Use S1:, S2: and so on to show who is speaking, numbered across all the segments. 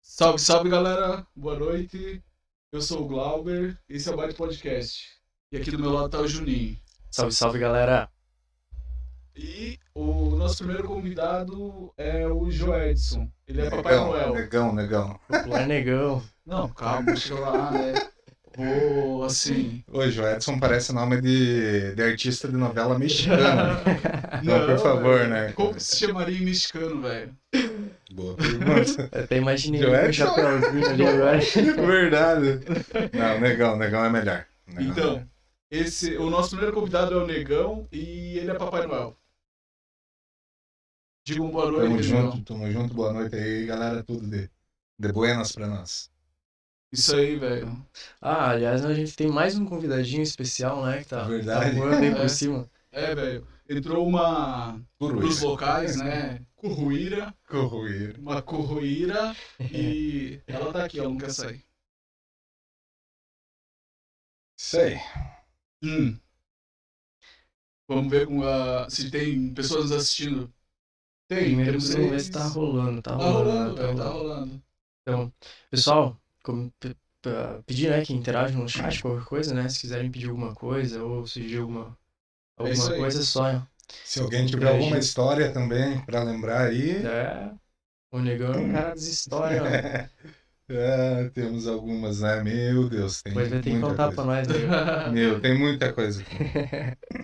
S1: Salve, salve galera, boa noite. Eu sou o Glauber, esse é o Byte Podcast. E aqui do meu lado tá o Juninho.
S2: Salve, salve galera!
S1: E o nosso primeiro convidado é o Joedson. Ele é Papai
S3: um-
S1: Noel.
S3: Negão, negão.
S2: Popular é negão.
S1: Não, calma, deixa eu lá, né? Vou, assim.
S3: Hoje, o Edson parece nome de, de artista de novela mexicana. É. Não, por favor, né?
S1: é. Como que se chamaria em mexicano, velho?
S3: Boa pergunta.
S2: Eu até imaginei
S3: Joel?
S1: é?
S2: um chapéuzinho ali agora.
S3: Verdade. Não, negão, negão é melhor. Negão.
S1: Então, esse, o nosso primeiro convidado é o Negão e ele é Papai Noel. Diga um boa
S3: tamo
S1: noite, Negão.
S3: junto, tamo junto, boa noite aí, galera, tudo de, de buenas pra nós.
S1: Isso aí, velho.
S2: Ah, aliás, a gente tem mais um convidadinho especial, né? Que tá, tá
S3: Verdade.
S2: voando aí
S1: É.
S2: por cima.
S1: É, velho. Entrou uma dos
S3: Curuíra.
S1: locais, né? Curruíra.
S3: Curuíra.
S1: uma corroíra e ela tá aqui, ela não quer sair.
S3: Isso aí.
S1: Hum. Vamos ver com a- se tem pessoas nos assistindo. Tem,
S2: Primeiro
S1: temos
S2: pra ver
S1: eles.
S2: se tá rolando, tá
S1: Tá
S2: rolando.
S1: rolando,
S2: tá
S1: velho, tá
S2: rolando.
S1: rolando.
S2: Pessoal, como, pe- pra- pedir né, que interajam no chat, qualquer coisa, né? Se quiserem pedir alguma coisa ou sugerir alguma,
S1: É isso
S2: alguma
S1: aí.
S2: coisa, só. né,
S3: Se alguém tiver alguma história também pra lembrar aí,
S2: É. O negão é um cara das histórias, ó.
S3: ah, temos algumas, né? Meu Deus, tem
S2: Mas vai ter é, que
S3: muita
S2: contar
S3: coisa.
S2: pra nós, né? negão.
S3: Meu, tem muita coisa.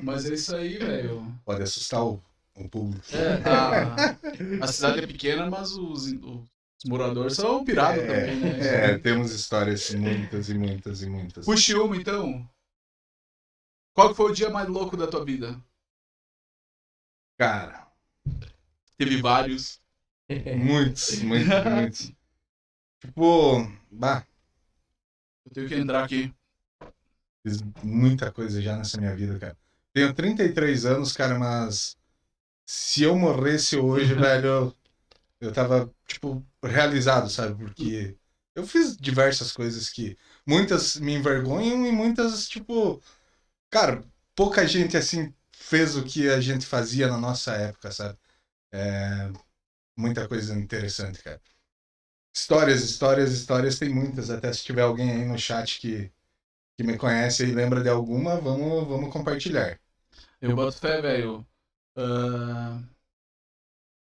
S1: Mas é isso aí, velho.
S3: Pode assustar o, o público.
S1: É,
S2: tá. Ah.
S1: a, a cidade é pequena, mas os, os moradores são piratas
S3: É,
S1: também, né?
S3: É, temos histórias muitas e muitas e muitas.
S1: Puxe uma, então. Qual que foi o dia mais louco da tua vida?
S3: Cara,
S1: Teve vários.
S3: muitos, muitos, muitos. Tipo, bah,
S1: Eu tenho que entrar aqui.
S3: fiz muita coisa já nessa minha vida, cara. Tenho 33 anos, cara, mas se eu morresse hoje, velho, eu- eu tava, tipo, realizado, sabe? Porque eu fiz diversas coisas que muitas me envergonham e muitas, tipo, cara, pouca gente assim fez o que a gente fazia na nossa época, sabe? É, muita coisa interessante, cara. Histórias, histórias, histórias, tem muitas. Até se tiver alguém aí no chat que, que me conhece e lembra de alguma, vamos, vamos compartilhar.
S1: Eu boto fé, velho. Ah,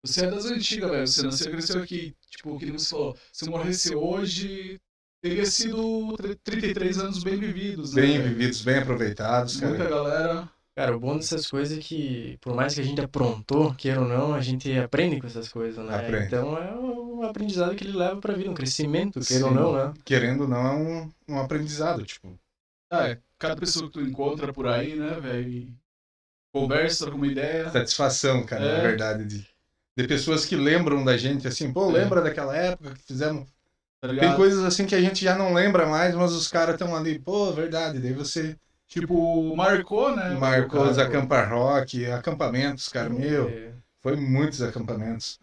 S1: Você é das antigas, velho. Você nasceu e cresceu aqui. Tipo, que nem você falou. Se eu morresse hoje, teria sido tr- 33 anos bem vividos, né?
S3: Bem
S1: velho?
S3: vividos, bem aproveitados,
S1: Muita
S3: cara.
S1: galera.
S2: Cara, o bom dessas coisas é que, por mais que a gente aprontou, queira ou não, a gente aprende com essas coisas, né?
S3: Aprende.
S2: Então é um aprendizado que ele leva pra vida, um crescimento, queira ou
S3: Sim.
S2: não, né?
S3: Querendo ou não, é um, um aprendizado, tipo.
S1: Ah, é, cada pessoa que tu encontra por aí, né, velho? e Conversa com uma ideia.
S3: Satisfação, cara,
S1: É.
S3: na verdade, de, de pessoas que lembram da gente, assim, pô,
S1: É.
S3: lembra daquela época que fizemos
S1: Tá
S3: Tem
S1: ligado?
S3: coisas assim que a gente já não lembra mais, mas os caras estão ali, pô, verdade. Daí você
S1: Tipo, marcou, né?
S3: É, marcou os
S1: cara?
S3: acampar rock, acampamentos, cara, meu,
S2: É,
S3: foi muitos acampamentos.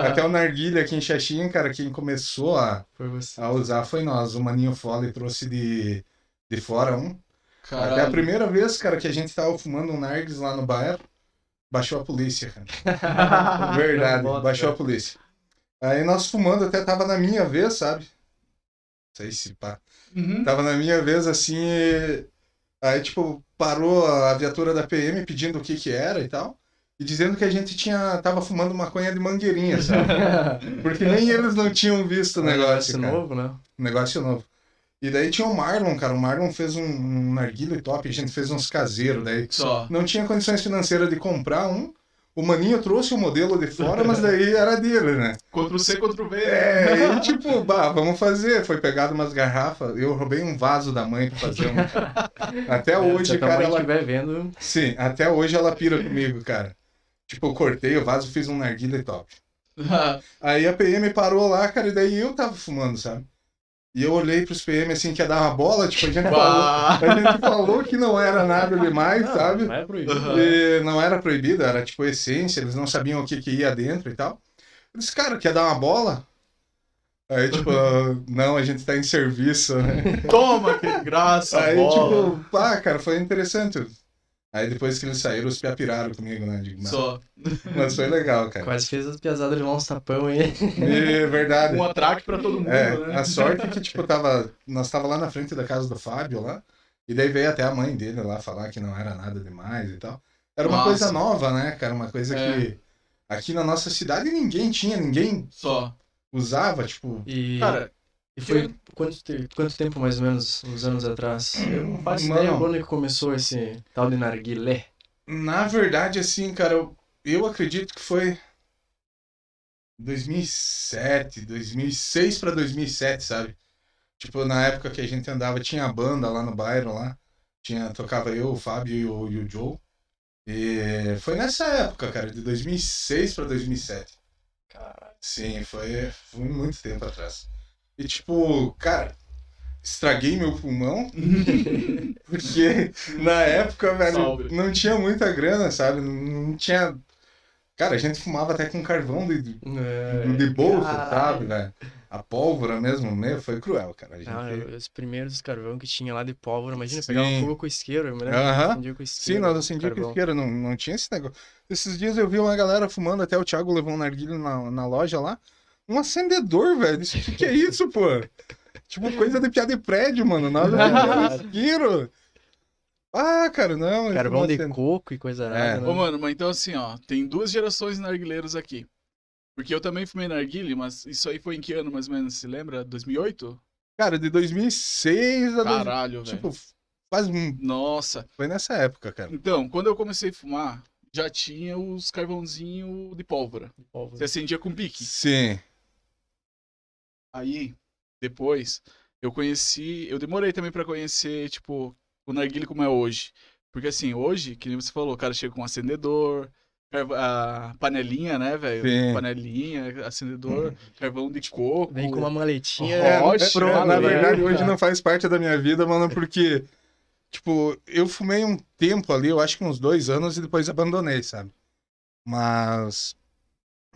S3: Até o Narguilha aqui em Xaxim, cara, quem começou a,
S2: Foi você.
S3: a usar foi nós. O Maninho Fole trouxe de, de fora um.
S1: Caralho.
S3: Até a primeira vez, cara, que a gente tava fumando um Nargues lá no bar, baixou a polícia, cara.
S2: Ah,
S3: Ah, Verdade,
S2: Não bota,
S3: baixou a
S2: cara.
S3: polícia. Aí nós fumando até tava na minha vez, sabe? Não sei se pá.
S1: Uhum.
S3: Tava na minha vez assim, e... aí tipo, parou a viatura da PM pedindo o que que era e tal, e dizendo que a gente tinha tava fumando maconha de mangueirinha, sabe?
S2: né?
S3: Porque nem eles não tinham visto o
S2: Um
S3: negócio, cara. Um
S2: novo, né?
S3: Negócio novo. E daí tinha o Marlon, cara, o Marlon fez um, um narguilho top, a gente fez uns caseiros, daí
S1: Só.
S3: não tinha condições financeiras de comprar um, o maninho trouxe o modelo de fora, mas daí era dele, né?
S1: Contra o C, contra o V. né?
S3: É, e tipo, bah, vamos fazer. Foi pegado umas garrafas. Eu roubei um vaso da mãe pra fazer um. Até
S2: Se
S3: É hoje,
S2: a tua mãe
S3: cara, ela.
S2: estiver vendo,
S3: Sim, até hoje ela pira comigo, cara. Tipo, eu cortei o vaso, fiz um narguilha top. Aí a PM parou lá, cara, e daí eu tava fumando, sabe? E eu olhei pros PM assim, que ia dar uma bola, tipo, a gente falou.
S1: Bah.
S3: A gente falou que não era nada demais,
S2: não,
S3: sabe?
S2: não é proibido.
S1: Aham.
S3: E não era proibido, era tipo essência, eles não sabiam o que, que ia dentro e tal. Eles, cara, quer dar uma bola? Aí, tipo, ah, não, a gente tá em serviço, né?
S1: Toma, que graça,
S3: Aí,
S1: bola.
S3: tipo, pá, cara, foi interessante. Aí depois que eles saíram, os pia piraram comigo, né? Digo, mas,
S1: Só.
S3: mas foi legal, cara.
S2: Quase fez as piazadas de um tapão aí.
S3: É verdade.
S1: Um atraque pra todo mundo,
S3: É,
S1: né?
S3: a sorte é que, tipo, tava, nós tava lá na frente da casa do Fábio lá, e daí veio até a mãe dele lá falar que não era nada demais e tal. Era uma
S1: Nossa.
S3: coisa nova, né, cara? Uma coisa
S1: É.
S3: que aqui na nossa cidade ninguém tinha, ninguém
S1: Só.
S3: usava, tipo,
S2: E,
S1: Cara,
S2: e foi quanto, te- quanto tempo mais ou menos, uns anos atrás? é Eu não faço
S3: Mano.
S2: ideia quando né, que começou esse tal de narguilé.
S3: na verdade, assim, cara, eu, eu acredito que foi 2007, 2006 pra 2007, sabe? Tipo, na época que a gente andava, tinha a banda lá no bairro lá, tinha, tocava eu, o Fábio e o, e o Joe. E foi nessa época, cara, de 2006 pra 2007.
S2: Caralho.
S3: Sim, foi, foi muito tempo atrás. E tipo, cara, estraguei meu pulmão, porque na época, velho,
S1: Salve.
S3: não tinha muita grana, sabe? Não, não tinha. Cara, a gente fumava até com carvão de, de- de bolsa, sabe, velho? A pólvora mesmo, meu, foi cruel, cara. A gente...
S2: Ah, eu- os primeiros carvão que tinha lá de pólvora, imagina, pegava
S3: Sim.
S2: fogo com isqueiro, eu me lembro.
S3: Aham.
S2: acendia com isqueiro,
S3: Sim, nós acendíamos
S2: carvão.
S3: isqueiro, não, não tinha esse negócio. Esses dias eu vi uma galera fumando, até o Thiago levou um narguilho na, na loja lá. Um acendedor, velho. O que, que é isso, pô? Tipo, coisa de piada de prédio, mano. Nada a ver isqueiro. Ah, cara, não. esse
S2: Carvão de
S3: acende-
S2: coco e coisa
S3: É.
S2: arada, né?
S1: Ô, mano, mas então assim, ó, tem duas gerações de narguileiros aqui. Porque eu também fumei narguile, mas isso aí foi em que ano mais ou menos? Se lembra? 2008?
S3: Cara, de 2006 a... dois-
S1: Caralho, velho.
S3: Tipo, faz um...
S1: Nossa.
S3: Foi nessa época, cara.
S1: Então, quando eu comecei a fumar, já tinha os carvãozinho de pólvora.
S2: Pólvora.
S1: Você acendia com pique.
S3: Sim.
S1: Aí, depois, eu conheci. Eu demorei também pra conhecer, tipo, o narguilé como é hoje. Porque assim, hoje, que nem você falou, o cara chega com um acendedor, carva- a panelinha, né,
S3: Sim. Uhum.
S1: velho? Panelinha, acendedor, carvão de coco.
S2: Vem com uma maletinha.
S1: É, Rocha,
S3: é, é, na
S1: né,
S3: verdade,
S1: velho?
S3: hoje não faz parte da minha vida, mano, porque, tipo, eu fumei um tempo ali, eu acho que uns dois anos, e depois abandonei, sabe? Mas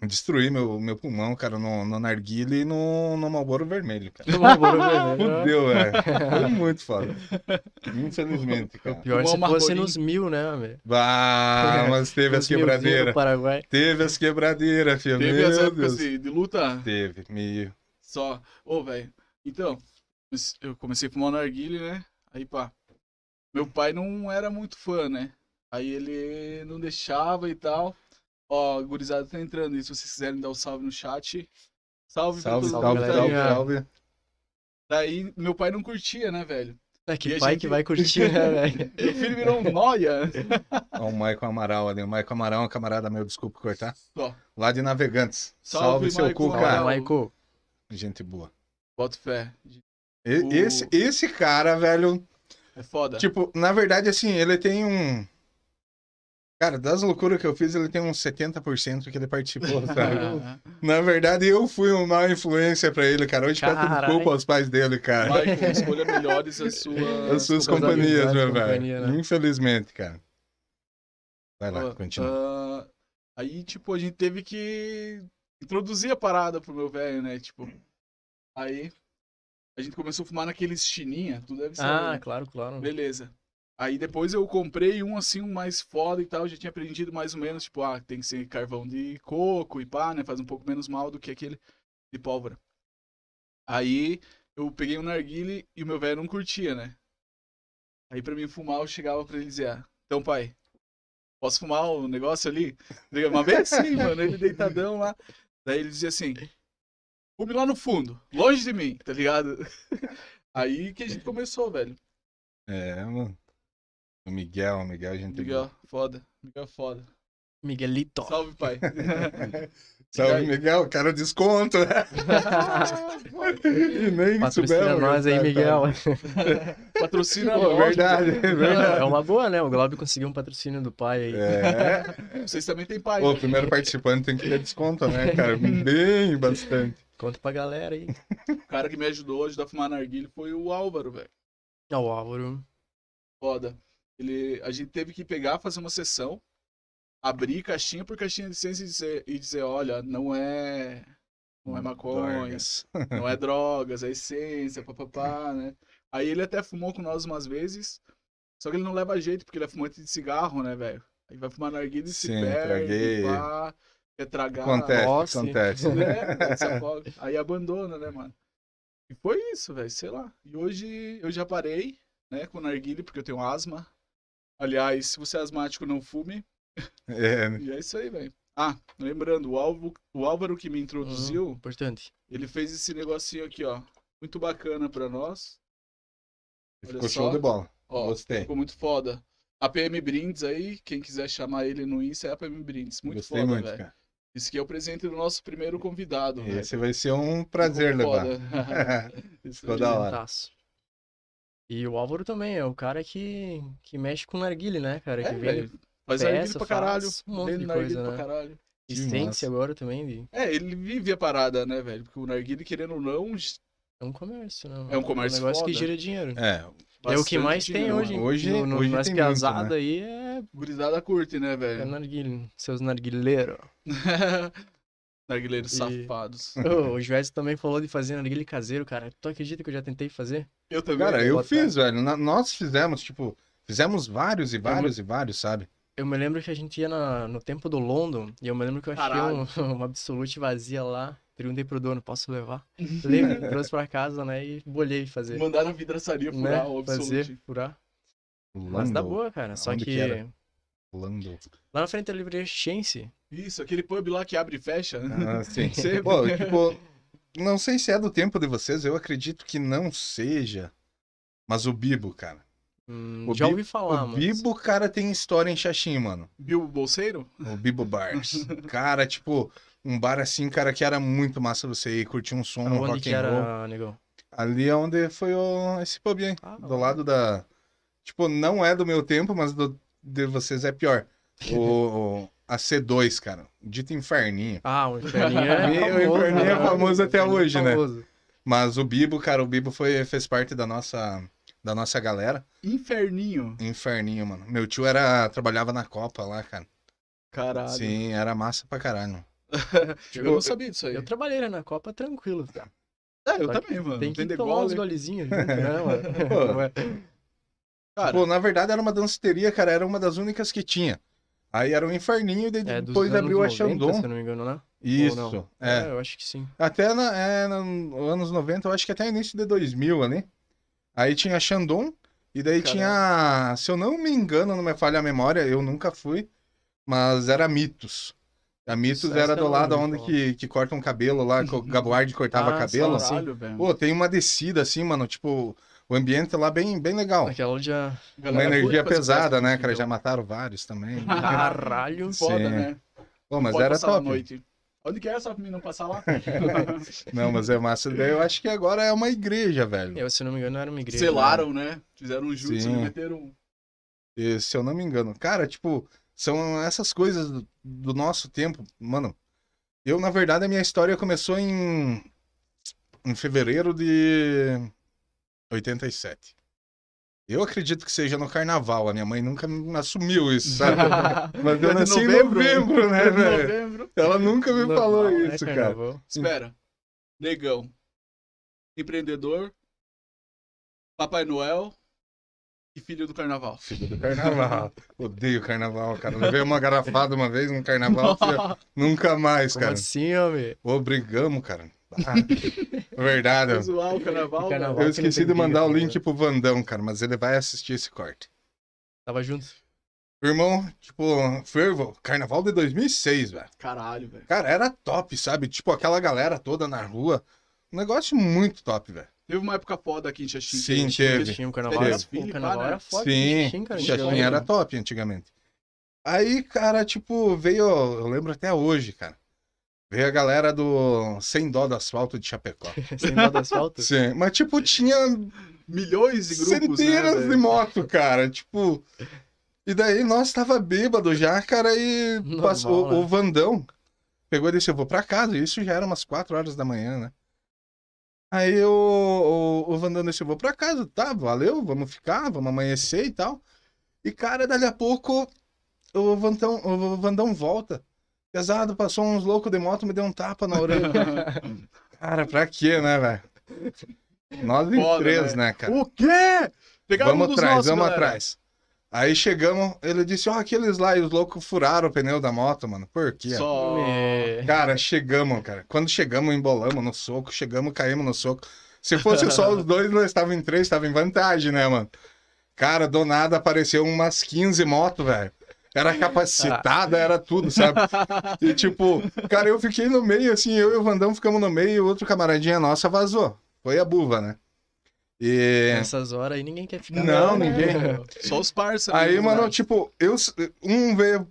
S3: destruí meu, meu pulmão, cara, no, no narguile e no, no Malboro Vermelho, cara.
S2: um né?
S3: Fudeu,
S1: É.
S3: velho. Foi muito foda. Infelizmente, cara.
S2: Pior
S1: Igual
S2: se
S1: o
S2: fosse
S1: Marcolinho.
S2: nos mil, né, velho?
S3: Ah, mas um teve as
S2: Nos milzinho do
S3: quebradeiras.
S2: Paraguai.
S3: Teve as quebradeiras, filho.
S1: Teve
S3: meu
S1: as épocas assim.
S3: Deus.
S1: de, de luta
S3: Teve, meio.
S1: só. Ô, velho. Então, mas eu comecei a fumar narguile, né? Aí, pá. Meu pai não era muito fã, né? Aí ele não deixava e tal. Ó, gurizada tá entrando. E se vocês quiserem dar o salve no chat. Salve, pra
S3: Salve,
S1: todo
S3: salve,
S1: mundo
S2: galera.
S1: aí.
S3: salve,
S2: galerinha.
S3: salve.
S1: Daí, meu pai não curtia, né, velho?
S2: É
S1: E
S2: que
S1: a
S2: pai
S1: gente-
S2: que vai curtir, né, velho?
S1: Meu filho virou um nóia.
S3: Ó, o Maicon Amaral ali. O Maicon Amaral é um camarada meu, desculpa cortar.
S1: Só,
S3: Lá de Navegantes.
S1: Salve,
S3: Salve, seu
S1: Maicon
S3: cu,
S1: Amaral.
S3: cara.
S2: Fala, Michael.
S3: Gente boa.
S1: bota fé.
S3: E-
S1: O-
S3: Esse, esse cara, velho.
S1: É foda.
S3: Tipo, na verdade, assim, ele tem um. Cara, das loucuras que eu fiz, ele tem uns 70% que ele participou, sabe? na verdade, eu fui uma má influência pra ele, cara. Hoje peço
S2: Caralho.
S3: desculpa aos pais dele, cara.
S1: Michael, escolha melhores as suas,
S3: As suas
S2: Com as
S3: companhias,
S2: amizades,
S3: meu
S2: companhia,
S3: velho.
S2: né?
S3: Infelizmente, cara. Vai lá,
S1: Ah,
S3: continua.
S1: ah, aí, tipo, a gente teve que introduzir a parada pro meu velho, né? Tipo, aí a gente começou a fumar naqueles chininha, tu deve saber.
S2: Ah,
S1: né?
S2: claro, claro.
S1: Beleza. Aí depois eu comprei um assim, um mais foda e tal, já tinha aprendido mais ou menos, tipo, ah, tem que ser carvão de coco e pá, né? Faz um pouco menos mal do que aquele de pólvora. Aí eu peguei um narguile e o meu velho não curtia, né? Aí pra mim fumar, eu chegava pra ele e dizia, ah, então pai, posso fumar o negócio ali? Daí, Uma vez sim, mano, ele deitadão lá. Daí ele dizia assim, fume lá no fundo, longe de mim, tá ligado? Aí que a gente começou, velho.
S3: É, mano. O Miguel, o Miguel, a gente.
S1: Miguel, foda. Miguel, foda.
S2: Miguelito.
S1: Salve, pai.
S3: Salve, Miguel, cara, desconto. né? e nem
S2: Patrocina
S3: soubemos
S2: nós aí,
S3: gastar,
S2: Miguel.
S1: Patrocina
S3: Cara. tá. Pô,
S1: nós.
S3: verdade, é
S2: É
S3: verdade.
S2: uma boa, né? O Glauber conseguiu um patrocínio do pai aí.
S3: É.
S1: Vocês também têm pai. né?
S3: Pô, o primeiro participante tem que ter desconto, né, cara? Bem bastante.
S2: Conta pra galera aí.
S1: O cara que me ajudou a ajudar a fumar narguilha foi o Álvaro, velho.
S2: Ó, o Álvaro.
S1: Foda. Ele, a gente teve que pegar, fazer uma sessão, abrir caixinha por caixinha de licença e dizer, e dizer olha, não é... Não é maconha,
S3: Hum, Drogas.
S1: não é drogas, é essência, papapá, né? Aí ele até fumou com nós umas vezes. Só que ele não leva jeito, porque ele é fumante de cigarro, né, velho? Aí vai fumar narguilha e se
S3: Sim,
S1: perde,
S3: traguei.
S1: pá, quer tragar.
S3: acontece,
S2: nossa.
S3: acontece.
S1: né? Se afoga. Aí abandona, né, mano? E foi isso, velho, sei lá. E hoje eu já parei, né, com narguile, porque eu tenho asma. Aliás, se você é asmático, não fume.
S3: É, né?
S1: E é isso aí, velho. Ah, lembrando, o Álvaro, o Álvaro que me introduziu,
S3: Hum.
S2: Importante.
S1: ele fez esse negocinho aqui, ó. Muito bacana pra nós. Olha
S3: Ficou
S1: só.
S3: show de bola.
S1: Ó,
S3: Gostei.
S1: ficou muito foda. APM Brindes aí, quem quiser chamar ele no Insta é APM Brindes. Muito
S3: Gostei
S1: foda,
S3: muito,
S1: velho.
S3: cara.
S1: Isso aqui é o presente do nosso primeiro convidado, velho.
S3: Esse vai ser um prazer
S1: Ficou
S3: levar.
S1: foda. Isso
S3: Ficou
S1: aí.
S3: da hora.
S2: Presentaço. E o Álvaro também é o cara que, que mexe com narguile, né, cara?
S1: É,
S2: que vende
S1: velho. Faz
S2: peça,
S1: narguilha pra caralho.
S2: faz um monte
S1: Vende
S2: de
S1: narguilha
S2: coisa,
S1: pra
S2: né?
S1: caralho.
S2: existência
S3: massa.
S2: agora também. De...
S1: É, ele vive a parada, né, velho? Porque o narguilha, querendo ou não,
S2: É um comércio, né? mano?
S1: É um comércio
S2: negócio que
S1: foda.
S2: gira dinheiro.
S3: É,
S2: É o
S1: bastante
S2: que mais tem
S1: dinheiro,
S2: hoje.
S1: mano.
S3: Hoje-
S2: no, no,
S3: hoje
S2: nas
S3: tem muito,
S1: né?
S2: piazadas aí é,
S1: Gurizada curte, né,
S2: é
S1: velho?
S2: narguile, seus narguileiros.
S1: Narguileiros
S2: E-
S1: safados.
S2: Ô, o Joelson também falou de fazer narguile caseiro, cara. Tu acredita que eu já tentei fazer?
S1: Eu também. né?
S3: Cara, eu
S2: Botar.
S3: fiz, velho. Na- Nós fizemos, tipo, fizemos vários e vários e vários, sabe?
S2: Eu me lembro que a gente ia na- no tempo do London e eu me lembro que eu achei
S1: Caralho.
S2: um, uma absolute vazia lá. Perguntei pro dono, posso levar? Levei, trouxe pra casa, né? E bolhei fazer.
S1: Mandaram a vidraçaria furar o
S2: né?
S1: absolute.
S2: Fazer, furar. Mas dá boa, cara. Só
S3: Onde
S2: que,
S3: que era? Lando.
S2: lá na frente da livraria Shense,
S1: Isso, aquele pub lá que abre e fecha. né?
S3: Ah, sim.
S1: Sempre.
S3: Pô, tipo, não sei se é do tempo de vocês, eu acredito que não seja. Mas o Bibo, cara.
S2: hum,
S3: O
S2: já
S3: Bi-
S2: ouvi falar,
S3: o
S2: mas
S3: Bibo, cara, tem história em Xaxim, mano.
S1: Bilbo Bolseiro?
S3: O Bibo Bars. cara, tipo, um bar assim, cara, que era muito massa você ir curtir um som, um
S2: onde
S3: rock
S2: que
S3: and roll.
S2: era, negão?
S3: Ali é onde foi o... esse pub, hein?
S2: Ah,
S3: do lado da. Tipo, não é do meu tempo, mas do... de vocês é pior. O... o- A C2, cara. Dito inferninho.
S2: Ah, o Inferninho é
S3: O
S2: famoso,
S3: Inferninho
S2: né?
S3: é famoso até
S2: Inferninho é
S3: hoje, né?
S2: famoso.
S3: Mas o Bibo, cara, o Bibo foi... fez parte da nossa. Da nossa galera.
S1: Inferninho.
S3: Inferninho, mano. Meu tio era. trabalhava na Copa lá, cara.
S1: Caralho.
S3: Sim, era massa pra caralho. Tipo,
S1: Eu não sabia disso aí.
S2: Tipo, Eu trabalhei né, na Copa tranquilo.
S3: Tá.
S1: É, eu
S2: Só que
S1: também, mano.
S2: Tem que
S1: Tem
S2: tomar uns
S1: degole.
S2: golezinhos junto, né,
S3: Pô.
S2: mano?
S1: Cara,
S3: Pô, Tipo, na verdade era uma danceteria, cara. Era uma das únicas que tinha. Aí era o Inferninho, daí
S2: É, dos
S3: depois
S2: anos
S3: abriu a
S2: 90,
S3: Xandon.
S2: Se eu não me engano, né? Ou não.
S3: Isso. É.
S2: eu acho que sim.
S3: Até na, é, na- nos anos 90, eu acho que até início de 2000 ali. Aí tinha a Shandong, e daí
S1: Caralho.
S3: tinha, se eu não me engano, não me falha a memória, eu nunca fui, mas era Mitos. A Mitos
S2: Essa
S3: era
S1: é
S2: eu
S3: do
S2: não
S3: lado
S2: ouvi
S3: onde
S2: falar.
S3: que, que corta um cabelo lá,
S1: Uhum.
S3: que o Gabuardi cortava
S2: Ah,
S3: cabelo.
S2: sim.
S1: caralho, velho.
S3: Pô, tem uma descida assim, mano, tipo, o ambiente lá bem, bem legal.
S2: Aquela já.
S3: Uma
S1: Galera
S3: energia
S1: curte fazer
S3: pesada,
S1: festa
S3: né,
S1: no
S3: cara? Já
S1: Xandão.
S3: mataram vários também.
S2: Caralho.
S1: é Foda,
S3: Sim.
S1: né?
S3: Pô, mas
S1: Pode
S3: era
S1: passar lá à
S3: top.
S1: noite. Onde que é só pra mim não passar lá?
S3: Não, mas é massa. Daí eu acho que agora é uma igreja, velho.
S2: Eu, se eu não me engano, era uma igreja.
S1: Selaram, né? Fizeram um jutsu e
S3: Sim.
S1: meteram um.
S3: E, se eu não me engano. Cara, tipo, são essas coisas do, do nosso tempo. Mano, eu, na verdade, a minha história começou em, em fevereiro de 87. Eu acredito que seja no carnaval. A minha mãe nunca me assumiu isso,
S2: né?
S3: sabe? Mas eu
S1: É de
S3: nasci em
S1: novembro,
S3: novembro, né,
S1: É de
S3: velho?
S1: novembro.
S3: Ela nunca me
S2: Normal,
S3: falou
S2: né,
S3: isso, cara.
S2: carnaval?
S1: Espera. Negão. Empreendedor. Papai Noel. E filho do carnaval.
S3: Filho do carnaval. Odeio carnaval, cara. Levei uma garrafada uma vez no carnaval. filho, Nunca mais,
S2: Como
S3: cara.
S2: assim, homem?
S3: Obrigamos, cara. Ah, verdade.
S1: Vai zoar o carnaval, né?
S2: O
S1: velho.
S2: carnaval. Volta
S3: Eu
S2: que não
S3: esqueci
S2: tem
S3: de mandar o
S2: briga,
S3: link
S2: né?
S3: pro Vandão, cara, mas ele vai assistir esse corte.
S2: Tava junto.
S3: Irmão, tipo, fervo, carnaval de 2006, velho.
S1: Caralho, velho.
S3: Cara, era top, sabe? Tipo, aquela galera toda na rua. Um negócio muito top, velho.
S1: Teve uma época foda aqui em Xaxim.
S3: Sim,
S1: que-
S3: teve.
S2: Tinha um carnaval. Era,
S1: Teve.
S2: o carnaval era foda.
S3: Sim,
S2: cara.
S3: Xaxim era top antigamente. Aí, cara, tipo, veio, eu lembro até hoje, cara. Veio a galera do Sem Dó do Asfalto de Chapecó.
S2: Sem nada do asfalto.
S3: Sim, mas tipo, tinha
S1: Milhões de grupos, né,
S3: centenas
S1: velho?
S3: de moto, cara. Tipo. E daí nós tava bêbado já, cara, e
S2: Normal,
S3: passou o,
S2: né?
S3: Vandão. Pegou e disse, eu vou pra casa. E isso já era umas 4 horas da manhã, né? Aí o, o, o Vandão disse, eu vou pra casa, tá, valeu, vamos ficar, vamos amanhecer e tal. E, cara, dali a pouco o Vandão, o Vandão volta. Pesado, passou uns loucos de moto, me deu um tapa na orelha. cara, pra quê, né, velho? Nós em
S1: Foda,
S3: três,
S1: né?
S3: né, cara?
S1: o quê? Pegaram um
S3: vamos
S1: dos
S3: atrás,
S1: nossos,
S3: vamos
S1: galera.
S3: atrás. Aí chegamos, ele disse, ó, aqueles lá, e os loucos furaram o pneu da moto, mano. Por quê?
S1: Só.
S2: É.
S3: Cara, chegamos, cara. Quando chegamos, embolamos no soco, chegamos, caímos no soco. Se fosse só os dois, nós estávamos em três, estava em vantagem, né, mano? Cara, do nada apareceu umas 15 motos, velho. Era capacitada, era tudo, sabe? E tipo, cara, eu fiquei no meio, assim, eu e o Vandão ficamos no meio, e o outro camaradinha nossa vazou. Foi a buva, né? E.
S2: Nessas horas aí ninguém quer ficar.
S3: Não,
S2: né?
S3: ninguém.
S1: Só os parça.
S3: Aí,
S1: mesmo,
S3: mano,
S1: né?
S3: tipo, eu, um veio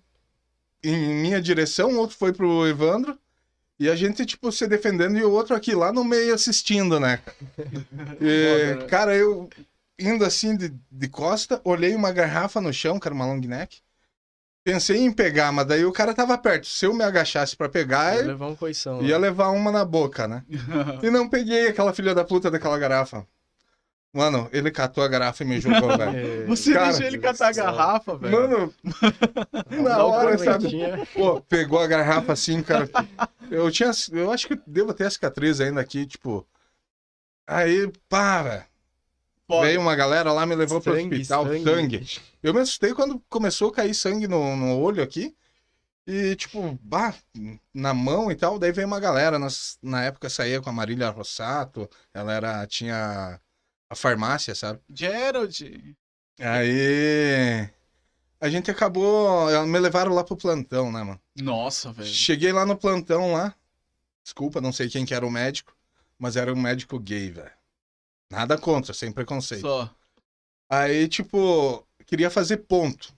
S3: em minha direção, o outro foi pro Evandro. E a gente, tipo, se defendendo e o outro aqui lá no meio assistindo, né? E,
S1: Foda, né?
S3: cara, eu indo assim de, de costa, olhei uma garrafa no chão, cara, uma long neck. Pensei em pegar, mas daí o cara tava perto. Se eu me agachasse pra pegar,
S2: Vai
S3: eu
S2: levar um coição.
S3: ia levar uma na boca, né? E não peguei aquela filha da puta daquela garrafa. Mano, ele catou a garrafa e me jogou, velho.
S1: Você
S3: Cara,
S1: deixou ele catar a garrafa, É, velho.
S3: Mano, na hora, sabe? Pô, pegou a garrafa assim, cara. Eu tinha. Eu acho que devo ter a cicatriz ainda aqui, tipo. Aí, para.
S1: Foda.
S3: Veio uma galera lá, me levou pro hospital, sangue.
S2: sangue.
S3: Eu me assustei quando começou a cair sangue no, no olho aqui. E, tipo, bah, na mão e tal. Daí veio uma galera. Nós, na época saía com a Marília Rossato. Ela era, tinha a farmácia, sabe?
S1: Gerald.
S3: Aí. A gente acabou. Me levaram lá pro plantão, né, mano?
S1: Nossa, velho.
S3: Cheguei lá no plantão lá. Desculpa, não sei quem que era o médico, mas era um médico gay, velho. Nada contra, sem preconceito.
S1: Só.
S3: Aí, tipo, queria fazer ponto.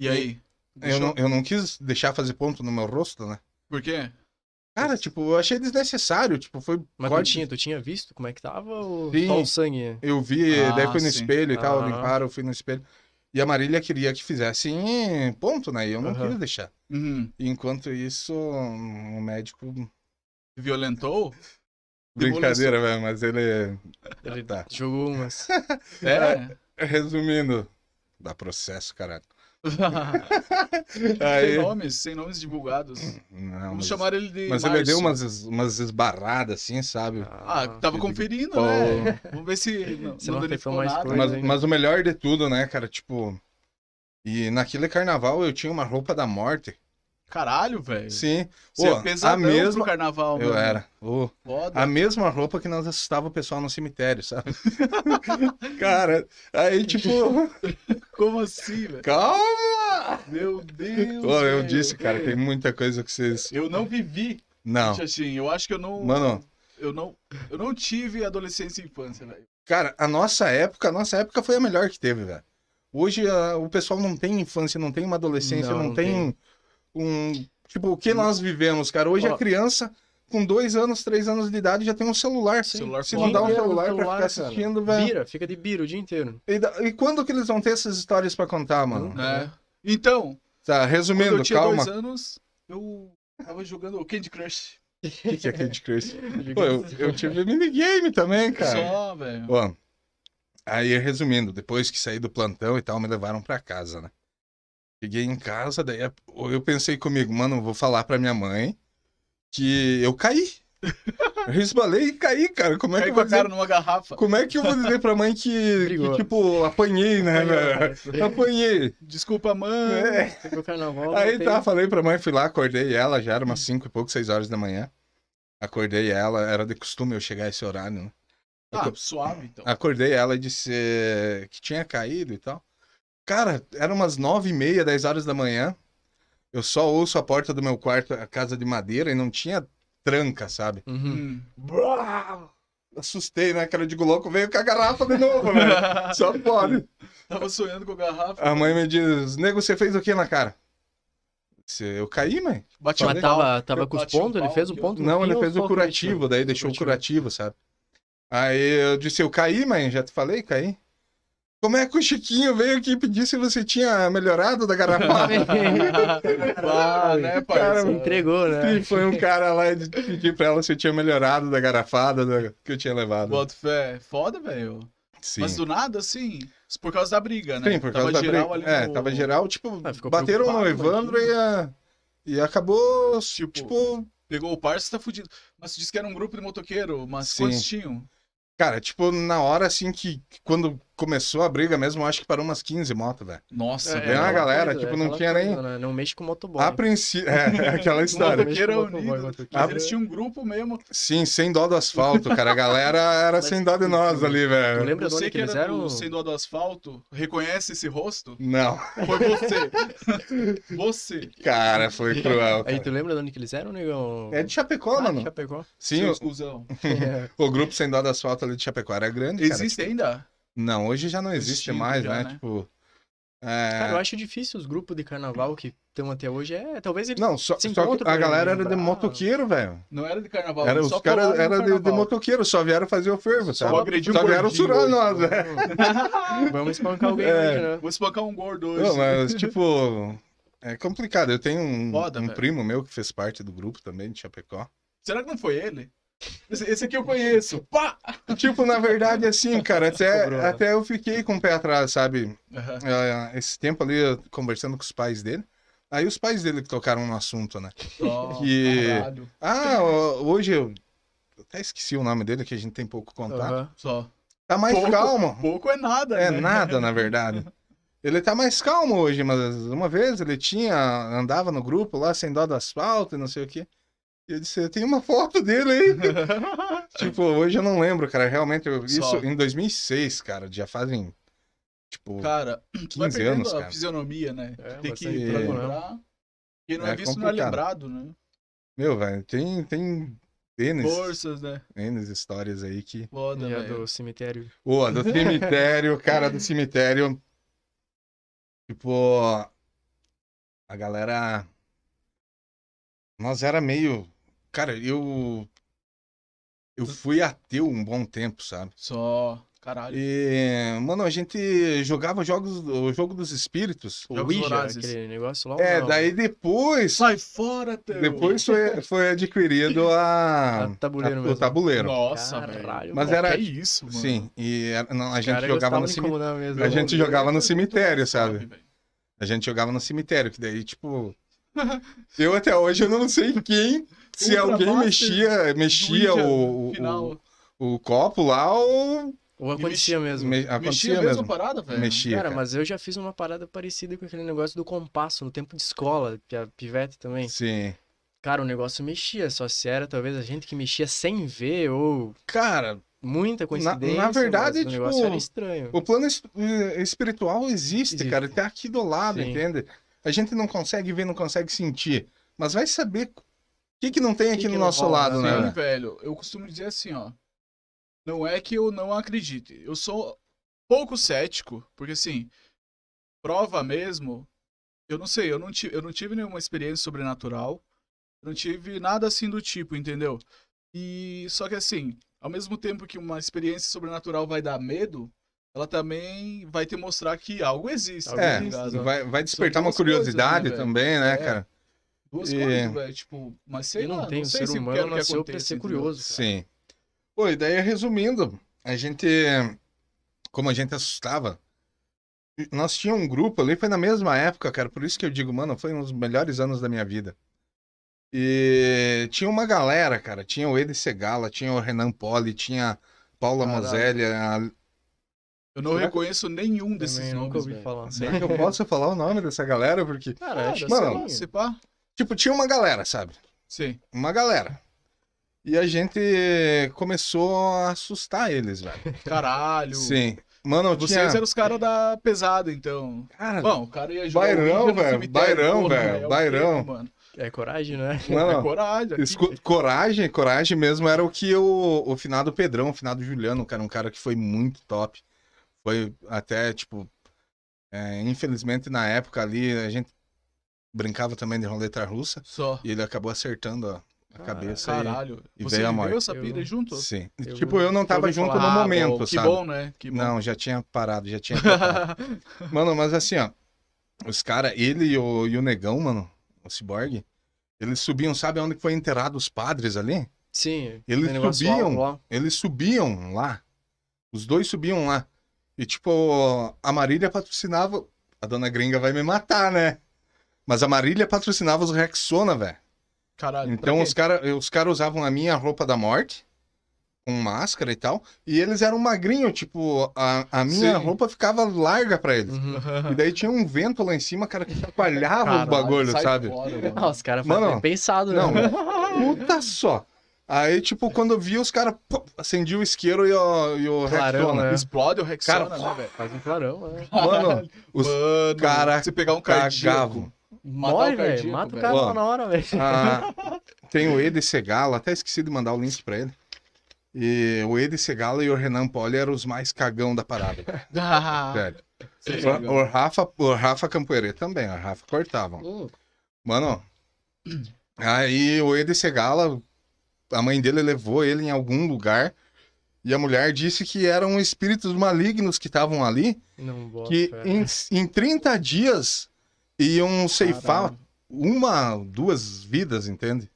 S1: E aí?
S3: Eu não, eu não quis deixar fazer ponto no meu rosto, né?
S1: Por quê?
S3: Cara, tipo, eu achei desnecessário. Tipo, foi.
S2: Mas tu
S3: corte.
S2: tinha, tu tinha visto como é que tava ou
S3: Sim.
S2: só o sangue?
S3: Eu vi,
S1: Ah,
S3: daí fui no
S1: sim.
S3: espelho e tal,
S2: Aham.
S3: limparam, eu fui no espelho. E a Marília queria que fizesse em ponto, né? E eu não
S2: Aham.
S3: queria deixar.
S1: Uhum.
S3: Enquanto isso, um médico.
S1: Violentou?
S3: Brincadeira, velho, mas ele.
S2: Ele
S3: Tá.
S2: jogou umas.
S1: É.
S3: Resumindo, dá processo, caralho.
S1: sem
S3: Aí.
S1: nomes, sem nomes divulgados.
S3: Não,
S1: Vamos
S3: mas
S1: chamar ele de.
S3: mas ele
S1: Márcio.
S3: deu umas, es- umas esbarradas, assim, sabe?
S1: Ah, tava conferindo,
S3: Pô.
S1: né? Vamos ver se não,
S2: Se
S1: não
S2: não
S1: danificou
S2: afetou mais
S1: nada.
S2: coisa.
S3: Mas,
S2: ainda.
S3: mas o melhor de tudo, né, cara? Tipo. E naquele carnaval eu tinha uma roupa da morte.
S1: Caralho, velho.
S3: Sim.
S1: Você
S3: Ô,
S1: é pesadão
S3: a
S1: pro
S3: mesma.
S1: carnaval,
S3: Eu
S1: mano.
S3: era. Ô,
S1: Foda.
S3: a mesma roupa que nós assustava o pessoal no cemitério, sabe? cara, aí tipo.
S1: Como assim, velho?
S3: Calma!
S1: Meu Deus.
S3: Ô, eu
S1: velho.
S3: disse, cara, tem muita coisa que vocês.
S1: Eu não vivi,
S3: Não.
S1: Xaxim. Eu acho que eu não.
S3: Mano,
S1: Eu não, eu não tive adolescência e infância, velho.
S3: cara, a nossa época, a nossa época foi a melhor que teve, velho. Hoje a- o pessoal não tem infância, não tem uma adolescência,
S2: Não,
S3: não,
S2: não
S3: tem, um. Tipo, o que nós vivemos, cara? Hoje
S2: Ó.
S3: a criança, com dois anos, três anos de idade, já tem um celular.
S2: Sim.
S1: Celular
S3: Se
S1: fora.
S3: não dá um
S2: Quem é o
S3: celular pra
S2: celular,
S3: ficar
S2: cara?
S3: assistindo, velho.
S2: Bira, fica de bira o dia inteiro.
S3: E, da- e quando que eles vão ter essas histórias pra contar, mano?
S2: Não.
S1: Né? Então,
S3: Tá,
S1: quando
S3: resumindo,
S1: eu tinha
S3: calma.
S1: dois anos, eu tava jogando o Candy Crush.
S3: O que, que é Candy Crush? Pô, eu, eu tive minigame também, cara.
S1: Só, velho.
S3: Ó, aí resumindo, depois que saí do plantão e tal, me levaram pra casa, né? Cheguei em casa, daí a- eu pensei comigo, mano, eu vou falar pra minha mãe que eu caí. Eu resbalei e caí, cara. Como é que
S1: Aí
S3: eu vou
S1: colocaram
S3: dizer,
S1: numa garrafa.
S3: como é que eu vou dizer pra mãe que, que,
S2: Brigou.
S3: tipo, apanhei, né, velho?
S2: Apanhou,
S3: Apanhei.
S1: Desculpa, mãe.
S3: É.
S2: Pegou carnaval.
S3: Aí
S2: não
S3: tá,
S2: tem-
S3: falei pra mãe, fui lá, acordei ela, já era umas 5 e pouco, 6 horas da manhã. Acordei ela, era de costume eu chegar a esse horário, né?
S1: Ah, suave, então.
S3: Acordei ela e disse eh, que tinha caído e tal. Cara, eram umas nove e meia, dez horas da manhã. Eu só ouço a porta do meu quarto, a casa de madeira, e não tinha tranca, sabe?
S2: Uhum.
S1: Hum.
S3: Brá! Assustei, né? Cara, eu digo louco, veio com a garrafa de novo, velho. Só pode.
S1: Tava sonhando com a garrafa.
S3: A mãe me diz, nego, você fez o que na cara? Eu disse, Eu caí, mãe.
S1: Bati
S2: Mas
S1: um pau.
S2: tava, tava com os
S1: Bati um
S2: pontos? Ele
S1: pau
S2: fez o
S1: aqui, ó.
S2: ponto? no
S3: Não,
S2: fim
S3: ele
S2: ou é
S3: fez
S2: só
S3: o curativo, daí deixou o curativo, sabe? Aí eu disse, eu caí, mãe, já te falei, caí. Como é que o Chiquinho veio aqui pedir se você tinha melhorado da garrafada?
S1: Ah, né,
S3: Cara,
S1: parça?
S2: Entregou, né?
S3: E foi um cara lá de pedir pra ela se eu tinha melhorado da garrafada da- que eu tinha levado.
S1: Bota fé. Foda, velho.
S3: Sim.
S1: Mas do nada, assim, por causa da briga, né?
S3: Sim, por causa
S1: tava
S3: da
S1: geral
S3: briga.
S1: ali
S3: É,
S1: no-
S3: tava geral, tipo,
S2: Ah, ficou
S3: bateram no
S2: preocupado,
S3: Evandro e, a- e acabou, tipo,
S1: Pegou o parça, tá fudido. Mas tu disse que era um grupo de motoqueiro, mas
S3: Sim.
S1: quantos tinham?
S3: cara, tipo, na hora assim que que quando começou a briga mesmo, acho que parou umas 15 motos, velho.
S1: Nossa,
S2: É,
S3: Vem uma
S2: aquela
S3: galera,
S2: coisa,
S3: tipo,
S2: é
S3: não
S2: aquela
S3: tinha nem-
S2: coisa, né? Não mexe com motoboy.
S3: A princípio. É, aquela história.
S1: Motoqueiro é
S2: Motoboy, É.
S1: unido.
S2: motoqueiro.
S1: Mas Eles tinham um grupo mesmo.
S3: Sim, sem dó do asfalto, cara. A galera era
S2: Mas-
S3: sem dó de nós ali,
S2: Tu
S3: velho.
S2: lembra
S1: Eu
S2: do
S1: sei
S2: ano que
S1: que
S2: eles
S1: era
S2: eram?
S1: do Sendo do Asfalto. Reconhece esse rosto?
S3: Não,
S1: Foi você. você.
S3: cara, foi cruel.
S2: Aí
S3: Cara.
S2: tu lembra do ano que eles eram, negão?
S3: É de Chapecó,
S2: ah,
S3: mano.
S2: Chapecó.
S3: Sim,
S1: seu
S3: o,
S1: exclusão.
S2: É.
S3: o grupo sem dó do asfalto ali de Chapecó era grande, cara.
S1: Existe ainda?
S3: Não, hoje já não existe
S1: Extinto
S3: mais,
S1: já,
S3: né?
S1: né?
S3: Tipo. é,
S2: Cara, eu acho difícil os grupos de carnaval que estão até hoje. É, talvez eles.
S3: Não, só,
S2: se
S3: só que
S2: encontram
S3: a
S2: pra
S3: galera era de
S2: lembrar.
S3: motoqueiro, velho.
S1: Não era de carnaval.
S3: Era-
S1: eles
S3: Os
S1: só
S3: caras
S1: colaram no
S3: eram de, de
S1: carnaval.
S3: motoqueiro, só vieram fazer o fervo,
S1: Só
S3: sabe?
S1: agredi um
S3: Só vieram
S1: gordinho
S3: surar
S1: hoje.
S3: nós, velho.
S2: né? Vamos espancar alguém
S3: É.
S2: hoje, né?
S1: Vou espancar um gordo hoje.
S3: Não, mas, tipo, é complicado. Eu tenho um,
S1: Foda,
S3: um
S1: velho.
S3: primo meu que fez parte do grupo também, de Chapecó.
S1: Será que não foi ele? Esse, esse aqui eu conheço. Pá!
S3: E, tipo, na verdade, assim, cara, até,
S2: Sobrou, né?
S3: até eu fiquei com o pé atrás, sabe?
S1: Aham.
S3: É, Esse tempo ali, eu conversando com os pais dele. Aí os pais dele que tocaram no assunto, né?
S1: Nossa,
S3: Que-
S1: caralho.
S3: Ah, ó, hoje eu até esqueci o nome dele, que a gente tem pouco contato.
S2: Aham.
S1: Só.
S3: Tá mais
S1: Pouco.
S3: calmo.
S1: Pouco é nada,
S3: É
S1: né?
S3: nada, na verdade. Ele tá mais calmo hoje, mas uma vez ele tinha, andava no grupo lá sem dó do asfalto e não sei o quê. E eu disse, eu tenho uma foto dele aí. tipo, hoje eu não lembro, cara. Realmente, eu- isso
S1: Só.
S3: em 2006, cara. Já fazem, tipo,
S1: Cara, tu vai
S3: 15
S1: perdendo
S3: anos,
S1: a
S3: cara.
S1: fisionomia, né?
S2: É,
S1: Tem que
S2: bastante
S1: pra
S3: tempo, né?
S1: lembrar. Quem não é,
S3: É
S1: visto não é
S3: complicado.
S1: lembrado, né?
S3: Meu, velho, tem, tem N,
S1: Forças, né?
S3: N histórias aí que...
S1: Foda,
S2: E a
S1: velho.
S2: do cemitério.
S3: Pô, do cemitério, cara, do cemitério. Tipo, a galera. Nós era meio. Cara, eu. Eu fui ateu um bom tempo, sabe?
S1: Só. Caralho.
S3: E, mano, a gente jogava jogos, o jogo dos espíritos.
S2: O
S1: Jogos
S2: Ouija,
S1: Vorazes.
S2: aquele negócio lá. ou
S3: É,
S2: não?
S3: daí depois.
S1: Sai fora, teu.
S3: Depois foi, foi adquirido
S2: A
S3: a,
S2: Ah, tá tabuleiro
S3: a- o
S2: mesmo.
S3: tabuleiro.
S1: Nossa, velho.
S2: Caralho,
S3: Mas
S2: mano.
S3: era-
S1: Que isso, mano.
S3: Sim, e era- não, a
S2: Os
S3: gente
S2: caras
S3: jogava
S2: gostavam
S3: no
S2: de
S3: cemitério.
S2: incomodar mesmo.
S3: A gente jogava no
S1: Muito
S3: cemitério, sabe?
S1: velho.
S3: A gente jogava no cemitério, que daí, tipo. eu até hoje eu não sei quem. Se
S1: Ultra
S3: alguém
S1: Master
S3: mexia, mexia
S1: Ouija,
S3: o, o-
S1: Final.
S3: o, o copo lá ou.
S2: Ou acontecia mesmo.
S3: Me, acontecia
S1: Mexia mesmo
S3: mesmo.
S1: a parada, velho?
S3: Mexia.
S2: Cara,
S3: cara.
S2: mas eu já fiz uma parada parecida com aquele negócio do compasso no tempo de escola, que a pivete também.
S3: Sim.
S2: Cara, o negócio mexia, só se era talvez a gente que mexia sem ver ou
S3: Cara,
S2: muita coincidência.
S3: na verdade,
S2: mas o negócio
S3: tipo,
S2: era estranho.
S3: o plano es- eh, espiritual existe,
S2: Existe.
S3: cara. Tá aqui do lado,
S2: Sim.
S3: entende? A gente não consegue ver, não consegue sentir. Mas vai saber o que, que não tem
S2: Que
S3: aqui
S2: que
S3: no
S2: não
S3: nosso
S2: rola,
S3: lado,
S1: Sim,
S3: né? velho?
S1: velho. Eu costumo dizer assim, ó. Não é que eu não acredite. Eu sou pouco cético, porque assim, prova mesmo. Eu não sei, eu não, ti- eu não tive nenhuma experiência sobrenatural. eu Não tive nada assim do tipo, entendeu? E só que assim, ao mesmo tempo que uma experiência sobrenatural vai dar medo, ela também vai te mostrar que algo existe.
S2: Algo
S1: tá
S3: É,
S2: existe,
S1: ligado?
S3: vai, vai despertar
S1: São
S3: uma
S1: duas coisas,
S3: curiosidade
S1: né, velho?
S3: também, né,
S1: É.
S3: cara?
S1: Duas
S3: E-
S1: coisas, velho. Tipo, mas sei
S2: e
S1: lá,
S2: não tem,
S1: não
S2: o
S1: sei
S2: ser
S1: se eu
S2: humano
S1: quero que
S2: nasceu pra
S1: aconteça,
S2: ser
S1: entendeu?
S2: curioso. cara.
S3: Sim. Pô, e daí resumindo, a gente. Como a gente assustava, nós tinha um grupo ali, foi na mesma época, cara, por isso que eu digo, mano, foi um dos melhores anos da minha vida. E tinha uma galera, cara, tinha o Edi Segala, tinha o Renan Poli, tinha Paula
S2: Caralho.
S3: Moselli. a-
S1: Eu não
S3: Será que-
S1: reconheço nenhum desses
S2: Também
S1: nomes.
S2: nunca ouvi
S1: velho.
S2: falar.
S3: Será que eu posso falar o nome dessa galera? Porque,
S2: Cara, acho assim, que
S3: mano,
S2: sim.
S1: Se pá?
S3: tipo, tinha uma galera, sabe?
S1: Sim.
S3: Uma galera. E a gente começou a assustar eles, velho.
S1: Caralho.
S3: Sim. Mano,
S1: Vocês
S3: tinha...
S1: eram os caras da pesada, então.
S3: Cara,
S1: Bom, o cara ia jogar.
S3: Bairão,
S1: o Ouija no
S3: velho,
S1: cemitério,
S3: Bairão,
S1: porra,
S3: velho,
S1: é o quê,
S3: Bairão.
S1: mano.
S2: É coragem, né?
S3: mano,
S1: É coragem. aqui.
S3: Escu- Coragem, coragem mesmo era o que o, o finado Pedrão, o finado Juliano, cara, um cara que foi muito top. Foi até, tipo, é, infelizmente na época ali a gente brincava também de roleta russa
S1: Só.
S3: e ele acabou acertando a, a
S2: Caralho.
S3: cabeça. aí.
S1: Caralho.
S3: e
S1: Você
S3: veio a
S1: viveu
S3: morte.
S1: essa
S2: Eu-
S1: pira junto?
S3: Sim.
S2: Eu-
S3: tipo, eu não
S2: eu
S3: tava
S2: ouvi
S3: junto
S2: falar,
S3: no
S1: Ah,
S3: momento,
S1: bom, que
S3: sabe?
S1: bom, né? Que bom.
S3: Não, já tinha parado, já tinha. parado. mano, mas assim, ó, os caras, ele e o, e o negão, mano, o ciborgue, eles subiam, sabe onde que foi enterrado os padres ali?
S2: Sim.
S3: Eles
S2: aquele negócio
S3: subiam.
S2: alto lá.
S3: Eles subiam lá. Os dois subiam lá. E, tipo, a Marília patrocinava. A dona gringa vai me matar, né? Mas a Marília patrocinava os Rexona, velho.
S1: Caralho. pra
S3: Então
S1: quê?
S3: os caras os cara usavam a minha roupa da morte. com máscara e tal, e eles eram magrinhos, tipo, a, a minha
S1: Sim.
S3: roupa ficava larga pra eles.
S2: Uhum.
S3: E daí tinha um vento lá em cima, cara, que atrapalhava o
S2: Caralho,
S3: bagulho, sabe?
S2: Ah, os caras
S3: Mano,
S2: foram bem pensados, né?
S3: Não, puta só. Aí, tipo, quando eu vi, os caras acendiam o isqueiro e o, e o
S2: Clarão,
S3: Rexona.
S2: né?
S1: Explode o Rexona,
S3: Cara,
S1: né, velho?
S2: Faz um clarão, né?
S3: Mano, os
S1: Mano,
S3: cara
S1: se pegar um cardíaco...
S3: cagavam.
S1: Matar o
S2: Morre, velho.
S1: cardíaco,
S2: Mata o
S1: velho.
S2: cara
S3: Ó.
S2: só na hora, velho.
S3: Ah, tem o Ede Segala, até esqueci de mandar o link pra ele. E o Ede Segala e o Renan Poli eram os mais cagão da parada,
S1: Ah,
S3: velho.
S1: sei,
S3: O, o Rafa, o Rafa Campoerê também, o Rafa cortavam. Mano, aí o Ede Segala, a mãe dele levou ele em algum lugar e a mulher disse que eram espíritos malignos que estavam ali,
S2: Não bota,
S3: que
S1: é.
S2: fé.
S3: em, em 30 dias iam ceifar
S1: Caralho.
S3: uma, duas vidas, entende?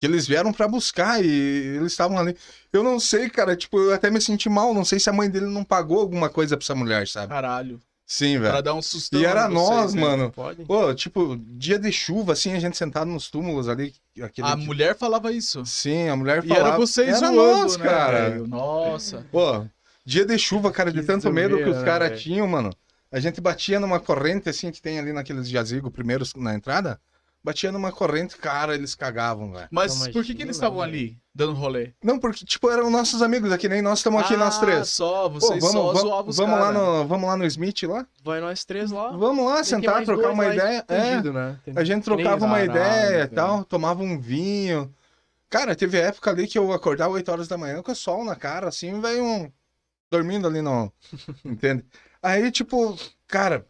S3: Que eles vieram pra buscar e eles estavam ali. Eu não sei, cara, tipo, eu até me senti mal, não sei se a mãe dele não pagou alguma coisa pra essa mulher, sabe?
S1: Caralho.
S3: Sim,
S1: Pra
S3: velho.
S1: dar um sustão.
S3: É. E era
S1: em vocês,
S3: nós,
S1: né?
S3: mano.
S2: Pode?
S3: Pô, tipo, dia de chuva, assim, a gente sentado nos túmulos ali. Aquele
S1: A
S3: dia-
S1: mulher falava isso.
S3: Sim, a mulher
S1: E
S3: falava.
S1: era vocês
S3: era
S1: zoando,
S3: nós,
S1: né,
S3: cara.
S1: velho? Nossa.
S3: Pô, dia de chuva, cara, de
S2: Que
S3: tanto medo que
S2: zoeira, né,
S3: os caras
S2: velho?
S3: tinham, mano. A gente batia numa corrente, assim, que tem ali naqueles jazigos primeiros na entrada. Batia numa corrente, cara, eles cagavam, velho.
S1: Mas
S2: Imagina,
S1: por que, que eles estavam
S2: velho.
S1: ali, dando rolê?
S3: Não, porque, tipo, eram nossos amigos aqui, nem nós estamos aqui nós
S1: Ah,
S3: três.
S1: só,
S3: Pô,
S1: vocês
S3: vamos,
S1: só
S3: vamos,
S1: zoavam os
S3: vamos lá
S1: caras.
S3: no, vamos lá no Smith lá?
S2: Vai nós três lá.
S3: Vamos lá,
S2: Tem que
S3: sentar,
S2: mais
S3: trocar
S2: dois
S3: uma
S2: lá
S3: ideia. É,
S2: escondido, né? Tem-
S3: a gente trocava uma
S1: Caralho,
S3: ideia e
S1: velho.
S3: tal, tomava um vinho. Cara, teve época ali que eu acordava 8 horas da manhã com o sol na cara, assim, veio um. dormindo ali no. Entende? Aí, tipo, cara.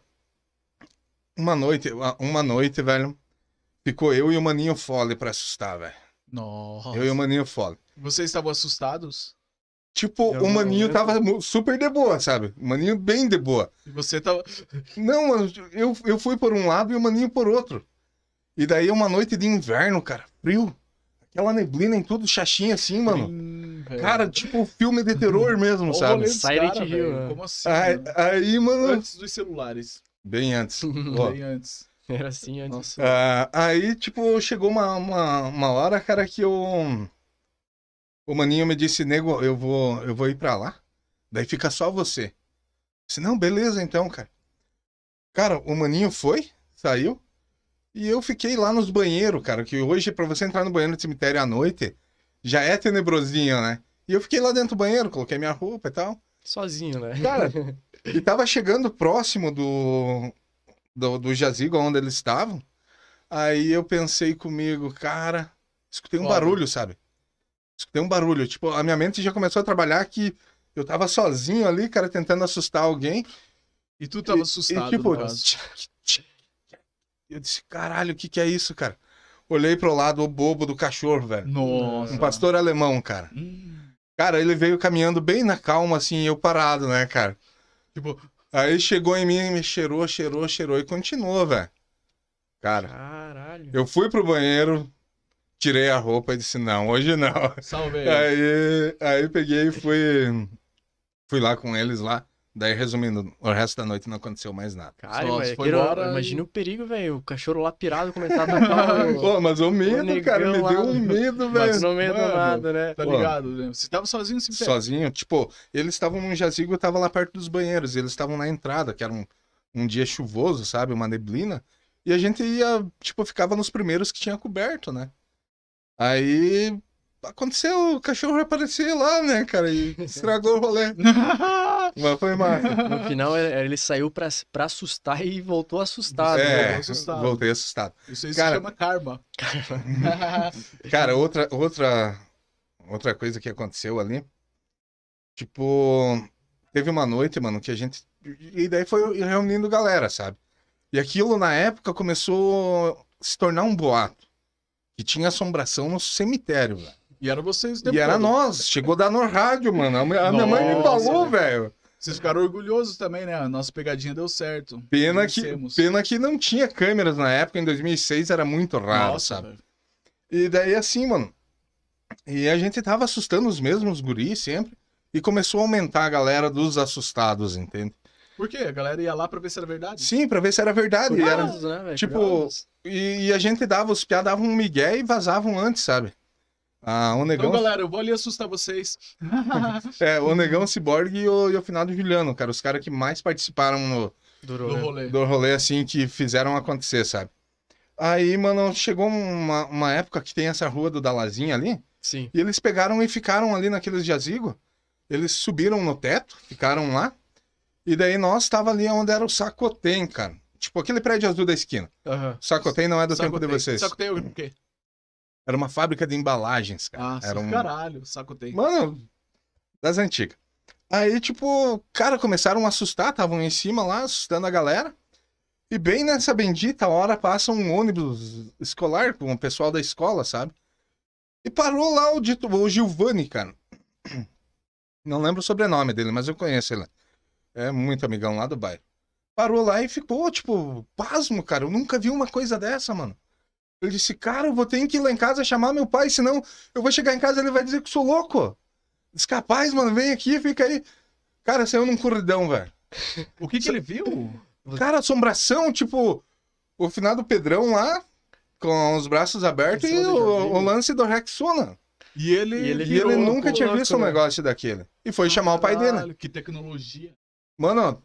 S3: Uma noite, uma noite, velho. Ficou eu e o Maninho Fole pra assustar, velho.
S1: Nossa.
S3: Eu e o Maninho Fole.
S1: Vocês estavam assustados?
S3: Tipo,
S2: Eu
S3: o
S2: não-
S3: Maninho
S2: eu-
S3: tava mu- super de boa, sabe? O Maninho bem de boa.
S1: E Você tava.
S3: Não, mano, eu, eu fui por um lado e o maninho por outro. E daí é uma noite de inverno, cara, frio. Aquela neblina em tudo, chaxinha assim, mano.
S1: Hum, velho.
S3: Cara, tipo filme de terror mesmo,
S1: Olha o
S3: sabe?
S1: rolê dos
S2: Silent
S1: cara,
S2: Hill,
S1: velho.
S2: né?
S1: Como assim?
S3: Aí,
S1: mano?
S3: aí, mano.
S1: Antes dos celulares.
S3: Bem antes. ó.
S1: Bem antes.
S2: Era assim antes.
S1: Nossa.
S3: Ah, aí, tipo, chegou uma, uma, uma hora, cara, que eu. O maninho me disse, nego, eu vou, eu vou ir pra lá. Daí fica só você. Eu disse, não, beleza então, cara. Cara, o maninho foi, saiu. E eu fiquei lá nos banheiros, cara. Que hoje, pra você entrar no banheiro do cemitério à noite, já é tenebrosinho, né? E eu fiquei lá dentro do banheiro, coloquei minha roupa e tal.
S2: Sozinho, né?
S3: Cara, e tava chegando próximo do, do, do jazigo onde eles estavam. Aí eu pensei comigo, cara, escutei um
S1: Foda.
S3: barulho, sabe? Escutei um barulho. Tipo, a minha mente já começou a trabalhar que eu tava sozinho ali, cara, tentando assustar alguém.
S1: E tu tava
S3: E-
S1: assustado,
S3: e tipo,
S1: no caso.
S3: eu disse, caralho, o que que é isso, cara? Olhei pro lado, o bobo do cachorro, velho.
S1: Nossa.
S3: Um pastor alemão, cara.
S1: Hum.
S3: Cara, ele veio caminhando bem na calma, assim, e eu parado, né, cara?
S1: Tipo,
S3: Aí chegou em mim, e me cheirou, cheirou, cheirou e continuou, velho. Cara,
S2: Caralho.
S3: eu fui pro banheiro, tirei a roupa e disse, não, hoje não.
S1: salve
S2: É.
S3: É.
S1: aí.
S3: Aí, aí peguei e fui, fui lá com eles lá. Daí, resumindo, o resto da noite não aconteceu mais nada.
S2: Cara,
S1: Só, se
S2: imagina,
S1: foi embora
S2: é imagina
S1: e-
S2: o perigo, velho. O cachorro lá pirado começar a atacar o...
S3: Ô, mas o medo,
S2: negão
S3: cara, me
S2: lá
S3: deu
S2: do-
S3: um medo, velho.
S2: Mas no meio do
S3: Mano,
S2: nada, né?
S1: Tá
S3: Pô.
S1: ligado, né? Você tava sozinho no cemitério.
S3: Sozinho, tipo, eles estavam num jazigo, eu tava lá perto dos banheiros, e eles estavam na entrada, que era um, um dia chuvoso, sabe, uma neblina, e a gente ia, tipo, ficava nos primeiros que tinha coberto, né? Aí aconteceu, o cachorro apareceu lá, né, cara, e estragou o rolê. Mas foi massa.
S2: No final, ele ele saiu pra, pra assustar e voltou assustado. né?
S3: É,
S1: voltou assustado.
S3: voltei assustado.
S1: Isso aí se
S3: Cara-
S1: chama karma.
S3: Cara, outra, outra, outra coisa que aconteceu ali. Tipo, teve uma noite, mano, que a gente. E daí foi reunindo galera, sabe? E aquilo na época começou a se tornar um boato. Que tinha assombração no cemitério, velho.
S1: e era vocês o tempo
S3: E era
S1: todo.
S3: nós. Chegou a dar no rádio, mano. A minha a minha mãe me
S1: Nossa,
S3: falou,
S1: velho.
S3: velho.
S1: Vocês ficaram orgulhosos também, né? A nossa pegadinha deu certo.
S3: Pena que,
S1: Vencemos.
S3: pena que não tinha câmeras na época, em 2006 era muito raro,
S1: Nossa,
S3: sabe?
S1: velho.
S3: E daí assim, mano. E a gente tava assustando os mesmos guris sempre. E começou a aumentar a galera dos assustados, entende?
S1: Por quê? A galera ia lá pra ver se era verdade?
S3: Sim, pra ver se era verdade. E, era-
S2: Curiosos, né, velho?
S3: tipo,
S2: Curiosos.
S3: e- e a gente dava, os piá davam um migué e vazavam antes, sabe? Ah, o
S1: Então,
S3: Negão.
S1: galera, eu vou ali assustar vocês.
S3: É, o Negão, o Cyborg e o, e o Finado Juliano, cara. Os caras que mais participaram no,
S2: Durou.
S1: no
S2: né?
S1: rolê.
S3: do rolê, assim, que fizeram acontecer, sabe? Aí, mano, chegou uma, uma época que tem essa rua do Dalazinha ali.
S2: Sim.
S3: E eles pegaram e ficaram ali naqueles jazigo. Eles subiram no teto, ficaram lá. E daí nós tava ali onde era o Sacotem, cara. Tipo aquele prédio azul da esquina.
S2: Aham.
S3: Sacotem não é do tempo de vocês.
S1: Sacotei o quê?
S3: Era uma fábrica de embalagens, cara.
S1: Ah,
S3: era um...
S1: caralho, sacotei.
S3: Mano, das antigas. Aí, tipo, cara, começaram a assustar, estavam em cima lá, assustando a galera. E bem nessa bendita hora passa um ônibus escolar com o pessoal da escola, sabe? E parou lá o, dito, o Giovanni, cara. Não lembro o sobrenome dele, mas eu conheço ele. É muito amigão lá do bairro. Parou lá e ficou, tipo, pasmo, cara. Eu nunca vi uma coisa dessa, mano. Ele disse, cara, eu vou ter que ir lá em casa chamar meu pai, senão eu vou chegar em casa e ele vai dizer que eu sou louco. Descapaz, mano, vem aqui, fica aí. Cara, saiu num corridão, velho.
S1: O que que ele viu?
S3: Cara, assombração, tipo, o final do Pedrão lá, com os braços abertos e
S2: Isso,
S3: o,
S2: eu já vi.
S3: o lance do Rexona.
S1: E ele.
S2: E ele
S3: E ele
S2: Virou
S3: nunca
S2: louco,
S3: tinha visto um
S2: né?
S3: negócio daquele. E foi chamar o pai dele. né?
S1: Caralho, Que tecnologia.
S3: Mano,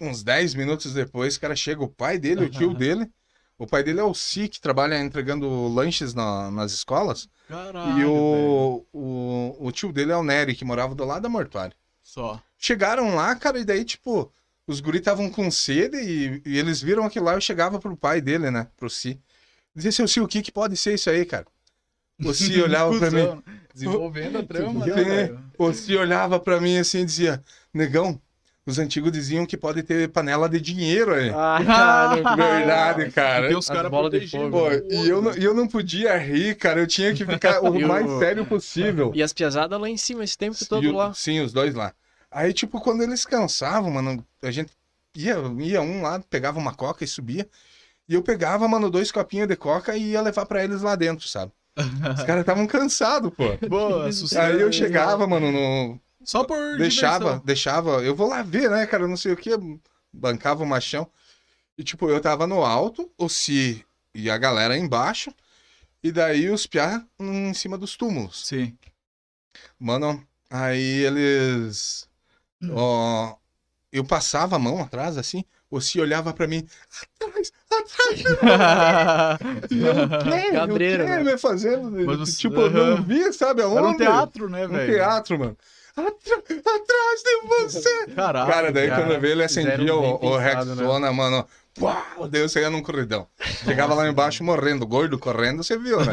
S3: uns 10 minutos depois, cara, chega o pai dele, o tio
S1: Aham.
S3: dele. O pai dele é o Si, que trabalha entregando lanches na- nas escolas.
S1: Caralho.
S3: e
S1: velho.
S3: o, o, o tio dele é o Nery, que morava do lado da mortuária.
S1: Só.
S3: Chegaram lá, cara, e daí, tipo, os guri estavam com sede e, e eles viram aquilo lá. Eu chegava pro pai dele, né? Pro Si. Dizia, seu Si, o que, que pode ser isso aí, cara? O Si olhava pra mim.
S1: Cusão, Desenvolvendo a trama, né,
S3: Sim.
S1: velho?
S3: O Si olhava pra mim assim e dizia, negão, os antigos diziam que pode ter panela de dinheiro aí.
S2: Ah, cara.
S3: Verdade, cara.
S1: E tem os
S2: As
S1: caras
S2: bolas de
S1: protegendo
S2: fogo,
S3: Pô,
S1: o
S2: né?
S1: outro.
S3: e eu, não- e eu não podia rir, cara. Eu tinha que ficar o
S2: E o-
S3: mais sério possível.
S2: E as piazadas lá em cima, esse tempo
S3: E
S2: todo
S3: o-
S2: lá.
S3: Sim, os dois lá. Aí, tipo, quando eles cansavam, mano, a gente ia, ia um lá, pegava uma coca e subia. E eu pegava, mano, dois copinhos de coca e ia levar pra eles lá dentro, sabe? Os caras estavam cansados, pô.
S1: Boa, sucesso.
S3: Aí eu chegava, mano, no...
S1: Só por.
S3: deixava,
S1: diversão.
S3: deixava, eu vou lá ver, né, cara, não sei o que, bancava o machão. E, tipo, eu tava no alto, o Si e a galera embaixo, e daí os piá em cima dos túmulos.
S1: Sim.
S3: Mano, aí eles. Ó, eu passava a mão atrás, assim, o Si olhava pra mim, atrás, atrás, e eu, o quê? O quê
S2: Cabreiro, né?
S3: me fazendo?
S1: Mas você-
S3: tipo, eu não
S1: aham.
S3: vi, sabe aonde?
S1: Era um teatro, né,
S3: Um
S1: velho?
S3: teatro, mano. Atra- atrás de você!
S1: Caralho.
S3: cara, daí
S2: cara,
S3: quando eu vi, ele acendia
S2: fizeram bem
S1: um
S3: o, o
S2: pensado, né?
S3: Rexona, mano. Uau, daí eu saía num corridão. Chegava lá embaixo morrendo, gordo correndo, você viu, né?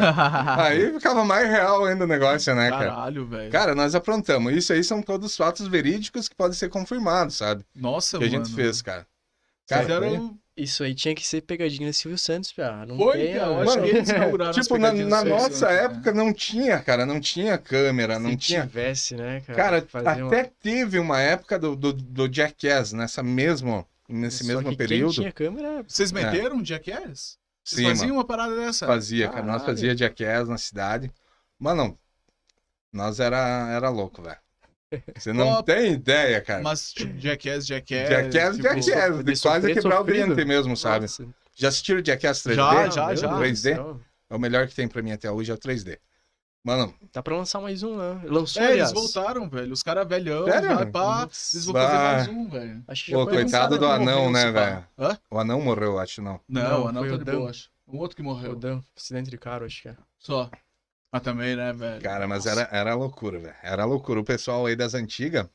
S3: Aí ficava mais real ainda o negócio, né, cara?
S1: Ah, Caralho, velho.
S3: Cara, nós aprontamos. Isso aí são todos fatos verídicos que podem ser confirmados, sabe?
S1: Nossa,
S3: que a
S1: mano. um
S3: gente fez, cara.
S1: Cara,
S3: Cara,
S1: Fizeram...
S2: Isso aí tinha que ser pegadinha do Silvio Santos, piá. Não
S1: Foi,
S2: tem,
S1: cara. Eu
S2: né?
S1: acho que eles
S3: foi-
S1: inauguraram
S3: tipo,
S1: as
S3: na,
S1: pegadinhas
S3: na
S1: do Silvio
S3: nossa
S1: Santos, né?
S3: época não tinha, cara. Não tinha câmera, não
S2: Se
S3: tinha.
S2: tivesse, né, cara?
S3: Cara,
S2: fazer uma-
S3: até teve uma época do, do, do Jackass, nessa mesmo, nesse
S2: Só
S3: mesmo
S2: que
S3: período.
S2: Quem tinha câmera,
S1: Vocês meteram um Jackass? Vocês
S3: É. Sim,
S1: faziam
S3: mano,
S1: uma parada dessa?
S3: fazia, cara. Nós
S2: Caralho.
S3: fazia Jackass na cidade. Mano, nós era, era louco, velho. Você não
S1: Top.
S3: tem ideia, cara.
S1: Mas tipo, Jackass, Jackass.
S3: Jackass,
S1: tipo,
S3: Jackass, de
S2: de
S3: quase
S2: sofrer,
S3: quebrar o
S2: sofrido.
S3: dente mesmo, sabe?
S2: Nossa,
S3: Já assistiram Jackass 3D?
S1: Já,
S2: não,
S1: Ah, já,
S2: meu
S1: já.
S2: Deus do
S3: 3D?
S2: céu.
S3: É o melhor que tem pra mim até hoje é o 3D. Mano,
S2: Dá pra lançar mais um, né? Lançou,
S1: É, eles
S2: aliás.
S1: voltaram, velho. Os caras velhão,
S3: Sério?
S1: vai pá,
S2: Nossa.
S1: eles vão fazer mais um, velho.
S2: Acho que já
S3: pô,
S2: foi
S3: coitado
S1: lançado,
S3: do
S1: né, que
S3: anão,
S1: morreu,
S3: né,
S1: se pá.
S3: velho?
S1: Hã?
S3: O anão morreu, eu acho, não.
S1: Não,
S2: Não,
S1: o Anão
S2: foi
S1: tá
S2: o
S1: de
S2: Dan.
S1: boa, acho. Um outro que
S2: lançado. O
S1: morreu.
S2: Dan, acidente de carro, acho que é.
S1: Só. Mas também, né, velho?
S3: Cara, mas era, era loucura, velho. Era loucura. O pessoal aí das antigas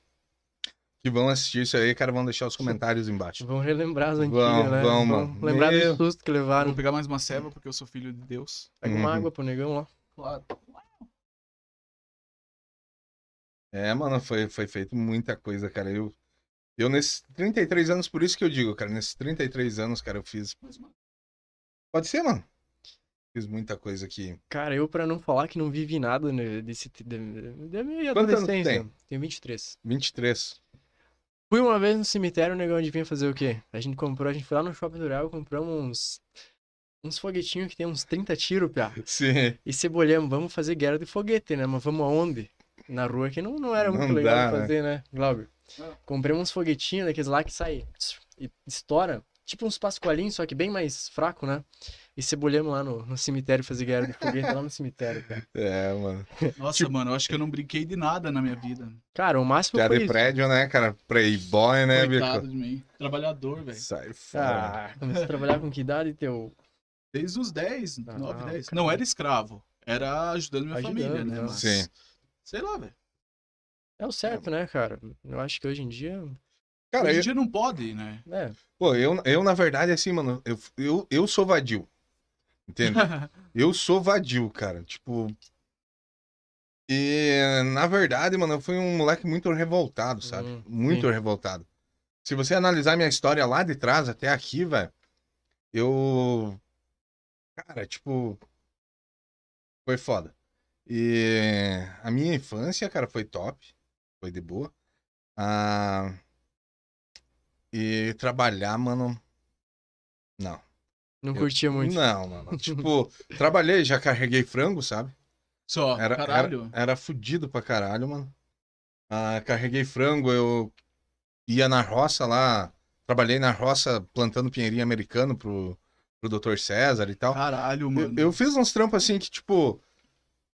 S3: que vão assistir isso aí, cara, vão deixar os comentários embaixo.
S2: Vão relembrar as antigas,
S3: Vão,
S2: né?
S3: vão, mano.
S2: lembrar
S3: Meu-
S2: do susto que levaram.
S1: Vou pegar mais uma ceva porque eu sou filho de Deus.
S2: Pega uma
S3: Uhum.
S2: água pro negão lá.
S1: Claro.
S3: É, mano, foi, foi feito muita coisa, cara. Eu, eu, nesses 33 anos, por isso que eu digo, cara, nesses 33 anos, cara, eu fiz. Pode ser, mano. Fiz muita coisa aqui.
S2: Cara, eu pra não falar que não vivi nada né, desse, de- de- da minha
S3: Quantos anos tu
S2: adolescência. Tenho 23.
S3: 23.
S2: Fui uma vez no cemitério, o negão adivinha fazer o quê? A gente comprou, a gente foi lá no Shopping do Real, compramos uns, uns foguetinhos que tem uns 30 tiros, piá.
S3: Sim.
S2: E cebolhamos, vamos fazer guerra de foguete, né? Mas vamos aonde? Na rua que não, não era muito
S3: Não
S2: legal
S3: dá,
S2: de
S3: né?
S2: fazer, né, Glauber?
S1: Não.
S2: Comprei uns foguetinhos daqueles lá que sai tss, e estoura. Tipo uns pascoalinhos, só que bem mais fraco, né? E cebolhamos lá no, no cemitério fazer guerra de foguete lá no cemitério, cara.
S3: É, mano.
S1: Nossa, mano, eu acho que eu não brinquei de nada na minha vida.
S2: Cara, o máximo
S3: Piada
S2: foi.
S3: de prédio, né, cara? Playboy, né,
S1: Coitado
S3: Bico?
S1: de mim. Trabalhador, velho.
S3: Sai fora.
S2: Ah, começou a trabalhar com que idade, teu?
S1: Desde os 10,
S2: Ah,
S1: 9, 10.
S2: cara.
S1: Não era escravo. Era ajudando minha
S2: Ajudando,
S1: família, né?
S2: né?
S1: Mas,
S3: Sim.
S1: Sei lá, velho.
S2: É o certo, né, cara? Eu acho que hoje em dia.
S3: Cara,
S1: Hoje
S3: eu,
S1: em dia não pode, né?
S2: É,
S3: pô, eu, eu, na verdade, assim, mano, eu, eu, eu sou vadio. Entende? Eu sou vadio, cara. Tipo. E, na verdade, mano, eu fui um moleque muito revoltado, sabe?
S2: Hum,
S3: muito
S2: sim.
S3: revoltado. Se você analisar minha história lá de trás até aqui, velho, eu. Cara, tipo. Foi foda. E a minha infância, cara, foi top. Foi de boa. Ah, e trabalhar, mano. Não.
S2: não
S3: Eu-
S2: curtia muito.
S3: Não, não, não. Tipo, trabalhei, já carreguei frango, sabe?
S1: Só,
S3: Era,
S1: caralho.
S3: era, era fudido pra caralho, mano. Ah, carreguei frango, eu ia na roça lá, trabalhei na roça plantando pinheirinho americano pro, pro Dr. César e tal.
S1: Caralho,
S3: eu,
S1: Ah, mano.
S3: eu fiz uns trampos assim que, tipo.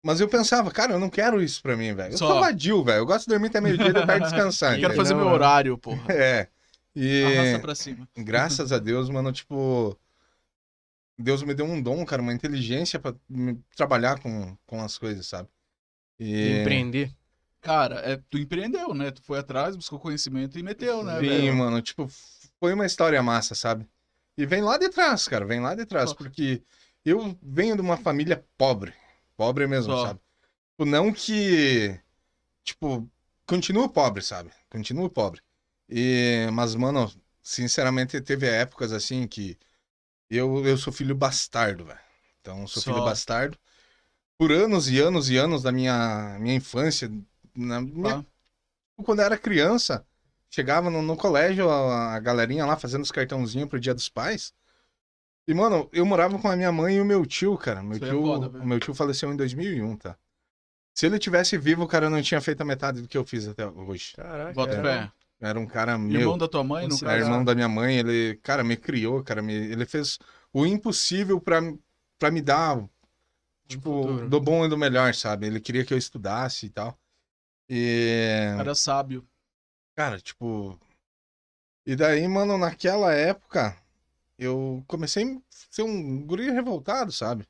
S3: Mas eu pensava, cara, eu não quero isso pra mim, velho. Eu
S1: Só.
S3: sou vadio, velho. Eu gosto de dormir até meio-dia e tentar descansar.
S1: Eu quero
S3: entendeu?
S1: fazer
S2: Não,
S1: meu
S2: não.
S1: horário, porra.
S3: É. né? E...
S1: Arrasta pra cima.
S3: Graças a Deus, mano, tipo. Deus me deu um dom, cara, uma inteligência pra me- trabalhar com, com as coisas, sabe? E...
S1: um
S2: Empreender.
S1: Cara, é, tu empreendeu, né? Tu foi atrás, buscou conhecimento e meteu, né,
S3: Sim,
S1: velho?
S3: mano, tipo, foi uma história massa, sabe? E vem lá de trás, cara, vem lá de trás,
S1: Só.
S3: porque eu venho de uma família pobre, pobre mesmo,
S1: Só.
S3: sabe? Tipo, não que, tipo, continuo pobre, sabe? Continuo pobre. E, mas, mano, sinceramente, teve épocas assim que eu, eu sou filho bastardo, velho. Então, eu sou
S1: Só.
S3: filho bastardo. Por anos e anos e anos da minha, minha infância, na minha
S1: Pá.
S3: quando eu era criança, chegava no, no colégio a, a galerinha lá fazendo os cartãozinhos pro Dia dos Pais. E, mano, eu morava com a minha mãe e o meu tio, cara. Meu
S1: Isso aí é
S3: tio,
S1: foda, velho.
S3: o meu tio faleceu em 2001, tá? Se ele tivesse vivo, cara, eu não tinha feito a metade do que eu fiz até hoje.
S2: Caraca. é.
S1: Bota
S2: cara.
S1: fé.
S3: Eu Era um cara
S1: Irmão
S3: meu,
S1: da tua mãe, no
S3: era
S1: caso. é.
S3: irmão da minha mãe, ele, cara, me criou, cara, me- ele fez o impossível pra, pra me dar
S1: Um
S3: tipo,
S2: futuro.
S3: do bom e do melhor, sabe? Ele queria que eu estudasse e tal. E
S1: Cara sábio.
S3: Cara, tipo. E daí, mano, naquela época, eu comecei a ser um guri revoltado, sabe?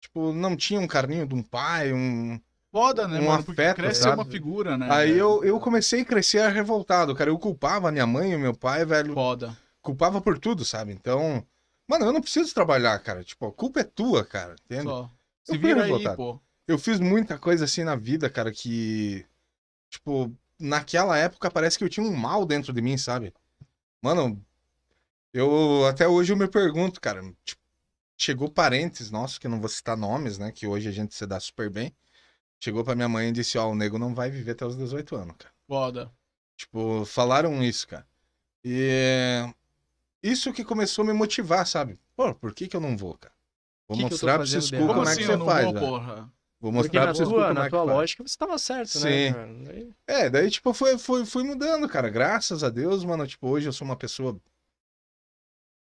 S3: Tipo, não tinha um carinho de um pai, um.
S1: Foda, né,
S3: Um
S1: mano? Porque
S3: afeto,
S1: cresce
S2: sabe?
S1: uma figura, né?
S3: Aí
S1: velho?
S3: eu, eu comecei a crescer revoltado, cara. Eu culpava a minha mãe e meu pai, velho.
S1: Foda.
S3: Culpava por tudo, sabe? Então. Mano, eu não preciso trabalhar, cara. Tipo, a culpa é tua, cara. Entende?
S1: Só.
S3: Eu
S1: Se
S3: fui
S1: vira aí,
S3: revoltado.
S1: pô.
S3: Eu fiz muita coisa assim na vida, cara, que. Tipo, naquela época parece que eu tinha um mal dentro de mim, sabe? Mano, eu até hoje eu me pergunto, cara. tipo, chegou parentes nossos, que eu não vou citar nomes, né? Que hoje a gente se dá super bem. Chegou pra minha mãe e disse: Ó, o nego não vai viver até os 18 anos, cara.
S1: Foda.
S3: Tipo, falaram isso, cara. E é, isso que começou a me motivar, sabe? Pô, por que que eu não vou, cara? Vou
S2: Que que eu tô
S3: mostrar pra
S2: fazendo
S3: esses
S2: de
S3: cu
S2: errado?
S1: Como
S3: como é
S1: assim eu
S3: que você
S1: não
S3: faz,
S1: vou,
S3: velho.
S1: porra?
S3: Vou
S2: Porque
S1: tá
S2: na
S3: mostrar pra vocês
S2: tua,
S3: como é
S2: na
S3: que
S2: tua
S3: faz.
S2: lógica você tava certo, né?
S3: Sim.
S2: cara? Daí-
S3: É, daí, tipo, foi, foi, fui mudando, cara. Graças a Deus, mano. Tipo, hoje eu sou uma pessoa.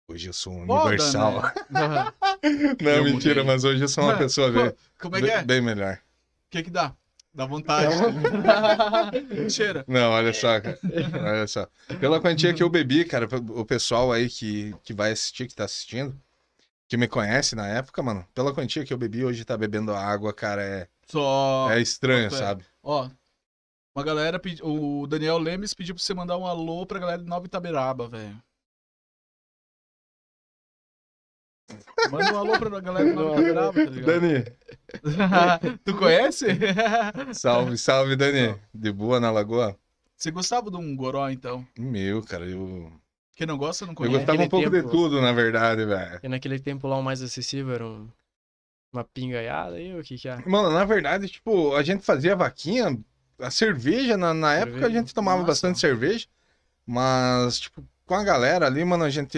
S3: Hoje eu sou um
S1: Foda,
S3: universal.
S1: né?
S3: Não,
S1: Eu
S3: mentira,
S1: mudei.
S3: mas hoje eu sou uma
S1: Não,
S3: pessoa bem,
S1: Como é que é?
S3: bem- bem melhor.
S1: O que que dá? Dá vontade. Mentira.
S3: Não, olha só, cara. Olha só. Pela quantia que eu bebi, cara, o pessoal aí que, que vai assistir, que tá assistindo, que me conhece na época, mano, pela quantia que eu bebi, hoje tá bebendo água, cara, é,
S1: Só.
S3: é estranho,
S1: Opa, é.
S3: sabe?
S1: Ó. Uma galera pediu. O Daniel Lemes pediu pra você mandar um alô pra galera de Nova Itaberaba, velho. Manda um alô pra galera de Nova Itaberaba, tá ligado?
S3: Dani,
S1: tu conhece?
S3: salve, salve, Dani. De boa na lagoa?
S1: você gostava de um goró, então?
S3: Meu, cara, eu.
S1: Quem não gosta, não
S3: Eu
S1: conhece.
S3: gostava um
S2: Naquele
S3: pouco de
S2: tempo-
S3: tudo, na verdade, velho.
S2: E naquele tempo lá o mais acessível era um- uma pingaiada aí, o que que é?
S3: Mano, na verdade, tipo, a gente fazia vaquinha, a cerveja, na, na
S2: Cerveja.
S3: época a gente tomava
S1: Nossa.
S3: bastante cerveja, mas, tipo, com a galera ali, mano, a gente.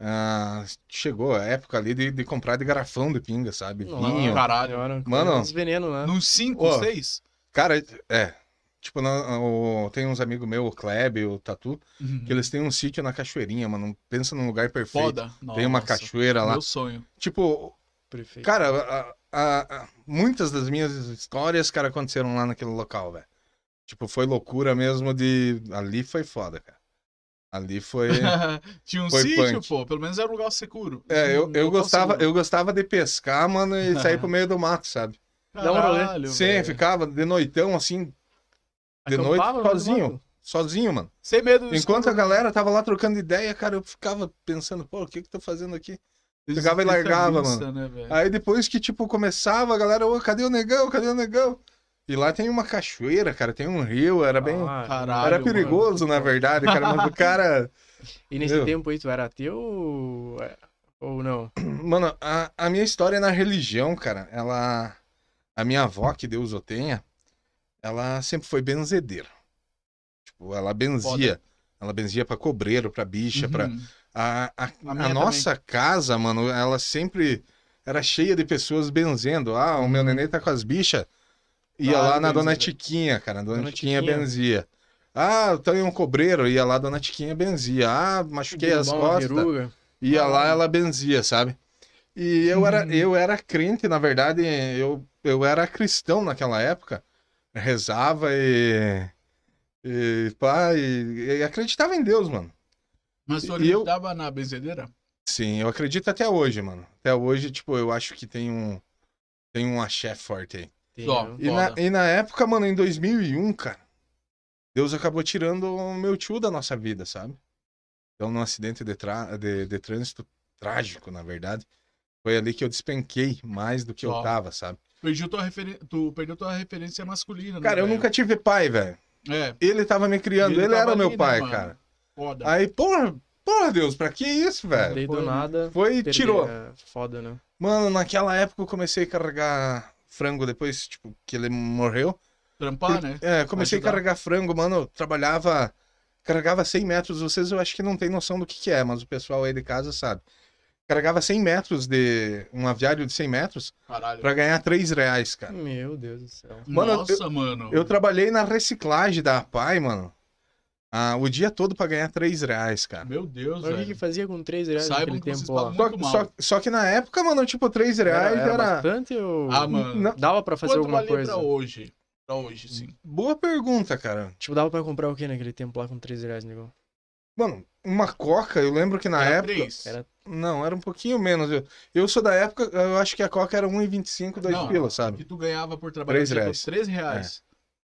S3: ah, chegou a época ali de, de comprar de garrafão de pinga, sabe?
S2: Nossa,
S3: Vinho.
S1: caralho.
S2: Senhora,
S3: Mano.
S2: Uns veneno, né?
S1: Num 5,
S3: Ó.
S1: 6?
S3: Cara, é. Tipo, na- o- tem uns amigos meus, o Kleb, o Tatu,
S1: Uhum.
S2: Uhum.
S3: que eles têm um sítio na cachoeirinha, mano. Pensa num lugar perfeito.
S1: Foda.
S3: Tem uma
S1: Nossa,
S3: cachoeira lá.
S1: Meu sonho.
S3: Tipo,
S2: Perfeito.
S3: Cara, a- a- a- muitas das minhas histórias, cara, aconteceram lá naquele local, velho. Tipo, foi loucura mesmo de. Ali foi foda, cara. Ali foi.
S1: Tinha um
S3: Foi
S1: sítio,
S3: punk.
S1: pô. Pelo menos era um lugar seguro. um
S3: É, eu, eu,
S1: Local
S3: gostava,
S1: seguro.
S3: eu gostava de pescar, mano, e sair pro meio do mato, sabe?
S2: Dá um rolê.
S1: Caralho,
S3: Sim,
S1: velho.
S3: ficava de noitão, assim, de noite,
S2: Acampava no meio do
S3: sozinho.
S2: mato?
S3: sozinho, mano.
S1: Sem medo de
S3: Enquanto a galera tava lá trocando ideia, cara, eu ficava pensando, pô, o que que tô fazendo aqui? pegava e largava,
S1: mano. Né, velho?
S3: Aí depois que, tipo, começava, a galera, ô, cadê o negão? Cadê o negão? E lá tem uma cachoeira, cara, tem um rio, era bem.
S2: Ah,
S1: Caralho,
S3: Era
S1: mano.
S3: perigoso, na verdade, cara, mas o cara.
S2: E nesse
S3: Meu.
S2: tempo aí, tu era ateu ou, é- ou não?
S3: Mano, a, a minha história é na religião, cara, ela. A minha avó, que Deus o tenha, ela sempre foi benzedeira. Tipo, ela benzia. Ela benzia pra cobreiro, pra bicha, pra.
S1: Uhum.
S3: A, a,
S1: minha
S3: a
S1: também.
S3: nossa casa, mano, ela sempre era cheia de pessoas benzendo. Ah, o meu neném tá com as bichas. Ia
S1: Ah,
S3: lá
S1: eu
S3: na Dona
S1: benzi,
S3: Tiquinha, cara. A Dona,
S2: Dona
S3: Tiquinha,
S2: Tiquinha.
S3: benzia. Ah, eu tenho um cobreiro. Ia lá, Dona Tiquinha benzia. Ah, machuquei as
S2: Derrubar uma
S3: costas.
S2: peruga?
S3: Ia lá, ela benzia, sabe? E eu era,
S1: Hum.
S3: eu era crente, na verdade, eu, eu era cristão naquela época. Rezava e. E, pá, e, e acreditava em Deus, mano.
S1: Mas tu
S3: E eu-
S1: acreditava na benzedeira?
S3: Sim, eu acredito até hoje, mano. Até hoje, tipo, eu acho que tem um. Tem um axé forte aí.
S2: Tem,
S1: Ó,
S2: né?
S3: E na,
S1: Foda.
S3: e na época, mano, em 2001, cara, Deus acabou tirando o meu tio da nossa vida, sabe? Então, num acidente de, tra- de, de trânsito trágico, na verdade, foi ali que eu despenquei mais do que eu
S1: Ó.
S3: tava, sabe?
S1: Perdi tua referen... Tu perdeu tua referência masculina, né,
S3: Cara, eu
S1: velho?
S3: nunca tive pai, velho.
S1: É,
S3: Ele tava me criando,
S1: Ele
S3: ele,
S1: tava
S3: era o meu
S1: ali, né,
S3: pai,
S1: mano?
S3: cara.
S1: foda.
S3: Aí, porra, porra, Deus, pra que isso, velho?
S2: Daí do
S1: foi-
S2: nada.
S3: É, Foi e
S2: perder,
S3: tirou.
S2: é Foda, né?
S3: Mano, naquela época eu comecei a carregar frango depois, tipo, que ele morreu.
S1: Trampar, né?
S3: É, comecei a
S1: Ajudar.
S3: carregar frango, mano. Eu trabalhava. Carregava 100 metros. Vocês eu acho que não tem noção do que, que é, mas o pessoal aí de casa sabe. Carregava 100 metros de. Um aviário de 100 metros
S1: Caralho.
S3: pra ganhar 3 reais, cara.
S2: Meu Deus do céu.
S3: Mano, eu-
S1: Nossa, mano.
S3: Eu trabalhei na reciclagem da APAI, mano. ah, o dia todo pra ganhar 3 reais, cara.
S1: Meu Deus,
S2: Mas o que, que
S1: velho.
S2: fazia com 3 reais
S1: Saibam
S2: naquele
S1: que vocês
S2: tempo lá?
S1: pagam
S3: Só,
S1: muito
S3: só,
S1: mal.
S3: só que na época, mano, tipo, 3 reais
S2: Era,
S3: era.
S2: era bastante ou
S1: Ah, mano.
S3: um Não.
S2: dava pra fazer
S1: Quanto
S2: alguma
S1: valia
S2: coisa?
S1: pra hoje? Pra hoje, sim.
S3: Boa pergunta, cara.
S2: Tipo, dava pra comprar o que naquele tempo lá com 3 reais, negão?
S3: Mano, uma coca, eu lembro que na
S1: Era
S3: época.
S1: três.
S2: Era- é
S3: Não, era um pouquinho menos. Eu, eu sou da época, eu acho que a Coca era 1,25, 2
S1: Não,
S3: pila, sabe?
S1: Que tu ganhava por trabalho.
S3: Três
S1: tipo,
S3: reais. É,
S1: 13 reais.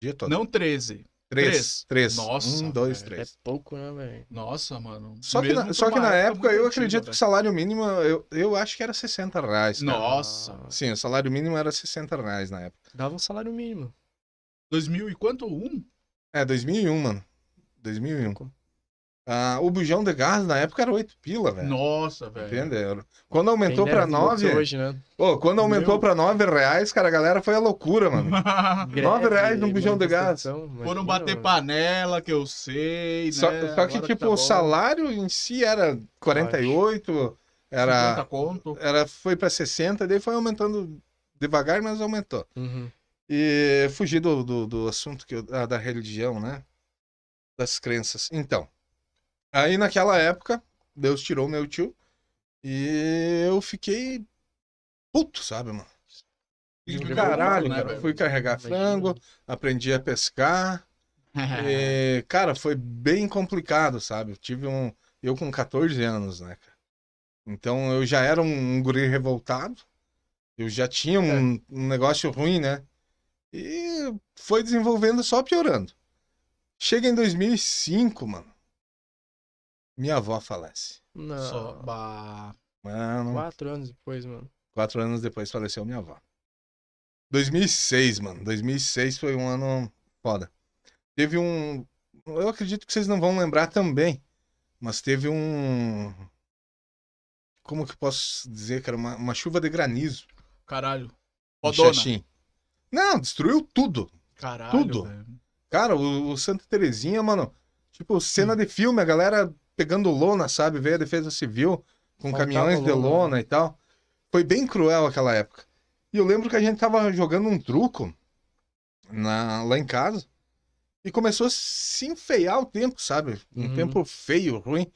S3: Dia todo.
S1: Não 13. três.
S3: 3, 3.
S1: Nossa,
S3: 1, 2,
S2: Cara, É
S3: 3.
S2: pouco, né, velho?
S1: Nossa, mano.
S3: Só que
S1: Mesmo
S3: na,
S1: pra
S3: só que
S1: uma
S3: na época eu
S1: muito
S3: acredito que o
S1: antiga,
S3: salário mínimo, eu, eu acho que era 60 reais.
S1: velho.
S3: cara.
S1: Nossa.
S2: Ah,
S3: Sim, o salário mínimo era 60 reais na época.
S2: Dava um salário mínimo.
S1: 2000 e quanto? Um?
S3: É, 2001, mano. 2001.
S2: Como?
S3: Ah, o bujão de gás na época era 8 pila, velho.
S1: Nossa, velho.
S3: É. Entendeu? Quando
S2: Quem
S3: aumentou
S2: dera
S3: pra
S2: se fosse
S3: 9,
S2: hoje, né?
S3: Ô, quando aumentou
S1: Meu.
S3: pra 9 reais, cara, a galera foi a loucura, mano. Nove reais num bujão de gás.
S1: Foram bater panela, que eu sei, né?
S3: Só, só que,
S1: Agora
S3: tipo,
S1: tá bom.
S3: o salário em si era 48,
S1: 50
S3: era,
S1: conto.
S3: era, foi pra 60, daí foi aumentando devagar, mas aumentou.
S2: Uhum.
S3: E fugir do, do, do assunto que eu- da, da religião, né? Das crenças. Então, aí naquela época, Deus tirou meu tio e eu fiquei puto, sabe, mano?
S1: E
S2: Fiquei
S3: Caralho,
S1: revoltado, né,
S3: cara,
S1: velho?
S3: fui carregar
S2: Imagina.
S3: frango, aprendi a pescar. É, cara, foi bem complicado, sabe? Eu tive um. Eu com 14 anos, né, cara? Então eu já era um, um guri revoltado. Eu já tinha um, um negócio ruim, né? E foi desenvolvendo só piorando. Chega em 2005, mano. Minha avó falece.
S2: Não.
S1: Só, bah.
S3: Mano,
S2: Quatro anos depois, mano.
S3: quatro anos depois faleceu minha avó. 2006, mano. 2006 foi um ano foda. Teve um. Eu acredito que vocês não vão lembrar também, mas teve um. Como que eu posso dizer, cara? Uma, uma chuva de granizo.
S1: Caralho.
S3: em
S1: Fodona.
S3: Xaxim. Não, destruiu tudo.
S1: Caralho,
S3: Tudo.
S1: velho.
S3: Cara, o, o Santa Terezinha, mano. Tipo,
S2: Hum.
S3: cena de filme, a galera pegando lona, sabe? Veio a Defesa Civil com
S2: Faltava
S3: caminhões de
S2: lona, né?
S3: lona e tal. Foi bem cruel aquela época. E eu lembro que a gente tava jogando um truco na- lá em casa. E começou a se enfeiar o tempo, sabe? Um
S2: Uhum.
S3: tempo feio, ruim.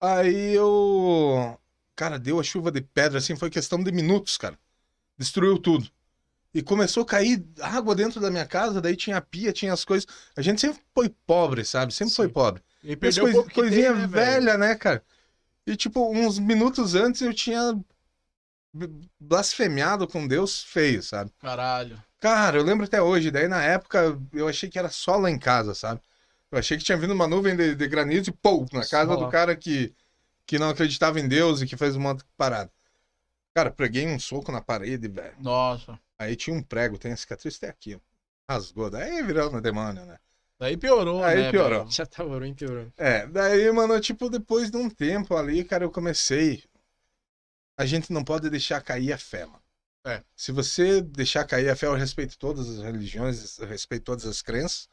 S3: Aí eu. Cara, deu a chuva de pedra, assim, foi questão de minutos, cara. Destruiu tudo. E começou a cair água dentro da minha casa, daí tinha a pia, tinha as coisas. A gente sempre foi pobre, sabe? Sempre foi
S2: Sim.
S3: pobre.
S2: Ele
S3: Mas
S2: perdeu o
S3: cois-
S2: pouco que
S3: coisinha
S2: tem, né, velho?
S3: velha, né, cara? E, tipo, uns minutos antes eu tinha b- blasfemiado com Deus feio, sabe?
S1: Caralho.
S3: Cara, eu lembro até hoje. Daí, na época, eu achei que era só lá em casa, sabe? Eu achei que tinha vindo uma nuvem de, de granizo e pou, na
S2: Só
S3: casa do
S2: lá.
S3: cara que, que não acreditava em Deus e que fez um monte de parada. Cara, preguei um soco na parede, velho.
S1: Nossa.
S3: Aí tinha um prego, tem a cicatriz até aqui, ó. Rasgou. Daí virou no demônio, né?
S1: Daí piorou,
S3: Aí
S1: né?
S3: piorou.
S1: velho?
S2: Já tá ruim, piorou.
S3: É, daí, mano, tipo, depois de um tempo ali, cara, eu comecei. A gente não pode deixar cair a fé, mano.
S1: É.
S3: Se você deixar cair a fé, eu respeito todas as religiões, eu respeito todas as crenças,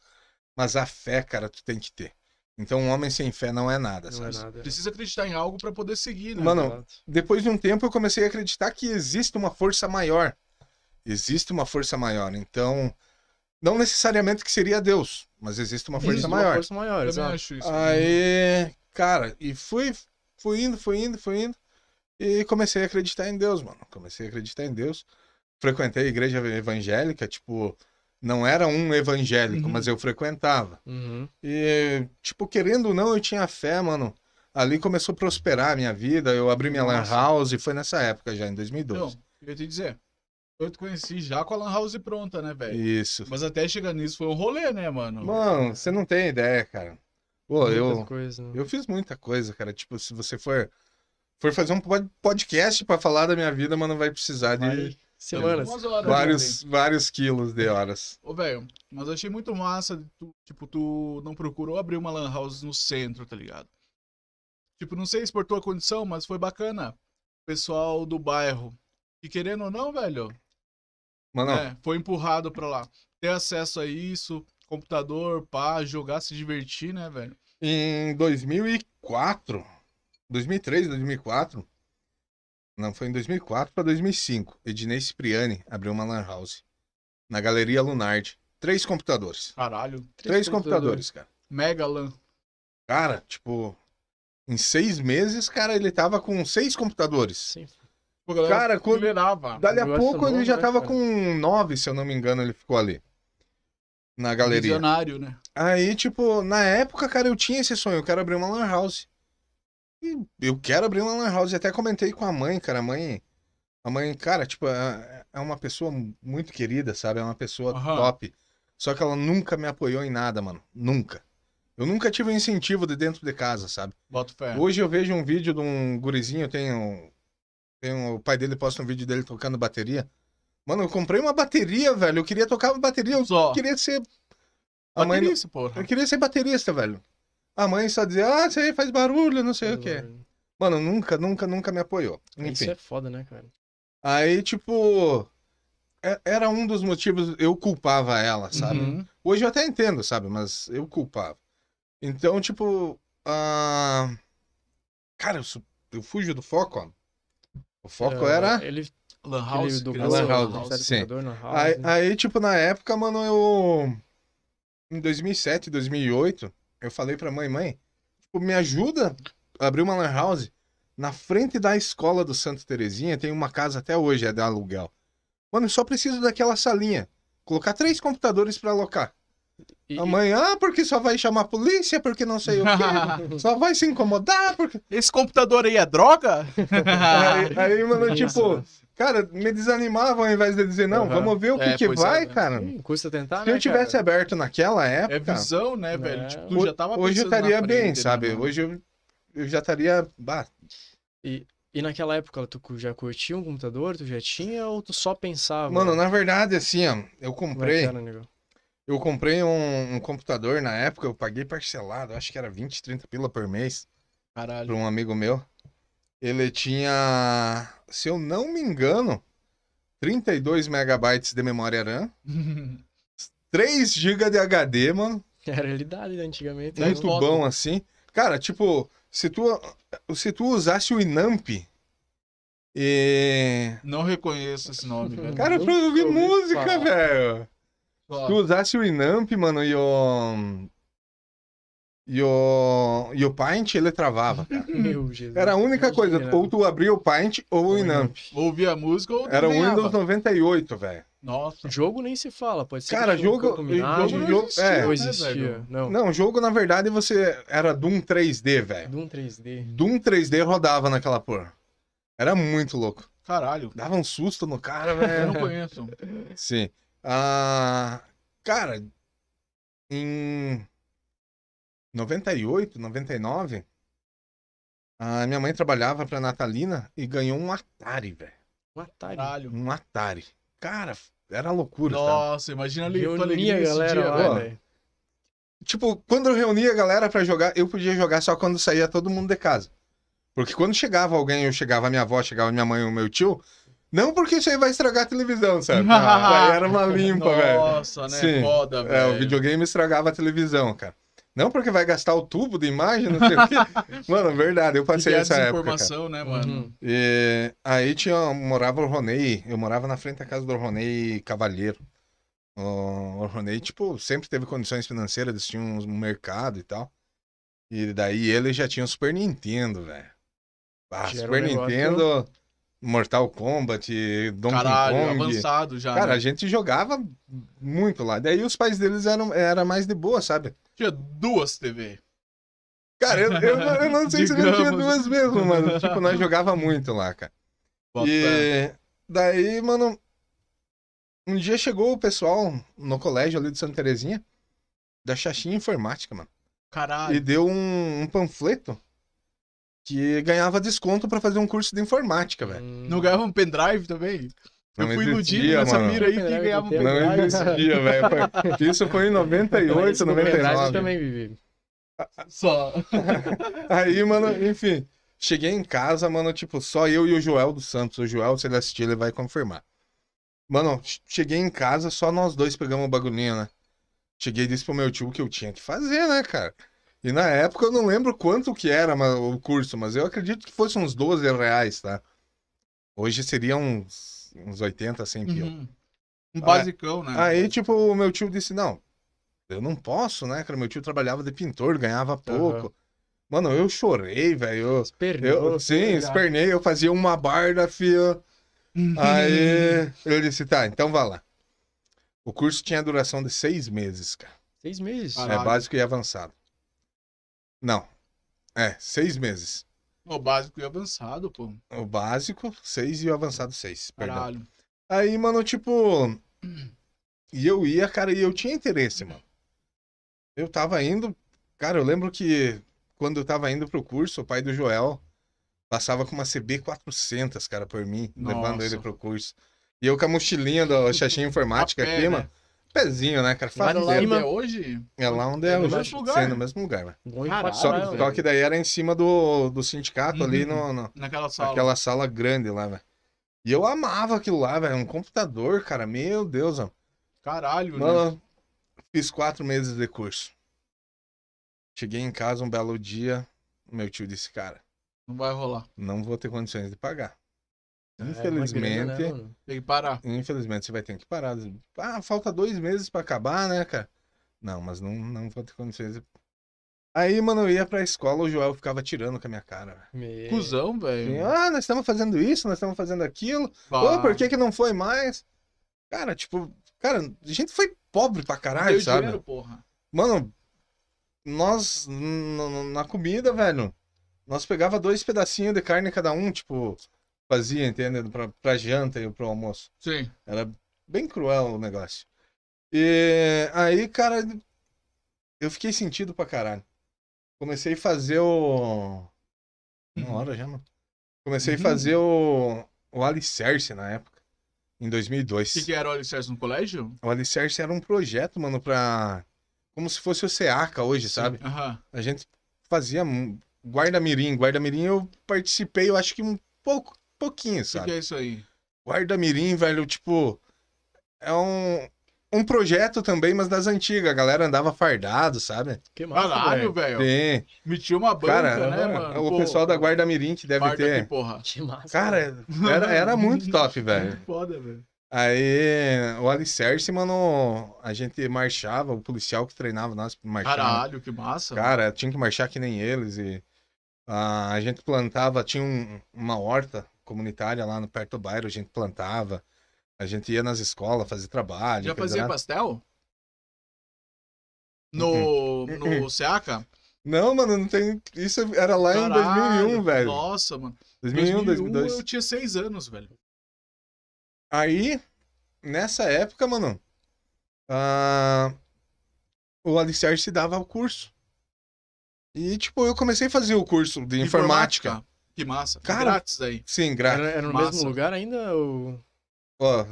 S3: mas a fé, cara, tu tem que ter. Então, um homem sem fé não é nada,
S2: Não
S3: sabe?
S2: é nada.
S1: Precisa acreditar em algo pra poder seguir, né?
S3: Mano,
S2: Exato.
S3: Depois de um tempo, eu comecei a acreditar que existe uma força maior. Existe uma força maior. Então, não necessariamente que seria Deus, mas existe uma
S2: Existe
S3: força
S2: uma
S3: maior.
S2: Força maior,
S1: eu também
S2: exato.
S1: acho isso. né?
S3: Aí, cara, e fui, fui indo, fui indo, fui indo. E comecei a acreditar em Deus, mano. Comecei a acreditar em Deus. Frequentei a igreja evangélica, tipo, não era um evangélico,
S1: Uhum.
S3: mas eu frequentava.
S2: Uhum.
S3: E, tipo, querendo ou não, eu tinha fé, mano. Ali começou a prosperar a minha vida. Eu abri minha lan
S2: Nossa.
S3: house, foi nessa época já, em 2012.
S1: Então, eu ia te dizer. Eu te conheci já com a Lan House pronta, né,
S2: é.
S1: velho?
S3: Isso.
S1: Mas até chegar nisso foi um rolê, né, mano?
S3: Mano, você não tem ideia, cara. Pô, eu,
S2: Muitas coisas, né?
S3: Eu fiz muita coisa, cara. Tipo, se você for, for fazer um pod- podcast pra falar da minha vida, mano, vai precisar de
S2: Vai Semanas.
S1: Algumas horas, né,
S3: vários, vários quilos de horas.
S1: Ô, velho, mas eu achei muito massa, de tu, tipo, tu não procurou abrir uma lan house no centro, tá ligado? Tipo, não sei se por tua condição, mas foi bacana. Pessoal do bairro. E querendo ou não, velho,
S3: Mano,
S1: é, foi empurrado pra lá. Ter acesso a isso, computador, pá, jogar, se divertir, né, velho?
S3: em 2004, 2003, 2004, não, foi em 2004 pra 2005, Ednei Cipriani abriu uma lan house na Galeria Lunard. Três computadores.
S1: Caralho.
S3: Três, computadores, cara.
S1: Mega lan.
S3: Cara, tipo, em seis meses, cara, ele tava com seis computadores.
S2: Sim.
S1: Pô, galera,
S3: Cara, quando-
S1: liberava.
S3: Dali a
S2: Negócio
S3: pouco ele
S2: novo,
S3: já
S2: né,
S3: tava
S2: cara?
S3: com nove, se eu não me engano, ele ficou ali. Na galeria.
S1: Visionário, né?
S3: Aí, tipo, na época, cara, eu tinha esse sonho, eu quero abrir uma lan house. E eu quero abrir uma lan house. Até comentei com a mãe, cara. A mãe. A mãe, cara, tipo, é é uma pessoa muito querida, sabe? É uma pessoa
S1: Aham.
S3: top. Só que ela nunca me apoiou em nada, mano. Nunca. Eu nunca tive um incentivo de dentro de casa, sabe?
S1: Bota fé.
S3: Hoje eu vejo um vídeo de um gurizinho, eu tenho, tenho. O pai dele posta um vídeo dele tocando bateria. Mano, eu comprei uma bateria, velho. Eu queria tocar uma bateria, eu
S1: Só.
S3: queria ser. A mãe,
S1: Bateria, isso, porra.
S3: eu queria ser baterista, velho. A mãe só dizia, ah, isso aí faz barulho, não sei o que. Mano, nunca, nunca, nunca me apoiou.
S2: Isso
S3: Enfim.
S2: é foda, né, cara?
S3: Aí, tipo. é- Era um dos motivos, eu culpava ela, sabe?
S1: Uhum.
S3: Hoje eu até entendo, sabe? Mas eu culpava. Então, tipo. ah, Cara, eu, su- eu fujo do foco, ó. O foco
S2: Ah,
S3: era.
S2: Ele
S1: Lan house.
S2: ele do
S1: criança,
S3: Lan House,
S2: sabe,
S3: sim.
S2: computador, lan house,
S3: Aí,
S2: né?
S3: aí, tipo, na época, mano, eu. Em 2007, 2008, eu falei pra mãe, mãe, tipo, me ajuda a abrir uma lan house. Na frente da escola do Santo Terezinha tem uma casa até hoje, é de aluguel. Mano, eu só preciso daquela salinha. Colocar três computadores pra alocar.
S2: E-
S3: A mãe, ah, porque só vai chamar a polícia, porque não sei o quê. só vai se incomodar, porque.
S1: Esse computador aí é droga? Ah,
S3: Aí, aí, mano,
S2: Isso,
S3: tipo,
S2: né?
S3: cara, me desanimavam ao invés de dizer, não,
S2: Aham.
S3: vamos ver o que,
S1: É,
S3: que
S1: pois é,
S3: vai,
S1: né?
S3: cara.
S2: Hum, custa tentar,
S3: Se
S2: né,
S3: eu tivesse
S2: cara?
S3: aberto naquela
S1: É
S3: época,
S1: visão, né,
S2: É.
S1: velho? Tipo,
S3: Ho-
S1: tu já tava
S3: hoje eu
S1: pensando na
S3: estaria bem,
S1: frente, né,
S3: sabe?
S1: mano? Tá
S3: Hoje eu, eu já estaria. Bah,
S2: E naquela época, tu cu- já curtia um computador? Tu já tinha ou tu só pensava?
S3: mano, na verdade, assim, ó, eu
S2: Como é que
S3: comprei.
S2: era, nego?
S3: Eu comprei um, um computador na época, eu paguei parcelado, acho que era 20, 30 pila por mês, pra
S1: Caralho.
S3: um amigo meu. Ele tinha, se eu não me engano, 32 megabytes de memória RAM, 3 GB de HD, mano.
S2: Era a realidade né, antigamente.
S1: Daí
S2: né?
S3: muito
S1: foda.
S3: bom assim. Cara, tipo, se tu, se tu usasse o Inamp. E...
S1: Não reconheço esse nome, velho.
S3: Cara, pra
S2: Nunca
S3: ouvir
S2: ouvi
S3: música,
S2: falar.
S3: velho.
S1: Ó,
S3: tu usasse o Inamp, mano, e o. E o. E o Paint, ele travava, cara.
S2: Meu Jesus.
S3: Era a única coisa.
S2: Imagina. um
S3: Ou tu abria o Paint ou o Inamp.
S1: Ouvia a música ou
S3: Era o
S1: desenhava.
S3: Windows 98, velho.
S1: Nossa.
S2: Jogo nem se fala, pode ser.
S3: Cara,
S2: que tinha um então.
S3: jogo-
S2: Campo Minage,
S3: jogo
S1: não
S3: jogo-
S1: existia,
S3: é.
S1: né,
S2: não existia.
S1: velho?
S2: Não.
S3: Não, é. jogo, na verdade, você. Era Doom 3D, velho.
S2: Doom 3D.
S3: Doom 3D rodava naquela porra. Era muito louco.
S1: Caralho.
S3: Dava um susto no cara,
S1: Eu
S3: velho.
S1: não conheço.
S3: Sim. Ah, cara, em 98, 99, a minha mãe trabalhava pra Natalina e ganhou um Atari, velho.
S2: Um Atari.
S1: Caralho.
S3: Um Atari. Cara, era loucura, sabe?
S1: Nossa, imagina ali
S2: Eu
S1: tua alegria
S2: unia a
S1: nesse
S2: galera
S1: dia,
S2: lá,
S1: velho.
S3: ó.
S2: velho.
S3: Tipo, quando eu reunia a galera pra jogar, eu podia jogar só quando saía todo mundo de casa. Porque quando chegava alguém, eu chegava a minha avó, chegava a minha mãe ou meu tio, não porque isso aí vai estragar a televisão, sabe? Aí era uma limpa, velho.
S1: Nossa, né?
S3: Sim.
S1: Foda,
S3: É,
S1: velho.
S3: o videogame estragava a televisão, cara. Não porque vai gastar o tubo de imagem, não sei o quê. Mano, verdade, eu passei
S1: E a
S3: essa época. cara.
S1: é desinformação, né, mano?
S2: Uhum.
S3: E É, aí tinha, morava o Ronei, eu morava na frente da casa do Ronei Cavalheiro. O, o Ronei, tipo, sempre teve condições financeiras, eles tinham um mercado e tal. E daí ele já tinha o Super Nintendo, velho. Ah,
S2: Já era um
S3: Super
S2: negócio-
S3: Nintendo, Mortal Kombat, Donkey
S1: Caralho,
S3: Kong.
S1: avançado já.
S3: Cara, a
S1: né?
S3: gente jogava muito lá. Daí os pais deles eram era mais de boa, sabe?
S1: tinha duas TV.
S3: Cara, eu, eu, não- eu não sei se ele tinha
S1: Digamos.
S3: duas mesmo, mano. Tipo, nós jogava muito lá, cara.
S1: Bota-
S3: E daí, mano, um dia chegou o pessoal no colégio ali de Santa Terezinha, da Xaxinha Informática, mano, e
S1: Caralho.
S3: deu um, um panfleto que ganhava desconto pra fazer um curso de informática, velho.
S2: Hum.
S1: Não ganhava um pendrive também?
S3: Não
S1: eu fui
S3: existia,
S1: iludido nessa
S3: mano.
S1: mira aí que
S2: Pendrive
S1: ganhava um
S2: do tempo.
S1: pendrive.
S3: Não existia, velho. é Foi- Isso foi em 98,
S2: Esse documentário eu
S3: 99.
S2: também vivi.
S1: Só.
S3: Aí, mano, enfim. Cheguei em casa, mano, tipo, só eu e o Joel dos Santos. O Joel, se ele assistir, ele vai confirmar. Mano, che- cheguei em casa, só nós dois pegamos o bagulhinho, né? Cheguei e disse pro meu tio que eu tinha que fazer, né, cara? E na época eu não lembro quanto que era mas- o curso, mas eu acredito que fosse uns 12 reais, tá? Hoje seria uns, uns 80, 100 pila.
S1: Uhum. Um basicão, né?
S3: Aí, tipo, o meu tio disse, não, eu não posso, né, cara? Meu tio trabalhava de pintor, ganhava pouco. Mano, eu chorei, velho.
S2: Os pernas.
S3: Eu, eu, sim, espernei, eu fazia uma barda, fio. Aí eu disse, tá, então vá lá. O curso tinha duração de seis meses, cara.
S2: Seis meses.
S1: Caralho.
S3: É básico e avançado. Não. É, seis meses.
S1: O básico e avançado, pô.
S3: O básico, seis e o avançado, seis. Perdão.
S1: Caralho.
S3: Aí, mano, tipo. E eu ia, cara, e eu tinha interesse, mano. Eu tava indo. Cara, eu lembro que quando eu tava indo pro curso, o pai do Joel passava com uma CB400, cara, por mim, levando
S1: Nossa.
S3: ele pro curso. E eu com a mochilinha da Xaxinha Informática
S1: A pé,
S3: aqui,
S1: né?
S3: mano. Pezinho, né, cara?
S2: Mas
S1: Era lá
S3: Fadeiro.
S2: cima-
S1: até hoje?
S3: É lá onde é
S1: no
S3: hoje,
S1: mesmo lugar. né?
S3: sim, no mesmo lugar, velho.
S2: Longe
S1: Caralho,
S2: pra
S3: Só,
S2: caralho,
S3: só
S2: Um velho. É,
S3: que daí era em cima do, do sindicato ali
S1: Uhum.
S3: no, no-
S1: Naquela sala.
S3: Aquela sala grande lá, velho. E eu amava aquilo lá, velho. Um computador, cara. Meu Deus, mano.
S1: Caralho, né?
S3: Mano, fiz quatro meses de curso. Cheguei em casa um belo dia. Meu tio disse, cara,
S1: Não vai rolar.
S3: não vou ter condições de pagar.
S2: É, uma
S3: Infelizmente,
S2: grana, né, mano?
S1: Tem que parar.
S3: infelizmente você vai ter que parar. Ah, falta dois meses pra acabar, né, cara? Não, mas não, não vou ter condições. De... Aí, mano, eu ia pra escola, o Joel ficava tirando com a minha cara, velho.
S2: Me-
S1: Cusão, velho.
S3: Ah, nós estamos fazendo isso, nós estamos fazendo aquilo.
S1: né?
S3: Pô, por que que não foi mais? Cara, tipo, cara, a gente foi pobre pra caralho,
S1: Deu
S3: sabe?
S1: dinheiro, porra.
S3: Mano, nós, n- n- na comida, velho, nós pegava dois pedacinhos de carne cada um, tipo, fazia, entende? Pra, pra janta e pro almoço.
S1: Sim.
S3: Era bem cruel o negócio. E aí, cara, eu fiquei sentido pra caralho. Comecei a fazer o... Uma hora já, mano. Comecei a
S1: Uhum.
S3: fazer o, o Alicerce na época, em
S1: O
S3: 2002.
S1: que, é que era o alicerce no colégio?
S3: O Alicerce era um projeto, mano, pra. Como se fosse o SEACA hoje, sabe?
S1: Aham.
S3: A gente fazia um guarda-mirim. Guarda-mirim eu participei, eu acho que um pouco, pouquinho,
S1: O que, que
S3: sabe?
S1: é isso aí?
S3: Guarda-mirim, velho, tipo. É um. Um projeto também, mas das antigas. A galera andava fardado, sabe?
S2: Que massa,
S1: Caralho, velho.
S3: Tem.
S1: Metia uma É, banca,
S3: Cara, é,
S1: né, mano?
S3: o
S1: Pô,
S3: pessoal da Guarda Mirim que deve
S1: Marta,
S3: ter.
S1: que porra.
S2: Que massa.
S3: Cara, era, era muito top, velho.
S1: Foda, velho.
S3: Aí o Alicerce, mano, a gente marchava, o policial que treinava nós marchava.
S1: Caralho, que massa.
S3: Cara, tinha que marchar que nem eles. E ah, a gente plantava, tinha um- uma horta comunitária lá no perto do bairro, a gente plantava. A gente ia nas escolas fazer trabalho.
S1: Já
S3: coisa
S1: fazia
S3: lá.
S1: pastel? No,
S3: Uhum.
S1: no SEACA?
S3: Não, mano, não tem. Isso era lá
S1: Caralho,
S3: Tá em 2001, velho.
S1: Nossa, mano.
S3: 2001, 2002.
S1: um, eu tinha seis anos, velho.
S3: Aí, nessa época, mano, ah, o Alicerce dava o curso. E, tipo, eu comecei a fazer o curso de informática.
S1: Que massa.
S3: Cara,
S1: Grátis daí.
S3: Sim, grátis.
S2: Era, era no
S1: Massa.
S2: mesmo lugar ainda o,
S3: Ó,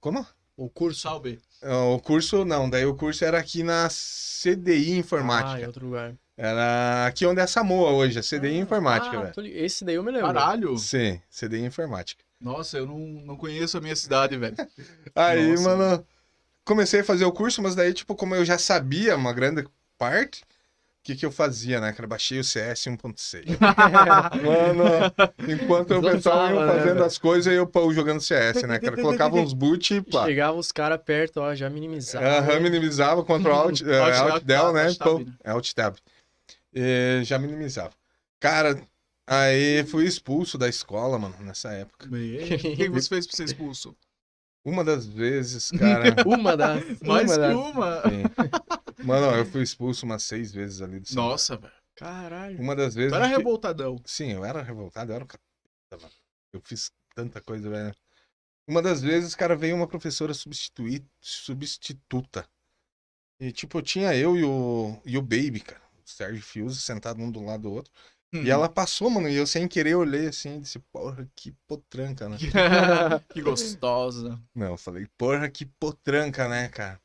S3: como?
S2: o curso?
S1: Salve.
S3: Ó, Ah, O curso, não, daí o curso era aqui na CDI
S2: Ah, em
S3: Informática.
S2: outro lugar.
S3: Era aqui onde é a Samoa hoje, a CDI Informática,
S2: Ah,
S3: velho.
S2: tô li- Esse daí eu me lembro.
S1: Caralho.
S3: Sim, CDI Informática.
S1: Nossa, eu não, não conheço a minha cidade, velho.
S3: Aí,
S1: Nossa.
S3: mano, comecei a fazer o curso, mas daí, tipo, como eu já sabia uma grande parte, o que que eu fazia, né, cara? Baixei o CS 1.6. Mano, enquanto o
S2: Não
S3: pessoal ia
S2: tava, né,
S3: fazendo
S2: velho?
S3: as coisas, eu pô, jogando CS, né, cara? Colocava uns boot e pá.
S2: Chegava os caras perto, ó, já minimizava.
S3: Aham, minimizava, Ctrl Alt, eh,
S1: Tá. Alt-
S3: Alt
S1: Alt-
S3: Del,
S1: Alt-
S3: né?
S1: Alt Tab,
S3: Pô,
S1: né?
S3: é Alt Tab. E já minimizava. Cara, aí fui expulso da escola, mano, nessa época.
S1: Meio. O que que você fez pra ser expulso?
S3: Uma das vezes, cara.
S2: Uma da.
S1: Mais
S2: uma
S3: é.
S2: da.
S1: que uma.
S3: Sim. Mano, eu fui expulso umas seis vezes ali do centro.
S1: Nossa, velho.
S2: Caralho.
S3: Uma das vezes.
S1: Tu era
S3: eu fi-
S1: revoltadão.
S3: Sim, eu era revoltado, eu era um capeta, mano. Eu fiz tanta coisa, velho. Uma das vezes, cara, veio uma professora substituir, substituta. E, tipo, tinha eu e o, e o Baby, cara. O Sérgio Fiuza sentado um do lado do outro.
S1: Uhum.
S3: E ela passou, mano, e eu sem querer olhei assim e disse, porra, que potranca, né?
S1: que gostosa.
S3: Não, eu falei, porra, que potranca, né, cara?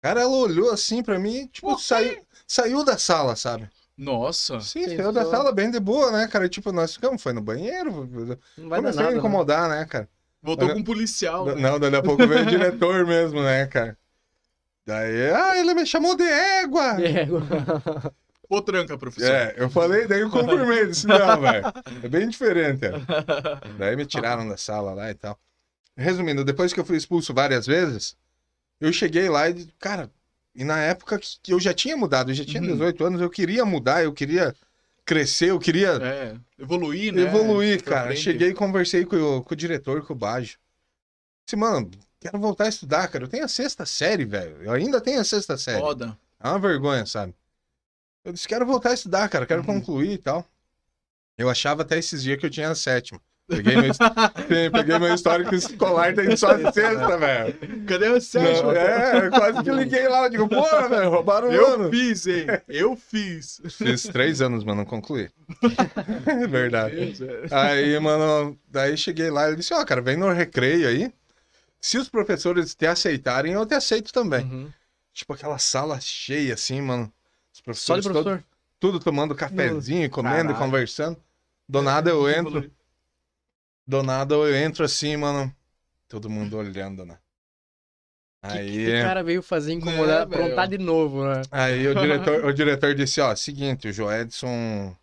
S3: Cara, ela olhou assim pra mim, tipo,
S1: Por quê? Ah.
S3: saiu, saiu da sala, sabe?
S1: Nossa.
S3: Sim,
S2: Sim,
S3: saiu da
S2: só-
S3: sala bem de boa, né, cara? E, Tipo, nós ficamos, foi no banheiro.
S2: Não vai dar
S3: Comecei
S2: nada.
S3: a
S2: né?
S3: incomodar, né, cara?
S1: Voltou
S3: Olha-
S1: com um policial.
S3: Da-
S1: né?
S3: Não, dali a pouco veio o diretor mesmo, né, cara? Daí, ah, ele me chamou de égua!
S2: É,
S1: Ô, tranca, professor.
S3: É, eu falei, daí eu confirmei, disse, não, velho. É bem diferente, ó. Daí me tiraram da sala lá e tal. Resumindo, depois que eu fui expulso várias vezes, eu cheguei lá e, cara, e na época que que eu já tinha mudado, eu já tinha
S1: Uhum.
S3: 18 anos, eu queria mudar, eu queria crescer, eu queria
S1: É, evoluir, né?
S3: Evoluí,
S1: Pra
S3: cara.
S1: frente.
S3: Cheguei e conversei com o, com o diretor, com o Baggio. Disse, mano, quero voltar a estudar, cara. Eu tenho a sexta série, velho. Eu ainda tenho a sexta série.
S1: Foda.
S3: É uma vergonha, sabe? Eu disse, quero voltar a estudar, cara. Quero
S1: Uhum.
S3: concluir e tal. Eu achava até esses dias que eu tinha a sétima. Peguei meu, Sim, peguei meu histórico escolar, tem só a sexta, velho.
S1: Cadê o Sérgio?
S3: Não, É, quase que liguei lá. Eu digo, porra, velho, roubaram o
S1: Eu
S3: ano.
S1: fiz, hein? Eu fiz.
S3: Fiz três anos, mano, não concluí. É verdade.
S1: Meu Deus, é.
S3: Aí, mano, daí cheguei lá e ele disse, ó, cara, vem no recreio aí. Se os professores te aceitarem, eu te aceito também.
S2: Uhum.
S3: Tipo aquela sala cheia, assim, mano. Os
S2: Só de
S3: professores todos,
S2: professor.
S3: tudo tomando cafezinho, e comendo, e
S1: Caralho.
S3: conversando. Do
S2: É,
S3: nada eu entro, do nada eu entro assim, mano. Todo mundo olhando, né?
S2: Que,
S3: Aí, é.
S2: que o cara veio fazer incomodar,
S1: É, velho.
S2: aprontar de novo, né?
S3: aí o, diretor, o diretor disse, ó, seguinte, o Joedson,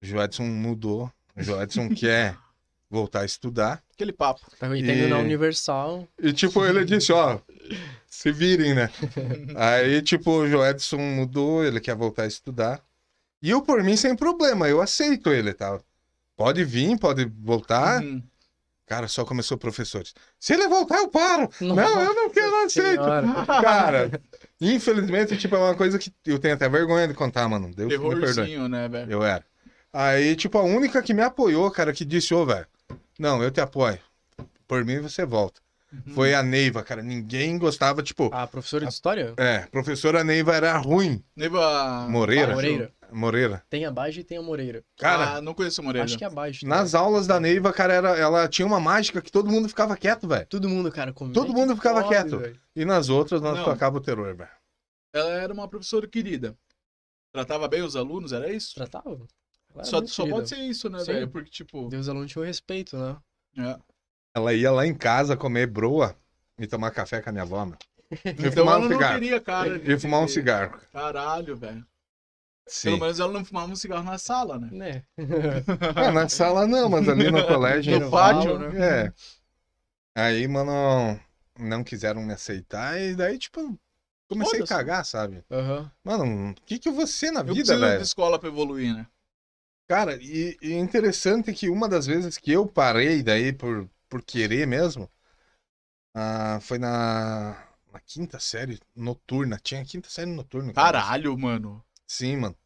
S3: o Joedson mudou. O Joedson quer voltar a estudar.
S1: Aquele papo.
S2: Tá entendendo
S3: E-
S2: na Universal.
S3: E tipo, ele disse, ó, se virem, né? Aí, tipo, o Joedson mudou, ele quer voltar a estudar. E eu, por mim, sem problema, eu aceito ele, tá? Pode vir, pode voltar.
S1: Uhum.
S3: Cara, só começou professores. Se ele voltar, eu paro.
S2: Nossa
S3: não, eu não quero, eu aceito.
S2: senhora.
S3: Cara, infelizmente, tipo, é uma coisa que eu tenho até vergonha de contar, mano. Deus me perdoe.
S1: Terrorzinho, né, velho?
S3: Eu era. Aí, tipo, a única que me apoiou, cara, que disse, ô, velho, não, eu te apoio. Por mim, você volta.
S1: Uhum.
S3: Foi a Neiva, cara. Ninguém gostava, tipo...
S2: A Ah, professora de história?
S3: É, professora Neiva era ruim.
S1: Neiva.
S3: Moreira.
S1: Baggio.
S2: Moreira.
S3: Moreira.
S2: Tem a Baja e tem a Moreira.
S3: Cara,
S1: Ah, não conheço o Moreira.
S2: Acho que é a Baja.
S3: nas aulas da Neiva, cara, era, ela tinha uma mágica que todo mundo ficava quieto, velho.
S2: Todo mundo, cara, comia.
S3: Todo mundo ficava quieto. E nas outras, nós
S1: Não.
S3: tocava o terror, velho.
S2: é.
S1: Ela era uma professora querida. Tratava bem os alunos, era isso?
S2: Tratava? Ela era
S1: Só,
S2: muito
S1: só
S2: tá? querida.
S1: pode ser isso, né,
S2: Sim.
S1: velho? Porque, tipo.
S2: Deus aluno tinha o respeito, né?
S1: é.
S3: Ela ia lá em casa comer broa e tomar café com a minha avó, meu. E
S1: Então
S3: fumar
S1: ela
S3: um
S1: não
S3: cigarro.
S1: queria, cara. de-
S3: E fumar um
S1: de-
S3: cigarro.
S1: Caralho, velho. Pelo
S3: Sim.
S1: menos ela não fumava um cigarro na sala, né?
S2: Né? É
S3: Ah, na sala não, mas ali no colégio.
S1: No
S2: Intervalo,
S1: Uhum. pátio,
S2: né?
S3: É. Aí, mano, não quiseram me aceitar e daí, tipo, comecei a
S1: Foda-se.
S3: cagar, sabe?
S1: Aham.
S3: Mano, o que que eu vou ser na
S1: Eu
S3: vida,
S1: preciso de
S3: velho?
S1: escola pra evoluir, né?
S3: Cara, e, e interessante que uma das vezes que eu parei daí por, por querer mesmo, ah, foi na, na quinta série noturna. Tinha quinta série noturna. cara.
S1: Caralho, mano.
S3: Sim, mano.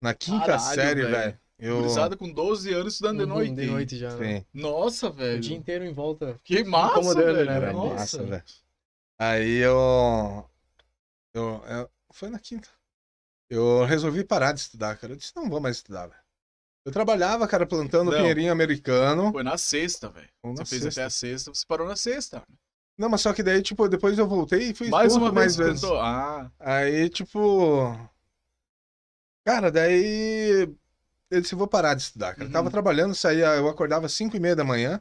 S3: Na quinta
S1: Caralho,
S3: série,
S1: velho.
S3: velho, eu...
S1: Gurizada com 12 anos estudando de
S2: Uhum,
S1: noite.
S2: De noite já, né?
S3: Sim,
S1: Nossa,
S2: O dia
S1: velho.
S2: inteiro em volta.
S1: Que massa,
S2: incomodando,
S1: velho.
S2: né,
S3: era
S2: velho?
S1: Nossa,
S3: massa, velho. Aí eu... eu... eu- Foi na quinta. Eu resolvi parar de estudar, cara. Eu disse, não vou mais estudar, velho. Eu trabalhava, cara, plantando
S1: Não.
S3: pinheirinho americano.
S1: Foi na sexta, velho.
S3: Ou na
S1: Você fez
S3: sexta.
S1: até a sexta, você parou na sexta.
S3: Não, mas só que daí, tipo, depois eu voltei e fui
S1: mais
S3: expulso
S1: uma vez
S3: mais vezes.
S1: tentou. Ah,
S3: Aí, tipo. Cara, daí. Eu disse, vou parar de estudar, cara.
S1: Uhum.
S3: Tava trabalhando, saía, eu acordava às 5 e meia da manhã.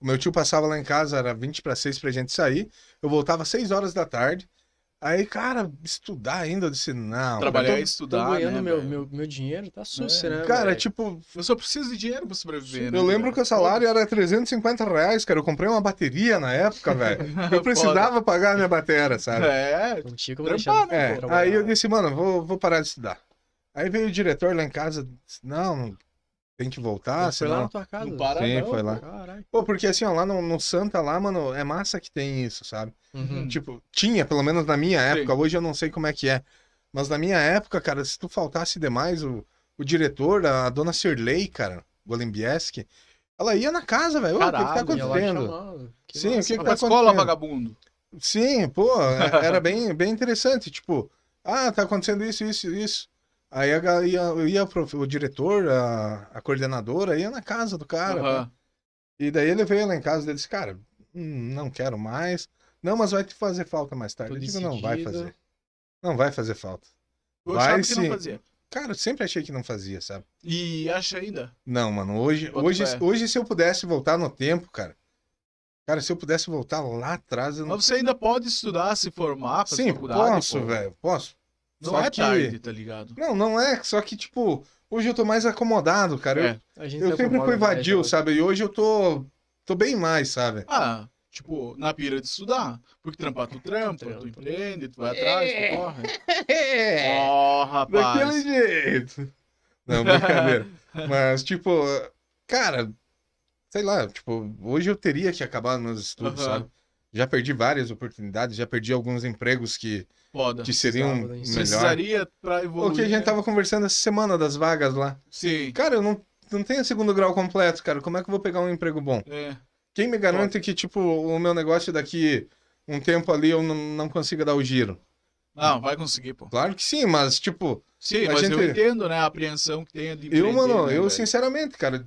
S3: O meu tio passava lá em casa, era 20 para 6 pra gente sair. Eu voltava às 6 horas da tarde. Aí, cara, estudar ainda, eu disse, não.
S1: trabalhar e
S3: eu
S1: estudar,
S2: Tô ganhando
S1: né,
S2: meu,
S1: velho?
S2: meu, meu dinheiro, tá sussa,
S1: É.
S2: né?
S3: tô- Cara,
S2: velho?
S3: tipo,
S1: Eu só preciso de dinheiro pra sobreviver, né?
S3: eu lembro que o salário era 350 reais, cara. Eu comprei uma bateria na época, velho. Eu precisava pagar a minha bateria, sabe?
S1: É,
S2: Não tinha como
S1: Trampar, né,
S2: deixar de
S3: É,
S2: trabalhar.
S3: aí eu disse, mano, vou, vou parar de estudar. Aí veio o diretor lá em casa, disse, não, tem que voltar,
S2: Ele foi lá na
S3: "Ah, senão...
S2: tua casa.
S1: não para
S3: Sim,
S1: não.
S3: foi lá.
S2: Caralho.
S3: Pô, porque assim, ó, lá no, no Santa, lá, mano, é massa que tem isso, sabe?
S2: Uhum.
S1: Hum.
S3: Tipo, tinha, pelo menos na minha
S1: Sim.
S3: época, hoje eu não sei como é que é. Mas na minha época, cara, se tu faltasse demais, o, o diretor, a dona Sirley, cara, Golembieski, ela ia na casa, velho, "Ô, o que que tá
S1: Caralho,
S2: E ela te
S3: acontecendo?
S2: chamava. Que
S3: Sim, o
S2: massa,
S3: que
S1: Pra
S3: que tá
S2: cara.
S1: escola,
S3: acontecendo?
S1: vagabundo.
S3: Sim, pô, é- era bem, bem interessante. Tipo, ah, tá acontecendo isso, isso, isso. Aí a, ga- ia, ia pro, o diretor, a, a coordenadora, ia na casa do cara.
S1: Aham.
S3: né? E daí ele veio lá em casa e disse, cara, hum, não quero mais. Não, mas vai te fazer falta mais tarde.
S2: Tô
S3: Eu digo, não vai
S2: decidida.
S3: fazer. Não vai fazer falta.
S1: Eu
S3: Vai
S1: achava que
S3: sim.
S1: não fazia.
S3: Cara, eu sempre achei que não fazia, sabe?
S1: E acha ainda.
S3: Não, mano, hoje,
S1: Bota
S3: hoje,
S1: fé.
S3: hoje se eu pudesse voltar no tempo, cara. Cara, se eu pudesse voltar lá atrás, eu não.
S1: Mas você ainda pode estudar, se formar, fazer
S3: Sim,
S1: faculdade.
S3: posso,
S1: pô.
S3: velho, posso.
S1: Não
S3: Só
S1: é
S3: que-
S1: tarde, tá ligado?
S3: Não, não é, só que, tipo, hoje eu tô mais acomodado, cara. Eu-
S1: É.
S2: A gente
S3: Eu,
S2: se
S3: sempre
S2: acomoda,
S3: fui
S2: né,
S3: vadio,
S2: já.
S3: sabe? E hoje eu tô, tô bem mais, sabe?
S2: Então.
S1: Ah, tipo, na pira de estudar. Porque trampar tu trampa,
S2: Trampa.
S1: tu empreende, tu vai atrás, tu corre.
S3: É,
S1: Ó, rapaz.
S3: daquele jeito. Não, brincadeira. Mas, tipo, cara, sei lá, tipo, hoje eu teria que acabar meus estudos,
S1: Aham.
S3: sabe? Já perdi várias oportunidades, já perdi alguns empregos que,
S1: Foda.
S3: que seriam
S2: Precisava, né?
S3: melhor.
S1: Precisaria pra evoluir. né?
S3: O que a gente tá- tava conversando essa semana das vagas lá.
S1: Sim.
S3: Cara, eu não, não tenho segundo grau completo, cara. Como é que eu vou pegar um emprego bom?
S1: É.
S3: Quem me garante que, tipo, o meu negócio daqui um tempo ali eu não, não consiga dar o giro?
S1: Não, vai conseguir, pô.
S3: Claro que sim, mas, tipo,
S1: Sim,
S3: A
S1: mas eu
S3: gente-
S1: entendo, né? A apreensão que tem de
S3: eu,
S1: empreender,
S3: mano,
S1: né,
S3: eu
S1: velho?
S3: sinceramente, cara,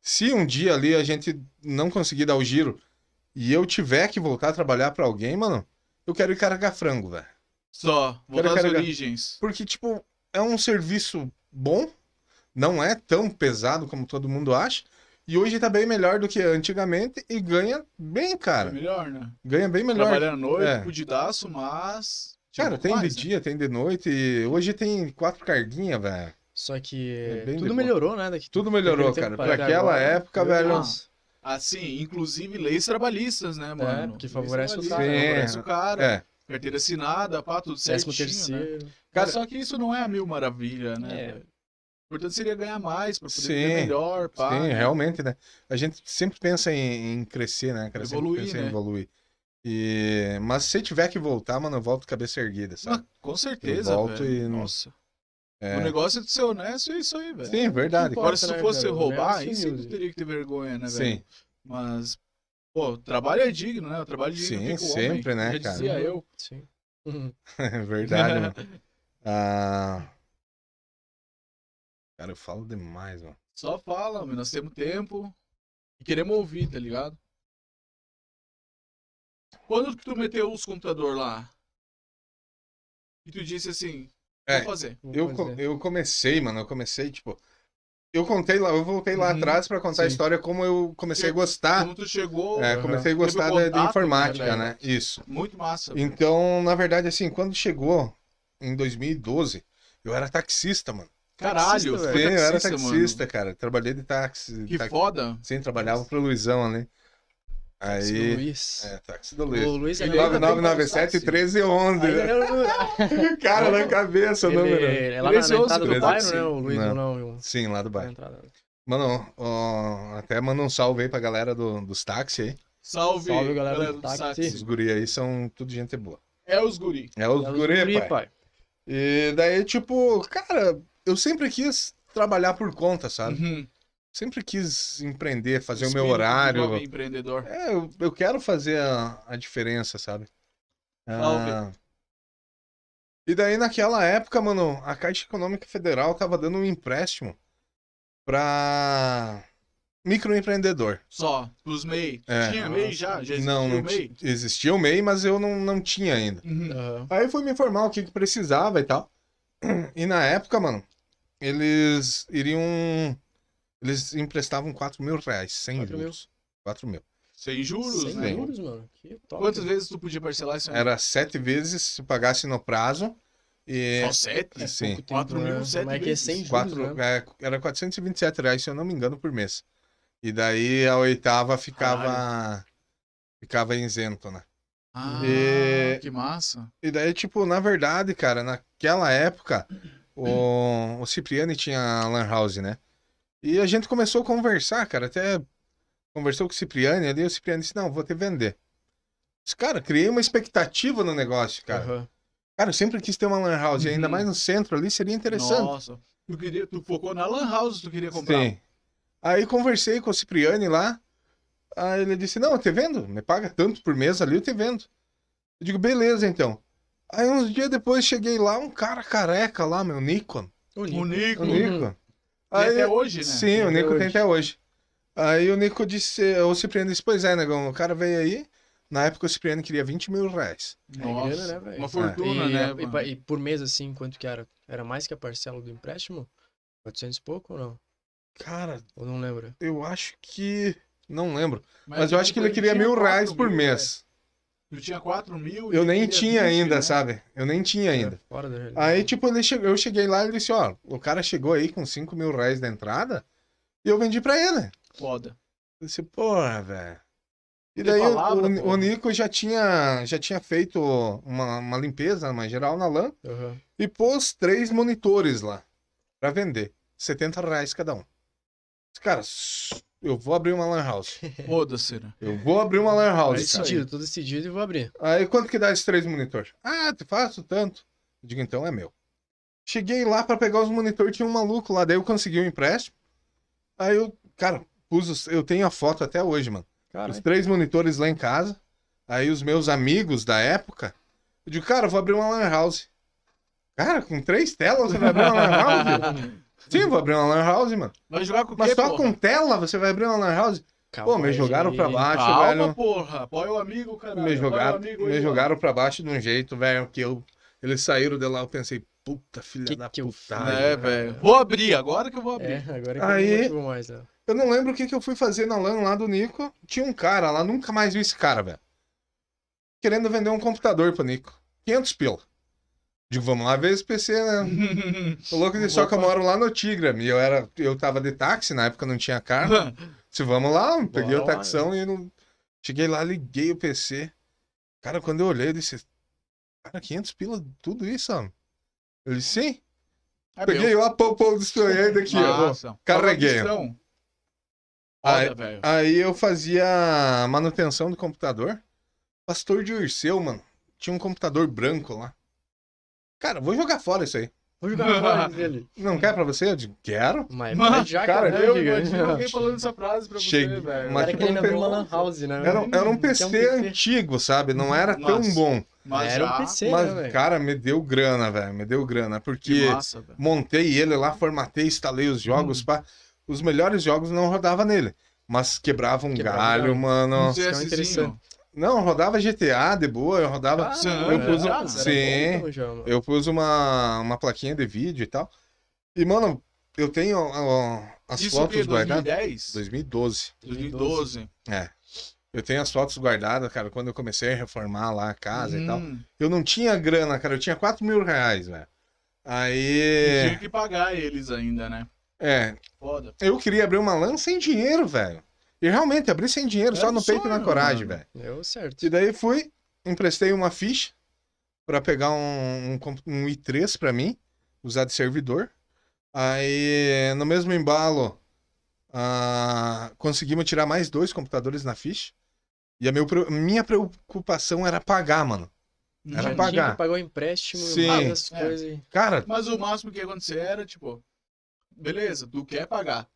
S3: se um dia ali a gente não conseguir dar o giro e eu tiver que voltar a trabalhar pra alguém, mano, eu quero ir carregar frango, velho.
S1: Só, voltar
S3: Quero-
S1: às
S3: quero-
S1: origens.
S3: Porque, tipo, é um serviço bom, não é tão pesado como todo mundo acha, e hoje tá bem melhor do que antigamente e ganha bem,
S1: É
S3: cara.
S1: melhor, né?
S3: Ganha bem melhor.
S1: Trabalhar à noite,
S3: é.
S1: fudidaço, mas.
S3: Cara,
S1: Tipo,
S3: tem
S1: mais,
S3: de dia, tem de noite. e Hoje tem quatro carguinhas, velho.
S2: Só
S3: É
S2: que
S3: bem de
S2: tudo
S3: boa.
S2: melhorou, né? Daqui
S3: Tudo melhorou,
S2: daquele tempo
S3: cara. Pra
S2: até
S3: aquela
S2: agora.
S3: época,
S2: Meu
S3: velho.
S2: Deus.
S1: Assim, inclusive leis trabalhistas, né, mano?
S2: É, porque
S1: Leis
S2: favorece o
S1: trabalhistas,
S2: cara,
S3: né?
S1: Favorece o cara.
S3: É.
S1: Carteira assinada, pá, tudo certinho,
S2: Décimo
S1: né?
S2: terceiro.
S3: Cara-
S1: Mas só que isso não é a mil maravilha, né?
S2: É.
S1: velho? O importante seria ganhar mais, pra poder
S3: Sim.
S1: viver melhor, pá.
S3: Sim,
S1: né?
S3: realmente, né? A gente sempre pensa em, em crescer, né, cara? Sempre
S1: Evoluir,
S3: pensa em
S1: né?
S3: evoluir. E... Mas se tiver que voltar, mano, eu volto cabeça erguida,
S1: Mas,
S3: sabe?
S1: com certeza,
S3: Eu volto
S1: velho.
S3: e não-
S1: Nossa.
S3: É.
S1: O negócio é de ser honesto, é isso aí, velho.
S3: Sim, verdade.
S2: Não
S3: cara.
S1: Agora, se tu
S2: né,
S1: fosse
S2: cara? O
S1: roubar,
S2: negócio
S1: aí sim tu
S2: humilde.
S1: teria que ter vergonha, né, velho?
S3: É assim, Sim,
S1: Mas, pô, o trabalho é digno, né? O trabalho digno
S3: Sim,
S1: fica o homem.
S3: sempre, né,
S1: Já
S3: cara?
S1: dizia eu.
S2: Sim. Uhum.
S3: é verdade, mano. Ah... Cara, eu falo demais, mano.
S1: Só fala, meu, nós temos tempo e queremos ouvir, tá ligado? Quando que tu meteu os computador lá? E tu disse assim, vou
S3: É,
S1: fazer.
S2: Vou
S3: Eu, co-
S2: fazer.
S3: eu comecei, mano, eu comecei, tipo... Eu contei lá, eu voltei lá
S1: Uhum,
S3: atrás pra contar a
S1: sim.
S3: história como eu comecei a
S1: Porque-
S3: gostar
S1: Quando tu chegou,
S3: É,
S2: Aham.
S3: comecei a
S1: Teve
S3: gostar
S1: contato,
S3: da, de informática,
S2: Uhum. né,
S3: né?
S2: velho?
S3: Isso.
S1: muito massa. velho.
S3: Então, na verdade, assim, quando chegou em 2012, eu era taxista, mano.
S1: Caralho,
S2: é taxista,
S1: foi
S3: Sim, eu era
S1: mano.
S3: taxista, cara. Trabalhei de táxi.
S1: Que
S3: táxi.
S1: foda.
S3: Sim, trabalhava pro Luizão ali.
S2: Esse
S3: Aí.
S2: Luiz.
S3: É, táxi do Luiz.
S2: O Luiz ainda nunca pegou um táxi.
S3: 9997 1311.
S2: Ainda não-
S3: Cara, na cabeça né, o
S2: Ele,
S1: né?
S3: número.
S2: é lá na, na
S1: 13,
S2: entrada do
S3: 13.
S2: bairro, né? O Luiz
S3: Não.
S2: não, não. eu-
S3: Sim, lá
S2: na
S3: do bairro.
S2: entrada.
S3: Mano, ó, até manda um salve aí pra galera do- dos táxis aí.
S1: Salve,
S2: Salve, galera
S1: galera
S2: do
S1: do
S2: táxi.
S1: táxi.
S3: Os guri aí são tudo gente boa.
S1: É os guri.
S3: É os
S2: É os
S3: guri,
S2: guri,
S3: pai. E daí, tipo, cara, eu sempre quis trabalhar por conta, sabe?
S1: Uhum.
S3: Sempre quis empreender, fazer o
S1: Espírito
S3: meu
S1: do
S3: horário.
S1: jovem empreendedor.
S3: É, eu, eu quero fazer a, a diferença, sabe?
S1: Salve.
S3: Ah, E daí, naquela época, mano, a Caixa Econômica Federal tava dando um empréstimo pra microempreendedor.
S1: Só, pros MEI.
S3: É.
S1: Tinha MEI já? Já existia
S3: não,
S1: o
S3: não
S1: MEI?
S3: ti- existia o MEI, mas eu não, não tinha ainda.
S1: Uhum.
S2: Aham.
S3: Aí eu fui me informar o que, que precisava e tal. E na época, mano, eles iriam. Eles emprestavam 4 mil reais, sem
S2: 4 mil.
S3: juros. 4 mil.
S1: Sem juros,
S2: Sem
S1: né?
S2: juros, mano. Que top. né?
S1: Quantas vezes tu podia parcelar isso aí?
S3: Era sete vezes se pagasse no prazo. E
S1: Só sete?
S3: É, sim.
S2: Pouco tempo,
S1: 4 mil,
S2: né?
S1: sete
S2: Como é que é
S1: vezes.
S2: sem juros,
S3: quatro,
S2: né?
S3: é, era 427 reais, se eu não me engano, por mês. E daí a oitava ficava. Ficava isento, né?
S1: Ah,
S3: E-
S1: que massa.
S3: E daí, tipo, na verdade, cara, naquela época, o, o Cipriani tinha a Lan House, né? E a gente começou a conversar, cara. Até conversou com o Cipriani ali. O Cipriani disse: Não, vou te vender. Disse, cara, criei uma expectativa no negócio, cara.
S2: Aham.
S3: Cara, eu sempre quis ter uma Lan House. e Ainda
S1: Uhum.
S3: mais no centro ali, seria interessante.
S1: Nossa. Tu, queria, tu focou na Lan House, tu queria comprar.
S3: Sim. um? Aí conversei com o Cipriani lá. Aí ele disse: Não, eu te vendo. Me paga tanto por mês ali, eu te vendo. Eu digo: Beleza, então. Aí uns dias depois cheguei lá, um cara careca lá, meu Nikon.
S1: O Nico.
S3: O
S2: Uhum.
S1: E
S3: Nikon. Aí,
S1: até hoje, né?
S3: sim,
S2: Tem
S3: o
S2: até
S3: Nico tem
S2: hoje.
S3: até hoje. Aí o Nico disse: O Cipriani disse: Pois é, negão. O cara veio aí. Na época o Cipriani queria 20 mil reais.
S1: Nossa,
S2: É grana, né, velho?
S1: uma fortuna,
S3: Ah,
S2: E,
S1: né?
S3: é,
S2: e
S1: mano?
S2: pa- e por mês, assim, quanto que era? Era mais que a parcela do empréstimo? 400 e pouco ou não?
S3: Cara,
S2: Ou não lembro?
S3: eu acho que. Não lembro. Mas, eu acho que ele queria
S1: tinha
S3: mil
S1: quatro
S3: reais por
S1: mil,
S3: mês.
S1: né? Tu tinha 4 mil. e
S3: Eu
S1: ele
S3: nem
S1: queria
S3: tinha
S1: 20,
S3: ainda,
S1: né?
S3: sabe? Eu nem tinha ainda.
S2: Era Fora da realidade.
S3: Aí, tipo, ele che- eu cheguei lá e ele disse, ó, o cara chegou aí com 5 mil reais da entrada e eu vendi pra ele.
S1: Foda.
S3: Eu disse, porra, velho. E
S1: Que
S3: daí o-
S1: palavra,
S3: o,
S1: pô.
S3: o Nico já tinha, já tinha feito uma, uma limpeza, uma geral na lã
S2: Aham.
S3: e pôs três monitores lá pra vender. 70 reais cada um. Disse, Cara, s- eu vou abrir uma lan house.
S1: Foda-se, né?
S3: Eu vou abrir uma lan
S2: Tô
S3: house. cara.
S2: decidido, tô decidido e vou abrir.
S3: Aí quanto que dá esses três monitores? Ah, te faço tanto. Eu digo, então é meu. Cheguei lá pra pegar os monitores, tinha um maluco lá, daí eu consegui o empréstimo. Aí eu, cara, pus os- eu tenho a foto até hoje, mano.
S2: Cara,
S3: Os três monitores lá em casa. Aí os meus amigos da época, eu digo, cara, eu vou abrir uma lan house. Cara, com três telas você vai abrir uma lan house? Sim, eu vou abrir uma lan house, mano.
S1: Vai jogar com o
S3: Mas
S1: quê,
S3: só
S1: porra?
S3: com tela você vai abrir uma lan house?
S2: Tá
S3: Pô, me jogaram pra baixo, velho.
S1: Calma, porra. Apoia o amigo, caralho.
S3: Me jogaram,
S1: Apoia o amigo
S3: me
S1: aí,
S3: jogaram pra baixo de um jeito, velho, que eu... Eles saíram de lá, eu pensei, puta filha
S2: Que
S3: da
S2: que eu
S1: ó.
S3: puta.
S1: É, velho. Vou abrir, agora que eu vou
S2: É,
S1: abrir.
S2: agora que
S3: Aí-
S2: eu não motivo mais, né?
S3: Eu não lembro o que, que eu fui fazer na LAN lá do Nico. Tinha um cara lá, nunca mais vi esse cara, velho. Querendo vender um computador pro Nico. 500 pila. Digo, vamos lá ver esse PC, né? O louco disse, só que eu moro lá no Tigra. E eu, era, eu tava de táxi, na época não tinha
S1: É
S3: carro. Se Tipo, vamos lá, eu peguei
S2: Bora
S3: o
S2: lá,
S3: taxão e não... cheguei lá, liguei o PC. Cara, quando eu olhei, eu disse: Cara, 500 pila, tudo isso, ó. Ele disse: Sim.
S1: É
S3: peguei lá, pô, pô, destruí daqui,
S2: Ah,
S3: ó.
S1: Massa. Tá
S3: Carreguei. Ah, é.
S1: Foda,
S3: Aí-
S1: velho.
S3: Aí eu fazia a manutenção do computador. Pastor de Urseu, mano, tinha um computador branco lá. Cara, vou jogar fora isso aí.
S2: Vou jogar fora dele.
S3: Não quer pra você? Eu digo, quero.
S2: Mas,
S1: Mano,
S2: mas já
S3: cara,
S2: que
S1: Eu
S2: digo,
S1: imagino
S2: né?
S1: alguém falando essa frase pra você,
S3: Cheguei.
S1: velho.
S2: O
S3: Mas,
S2: cara
S3: tipo,
S2: querendo
S3: um
S2: abrir
S3: pe-
S2: uma lan house, né?
S3: Era,
S2: velho?
S3: era um
S2: Que é
S3: PC antigo, sabe? Não era tão
S1: Nossa.
S3: bom.
S1: Mas
S2: Era
S1: já-
S2: um PC, né,
S3: Mas,
S2: velho?
S3: cara, me deu grana, velho. Me deu grana. Porque.
S1: Que massa, velho.
S3: montei ele lá, formatei, instalei os jogos, pá. Os melhores jogos não rodava nele, mas quebrava um
S2: Quebrava
S3: galho,
S2: galho.
S3: mano.
S2: Isso que é
S1: CSzinho.
S2: interessante.
S3: Não, rodava GTA de boa, eu rodava.
S2: Cara,
S1: Sim,
S2: era
S1: eu pus um-
S2: bom, era
S3: sim.
S2: bom, então, já, mano.
S3: Eu pus uma, uma plaquinha de vídeo e tal. E, mano, eu tenho ó, ó, as
S1: Isso o quê?
S3: fotos guardadas.
S1: 2010?
S3: 2012.
S1: 2012.
S3: É. Eu tenho as fotos guardadas, cara, quando eu comecei a reformar lá a casa e tal.
S1: Hum,
S3: Eu não tinha grana, cara, eu tinha 4 mil reais, velho. Aí.
S1: Tinha que pagar eles ainda, né?
S3: É,
S1: Foda.
S3: eu queria abrir uma LAN sem dinheiro, velho. E realmente, abri sem dinheiro,
S1: Era
S3: só no
S1: um
S3: peito e na
S1: sonho,
S3: coragem,
S1: mano.
S3: velho.
S2: Deu certo.
S3: E daí fui, emprestei uma ficha pra pegar um, um, comp- um i3 pra mim, usar de servidor. Aí, no mesmo embalo, ah, conseguimos tirar mais dois computadores na ficha. E a meu pre- minha preocupação era pagar, mano.
S1: Não
S3: Era
S1: tinha-
S2: Já
S3: pagar.
S2: tinha que pagar o empréstimo,
S3: Sim.
S2: mais as
S1: É.
S2: coisas.
S3: Cara,
S1: Mas o máximo que ia acontecer era, tipo, beleza, tu quer pagar.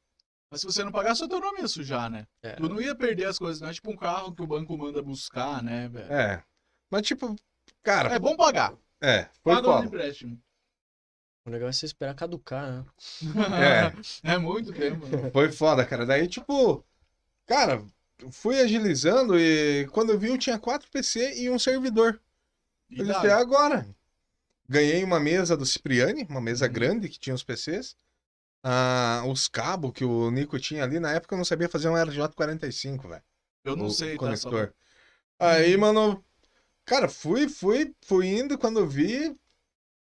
S1: Mas se você não pagar, só teu nome ia sujar, né?
S2: É.
S1: Tu não ia perder as coisas, não é tipo um carro que o banco manda buscar, né, velho?
S3: é. Mas, tipo,
S1: É,
S3: cara,
S1: bom pagar.
S3: é, foi
S1: Paga o
S3: foda.
S1: empréstimo.
S2: O negócio é esperar caducar, né?
S1: É. muito tempo. né?
S3: Foi foda, cara. Daí, tipo, cara, fui agilizando e quando eu vi, eu tinha quatro PC e um servidor.
S1: E
S3: Eu disse, é
S1: dá.
S3: agora. Ganhei uma mesa do Cipriani, uma mesa
S1: Uhum.
S3: grande que tinha os PCs. Ah, os cabos que o Nico tinha ali, na época eu não sabia fazer um RJ45, velho.
S1: Eu não
S3: o
S1: sei, tá? Uhum. Só...
S3: conector. Aí, mano, cara, fui, fui, fui indo. Quando eu vi,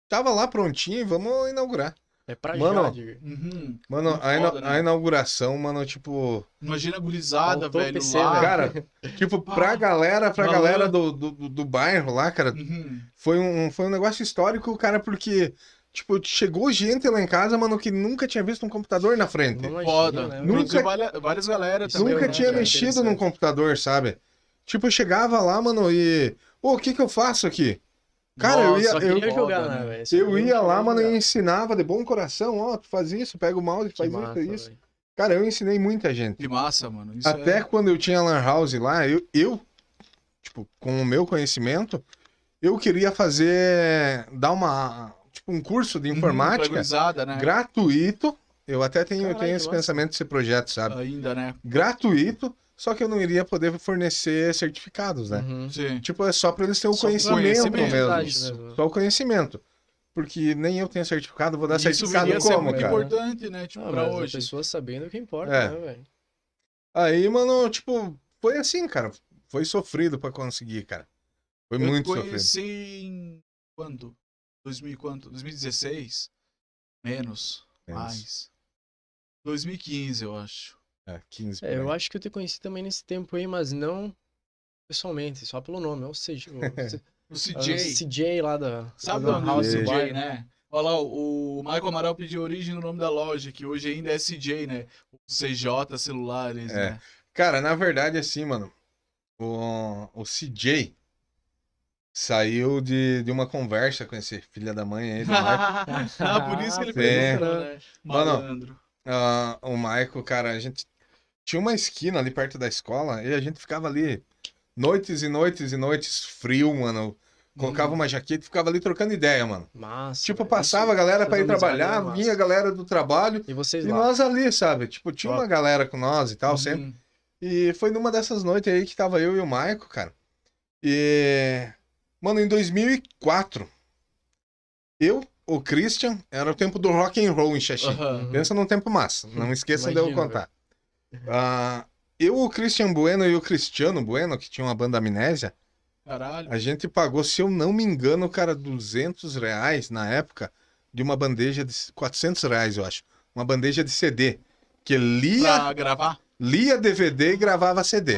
S3: tava lá prontinho, vamos inaugurar.
S2: É pra
S3: Mano,
S2: já, diga.
S1: Uhum.
S3: Mano,
S1: Muito
S3: a, ina-
S1: foda, né?
S3: a inauguração, mano, tipo.
S1: Imagina a gurizada,
S2: Faltou
S1: velho,
S2: PC,
S1: lá.
S2: velho.
S3: Cara, tipo, pra
S1: Ah,
S3: galera, pra
S1: malandro.
S3: galera do, do, do- do bairro lá, cara,
S1: Uhum.
S3: foi um, foi um negócio histórico, cara, porque, tipo, chegou gente lá em casa, mano, que nunca tinha visto um computador na frente.
S2: Não imagina,
S1: Foda.
S2: né?
S3: Nunca-
S1: Produziu valha- várias galera
S2: Isso
S1: também.
S3: nunca
S1: né,
S3: tinha
S1: cara?
S3: mexido
S2: Interessante.
S3: num computador, sabe? Tipo, eu chegava lá, mano, e. Ô, o que que eu faço aqui? Cara, eu
S1: Nossa,
S3: ia-
S2: Só queria
S1: eu-
S2: jogar,
S1: Foda,
S2: né,
S1: né?
S2: velho? Só
S3: Eu
S2: queria
S3: ia lá,
S2: jogar.
S3: mano, e ensinava de bom coração, ó, tu faz isso, pega o mouse,
S2: Que
S3: faz
S2: massa,
S3: isso, isso.
S2: velho.
S3: Cara, eu ensinei muita gente.
S1: Que massa, mano. Isso
S3: Até
S1: é...
S3: quando eu tinha Lan House lá, eu, eu, tipo, com o meu conhecimento, eu queria fazer, dar uma, tipo, um curso de
S1: Uhum, pra
S3: informática
S1: gurizada, né?
S3: gratuito. Eu até tenho, eu
S2: Caralho,
S3: tenho
S2: que
S3: esse
S2: massa.
S3: pensamento desse projeto, sabe?
S1: Ainda, né?
S3: Gratuito, só que eu não iria poder fornecer certificados, né?
S2: Uhum.
S1: Sim.
S3: Tipo, é só pra eles terem o
S2: Só
S3: conhecimento
S1: Hum. conhecimento, tá,
S3: mesmo.
S2: verdade,
S1: isso.
S2: né, mano?
S3: Só o conhecimento. Porque nem eu tenho certificado, vou dar
S1: Isso
S3: certificado
S1: viria a ser
S3: como,
S1: muito
S3: cara?
S1: importante, né? Tipo,
S2: Ah,
S1: pra
S2: mas
S1: hoje.
S2: a pessoa sabendo o que importa,
S3: É.
S2: né, velho?
S3: Aí, mano, tipo, foi assim, cara. Foi sofrido pra conseguir, cara. Foi
S1: eu
S3: muito sofrido.
S1: conheci em quando? 2000 e quanto? 2016? Menos, mais. 2015, eu acho.
S3: É, 15
S2: É, eu acho que eu te conheci também nesse tempo aí, mas não pessoalmente, só pelo nome. Ou seja, o C-
S1: O
S2: ah,
S1: CJ.
S2: CJ lá da.
S1: Sabe
S2: da
S1: o nome do
S3: CJ,
S1: CJ, né? Olha lá, o o Michael Amaral pediu origem no nome da loja, que hoje ainda é CJ, né? O CJ celulares,
S3: É.
S1: né?
S3: Cara, na verdade, assim, mano, o, o CJ saiu de, de uma conversa com esse filho da mãe aí do Michael.
S1: ah, por isso que ele
S3: Sim.
S1: fez isso, né?
S3: Mano,
S1: Malandro.
S3: Ah, o Michael, cara, a gente tinha uma esquina ali perto da escola e a gente ficava ali noites e noites e noites frio, mano.
S1: Uhum.
S3: Colocava uma jaqueta e ficava ali trocando ideia, mano.
S2: Massa.
S3: Tipo,
S2: velho.
S3: passava a galera pra ir
S2: essas amizades
S3: trabalhar,
S2: eram massa.
S3: vinha a galera do trabalho.
S2: E vocês
S3: E
S2: lá.
S3: nós ali, sabe? Tipo, tinha
S2: Top.
S3: uma galera com nós e tal, sempre.
S1: Uhum.
S3: E foi numa dessas noites aí que tava eu e o Maico, cara. E. Mano, em 2004, eu, o Christian, era o tempo do rock and roll em Xaxim.
S2: Uhum.
S1: Aham.
S3: Pensa num tempo massa, não esqueçam de eu
S2: Imagino,
S3: contar. Ah, eu, o Christian Bueno e o Cristiano Bueno, que tinha uma banda amnésia,
S1: Caralho.
S3: a gente pagou, se eu não me engano, cara, 200 reais na época de uma bandeja de 400 reais, eu acho. Uma bandeja de CD. Que lia,
S1: Pra gravar?
S3: lia DVD e gravava CD.
S1: Ah,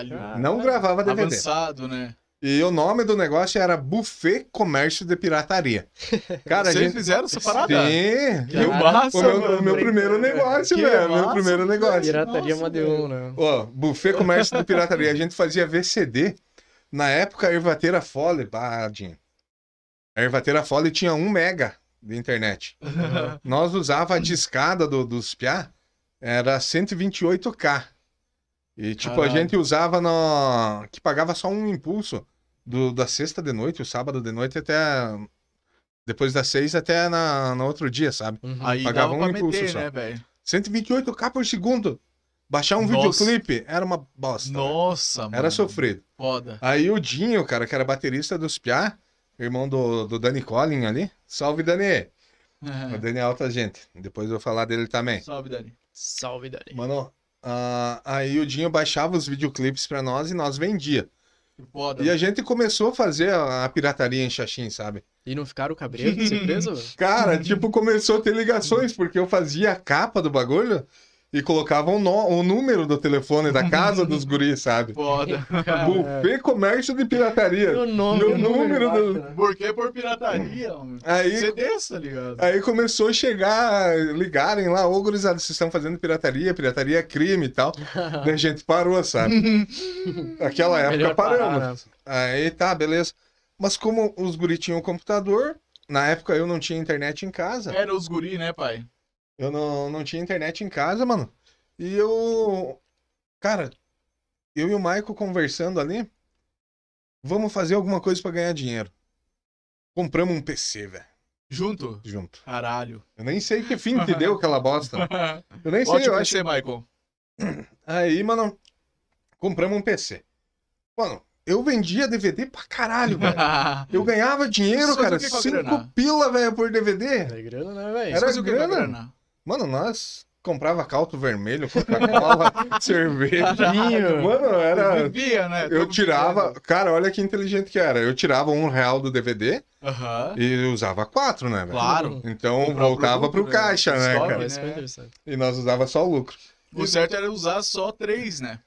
S1: Caralho.
S3: não gravava DVD.
S1: Avançado, né?
S3: E o nome do negócio era Buffet Comércio de Pirataria. Cara, a
S1: Vocês
S3: gente.
S1: fizeram essa parada?
S3: Sim,
S1: Que
S3: eu-
S1: massa,
S3: o meu, o
S1: mano. né?
S3: meu primeiro negócio, velho. Meu
S1: massa,
S3: primeiro
S1: velho.
S3: negócio.
S2: Pirataria
S1: Nossa,
S2: Madeon, né?
S3: Ó, buffet comércio de pirataria. A gente fazia VCD. Na época, a Ervateira Fole, badinho. A Ervateira Fole tinha um mega de internet. Nós usava a discada do, dos piá, era 128k. E, tipo,
S1: Caralho.
S3: a gente usava no... que pagava só um impulso do, da sexta de noite, o sábado de noite até... Depois das seis até na, no outro dia, sabe?
S2: Uhum.
S1: Aí Pagava
S3: Pagava um
S1: dava pra
S3: impulso
S1: meter,
S3: só.
S1: né, velho?
S3: 128k por segundo. Baixar um
S1: Nossa.
S3: videoclipe era uma bosta. né? velho.
S1: Nossa, mano.
S3: Era sofrido.
S1: Foda.
S3: Aí o Dinho, cara, que era baterista dos Piá, irmão do, do Dani Collin ali. Salve, Dani. O Dani é alta gente. Depois eu vou falar dele também.
S1: Salve, Dani.
S2: Salve, Dani.
S3: Mano, ah, aí o Dinho baixava os videoclipes pra nós e nós vendia.
S1: Que Foda.
S3: E a gente começou a fazer a, a pirataria em Xaxim, sabe?
S2: E não ficaram cabreiro de ser preso, velho?
S3: Cara, tipo, começou a ter ligações, porque eu fazia a capa do bagulho e colocavam o, nó- o número do telefone da casa dos guris, sabe?
S1: Foda.
S2: Cara,
S3: Buffet comércio de pirataria.
S2: meu nome, meu
S3: Meu número
S2: número
S3: do-
S2: embaixo, né?
S1: Por que por pirataria, homem?
S3: Aí,
S1: Você desce, tá ligado?
S3: aí começou a chegar, ligarem lá, ô gurizada, vocês estão fazendo pirataria, pirataria é crime e tal. Daí a gente parou, sabe? Aquela época
S2: Melhor parar,
S3: paramos.
S2: né?
S3: Aí tá, beleza. Mas como os guri tinham computador, na época eu não tinha internet em casa.
S1: Era os guri, né, pai?
S3: Eu não, não tinha internet em casa, mano. E eu. Cara, eu e o Maico conversando ali. Vamos fazer alguma coisa pra ganhar dinheiro. Compramos um PC, velho,
S1: Junto?
S3: junto.
S1: Caralho.
S3: Eu nem sei que fim que deu aquela bosta. Eu nem sei,
S1: Ótimo
S3: eu acho.
S1: PC, Michael.
S3: Aí, mano, compramos um PC. Mano, eu vendia DVD pra caralho, velho. Eu ganhava dinheiro,
S1: Isso fazia
S3: cara.
S1: o que com a
S3: Cinco
S1: grana?
S3: pila, velho, por DVD.
S2: Era grana, né, velho?
S3: Era
S1: Mas o que pra
S3: grana?
S1: grana?
S3: Mano, nós comprava caldo vermelho, Coca-Cola, cerveja. Mano,
S1: Eu
S3: era.
S1: vivia, né?
S3: Eu
S1: Todo
S3: tirava.
S1: mundo.
S3: Cara, olha que inteligente que era. Eu tirava um real do DVD
S1: Aham.
S3: e usava quatro, né, velho?
S1: Claro.
S3: Então
S1: Comprar o
S3: voltava pro
S1: produto, né?
S3: caixa, né,
S1: Sobe,
S3: cara?
S1: né?
S2: Mas foi interessante.
S3: E nós usava só o lucro.
S1: O certo era usar só três, né?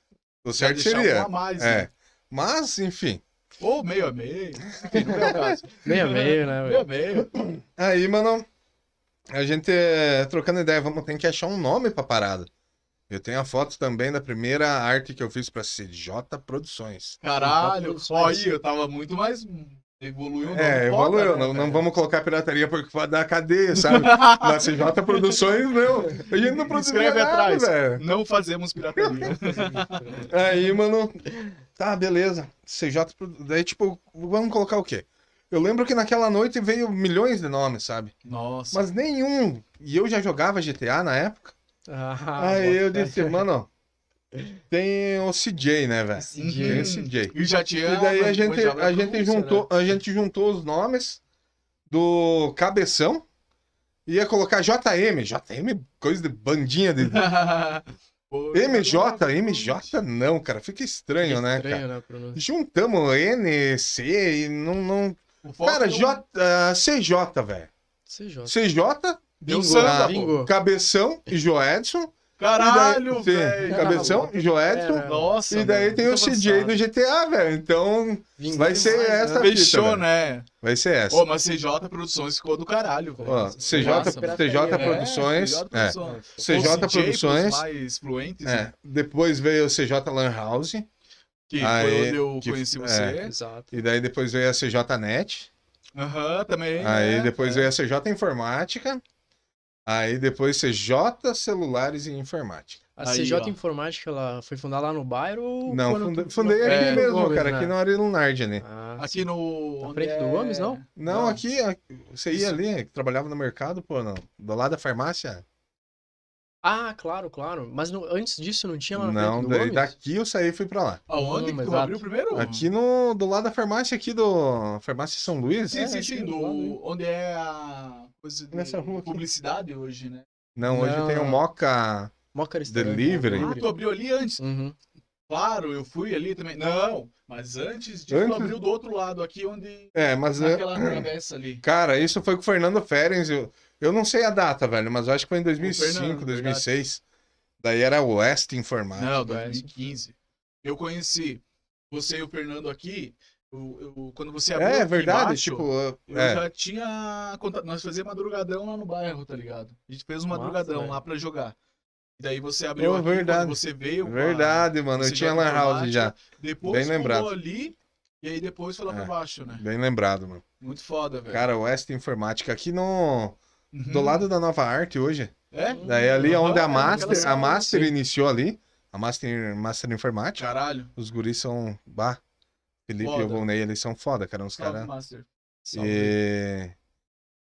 S3: O
S1: Pra
S3: certo
S1: deixar um
S3: seria.
S1: a mais, né?
S3: É. Mas, enfim.
S1: Ou meio a meio. Enfim, no meu caso.
S2: Meio a meio, né,
S1: Meio a
S2: velho?
S1: meio.
S3: Aí, mano, a gente eh, trocando ideia, vamos ter que achar um nome pra parada. Eu tenho a foto também da primeira arte que eu fiz pra CJ Produções.
S1: Caralho. Só aí eu tava muito mais. Evoluiu.
S3: É,
S1: né,
S3: evoluiu. Não, não vamos colocar pirataria porque vai dar cadeia, sabe? Na CJ Produções, não. A gente não produziu
S1: Escreve
S3: nada,
S1: atrás.
S3: velho.
S1: Não fazemos pirataria.
S3: Aí, mano, tá, beleza. CJ Produ- Daí, tipo, vamos colocar o quê? Eu lembro que naquela noite veio milhões de nomes, sabe?
S1: Nossa.
S3: Mas nenhum. E eu já jogava GTA na época.
S2: Ah,
S3: Aí eu
S2: bota fé.
S3: disse, mano, tem o CJ, né, velho?
S2: Esse
S1: Uhum.
S3: Tem
S2: dia-
S3: o CJ.
S1: E é já tinha.
S3: E daí a
S1: mas
S3: gente,
S1: já vai
S3: a
S1: pro
S3: gente
S1: Lúcio, né?
S3: juntou, a gente juntou os nomes do Cabeção. Ia colocar JM, JM, coisa de bandinha de
S1: né? Pô,
S3: MJ, MJ não, cara, fica estranho, né, cara?
S2: Estranho, né, a pronúncia.
S3: Juntamos NC e não, não...
S1: O foco
S3: Cara,
S1: é o-
S3: J, ah, CJ, velho.
S2: CJ.
S3: CJ,
S1: Deu
S2: Bingo,
S1: samba,
S2: né?
S1: pô.
S2: Bingo.
S3: Cabeção e Joedson. E daí-
S1: Caralho,
S3: Sim,
S1: velho.
S3: Cabeção, Joedson.
S2: Era.
S1: Nossa.
S3: E daí
S1: mano,
S3: tem o
S1: muito
S3: CJ do
S1: avançado.
S3: GTA, velho. Então,
S2: Bingo
S3: vai ser
S2: demais, né?
S3: essa fita,
S1: Fechou,
S3: velho.
S1: né?
S3: Vai ser essa.
S1: Ô, mas CJ Produções ficou do caralho, velho.
S3: Ó, CJ,
S1: Nossa, mano.
S3: CJ
S2: pirataria,
S1: É,
S3: Produções.
S1: CJ
S3: É,
S1: Produções.
S3: CJ
S1: Ou CJ
S3: Produções.
S1: pros mais fluentes, né?
S3: É. Depois veio o CJ Lan House.
S1: Que
S3: Aí,
S1: foi onde eu
S3: que-
S1: conheci
S3: é.
S1: você.
S2: Exato.
S3: E daí depois veio a CJ Net.
S1: Aham, também.
S3: Aí
S1: né?
S3: depois
S1: é.
S3: veio a CJ Informática. Aí depois CJ Celulares e Informática.
S2: A
S1: Aí,
S2: CJ
S1: ó.
S2: Informática, ela foi fundada lá no bairro ou...
S3: Não,
S2: quando-
S3: funde- fundei
S2: quando-
S3: aqui
S1: é,
S3: mesmo,
S2: Gomes,
S3: cara.
S2: né?
S3: Aqui na Arena Lunardi, né?
S2: Ah,
S1: Aqui no.
S2: Na frente do
S1: onde é-
S2: Gomes, não?
S3: Não,
S1: Não.
S3: aqui, a- você ia
S1: Isso.
S3: ali, que trabalhava no mercado, pô, não. Do lado da farmácia?
S2: Ah, claro, claro. Mas no- antes disso não tinha lá na
S3: Não,
S2: frente do
S3: daí
S2: Gomes?
S3: daqui eu saí e fui pra lá.
S1: Aonde que tu
S2: exato.
S1: abriu primeiro?
S3: Aqui
S1: Hum.
S3: no, do lado da farmácia aqui do Farmácia São Luís?
S1: Sim,
S3: É,
S1: sim,
S3: acho
S1: sim.
S3: que é do
S1: do-
S3: lado, hein?
S1: Onde é a coisa de
S3: Nessa rua aqui.
S1: publicidade hoje, né?
S3: Não, hoje
S2: Não,
S3: tem o
S2: não.
S3: Moca.
S2: Moca Restaurante.
S3: Delivery.
S1: Ah, tu abriu ali antes.
S2: Uhum.
S1: Claro, eu fui ali também. Não, mas antes disso,
S3: Antes?
S1: tu abriu do outro lado, aqui onde.
S3: É, mas é,
S1: Naquela travessa ali.
S3: Cara, isso foi com o Fernando Ferens. Eu, eu não sei a data, velho, mas eu acho que foi em
S1: Fernando,
S3: 2005,
S1: verdade.
S3: 2006. Daí era West Informática.
S1: Não, 2015. Eu conheci você e o Fernando aqui. Eu, eu- quando você abriu.
S3: é
S1: aqui
S3: verdade,
S1: embaixo,
S3: tipo,
S1: Eu
S3: é,
S1: já tinha. conta- Nós fazíamos madrugadão lá no bairro, tá ligado? A gente fez um
S2: Massa,
S1: madrugadão
S2: velho.
S1: lá pra jogar. E daí você abriu
S3: Pô,
S1: aqui,
S3: verdade.
S1: quando você veio. com a-
S3: verdade, mano. Eu
S1: você
S3: tinha
S1: já
S3: Lan
S1: foi lá,
S3: House já.
S1: Depois
S3: Bem
S1: pulou
S3: lembrado.
S1: ali e aí depois foi lá pra
S3: É.
S1: baixo, né?
S3: Bem lembrado, mano.
S1: Muito foda, velho.
S3: Cara, West Informática aqui no
S1: Uhum.
S3: do lado da Nova Arte hoje.
S1: É?
S3: Daí ali é
S1: Aham,
S3: onde
S1: é,
S3: a
S1: naquela
S3: Master, a
S1: sala,
S3: Master
S2: sim.
S3: iniciou ali, a Master, Master Informática.
S1: Caralho.
S3: Os guris são, bah, Felipe e o
S1: Foda.
S3: Volney, eles são foda, cara, uns
S1: Salve,
S3: caras.
S1: Master.
S2: Salve.
S3: E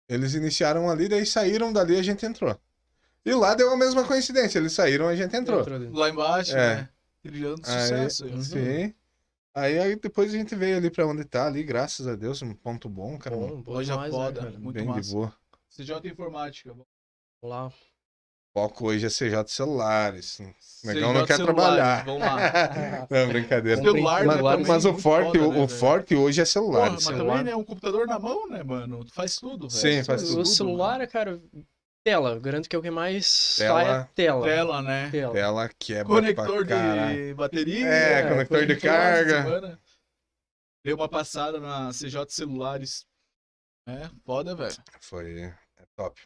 S3: eles iniciaram ali, daí saíram dali a gente entrou. E lá deu a mesma coincidência, eles saíram a gente entrou.
S2: dentro.
S1: Lá embaixo,
S3: É.
S1: né? Trilhando
S3: Aí- uhum.
S1: sucesso. aí.
S3: Sim. Aí, aí depois a gente veio ali pra onde tá ali, graças a Deus, um ponto bom, cara.
S2: Bom, bom
S1: Loja
S2: demais, né,
S1: foda.
S2: cara?
S1: muito
S3: bem de
S1: massa.
S3: boa.
S1: CJ Informática.
S2: Vamos lá.
S3: Foco hoje é CJ celulares. Negão
S1: CJ
S3: não quer
S1: celulares,
S3: trabalhar.
S1: Vamos lá.
S3: Não, brincadeira.
S2: Compre-
S1: Celular, né,
S3: Mas,
S1: também,
S3: mas o
S1: muito
S3: forte,
S1: foda,
S3: o-
S1: né,
S3: o,
S1: velho?
S3: forte hoje é
S1: Porra,
S3: celular.
S1: mas
S3: celular.
S1: também, né? Um computador na mão, né, mano? Tu faz tudo, velho.
S3: Sim, faz
S1: Tu
S3: tudo.
S2: O celular,
S1: mano.
S2: cara, Tela, eu garanto que é o que mais
S3: Tela.
S2: sai é tela.
S1: Tela, né?
S2: Tela.
S3: Tela quebra
S1: Conector
S3: É pra caralho.
S1: de bateria.
S3: É,
S2: é,
S3: conector de
S1: Conector lá essa
S3: carga.
S1: semana. Dei uma passada na CJ Celulares. É, foda, velho.
S3: Foi é top.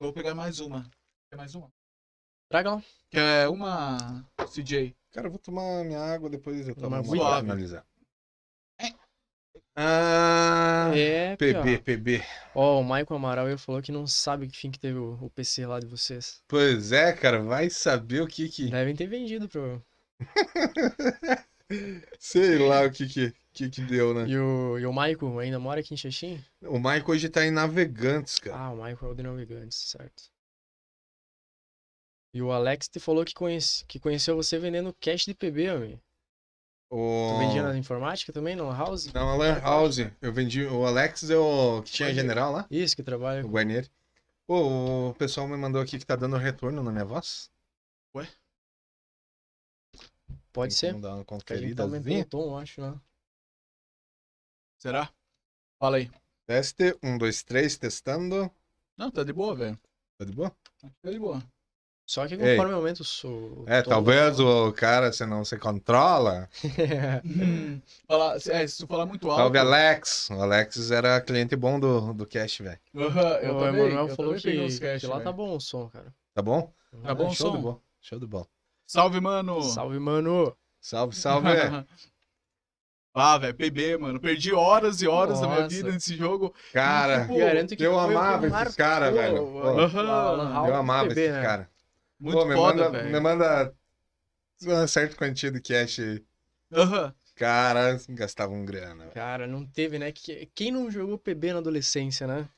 S1: Vou pegar mais uma. Quer mais uma?
S2: Traga lá.
S1: Quer uma, CJ?
S3: Cara, eu vou tomar minha água depois eu tomo
S2: Uma
S3: uma
S2: aguinha.
S3: pra finalizar. Ah,
S2: É,
S3: PB,
S2: pior.
S3: PB.
S2: Ó, o Maicon Amaral ele falou que não sabe que fim que teve o, o PC lá de vocês.
S3: Pois é, cara, vai saber o que que...
S2: Devem ter vendido pro.
S3: Sei lá o que que, que, que deu, né?
S2: É. E o, e o Maicon ainda mora aqui em Xaxim?
S3: O Maico hoje tá em Navegantes, cara.
S2: Ah, o Maicon é o de Navegantes, certo. E o Alex te falou que, conhece, que conheceu você vendendo cash de PB, amigo.
S3: O...
S2: Tu vendia Ah, na né? informática também, na Lan House?
S3: Não, a Lan House. Eu vendi. O Alex é o que tinha general lá,
S2: Isso, que trabalha
S3: o
S2: com...
S3: Guarnieri. Pô, o pessoal me mandou aqui que tá dando retorno na minha voz.
S2: Pode
S3: Tem
S2: ser.
S3: como Dar uma
S2: Que a gente tá aumentando
S3: conferidazinha.
S2: o tom, eu acho, né?
S1: Será? Fala aí.
S3: Teste, um, dois, três, testando.
S1: Não, tá de boa, velho.
S3: Tá de boa?
S1: Tá de boa.
S2: Só que
S3: Ei.
S2: conforme aumenta o som...
S3: É, talvez o cara, você não se controla.
S1: Fala, é, se tu falar muito alto.
S3: Salve, Alex. O Alex era cliente bom do, do Cash, velho.
S1: Aham, eu
S2: o
S1: também,
S2: Emanuel
S1: eu
S2: falou
S1: também
S2: que,
S1: peguei uns cash,
S2: que lá
S1: velho.
S2: tá bom o som, cara.
S3: Tá bom?
S1: Tá bom o
S3: Show de
S1: som?
S3: bola. Show de bola.
S1: Salve, mano.
S2: Salve, mano!
S3: Salve, salve.
S1: ah, velho, PB, mano. Perdi horas e horas da minha
S2: Nossa.
S1: vida nesse jogo.
S3: cara,
S1: Pô,
S2: Garanto que
S3: eu
S2: foi o que
S3: amava
S2: marcou
S3: esses cara, velho.
S2: o-
S3: Pô,
S2: a- a Lan
S1: eu
S2: House
S3: eu
S2: do
S3: amava
S2: PB,
S3: esse
S2: né?
S3: cara.
S1: Muito
S3: Pô, me
S1: foda,
S3: manda, me
S1: velho.
S3: manda uma certa quantia de cash aí.
S1: Aham.
S3: Cara, gastava um grana. velho.
S2: Cara, não teve, né? Que- Quem não jogou PB na adolescência, né?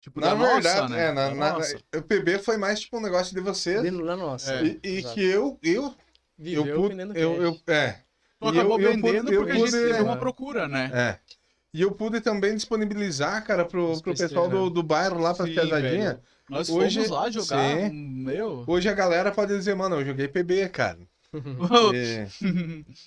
S1: Tipo,
S3: Na
S1: da nossa,
S3: verdade,
S1: né?
S3: é, na-
S1: Da
S3: na-
S1: nossa.
S3: o PB foi mais tipo um negócio de vocês
S2: Dentro lá nossa.
S1: É.
S3: e, e que eu, eu, eu,
S2: Viveu
S3: eu,
S2: vendendo cash.
S3: eu, eu, é,
S1: Tu
S3: E
S1: acabou
S3: eu- eu
S1: vendendo
S3: pude- eu
S1: porque a gente
S3: pude-
S1: teve uma
S2: é.
S1: procura, né?
S3: é. E eu pude também disponibilizar, cara, pro,
S2: Os
S3: pro
S2: besteiros,
S3: pessoal do, do bairro lá pra
S1: né? Sim,
S3: pesadinha.
S1: Nós
S3: Hoje-
S1: fomos lá jogar. um,
S3: Sim.
S1: Meu.
S3: Hoje a galera pode dizer, mano, eu joguei PB, cara. E-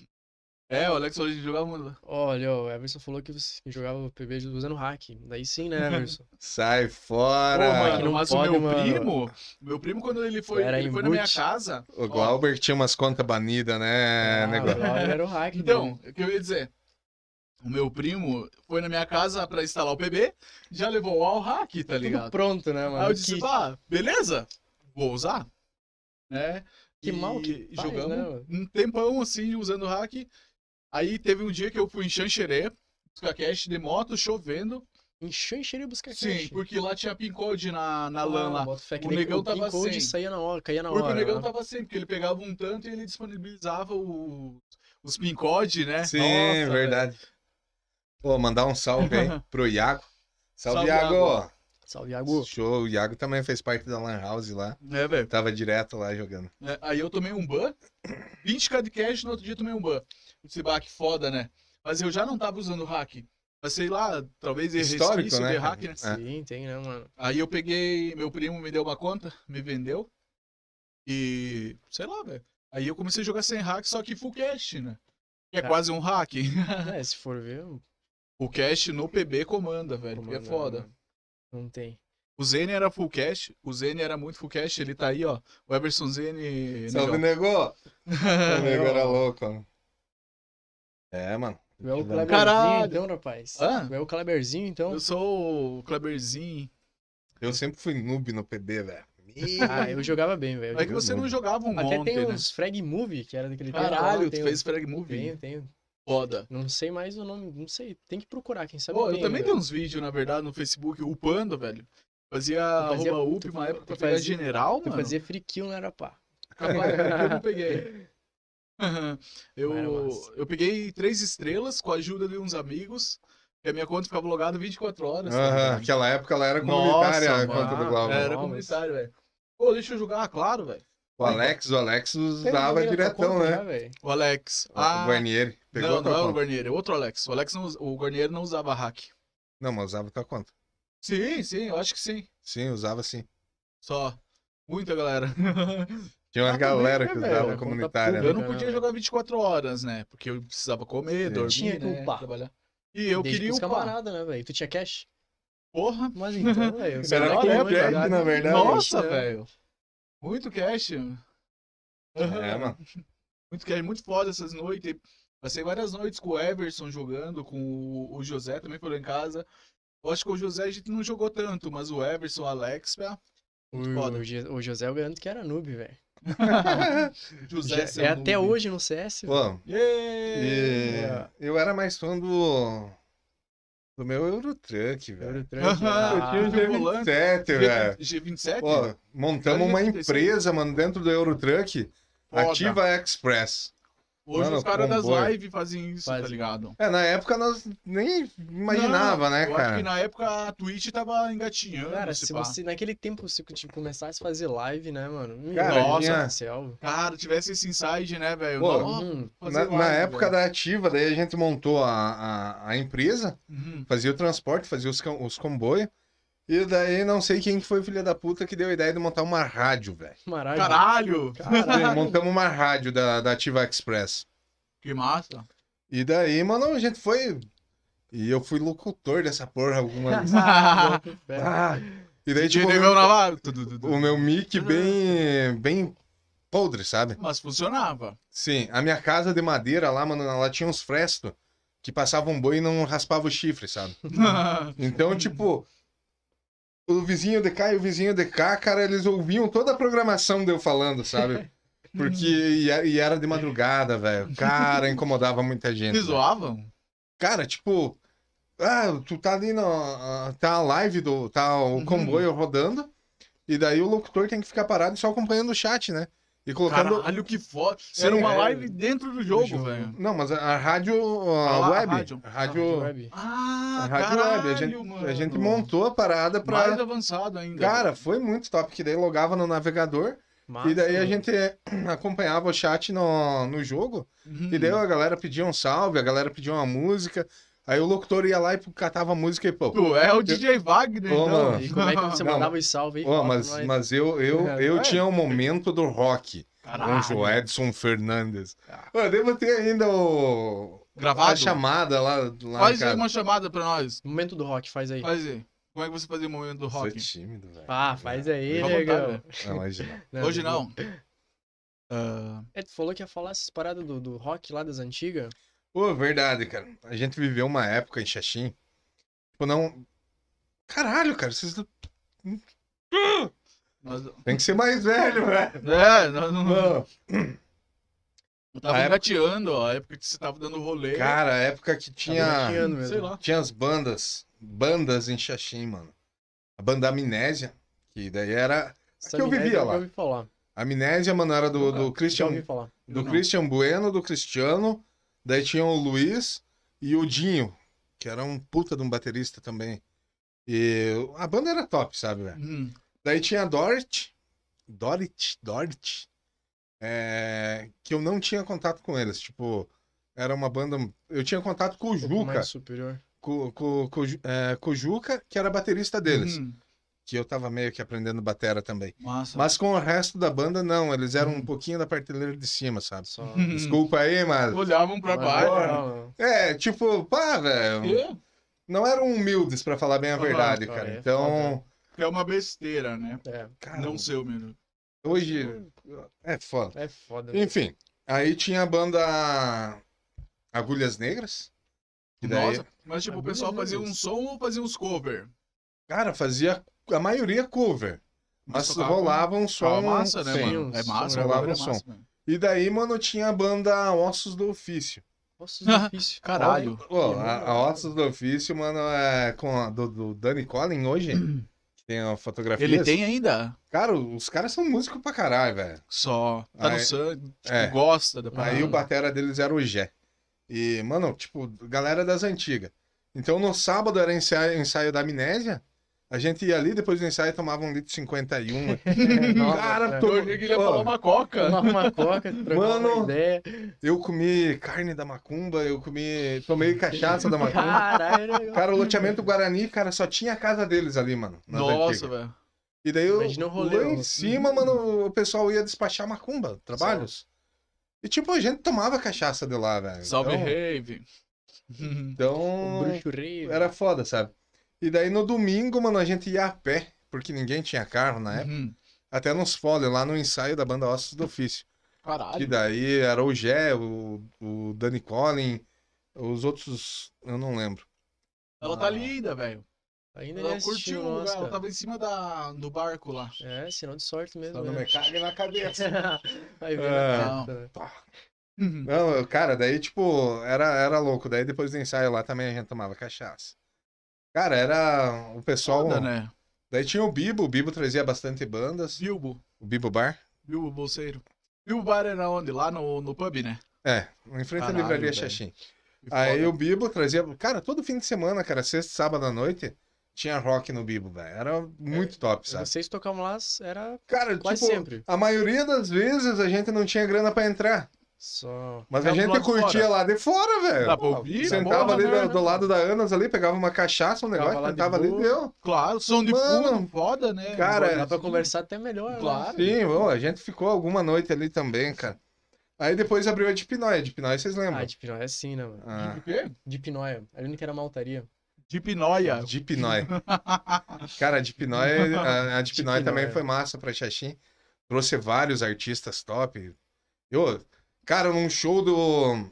S1: é, o Alex hoje jogava.
S2: Olha, o Everson falou que você jogava PB usando hack. Daí sim, né, Everson?
S3: sai
S1: Pô,
S3: fora.
S1: mano,
S2: que não
S1: mas
S2: pode,
S1: o meu
S2: mano.
S1: primo, meu primo, quando ele foi,
S2: Era
S1: ele foi na minha
S2: embute.
S1: casa.
S3: o
S1: ó,
S3: Glauber tinha umas contas banidas, né,
S2: ah,
S3: negócio?
S2: agora era o hack.
S1: Então, o que eu ia dizer? O meu primo foi na minha casa pra instalar o PB, já levou o all hack, tá
S2: dele. tudo
S1: ligado?
S2: pronto, né, mano?
S1: Aí eu disse,
S2: que,
S1: pá, beleza, vou usar. Né?
S2: que
S1: E-
S2: mal que
S1: e
S2: faz,
S1: jogamos
S2: né, mano?
S1: um tempão assim usando o hack. Aí teve um dia que eu fui em Xanxerê, buscar cash de moto, chovendo.
S2: Encheu, encheu e buscar
S1: Sim,
S2: cash. Ah,
S1: porque lá tinha pin code na, na LAN lá.
S2: bota fé que
S1: O
S2: nem
S1: negão tava
S2: pin code
S1: sem.
S2: saía na hora, caía na
S1: Porque
S2: hora.
S1: o negão
S2: né?
S1: tava sempre, porque ele pegava um tanto e ele disponibilizava o- os pin code, né?
S3: Sim,
S1: Nossa,
S3: verdade. Pô, mandar um salve aí pro Iago.
S1: Salve,
S3: Salve, Iago!
S1: Iago.
S2: Salve, Iago.
S3: Show, o Iago também fez parte da Lan House lá.
S1: velho. É, velho.
S3: Tava direto lá jogando.
S1: É, Aí eu tomei um ban, 20k de cash, no outro dia tomei um ban. Esse bah, que foda, né? Mas eu já não tava usando o hack. Mas sei lá, talvez
S3: Histórico,
S1: resquício
S3: né,
S1: de
S3: cara?
S1: hack, né?
S3: É.
S2: Sim, tem, né, mano?
S1: Aí eu peguei, meu primo me deu uma conta, me vendeu. E sei lá, velho. Aí eu comecei a jogar sem hack, só que full cash, né? Que é
S2: Tá.
S1: quase um hack.
S2: É, se for ver,
S1: O cash no PB comanda, velho.
S2: Pô,
S1: que é
S2: mano,
S1: foda.
S2: não tem.
S1: O Zene era full cash, o Zene era muito full cash, ele tá aí, ó. O Everson Zene. né,
S3: Salve, né?
S1: negão.
S3: Negô! O Negô era
S2: Não.
S3: louco, ó. É, mano.
S2: Tu é o
S3: Caralho.
S2: Kleberzinho, então, rapaz.
S1: Hã?
S2: Tu é o Kleberzinho, então.
S1: Eu sou o Kleberzinho.
S3: Eu sempre fui noob no PB, velho.
S2: Ah, eu jogava bem, velho.
S1: É que você não jogava um
S2: Até
S1: monte,
S2: tem
S1: né?
S2: uns Frag Movie, que era daquele tempo lá,
S1: Caralho, tu
S2: tem
S1: fez
S2: uns-
S1: frag movie.
S2: Tenho, tenho.
S1: Foda.
S2: Não sei mais o nome, não sei. Tem que procurar, quem sabe
S1: Pô, eu
S2: tem,
S1: também
S2: velho.
S1: tenho uns vídeos, na verdade, no Facebook, upando, velho. Fazia
S2: Tu fazia-
S1: arroba up
S2: tu-
S1: uma época
S2: tu
S1: pra pegar
S2: fazia-
S1: general,
S2: Tu
S1: mano.
S2: fazia free kill, não era pá.
S1: Capaz, eu não peguei.
S2: Mas era
S1: eu,
S2: massa.
S1: eu peguei três estrelas com a ajuda de uns amigos. E a minha conta ficava logada 24 horas. tá
S3: Aham,
S1: ligado?
S3: aquela época ela era
S1: Nossa,
S3: comunitária a
S1: mano.
S3: conta do Glauber.
S1: Era comunitário, velho. Pô, deixa eu jogar, claro, velho.
S3: O Alex, o Alex
S2: Tem
S3: usava
S2: alguém na tua
S3: diretão,
S2: conta já,
S3: né?
S2: velho?
S1: O Alex.
S3: O
S1: Ah,
S3: Guarnieri. Pegou
S1: não,
S3: a tua
S1: não é o
S3: conta.
S1: Guarnieri, é outro Alex. O Alex não, us- o Guarnieri não usava hack.
S3: Não, mas usava a tua conta.
S1: Sim, sim, eu acho que sim.
S3: Sim, usava sim.
S1: Só. Muita galera.
S3: Tinha uma
S2: Ah, também,
S3: galera
S2: né,
S3: que
S2: velho?
S3: usava
S2: Conta
S3: comunitária.
S1: Eu
S3: né?
S1: não
S2: Não,
S1: podia
S2: não.
S1: jogar 24 horas, né? Porque eu precisava comer,
S3: Sim.
S1: dormir,
S2: Tinha que
S1: né?
S2: upar.
S1: trabalhar. E eu
S2: Desde
S1: queria
S2: pros
S1: upar.
S2: camarada, né, velho? Tu tinha cash?
S1: Porra,
S2: Mas então, velho.
S3: Era
S2: só
S3: que
S2: dá
S3: é
S2: uma olhada.
S3: bad, na verdade.
S1: nossa,
S2: né?
S1: velho. Muito cast.
S3: É, mano.
S1: Muito cast, muito foda essas noites. Passei várias noites com o Everson jogando, com o- o José também foi lá em casa. Eu acho que o José a gente não jogou tanto, mas o Everson, o Alex, pá. Muito foda.
S2: O, Jo- o José eu garanto que era noob, velho.
S1: José
S2: Já- É
S3: um
S1: Samubi.
S2: até hoje no CS. velho.
S3: Pô,
S1: Yeah!
S3: é, eu era mais fã do. Do meu Eurotruck, velho.
S2: Eurotruck,
S1: Ah,
S2: era-
S3: eu tinha um
S1: volante.
S3: G27, velho.
S1: G- G27?
S3: Pô, montamos uma empresa, mano, dentro do Eurotruck.
S1: Foda.
S3: Ativa a Express.
S1: Hoje
S3: Mano,
S1: os caras das
S3: comboio.
S1: lives fazem isso, tá
S2: Fazem.
S1: ligado?
S3: É, na época nós nem imaginava,
S1: Eu
S3: né,
S1: acho que
S3: cara?
S1: na época a Twitch tava engatinhando.
S2: Cara,
S1: se
S2: se
S1: um pá.
S2: você naquele tempo se tipo, começasse a fazer live, né, mano? Meu
S3: Cara,
S2: Deus
S1: tinha-
S2: do céu.
S1: Cara, tivesse esse inside, né, velho?
S3: Pô,
S1: Nossa,
S2: Hum,
S1: fazer
S3: Na, na
S1: live, né?
S3: época
S1: velho.
S3: da Ativa, daí a gente montou a, a, a empresa,
S1: Uhum.
S3: fazia o transporte, fazia os, com- os comboios. E daí não sei quem que foi o filho da puta que deu a ideia de montar uma rádio, velho.
S2: maravilha.
S1: Caralho!
S2: Caralho.
S3: Montamos uma rádio da, da Ativa Express.
S1: Que massa!
S3: E daí, mano, a gente foi. E eu fui locutor dessa porra alguma vez. Ah, e daí,
S1: DJ
S3: tipo,
S1: Negão na live. Tu, tu, tu, tu.
S3: o meu mic bem. bem podre, sabe?
S1: Mas funcionava.
S3: Sim, a minha casa de madeira lá, mano, lá tinha uns frestos que passavam boi e não raspava o chifre, sabe? Então, tipo. O vizinho de cá e o vizinho de cá, cara, eles ouviam toda a programação de eu falando, sabe? Porque. E era- e era de madrugada, velho. Cara, incomodava muita gente.
S1: Eles zoavam?
S3: Cara, tipo, ah, tu tá ali na. Tá a live do. Tá o
S1: Uhum.
S3: comboio rodando. E daí o locutor tem que ficar parado e só acompanhando o chat, né? E colocando.
S1: Caralho, que foda!
S3: Sim,
S1: Era uma
S3: é.
S1: live dentro do
S2: jogo.
S1: jogo, velho.
S3: Não, mas a, a rádio. A
S1: Ah, lá, a
S3: web.
S1: rádio.
S3: a
S2: Rádio
S3: rádio.
S2: Web.
S1: Ah,
S3: a rádio
S1: caralho,
S3: web. A gente,
S1: mano.
S3: a gente montou a parada pra.
S1: Mais avançado ainda.
S3: Cara, foi muito top, que daí logava no navegador.
S2: Massa,
S3: e daí a
S2: mano.
S3: gente acompanhava o chat no, no jogo.
S1: Uhum.
S3: E daí a galera pedia um salve, a galera pedia uma música. Aí o locutor ia lá e catava a música e pô.
S1: Tu é o DJ Wagner,
S3: Ô,
S1: então.
S3: mano.
S2: E como é que você
S3: Não,
S2: mandava os salve aí?
S3: Ó, mas, mas eu, eu,
S2: É,
S3: eu
S2: vai.
S3: tinha um momento do rock com o
S1: Caralho.
S3: João Edson Fernandes.
S1: né? Ah.
S3: Eu devo ter ainda o...
S1: Gravado?
S3: a chamada lá, lá
S1: Faz aí uma chamada pra nós.
S2: Momento do rock, faz aí.
S1: Faz aí. Como é que você fazia o momento do
S3: Sou
S1: rock?
S3: tímido, velho.
S2: Ah, faz aí,
S1: Fica à vontade,
S2: negão.
S1: velho.
S3: Não, imagina.
S1: Hoje não. Ah,
S2: É, tu falou que ia falar essas paradas do, do rock lá das antigas.
S3: Pô, verdade, cara. A gente viveu uma época em Xaxim. Tipo, não... Caralho, cara. Vocês... não-
S1: nós-
S3: Tem que ser mais velho, velho.
S1: É, nós não.
S3: Não.
S1: Eu tava
S3: A época-
S1: engateando, ó. A época que você tava dando rolê.
S3: Cara, a época que
S2: Tava
S3: tinha...
S2: gatinhando mesmo.
S1: Sei lá.
S3: Tinha as bandas. Bandas em Xaxim, mano. A banda Amnésia. Que daí era...
S2: Essa
S3: que eu
S2: mina aí
S3: vivia
S2: já
S3: lá.
S2: ouvi falar.
S3: Amnésia, mano, era do,
S1: Nunca.
S3: do
S2: Já ouvi
S3: Christian,
S2: falar. Um
S3: do
S1: Não.
S3: Christian Bueno, do Cristiano, daí tinha o Luiz e o Dinho, que era um puta de um baterista também. E a banda era top, sabe, velho?
S1: Hum.
S3: Daí tinha a Dorothy, Dorothy, Dorothy, é, que eu não tinha contato com eles, tipo, era uma banda, eu tinha contato com o
S2: Um pouco
S3: Juca,
S2: mais superior.
S3: com, com, com o Ju- é, com o Juca, que era baterista
S2: Uhum.
S3: deles,
S1: Hum.
S3: que eu tava meio que aprendendo batera também.
S1: Massa.
S3: Mas com o resto da banda, não. Eles eram
S2: Uhum.
S3: um pouquinho da prateleira de cima, sabe?
S2: Só.
S1: Hum.
S3: Desculpa aí, mas.
S1: Olhavam pra
S2: Mas
S1: baixo.
S3: agora-
S2: não, não.
S3: É, tipo, pá, velho.
S1: É,
S3: Não eram humildes, pra falar bem a
S1: Ah,
S3: verdade,
S2: ah,
S3: cara.
S2: é
S3: Então.
S1: que é uma besteira, né?
S2: É.
S3: Cara,
S1: Não sei o menino.
S3: hoje. É foda.
S2: É foda.
S3: Enfim, aí tinha a banda Agulhas Negras. Que daí,
S1: Nossa, mas tipo, o
S2: Agulha
S1: pessoal
S2: de
S1: fazia
S2: Deus.
S1: um som ou fazia uns cover?
S3: cara, fazia a maioria cover. Mas
S1: tocava-
S3: rolava um som.
S1: Tava massa, né,
S3: sim.
S1: mano? É
S2: Sim,
S1: massa,
S3: som,
S1: o cover é
S3: rolava um
S1: massa, mano.
S3: E daí, mano, tinha a banda Ossos do Ofício.
S2: Nossa, isso é difícil.
S1: Caralho.
S3: Pô, a, a Ossos do Ofício, mano, é com a do, do Danny Collin hoje, que tem a fotografia.
S1: Ele tem ainda?
S3: Cara, os caras são músicos pra caralho, velho.
S1: Só. Tá no
S3: Aí-
S1: sangue, tipo,
S3: é.
S1: gosta da
S3: Aí
S1: parada.
S2: Ah.
S3: o batera deles era o Jé. E, mano, tipo, galera das antigas. Então no sábado era ensaio, ensaio da amnésia. A gente ia ali, depois do ensaio tomava um litro 51.
S2: Nossa,
S3: cara,
S2: cara.
S3: tô-
S1: Eu achei que ele ia
S3: Pô,
S1: falar uma coca.
S2: Tomar uma coca, trocar
S3: Mano.
S2: uma ideia.
S3: eu comi carne da macumba, eu comi. Tomei cachaça da macumba.
S2: Caralho, né? negão.
S3: Cara, o loteamento Guarani, cara, só tinha a casa deles ali, mano. nas antigas.
S1: Nossa, velho.
S3: E daí eu,
S2: Imagina o rolê,
S3: lá em
S2: mano.
S3: cima, mano, o pessoal ia despachar macumba, trabalhos. E tipo, a gente tomava cachaça de lá, velho.
S1: Salve
S3: então,
S1: Rave.
S3: então
S2: O Um bruxo rei.
S3: era foda, sabe? E daí no domingo, mano, a gente ia a pé, porque ninguém tinha carro na época.
S1: Uhum.
S3: Até nos folhas, lá no ensaio da banda Ossos do Ofício. Que
S2: Caralho.
S3: daí era o Gé, o, o Danny Collin, os outros, eu não lembro.
S1: Ela tá linda, velho.
S2: Ainda nem
S1: Ela curtiu tá-
S2: assistiu o
S1: o lugar,
S2: nosso,
S1: ela
S2: cara.
S1: tava em cima da, do barco lá.
S2: É, sinal de sorte mesmo.
S3: Só não
S2: né?
S3: me cague na cabeça.
S2: Vai ver
S3: Ah.
S2: na carta, né?
S1: Uhum.
S3: Não, eu- cara, daí, tipo, era, era louco. Daí depois do ensaio lá também a gente tomava cachaça. Cara, era o pessoal.
S1: Foda, né?
S3: Daí tinha o Bibo, o Bibo trazia bastante bandas.
S1: Bilbo.
S3: O Bibo Bar.
S1: Bilbo Bolseiro. Bilbo Bar era onde? Lá no, no pub, né?
S3: É, em frente à
S1: Caralho,
S3: livraria
S1: velho.
S3: Xaxim.
S1: Que
S3: Aí
S1: foda.
S3: o Bibo trazia. Cara, todo fim de semana, cara, sexta, sábado à noite, tinha rock no Bibo, velho. Era muito top, sabe?
S2: Vocês tocavam lá, era
S3: Cara,
S2: é quase
S3: tipo,
S2: sempre.
S3: a maioria das vezes a gente não tinha grana pra entrar.
S2: Só.
S3: Mas a
S1: Ficava do
S3: gente
S1: lado de
S3: curtia
S1: fora.
S3: lá de fora, velho.
S1: Dá pra ouvir?
S3: Sentava
S1: Porra,
S3: ali
S1: né?
S3: do, do lado da Anas ali, pegava uma cachaça, um negócio,
S2: Ficava lá de
S3: cantava ali e
S2: boa.
S3: deu.
S1: Claro, som de
S3: Mano,
S1: fundo, foda, né?
S3: cara, é.
S2: Dá pra
S1: Sim.
S2: conversar até melhor. né?
S1: Claro.
S3: Sim, bom, a gente ficou alguma noite ali também, cara. Aí depois abriu a Dipnóia. A Dipnóia vocês lembram?
S2: Ah, Dipnóia é assim, né, mano?
S3: Ah,
S1: Tipo O quê?
S2: Dipnóia. A única era uma altaria.
S1: Dipnóia.
S3: Dipnóia. Cara, a Dipnóia, a, a Dipnóia
S2: Dipnóia.
S3: também foi massa pra Xaxim. Trouxe vários artistas top. Eu, cara, num show do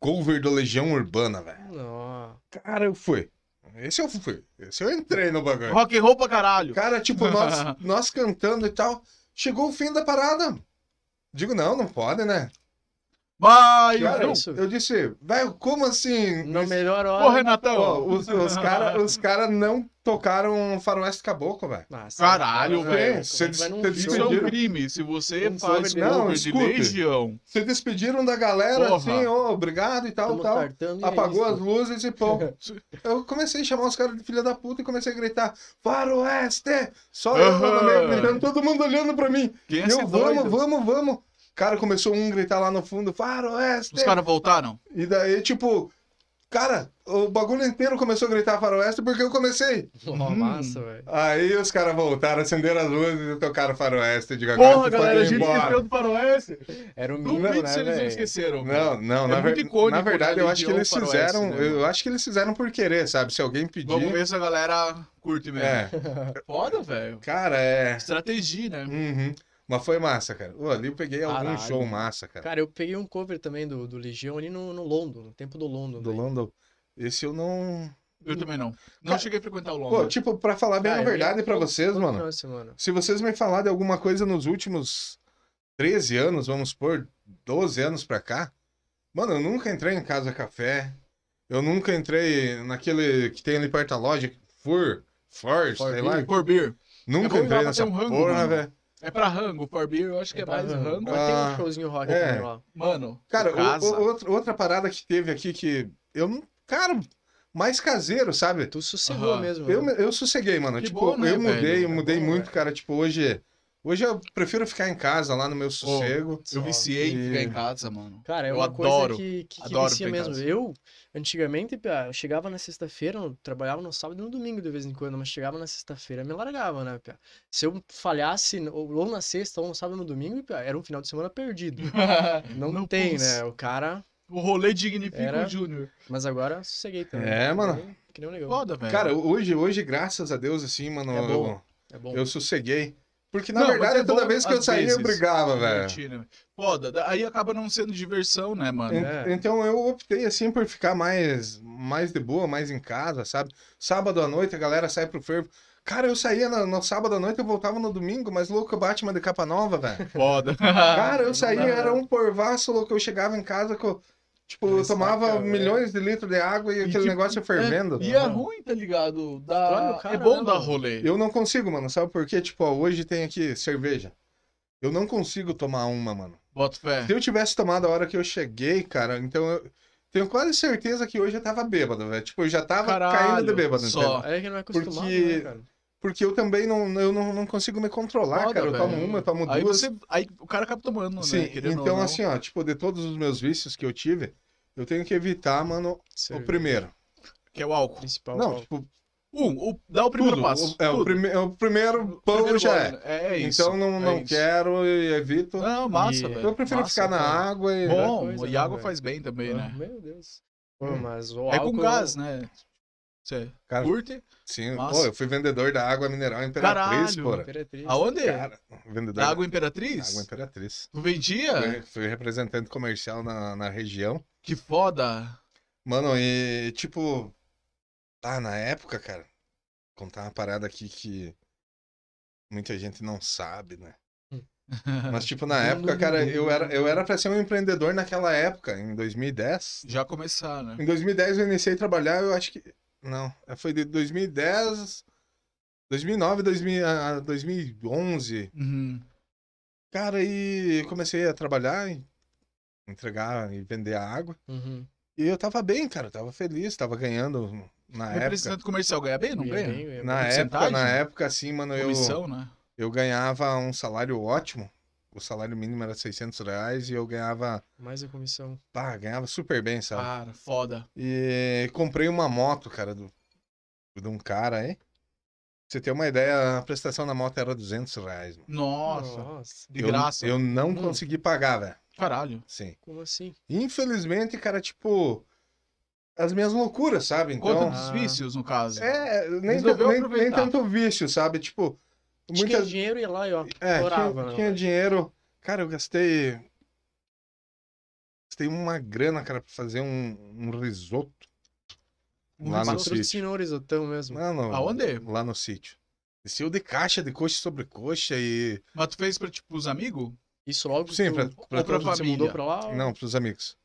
S3: cover do Legião Urbana, velho.
S2: Ah, Não.
S3: Cara, eu fui. Esse eu fui. Esse eu entrei no bagulho.
S1: Rock and roll pra caralho.
S3: Cara, tipo, nós, nós cantando e tal. Chegou o fim da parada. Digo, não, não pode, né?
S1: Mas,
S3: Cara,
S1: não.
S2: É isso?
S3: eu disse, velho, como assim?
S2: Na
S3: Nós-
S2: melhor hora.
S1: Ô, Renatão.
S3: Ó, os os caras os cara não tocaram Faroeste Caboclo, velho.
S2: Nossa,
S1: Caralho,
S2: cara,
S1: velho.
S2: como é que
S3: Você
S2: vai num
S3: des-
S1: isso
S2: show?
S1: é um
S3: despediram.
S1: crime. Se você
S2: Não
S1: faz
S2: soube,
S3: não,
S1: cover de
S3: escuta.
S1: Legião,
S3: Se despediram da galera,
S1: Porra.
S3: assim, ô, obrigado e tal,
S2: Estamos
S3: tal.
S2: tartando e é
S3: Apagou
S2: isso.
S3: as luzes e pô. Eu comecei a chamar os caras de filha da puta e comecei a gritar: Faroeste! Só eu lá no meio
S1: Aham.
S3: gritando, todo mundo olhando pra mim.
S1: quem é
S3: Eu,
S1: esse
S3: vamos,
S1: doido?
S3: vamos, vamos. Cara, começou um gritar lá no fundo, faroeste.
S1: Os caras voltaram?
S3: E daí, tipo, cara, o bagulho inteiro começou a gritar faroeste porque eu comecei.
S2: Ó,
S1: Hum.
S2: massa, velho.
S3: Aí os caras voltaram, acenderam as luzes e tocaram faroeste. Diga,
S1: Porra,
S3: vocês
S1: galera, a
S3: podem ir
S1: gente
S3: embora.
S1: esqueceu do Faroeste.
S2: Era o mínimo, né,
S1: Duvido se eles não
S2: velho?
S1: esqueceram.
S3: Não, não,
S1: É
S3: na, ver...
S1: muito icônico
S3: na verdade
S1: da
S3: eu acho que
S1: Legião
S3: eles
S1: Faroeste,
S3: fizeram,
S1: né, mano?
S3: eu acho que eles fizeram por querer, sabe? Se alguém pedir,
S1: Vamos ver se a galera curte mesmo.
S3: é,
S1: Foda, velho.
S3: cara, é,
S1: Estratégia, né?
S3: uhum. mas foi massa, cara. Ô, ali eu peguei algum
S2: Caralho.
S3: show massa, cara,
S2: Cara, eu peguei um cover também do, do Legião ali no, no London, no tempo do London.
S3: do
S2: velho.
S3: London. Esse eu não,
S1: Eu também não. Não
S3: Cara-
S1: cheguei a frequentar o
S3: Hum. pô,
S1: Londres.
S3: tipo, pra falar bem
S1: Ah,
S2: Cara,
S3: a
S2: eu
S3: verdade
S1: é
S2: ia
S1: um
S3: pra
S2: todo-
S3: vocês,
S2: todo
S3: mano.
S2: final de semana.
S3: Se vocês me falar de alguma coisa nos últimos 13 anos, vamos supor, 12 anos pra cá, mano, eu nunca entrei em Casa Café. Eu nunca entrei naquele que tem ali perto da loja, Fur, Force,
S2: For
S3: sei
S2: Beer.
S3: lá.
S1: For beer.
S3: Nunca
S1: bom ir lá
S3: entrei
S1: pra
S3: nessa
S1: ter um rango,
S3: porra,
S1: mano.
S3: velho.
S1: É pra rango. For beer eu acho que é, mais
S2: Mas
S1: rango.
S2: Tem
S3: Ah,
S2: um showzinho rock
S3: é.
S2: também lá.
S1: Mano,
S3: Cara, o-
S1: casa.
S3: o- outra, outra parada que teve aqui que eu não. Cara, mais caseiro, sabe?
S2: Tu sossegou
S1: Aham.
S2: mesmo.
S3: Eu,
S2: né?
S3: eu sosseguei, mano.
S1: Que
S3: tipo,
S1: bom, né,
S3: eu mudei,
S1: velho?
S3: eu
S2: É
S3: mudei
S2: bom,
S3: muito,
S2: velho.
S3: cara. Tipo, hoje. Hoje eu prefiro ficar em casa, lá no meu sossego.
S2: Só.
S1: eu viciei em
S3: E-
S1: ficar em casa, mano.
S2: Cara, é
S1: Eu
S2: uma
S1: adoro,
S2: coisa que, que, que
S1: adoro
S2: vicia
S1: ficar em
S2: mesmo.
S1: casa.
S2: Eu, antigamente, pá, eu chegava na sexta-feira, eu trabalhava no sábado e no domingo de vez em quando, mas chegava na sexta-feira me largava, né, pá? Se eu falhasse ou ou na sexta, ou no sábado ou no domingo, pá, era um final de semana perdido. Não, tem, né? O cara.
S1: O rolê dignifica
S2: Era-
S1: o Júnior.
S2: Mas agora eu sosseguei também.
S3: É,
S2: Que
S3: mano.
S2: nem- Que nem um negão.
S1: Foda, velho.
S3: Cara, hoje, hoje, graças a Deus, assim, mano,
S2: É bom.
S3: eu-
S2: É bom.
S3: eu, sosseguei. Porque, na
S1: Não, mas
S3: verdade,
S1: é
S3: toda
S1: bom
S3: vez que eu
S1: às
S3: saía, eu
S1: vezes.
S3: brigava, velho.
S1: Divertir, né? Foda. Da- Aí acaba não sendo diversão, né, mano?
S3: En-
S2: É.
S3: Então eu optei, assim, por ficar mais, mais de boa, mais em casa, sabe? Sábado à noite a galera sai pro fervo. Cara, eu saía na- no, sábado à noite, eu voltava no domingo, mas louco, Batman de capa nova, velho.
S1: Foda.
S3: É. Cara, eu
S2: não
S3: saía,
S2: dá,
S3: era
S2: não.
S3: um porvaço, louco, eu chegava em casa, co- tipo, eu
S2: Mas
S3: tomava
S2: saca, velho.
S3: milhões de litros de água e,
S1: E,
S3: aquele
S1: tipo,
S3: negócio fervendo.
S1: E é ruim, tá ligado? Dá-
S2: Destrói o cara,
S1: é bom
S2: né,
S1: dar
S2: mano?
S1: rolê.
S3: Eu não consigo, mano. Sabe por quê? Tipo, ó, hoje tem aqui cerveja. Eu não consigo tomar uma, mano.
S1: Boto fé.
S3: Se eu tivesse tomado a hora que eu cheguei, cara, então eu tenho quase certeza que hoje eu tava bêbado, velho. Tipo, eu já tava
S1: Caralho,
S3: caindo de bêbado,
S1: só.
S3: entendeu?
S2: É que não é acostumado,
S3: Porque-
S2: né, cara?
S3: Porque eu também não, eu não, não consigo me controlar,
S1: Foda,
S3: cara. Eu tomo
S1: velho.
S3: uma, eu tomo
S1: Aí
S3: duas.
S1: você. Aí o cara acaba tomando, né?
S3: Sim,
S1: Querendo ou
S3: então
S1: não.
S3: assim, ó, tipo, de todos os meus vícios que eu tive, eu tenho que evitar, mano, o
S2: Cerveja,
S3: primeiro.
S1: Que é o álcool.
S2: Principal.
S3: Não, tipo,
S1: Um, o- dá o primeiro
S3: tudo.
S1: passo.
S3: O- é, o,
S1: tudo.
S3: prime- o primeiro pão
S1: Primeiro
S3: já
S1: gole,
S3: é.
S1: né? É, isso.
S3: então não,
S1: é
S3: não
S1: isso.
S3: quero e evito.
S1: Não, massa,
S2: E-
S1: velho.
S3: Eu prefiro
S1: Massa,
S3: ficar na
S1: cara.
S3: água É. e.
S2: Melhor
S1: Bom,
S2: coisa,
S1: e
S2: né,
S1: água
S2: velho?
S1: faz bem também, né?
S2: Meu Deus. Pô,
S3: Hum.
S2: mas o
S1: é
S2: álcool...
S1: com gás, né? Você
S3: Cara,
S1: curte?
S3: Sim,
S1: Massa.
S3: pô, eu fui vendedor da água mineral Imperatriz,
S2: é
S1: Caralho,
S3: porra.
S2: Imperatriz.
S1: Aonde?
S3: Cara, vendedor
S1: Da Água É.
S3: da água
S1: Imperatriz?
S3: Imperatriz.
S1: Tu vendia?
S3: Fui, fui representante comercial na, na região.
S1: Que foda.
S3: Mano, e tipo. Ah, na época, cara. Contar uma parada aqui que muita gente não sabe, né? Mas, tipo, na época, cara, eu era, eu era pra ser um empreendedor naquela época, em 2010.
S1: Já começar, né?
S3: Em 2010 eu iniciei a trabalhar, eu acho que. Não, foi de 2010. 2009, 2000, a 2011.
S1: Uhum.
S3: Cara, e eu comecei a trabalhar, e entregar e vender a água.
S2: Uhum.
S3: E eu tava bem, cara, eu tava feliz, tava ganhando na época.
S1: Representante comercial ganha bem? Não
S2: Ganhei,
S1: ganha?
S2: ganhei.
S3: Na época,
S1: porcentagem?
S3: na época, assim, mano, eu,
S1: Comissão, né?
S3: eu ganhava um salário ótimo. O salário mínimo era 600 reais e eu ganhava,
S2: Mais a comissão.
S3: pá, ganhava super bem, sabe?
S1: Cara, foda.
S3: E comprei uma moto, cara, do, de um cara aí. Pra você ter uma ideia, a prestação da moto era 200 reais, mano.
S1: Nossa. De
S3: Eu,
S1: graça.
S3: eu não
S2: Hum.
S3: consegui pagar, velho.
S1: Caralho.
S3: Sim.
S2: Como assim?
S3: Infelizmente, cara, tipo, as minhas loucuras, sabe?
S1: Conta
S3: Então,
S1: dos
S2: Ah.
S1: vícios, no caso.
S3: é, nem,
S1: Resolveu
S3: nem, nem
S1: aproveitar.
S3: tanto vício, sabe? Tipo,
S2: Tinha
S3: muitas,
S2: é dinheiro e lá, e ó.
S3: É,
S2: Estourava,
S3: tinha,
S2: né,
S3: tinha
S2: velho?
S3: dinheiro. Cara, eu gastei. Gastei uma grana, cara, pra fazer um, um risoto.
S1: Um
S3: lá no
S2: Matou todos os
S3: sítio.
S2: senhores, otão mesmo.
S3: Não, não,
S1: Hum. Aonde?
S3: Lá no sítio. Desceu de caixa, de coxa sobre coxa e.
S1: Mas tu fez pra, tipo, os amigos?
S2: Isso logo que
S3: Sim,
S2: tu-
S3: pra, pra
S1: pra
S3: todos.
S1: família.
S2: você mudou pra lá?
S3: Não, pros amigos.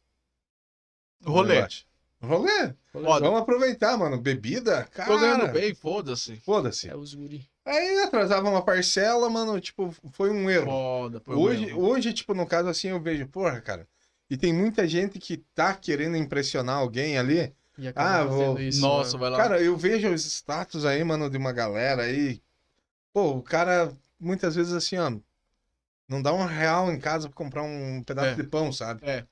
S1: Rolê.
S3: Relaxa. Rolê.
S1: Foda.
S3: Vamos aproveitar, mano. Bebida, cara.
S1: Tô ganhando bem, foda-se.
S3: Foda-se.
S2: É os guri.
S3: Aí atrasava uma parcela, mano. Tipo, foi um erro.
S1: Foda, foi
S3: Hoje,
S1: bom.
S3: hoje, tipo, no caso assim, eu vejo, porra, cara. E tem muita gente que tá querendo impressionar alguém ali.
S2: E acabou
S3: Ah, vou-
S2: fazendo isso.
S1: Nossa,
S2: né?
S1: vai lá.
S3: Cara, eu vejo os status aí, mano, de uma galera aí. Pô, o cara, muitas vezes assim, ó. Não dá um real em casa pra comprar um pedaço
S1: É.
S3: de pão, sabe?
S1: É.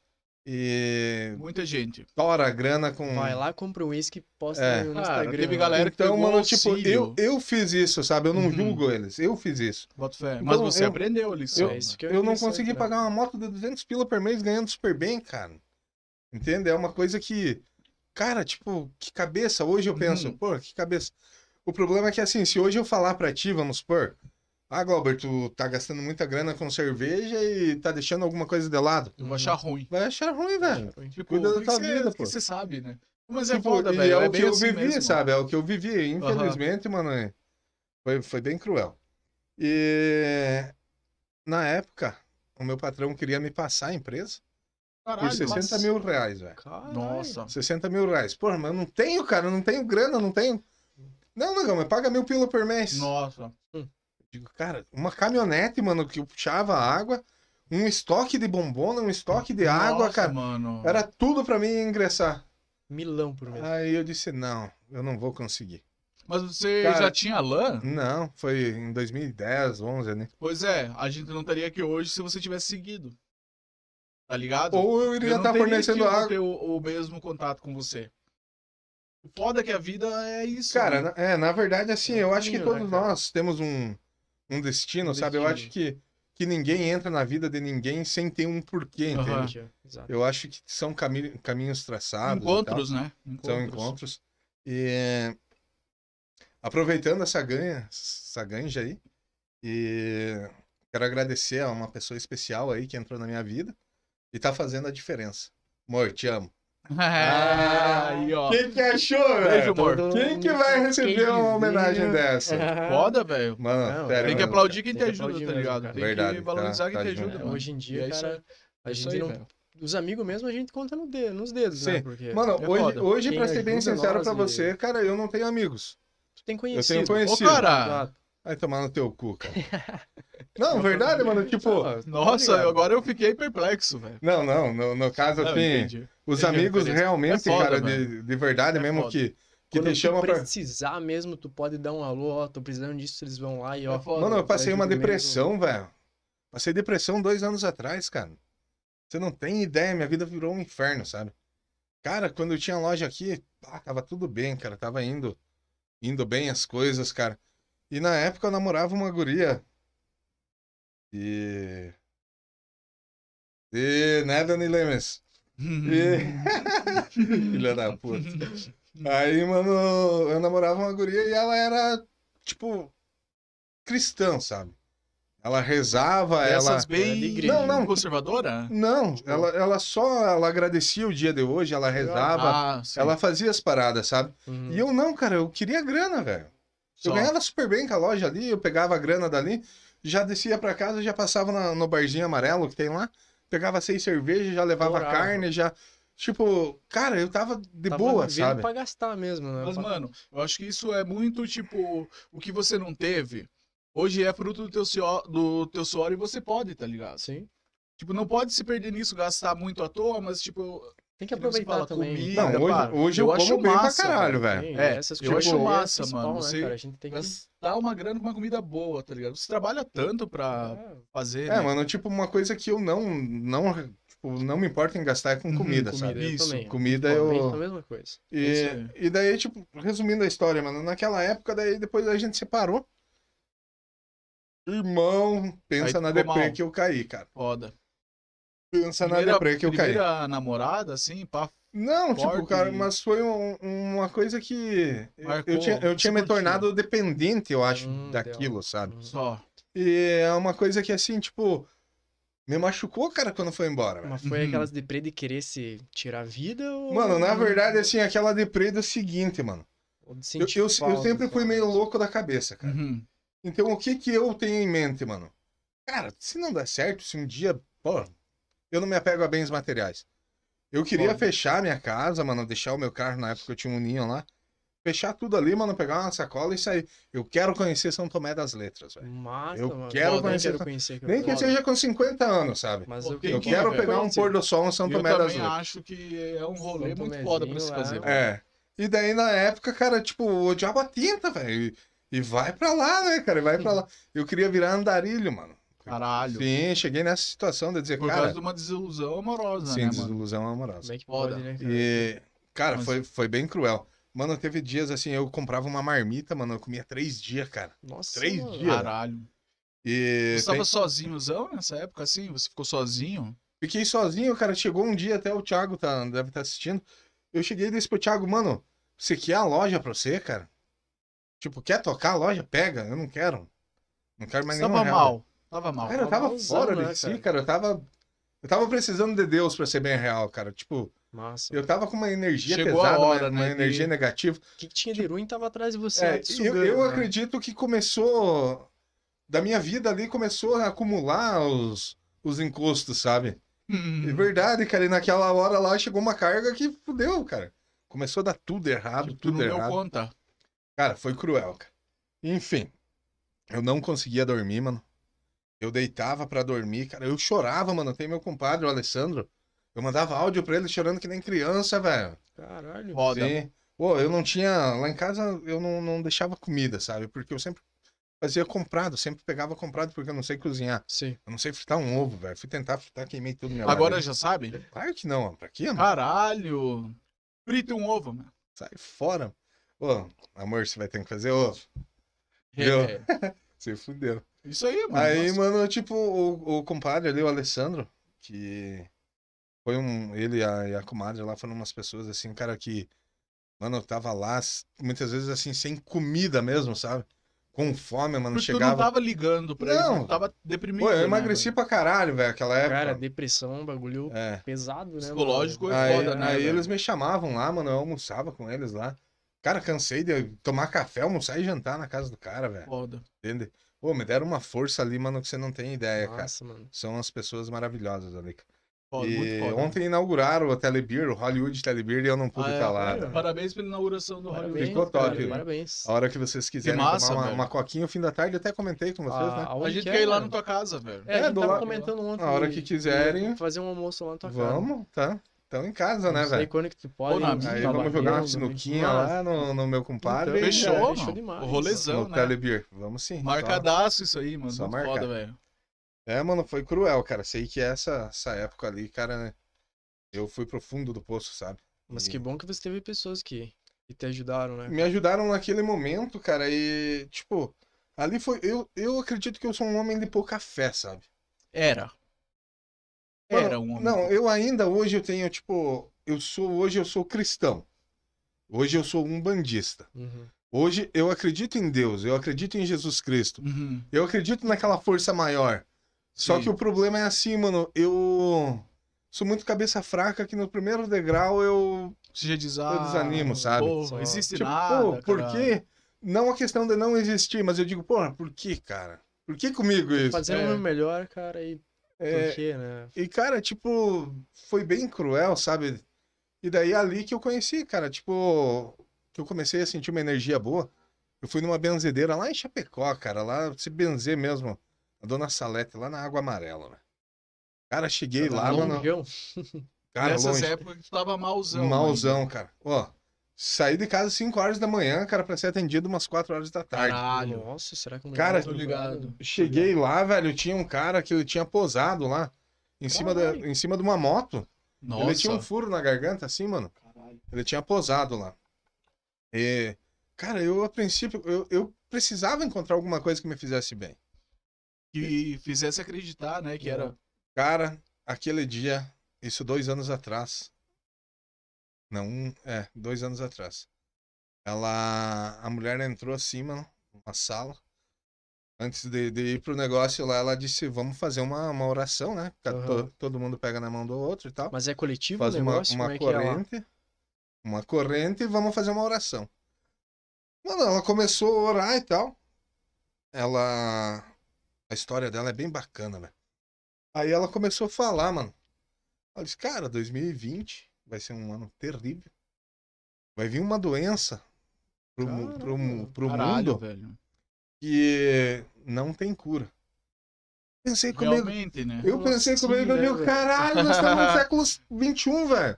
S3: E
S1: muita gente.
S3: tora a grana com.
S2: Vai lá, compra um uísque e posta
S3: Hum. É.
S2: no
S1: Cara,
S2: Instagram.
S1: teve
S2: né?
S1: galera- que
S3: Então,
S1: pegou
S3: mano,
S1: auxílio.
S3: tipo, eu, eu fiz isso, sabe? Eu não
S1: Uhum.
S3: julgo eles. Eu fiz isso.
S1: Bota fé.
S3: Então,
S1: Mas você
S3: eu-
S1: aprendeu a lição.
S2: É isso que é
S3: Eu não
S2: interessante,
S3: consegui
S2: né?
S3: pagar uma moto de 200 pila por mês ganhando super bem, cara. Entende? É uma coisa que, cara, tipo, que cabeça. Hoje eu penso,
S1: Uhum.
S3: pô, que cabeça. O problema é que, assim, se hoje eu falar pra ti, vamos supor, ah, Glauber, tu tá gastando muita grana com cerveja e tá deixando alguma coisa de lado.
S1: Eu vou achar ruim.
S3: Vai achar ruim, velho.
S1: Tipo,
S3: É, Cuida da
S1: o que
S3: tua
S1: que cê-
S3: vida,
S1: o que
S3: pô.
S1: você sabe, né? Mas é
S3: Tipo,
S1: foda,
S3: e
S1: velho.
S3: é
S1: bem
S3: o que eu
S1: assim
S3: vivi,
S1: mesmo.
S3: sabe? É o que eu vivi. Infelizmente, mano, é- foi, foi bem cruel. E na época, o meu patrão queria me passar a empresa
S1: Caralho,
S3: por 60
S1: mas- é
S3: mil reais, velho.
S2: Caralho.
S1: Nossa.
S3: 60 mil reais. Porra, mas eu não tenho, cara, eu não tenho grana, eu não tenho. Não, negão, mas paga mil pila por mês.
S1: Nossa.
S3: Digo, cara, uma caminhonete, mano, que eu puxava água, um estoque de bombona, um estoque de água,
S1: Nossa,
S3: cara.
S1: mano.
S3: Era tudo pra mim ingressar.
S2: Milão por mês.
S3: Aí eu disse, não, eu não vou conseguir.
S1: Mas você
S3: Cara-
S1: já tinha lã?
S3: Não, foi em 2010, 11, né?
S1: Pois é, a gente não estaria aqui hoje se você tivesse seguido. Tá ligado?
S3: Ou eu iria
S1: não
S3: estar
S1: teria
S3: tá fornecendo
S1: tido
S3: água.
S1: ter o, o mesmo contato com você. O foda é que a vida é isso.
S3: Cara,
S1: né?
S3: na- é, na verdade, assim, eu acho que
S2: Caminho, né,
S3: todos
S2: cara?
S3: nós temos um, um destino,
S2: Um
S3: sabe? Eu
S2: destino.
S3: acho que, que ninguém entra na vida de ninguém sem ter um porquê, entende?
S1: Aham.
S2: Entendi, Exato.
S3: Eu acho que são cami- caminhos traçados. e tal.
S1: encontros, né?
S3: é tá? São encontros. E é, aproveitando essa ganha, essa ganja aí, e quero agradecer a uma pessoa especial aí que entrou na minha vida e tá fazendo a diferença. Amor, te amo.
S1: Ah, aí, ó.
S3: Quem que achou,
S1: Beijo,
S3: velho?
S1: amor.
S2: Todo
S3: Quem né? que
S2: mundo
S3: vai
S2: tem
S3: receber
S2: dizer.
S3: uma homenagem dessa?
S1: Foda, velho.
S3: Mano,
S2: Não,
S3: sério,
S1: Tem que
S3: mano.
S1: aplaudir quem
S2: Tem
S1: te
S2: que
S1: ajuda,
S2: aplaudir
S1: tá
S2: mesmo,
S1: ligado?
S2: cara.
S1: Tem
S3: Verdade,
S1: que
S3: tá-
S1: valorizar
S3: tá
S1: quem te
S3: junto,
S1: ajuda.
S3: né?
S1: mano.
S2: Hoje em
S1: E
S2: dia,
S1: é isso
S2: cara, a
S1: É isso
S2: gente
S1: aí,
S2: não.
S1: velho.
S2: Os amigos mesmo a gente conta no dedo, nos dedos,
S3: Sim.
S2: né? Porque
S3: Mano,
S1: É
S3: hoje,
S1: foda.
S3: hoje
S2: Quem
S3: pra ser bem
S2: ajuda
S3: sincero
S2: nós
S3: pra
S2: e-
S3: você,
S1: é-
S3: cara, eu não tenho amigos.
S2: tu tem
S3: Eu
S2: conhecido.
S3: tenho
S1: Ô,
S3: conhecido.
S1: cara!
S2: Exato.
S3: Vai tomar no teu cu, cara. Não, verdade, mano. Tipo,
S2: Ah,
S1: Nossa,
S2: ligado?
S1: eu- agora eu fiquei perplexo, velho.
S3: não, não. No, no caso,
S1: Não,
S3: assim,
S1: entendi.
S3: os
S1: entendi a
S3: amigos
S1: referência.
S3: realmente,
S1: É foda,
S3: cara, de, de verdade
S1: É
S3: mesmo
S1: foda.
S3: que, que
S2: Quando
S3: te
S2: tu
S3: chama pra.
S2: precisar mesmo, tu pode dar um alô, ó, tô precisando disso, eles vão lá e ó.
S1: É foda.
S3: Mano, eu passei uma
S2: ajuda
S3: depressão, velho. Passei depressão dois anos atrás, cara. Você não tem ideia, minha vida virou um inferno, sabe? Cara, quando eu tinha loja aqui, pá, tava tudo bem, cara. Tava indo, indo bem as coisas, cara. E na época eu namorava uma guria. E.
S1: Hum.
S3: E. Né, Dani Lemes? E... Filha da puta. Aí, mano, eu namorava uma guria e ela era, tipo, cristã, sabe? Ela rezava, ela.
S1: Essas bem
S2: Era é de igreja.
S1: não, não, conservadora?
S3: Não, ela, ela só ela agradecia o dia de hoje, ela rezava,
S1: ah, sim. Hum.
S3: ela fazia as paradas, sabe?
S2: Uhum.
S3: E eu não, cara, eu queria grana, velho.
S1: Só.
S3: Eu ganhava super bem com a loja ali, eu pegava a grana dali, já descia pra casa, já passava na- no barzinho amarelo que tem lá, pegava seis cervejas, já levava
S2: Adorava.
S3: carne, já. Tipo, cara, eu tava de
S2: Tava
S3: boa,
S2: vivendo
S3: sabe?
S2: pra gastar mesmo, né?
S1: Mas,
S2: Pra-
S1: mano, eu acho que isso é muito tipo. O que você não teve, hoje é fruto do teu, suor- do teu suor e você pode, tá ligado?
S2: Sim.
S1: Tipo, não pode se perder nisso, gastar muito à toa, mas, tipo,
S2: Tem que
S1: Que nem você fala,
S2: aproveitar também.
S1: comida,
S3: Não,
S1: Ainda,
S3: hoje,
S1: pá,
S3: hoje
S1: eu
S3: eu,
S1: acho
S3: como bem pra
S1: massa,
S3: caralho,
S2: Sim,
S3: velho.
S1: É,
S2: essas
S1: eu acho
S2: coisas é
S1: massa,
S2: principal,
S1: mano,
S2: né,
S1: você-
S2: cara? A gente tem que...
S1: gastar uma grana com uma comida boa, tá ligado? Você trabalha tanto pra
S2: Ah,
S1: fazer.
S3: É,
S1: né?
S3: mano, tipo, uma coisa que eu não, não, tipo, não me importo em gastar é com
S1: Uhum,
S3: comida,
S2: comida,
S3: sabe?
S2: eu
S1: Isso,
S2: também.
S3: Comida
S2: Eu... penso a
S3: eu.
S2: mesma coisa.
S1: Isso aí.
S3: E, e daí, tipo, resumindo a história, mano, naquela época, daí depois a gente separou. Irmão, pensa
S1: Aí
S3: na
S1: ficou
S3: deprê
S1: mal.
S3: que eu caí, cara.
S1: Foda.
S3: Pensa na
S1: Primeira,
S3: é deprê que eu caí.
S1: primeira namorada, assim, pá.
S3: Não, tipo,
S1: forte
S3: cara,
S1: e-
S3: mas foi um- uma coisa que. eu-
S1: Marcou,
S3: Eu tinha, eu
S1: você
S3: tinha me
S1: curtiu.
S3: tornado dependente, eu acho,
S2: Hum,
S3: daquilo, sabe?
S2: Hum.
S1: Só.
S3: E é uma coisa que, assim, tipo, me machucou, cara, quando foi embora, velho.
S2: Mas foi
S1: Uhum.
S2: aquelas deprê de querer se tirar a vida ou...
S3: Mano, na verdade, assim, aquela deprê do seguinte, mano.
S2: ou de
S3: Eu,
S2: sentir
S3: eu, eu
S2: falta,
S3: sempre fui
S2: sabe?
S3: meio louco da cabeça, cara.
S1: Uhum.
S3: Então, o que que eu tenho em mente, mano? Cara, se não der certo, se um dia, pô, eu não me apego a bens materiais. Eu queria
S2: Foda.
S3: fechar minha casa, mano, deixar o meu carro na época eu tinha um ninho lá. Fechar tudo ali, mano, pegar uma sacola e sair. Eu quero conhecer São Tomé das Letras, velho.
S2: Massa,
S3: Eu
S2: mano.
S3: quero
S2: Foda, nem
S3: conhecer-
S2: quero conhecer.
S3: Nem que
S2: foda.
S3: seja com 50 anos, sabe?
S2: Mas
S1: Pô,
S2: eu,
S1: quem
S3: Eu
S1: que-
S3: quero
S1: velho?
S3: pegar um pôr do sol em São
S1: Eu
S3: Tomé das
S1: também
S3: Letras.
S1: acho que é um rolê
S2: São
S1: muito foda pra se
S2: Tomézinho,
S1: fazer.
S2: é.
S3: É. E daí, na época, cara, tipo, eu odiava a tinta, velho. E, e vai pra lá, né, cara? E vai pra lá. Eu queria virar andarilho, mano.
S1: Caralho.
S3: Sim, cheguei nessa situação de dizer,
S1: Uhum. Por
S3: cara,
S1: causa de uma desilusão amorosa,
S3: sim,
S1: né, mano?
S3: desilusão amorosa.
S2: Como é que
S1: Foda.
S2: pode, né, cara?
S3: E, cara,
S1: Mas-
S3: foi, foi bem cruel. Mano, teve dias assim, eu comprava uma marmita, mano, eu comia três dias, cara.
S2: Nossa,
S3: três
S2: mano.
S3: dias.
S1: Caralho.
S3: E
S1: Você tava
S3: tem-
S1: sozinhozão nessa época, assim? Você ficou sozinho?
S3: fiquei sozinho, cara. Chegou um dia, até o Thiago tá, deve estar assistindo. Eu cheguei e disse pro Thiago, mano, você quer a loja pra você, cara? Tipo, quer tocar a loja? Pega, eu não quero. Não quero mais
S1: Você
S3: nenhum
S1: tava
S3: real.
S1: mal. Tava mal.
S3: Cara, eu tava
S2: malzão,
S3: fora
S2: né,
S3: de si,
S2: cara?
S3: cara. Eu tava. Eu tava precisando de Deus pra ser bem real, cara. Tipo,
S2: Massa.
S3: eu tava com uma energia
S1: Chegou a
S3: pesada, uma-
S1: hora, né,
S3: uma
S1: de-
S3: energia negativa.
S2: O que, que tinha de ruim tava atrás de você.
S3: É,
S2: te
S3: eu,
S2: sugando,
S3: eu
S2: né?
S3: acredito que começou. Da minha vida ali começou a acumular os, os encostos, sabe?
S1: Hum, Uhum.
S3: É verdade, cara. E naquela hora lá chegou uma carga que fudeu, cara. Começou a dar tudo errado,
S1: Tipo, tu não
S3: tudo
S1: deu
S3: errado.
S1: conta.
S3: Cara, foi cruel, cara. Enfim, eu não conseguia dormir, mano. Eu deitava pra dormir, cara. Eu chorava, mano. Tem meu compadre, o Alessandro. Eu mandava áudio pra ele chorando que nem criança, velho.
S2: Caralho.
S1: Foda. né?
S3: Sim. Pô, eu não tinha. Lá em casa eu não, não deixava comida, sabe? Porque eu sempre fazia comprado, sempre pegava comprado, porque eu não sei cozinhar.
S2: Sim.
S3: Eu não sei fritar um ovo, velho. Fui tentar fritar, queimei tudo minha
S1: Agora Ah.
S3: barriga.
S1: já sabe?
S3: Claro que não, mano. Pra quê, mano?
S1: Caralho. Frita um ovo, mano.
S3: Sai fora. Ô, amor, você vai ter que fazer ovo. Viu?
S2: É,
S3: Você fudeu.
S1: Isso aí, mano.
S3: Aí,
S1: Nossa.
S3: mano, tipo, o, o compadre ali, o Alessandro, que foi um. Ele e a, e a comadre lá foram umas pessoas assim, cara, que. Mano, eu tava lá, s- muitas vezes assim, sem comida mesmo, sabe? Com fome, mano,
S1: Porque tu não
S3: chegava.
S1: tava ligando pra
S3: Não.
S1: ele. Tu tava deprimido.
S3: Pô, eu
S1: né,
S3: emagreci
S1: mano?
S3: pra caralho, velho, aquela época.
S2: Cara, depressão é um bagulho
S3: É.
S2: pesado, né?
S1: Psicológico
S2: mano?
S1: é
S3: Aí,
S1: foda, né,
S3: aí
S1: velho?
S3: eles me chamavam lá, mano, eu almoçava com eles lá. Cara, cansei de tomar café, almoçar e jantar na casa do cara, velho.
S1: Foda.
S3: Entende? Pô, me deram uma força ali, mano, que você não tem
S1: é.
S3: ideia, É, cara.
S2: Nossa, mano.
S3: São as pessoas maravilhosas ali, cara.
S1: Foda,
S3: E
S1: muito foda.
S3: ontem inauguraram o Telebeer, o Hollywood Telebeer, e eu não pude
S1: Ah, é?
S3: estar lá.
S2: Olha.
S3: né?
S1: Parabéns pela inauguração do Hollywood.
S2: Parabéns,
S3: Ficou
S2: cara,
S3: top, né?
S2: Parabéns.
S3: A hora que vocês quiserem
S1: massa,
S3: tomar uma,
S1: velho. Ah,
S3: uma coquinha no fim da tarde, eu até comentei com vocês, né?
S1: A
S2: aonde
S1: gente
S2: que
S1: quer
S2: é,
S1: ir lá
S2: mano?
S1: na tua casa, velho.
S2: É, a
S3: É,
S2: gente
S3: do
S2: tava
S3: lado-
S2: comentando ontem.
S3: a hora que quiserem.
S2: Fazer um almoço lá na tua casa.
S3: Vamos, tá. Estão em casa, né,
S2: Não sei
S3: velho?
S2: quando que tu pode. né?
S1: Ou na minha,
S3: Aí
S1: tá
S3: vamos jogar uma sinuquinha lá no, no meu compadre.
S2: Então,
S3: e- né,
S1: Fechou,
S2: é,
S1: mano.
S2: fechou demais.
S1: O
S3: No
S1: rolezão, né?
S3: Telebeer. Vamos sim. Só-
S1: Marcadaço isso aí, mano.
S3: Só
S1: Muito
S3: marcar.
S1: foda, velho.
S3: É, mano, foi cruel, cara. Sei que é essa, essa época ali, cara, né, eu fui pro fundo do poço, sabe?
S2: Mas
S3: E-
S2: que bom que você teve pessoas que, que te ajudaram, né?
S3: me ajudaram naquele momento, cara, e, tipo, ali foi. Eu, eu acredito que eu sou um homem de pouca fé, sabe?
S1: Era.
S3: Mano,
S1: Era um homem.
S3: Não, eu ainda hoje eu tenho, tipo, eu sou hoje eu sou cristão. Hoje eu sou um bandista.
S2: Uhum.
S3: Hoje eu acredito em Deus, eu acredito em Jesus Cristo.
S1: Uhum.
S3: Eu acredito naquela força maior. Só
S1: Sim.
S3: que o problema é assim, mano. Eu sou muito cabeça fraca que no primeiro degrau eu.
S1: Você já diz, ah,
S3: Eu desanimo, sabe?
S1: Pô,
S2: Só-
S1: não existe
S3: tipo,
S1: nada.
S3: pô, por
S1: cara.
S3: quê? Não a questão de não existir, mas eu digo, porra, por que, cara? Por que comigo isso?
S2: Fazer
S1: é.
S2: um melhor, cara, e
S3: É,
S2: por quê, né?
S3: E, cara, tipo, foi bem cruel, sabe? E daí é ali que eu conheci, cara, tipo, que eu comecei a sentir uma energia boa. Eu fui numa benzedeira lá em Chapecó, cara, lá se benzer mesmo. A dona Salete, lá na Água Amarela, né? Cara, cheguei
S2: é
S3: lá, mano.
S2: Longão.
S3: Cara,
S1: Nessas
S3: longe.
S1: épocas é que tava malzão.
S3: Malzão,
S1: ainda.
S3: cara. Ó, saí de casa 5 horas da manhã, cara, pra ser atendido umas 4 horas da tarde.
S1: Caralho.
S2: Nossa, será que eu
S3: Cara,
S1: Tô ligado.
S3: Cheguei lá, velho, tinha um cara que ele tinha posado lá, em cima, da,
S2: Caralho.
S3: em cima de uma moto.
S1: Nossa.
S3: Ele tinha um furo na garganta, assim, mano.
S1: Caralho.
S3: Ele tinha posado lá. E, cara, eu a princípio, eu, eu precisava encontrar alguma coisa que me fizesse bem.
S1: Que fizesse acreditar, né?
S3: É,
S1: Que era.
S3: Cara, aquele dia, isso dois anos atrás. Não, um- é, dois anos atrás. Ela, a mulher entrou assim, mano, numa sala. Antes de, de ir pro negócio lá, ela disse, vamos fazer uma, uma oração, né? Tá to-
S2: Aham.
S3: todo mundo pega na mão do outro e tal.
S2: Mas é coletivo
S3: faz
S2: o
S3: uma,
S2: negócio?
S3: uma
S2: Como é que é lá?
S3: corrente. Uma corrente e vamos fazer uma oração. Mano, ela começou a orar e tal. Ela. A história dela é bem bacana, velho. Aí ela começou a falar, mano. Ela disse, cara, 2020 vai ser um ano terrível. Vai vir uma doença pro, mu- pro, mu-
S2: Caramba,
S3: pro
S1: Caralho,
S3: mundo
S1: velho.
S3: que não tem cura. Pensei comigo,
S1: Realmente, né?
S3: eu
S2: Como
S3: pensei
S2: assim,
S3: comigo, eu
S2: né,
S3: digo,
S2: velho?
S3: caralho, nós estamos no século XXI, velho.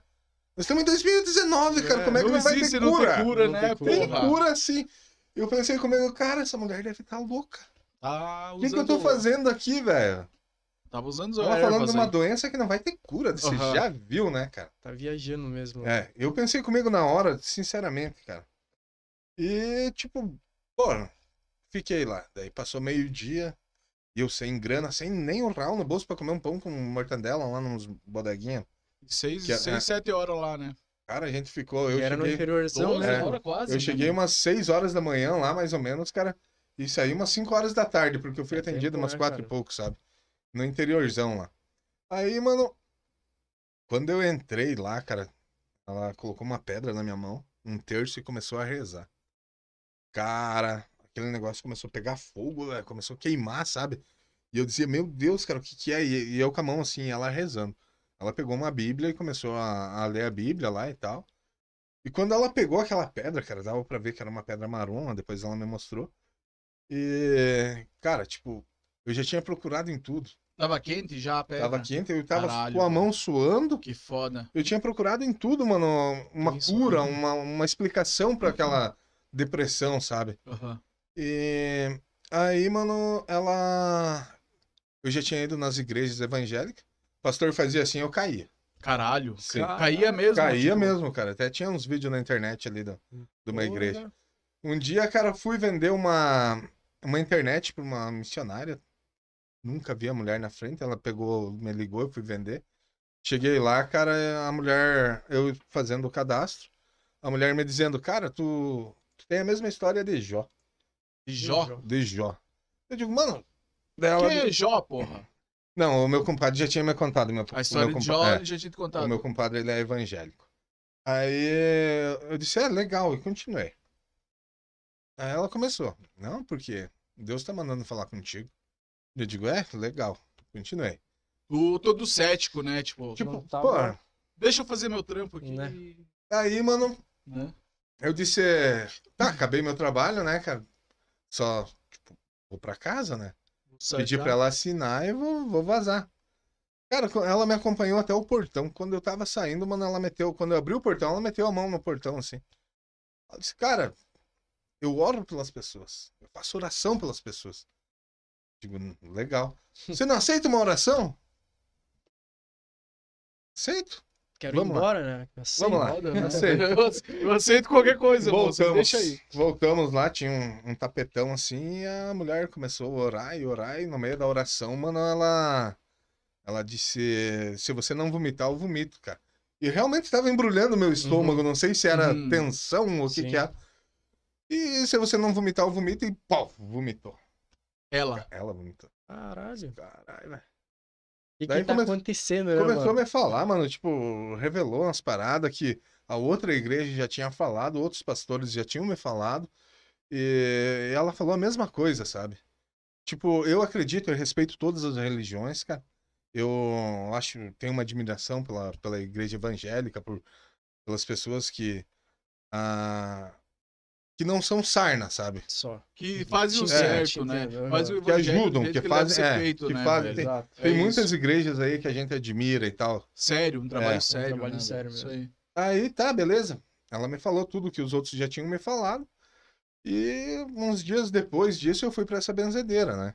S3: Nós estamos em 2019, cara.
S2: É,
S3: Como é que não,
S1: não
S3: vai
S1: existe,
S3: ter
S1: não
S3: cura?
S1: tem cura,
S2: Não
S1: né?
S2: tem
S3: Tem
S1: Porra.
S3: cura sim. Eu pensei comigo, cara, essa mulher deve estar louca.
S1: Tá
S3: O que, que eu
S1: usando-
S3: tô fazendo aqui, velho?
S1: Tava usando
S3: Ela falando de uma
S1: aí.
S3: doença que não vai ter cura. Você
S1: Aham.
S3: já viu, né, cara?
S2: Tá viajando mesmo.
S3: É, eu pensei comigo na hora, sinceramente, cara. E, tipo, bora. Fiquei lá. Daí passou meio-dia. E eu sem grana, sem nem um real no bolso pra comer um pão com mortandela lá nos bodeguinha.
S1: Seis,
S3: Que-
S1: seis
S3: é.
S1: sete horas lá, né?
S3: Cara, a gente ficou. Eu
S2: Que era no
S3: cheguei,
S2: interiorzão,
S1: Doze
S2: né?
S3: é.
S1: horas quase.
S3: eu cheguei
S1: né?
S3: umas 6 horas da manhã lá, mais ou menos, cara. E saí umas 5 horas da tarde, porque eu fui
S2: É
S3: atendido
S2: tempo,
S3: umas
S2: né,
S3: 4 e
S2: cara?
S3: pouco, sabe? No interiorzão lá. Aí, mano. Quando eu entrei lá, cara, ela colocou uma pedra na minha mão, um terço, e começou a rezar. Cara, aquele negócio começou a pegar fogo, velho, começou a queimar, sabe? E eu dizia, meu Deus, cara, o que que é? E e eu com a mão assim, ela rezando. Ela pegou uma Bíblia e começou a, a ler a Bíblia lá e tal. E quando ela pegou aquela pedra, cara, dava pra ver que era uma pedra marrom, depois ela me mostrou. E, cara, tipo, eu já tinha procurado em tudo.
S1: Tava quente já a pedra.
S3: Tava quente, eu tava
S1: É, Caralho,
S3: com a mão
S1: velho.
S3: suando.
S1: Que foda.
S3: Eu tinha procurado em tudo, mano, uma
S2: Isso.
S3: cura,
S1: uhum.
S3: uma, uma explicação pra aquela depressão, sabe?
S1: Aham.
S3: E aí, mano, ela. Eu já tinha ido nas igrejas evangélicas. O pastor fazia assim, eu caía.
S1: Caralho.
S3: Sim.
S1: Ca- Caía mesmo.
S3: Caía
S1: tipo, Hum.
S3: mesmo, cara. Até tinha uns vídeos na internet ali da- de uma
S2: Porra.
S3: igreja. Um dia, cara, fui vender uma, uma internet pra uma missionária. Nunca vi a mulher na frente. Ela pegou, me ligou, eu fui vender. Cheguei lá, cara, a mulher, eu fazendo o cadastro, a mulher me dizendo, cara, tu, tu tem a mesma história de Jó.
S1: de Jó.
S2: Jó.
S3: De Jó. Eu digo, mano. daí ela-
S1: Quem é Jó, porra?
S3: Não, o meu compadre já tinha me contado. Meu,
S1: A história
S3: meu
S1: de
S3: compa-
S1: Jó
S3: é.
S1: eu já tinha te
S3: O
S2: Tá.
S1: contado.
S3: meu compadre, ele é evangélico. Aí eu disse, é legal, e continuei. Aí ela começou, não, porque Deus tá mandando falar contigo. Eu digo, é, legal, continuei.
S1: O todo cético, né? Tipo,
S3: Tipo,
S2: tá
S3: pô,
S2: bom.
S1: deixa eu fazer meu trampo aqui.
S2: Né?
S3: aí, mano,
S1: né?
S3: eu disse, é, tá, acabei meu trabalho, né, cara? Só, tipo, vou pra casa, né?
S1: Tá
S3: Pedi pra ela assinar e vou, vou vazar. Cara, co- ela me acompanhou até o portão. Quando eu tava saindo, mano, ela meteu. Quando eu abri o portão, ela meteu a mão no portão, assim. Ela disse, cara, eu oro pelas pessoas. Eu faço oração pelas pessoas. Digo, "Hum, legal. Você não aceita uma oração? Aceito.
S2: Quero
S3: Vamos
S2: ir
S3: lá.
S2: embora, né? Assim,
S3: Vamos lá.
S2: roda, né?
S1: Eu
S3: aceito.
S1: aceito. Eu aceito qualquer coisa, moça. Deixa aí.
S3: Voltamos lá, tinha um, um tapetão assim, e a mulher começou a orar e orar, e no meio da oração, mano, ela. Ela disse: Se você não vomitar, eu vomito, cara. E realmente estava embrulhando meu estômago, não sei se era
S1: Uhum.
S3: tensão ou o que
S2: Sim.
S3: que era. E se você não vomitar, eu vomito e pau, vomitou.
S1: Ela.
S3: Ela vomitou.
S2: Caralho.
S3: Caralho, velho.
S2: E
S3: Daí
S2: que tá
S3: come-
S2: acontecendo,
S1: É,
S2: né,
S3: Começou a
S2: mano?
S3: me falar, mano, tipo, revelou umas paradas que a outra igreja já tinha falado, outros pastores já tinham me falado, e ela falou a mesma coisa, sabe? Tipo, eu acredito, eu respeito todas as religiões, cara. Eu acho, tenho uma admiração pela, pela igreja evangélica, por, pelas pessoas que, ah, que não são sarna, sabe?
S2: Só.
S3: Uhum.
S1: Que fazem o
S2: É,
S1: certo, né?
S2: entendo,
S1: Faz o
S3: é, Que
S1: evangelho
S3: ajudam,
S1: do jeito
S3: que
S1: que deve
S3: fazem-
S1: ser
S3: é,
S1: feito,
S3: que
S1: né,
S3: fazem-
S1: velho?
S2: Exato.
S1: É
S3: Tem
S1: isso.
S3: muitas igrejas aí que a gente admira e tal.
S1: Sério, um trabalho
S3: É, um
S1: sério.
S2: trabalho
S1: né, velho?
S2: sério
S1: Isso
S2: mesmo.
S1: aí.
S3: Aí tá, beleza. Ela me falou tudo que os outros já tinham me falado. E uns dias depois disso eu fui pra essa benzedeira, né?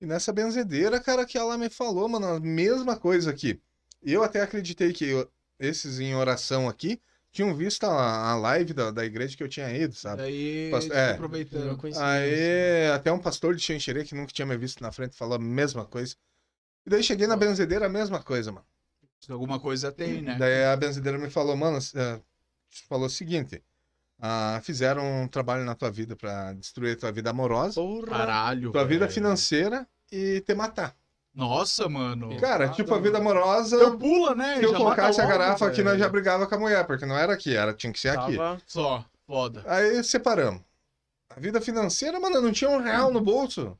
S3: E nessa benzedeira, cara, que ela me falou, mano, a mesma coisa aqui. Eu até acreditei que eu- esses em oração aqui tinham visto a, a live da, da igreja que eu tinha ido, sabe?
S1: Daí,
S3: Pasto-
S1: te
S3: é.
S2: Não
S1: aproveitando.
S2: conhecia
S3: Aí até um pastor de Xanxerê que nunca tinha me visto na frente falou a mesma coisa. E daí cheguei na benzedeira, a mesma coisa, mano.
S1: Alguma coisa tem, né?
S3: Daí é a benzedeira me falou, mano, eh, falou o seguinte: ah, fizeram um trabalho na tua vida pra destruir a tua vida
S2: isso.
S3: amorosa,
S2: Porra.
S1: Caralho.
S3: tua vida
S1: velho.
S3: financeira e te matar.
S1: Nossa, mano.
S3: Cara,
S2: Nada,
S3: tipo, a vida
S2: mano.
S3: amorosa,
S1: Eu pula, né?
S3: se eu
S1: Já mata
S3: colocasse a
S1: logo,
S3: garrafa aqui, nós
S1: velho.
S3: já brigava com a mulher, porque não era aqui, era tinha que ser é aqui.
S2: Tava...
S1: Só, foda.
S3: Aí separamos. A vida financeira, mano, eu não tinha um real no bolso.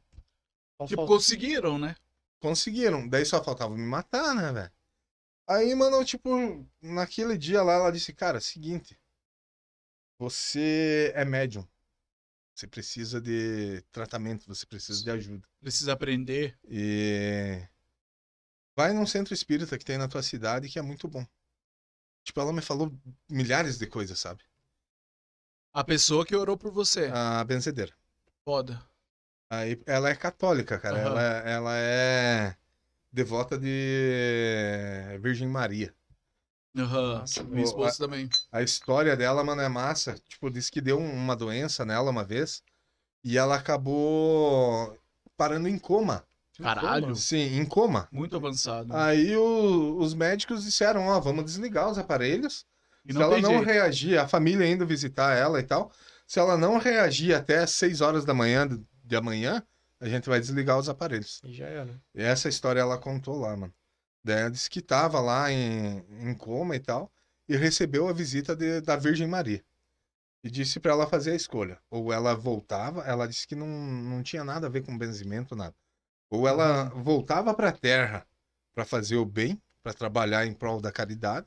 S2: só
S1: Tipo,
S2: faltava-
S1: conseguiram, né?
S3: Conseguiram. Daí só faltava me matar, né, velho? Aí, mano, eu, tipo, naquele dia lá, ela disse, cara, seguinte. Você é médium. Você precisa de tratamento, você precisa de ajuda.
S1: Precisa aprender.
S3: E vai num centro espírita que tem na tua cidade que é muito bom. Tipo, ela me falou milhares de coisas, sabe?
S1: A pessoa que orou por você.
S3: A benzedeira.
S1: Foda.
S3: Aí ela é católica, cara.
S1: Aham.
S3: Ela, ela é devota de Virgem Maria.
S1: Aham.
S2: Nossa,
S1: Minha
S3: o-
S1: esposa também.
S3: A história dela, mano, é massa. Tipo, disse que deu um- uma doença nela uma vez e ela acabou parando em coma.
S1: Caralho. Hum.
S3: Sim, em coma.
S1: Muito avançado.
S3: Aí o- os médicos disseram, ó, vamos desligar os aparelhos.
S1: e
S3: se
S1: não
S3: ela
S1: tem
S3: não
S1: jeito.
S3: reagir, a família indo visitar ela e tal, se ela não reagir até 6 horas da manhã de, de amanhã, a gente vai desligar os aparelhos.
S2: E já era.
S3: E essa história ela contou lá, mano. Daí ela disse que tava lá em, em coma e tal, e recebeu a visita de- da Virgem Maria. E disse pra ela fazer a escolha. Ou ela voltava, ela disse que não, não tinha nada a ver com benzimento, nada. Ou ela voltava pra terra pra fazer o bem, pra trabalhar em prol da caridade,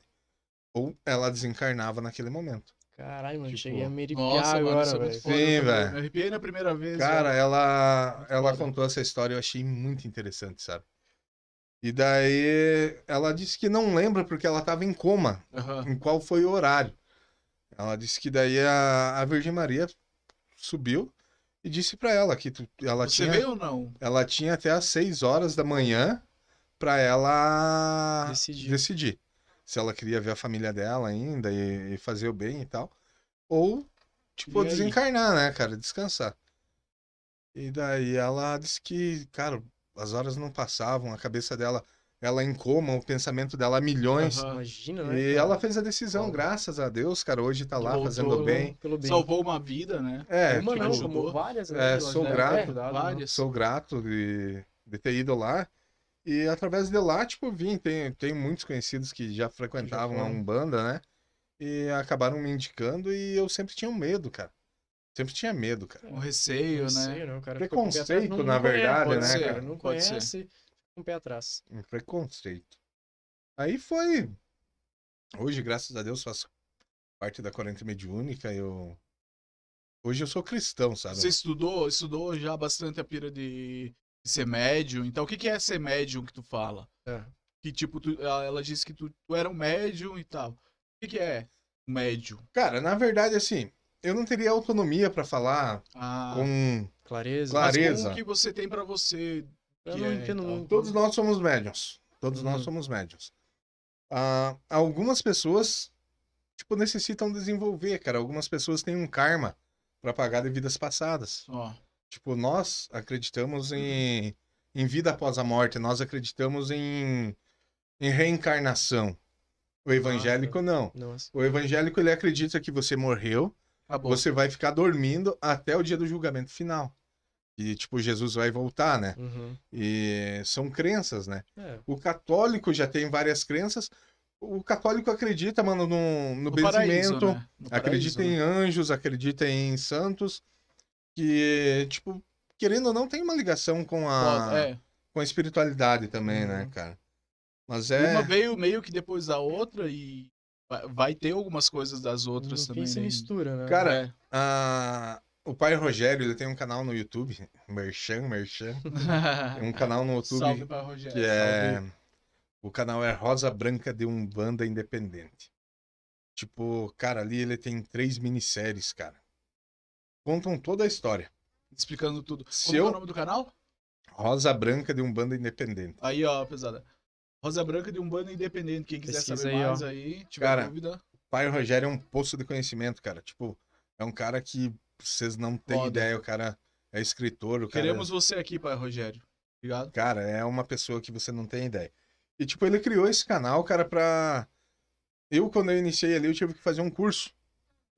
S3: ou ela desencarnava naquele momento.
S2: Caralho, mano,
S3: Tipo,
S2: cheguei a me arrepiar
S1: Nossa, mano, isso
S2: agora,
S1: é muito foda.
S2: velho.
S3: Sim,
S1: Eu também
S3: velho.
S1: Me arrepiei na primeira vez.
S3: Cara, ela,
S2: Muito
S3: ela
S2: foda.
S3: contou essa história, eu achei muito interessante, sabe? E daí ela disse que não lembra porque ela tava em coma,
S1: velho. Aham.
S3: em qual foi o horário. Ela disse que daí a, a Virgem Maria subiu e disse pra ela que tu- ela,
S1: Você
S3: tinha,
S1: veio ou não?
S3: ela tinha até as 6 horas da manhã pra ela
S2: Decidir.
S3: decidir se ela queria ver a família dela ainda e, e fazer o bem e tal. Ou, tipo,
S2: E aí?
S3: desencarnar, né, cara? Descansar. E daí ela disse que, cara, as horas não passavam, a cabeça dela, ela em coma, o pensamento dela a milhões.
S1: Aham.
S2: Imagina, né?
S3: E
S2: cara?
S3: ela fez a decisão,
S2: Foda.
S3: graças a Deus, cara. Hoje tá lá
S1: Voltou.
S3: fazendo o bem.
S2: Pelo bem.
S1: Salvou uma vida, né?
S3: É,
S2: Uma
S1: tipo,
S2: não,
S1: ajudou.
S2: salvou várias, né?
S3: É,
S2: pelas-
S3: sou
S2: né?
S3: grato,
S2: É, dado, né?
S1: várias.
S3: sou grato de, de ter ido lá. E através de lá, tipo, vim. Tem, tem muitos conhecidos que já frequentavam a
S2: foram.
S3: Umbanda, né? E acabaram me indicando e eu sempre tinha um medo, cara. Sempre tinha medo, cara.
S1: Um receio,
S2: Não
S1: né?
S2: sei, não, cara.
S3: Preconceito,
S2: Fica com o pé atrás, não-
S3: na
S2: não conhece,
S3: verdade,
S2: pode
S3: né,
S2: ser,
S3: cara?
S2: Não
S1: Pode ser.
S2: conhece, fica com o pé atrás.
S3: Um preconceito. Aí foi. Hoje, graças a Deus, faço parte da corrente mediúnica. Eu... Hoje eu sou cristão, sabe?
S1: Você estudou, estudou já bastante a pira de de ser médium. Então, o que que é ser médium que tu fala?
S2: É.
S1: Que tipo, tu- ela ela disse que tu, tu era um médium e tal. O que que é um médium?
S3: Cara, na verdade, assim, eu não teria autonomia pra falar
S1: Ah,
S3: com.
S2: Clareza.
S3: Claro.
S1: mas
S3: clareza.
S1: como que você tem pra você?
S2: Eu
S1: que
S2: não
S1: é,
S2: entendo
S1: então.
S2: muito.
S3: Todos nós somos médiums. Todos nós
S2: Uhum.
S3: somos médiums. Ah, algumas pessoas, tipo, necessitam desenvolver, cara. Algumas pessoas têm um karma pra pagar de vidas passadas.
S1: Ó,
S3: Tipo, nós acreditamos em, em vida após a morte. Nós acreditamos em, em reencarnação. O evangélico não.
S2: Nossa.
S3: O evangélico ele acredita que você morreu,
S1: Acabou.
S3: você vai ficar dormindo até o dia do julgamento final. E tipo, Jesus vai voltar, né?
S2: Uhum.
S3: E são crenças, né?
S2: É.
S3: O católico já tem várias crenças. O católico acredita, mano, no, no,
S1: No paraíso,
S3: benzimento,
S1: né? No
S3: acredita
S1: paraíso,
S3: em anjos, acredita em santos, que, tipo, querendo ou não, tem uma ligação com a,
S1: né? É.
S3: com a espiritualidade também,
S1: Uhum.
S3: né, cara? Mas é.
S1: Uma veio meio que depois da outra e vai- vai ter algumas coisas das outras
S2: No
S1: também.
S2: fim se
S1: né?
S2: mistura, né?
S3: Cara,
S1: É.
S3: a- O pai Rogério, ele tem um canal no YouTube, Merchan, Merchan. Tem um canal no YouTube
S1: Salve pra Rogério.
S3: que é. O canal é Rosa Branca de Umbanda Independente. Tipo, cara, ali ele tem três minisséries, cara. Contam toda a história.
S1: Explicando tudo.
S3: Se
S1: Como
S3: eu-
S1: é o nome do canal?
S3: Rosa Branca de Umbanda Independente.
S1: Aí, ó, pesada. Rosa Branca de Umbanda Independente. Quem quiser
S2: Pesquisa
S1: saber
S2: aí, ó.
S1: mais aí, tiver
S3: Cara,
S1: dúvida,
S3: O pai Rogério é um poço de conhecimento, cara. Tipo, é um cara que vocês não têm
S1: Foda.
S3: ideia. O cara é escritor, o cara
S1: queremos você aqui, pai Rogério. Obrigado.
S3: Cara, é uma pessoa que você não tem ideia. E, tipo, ele criou esse canal, cara, pra. Eu, quando eu iniciei ali, eu tive que fazer um curso.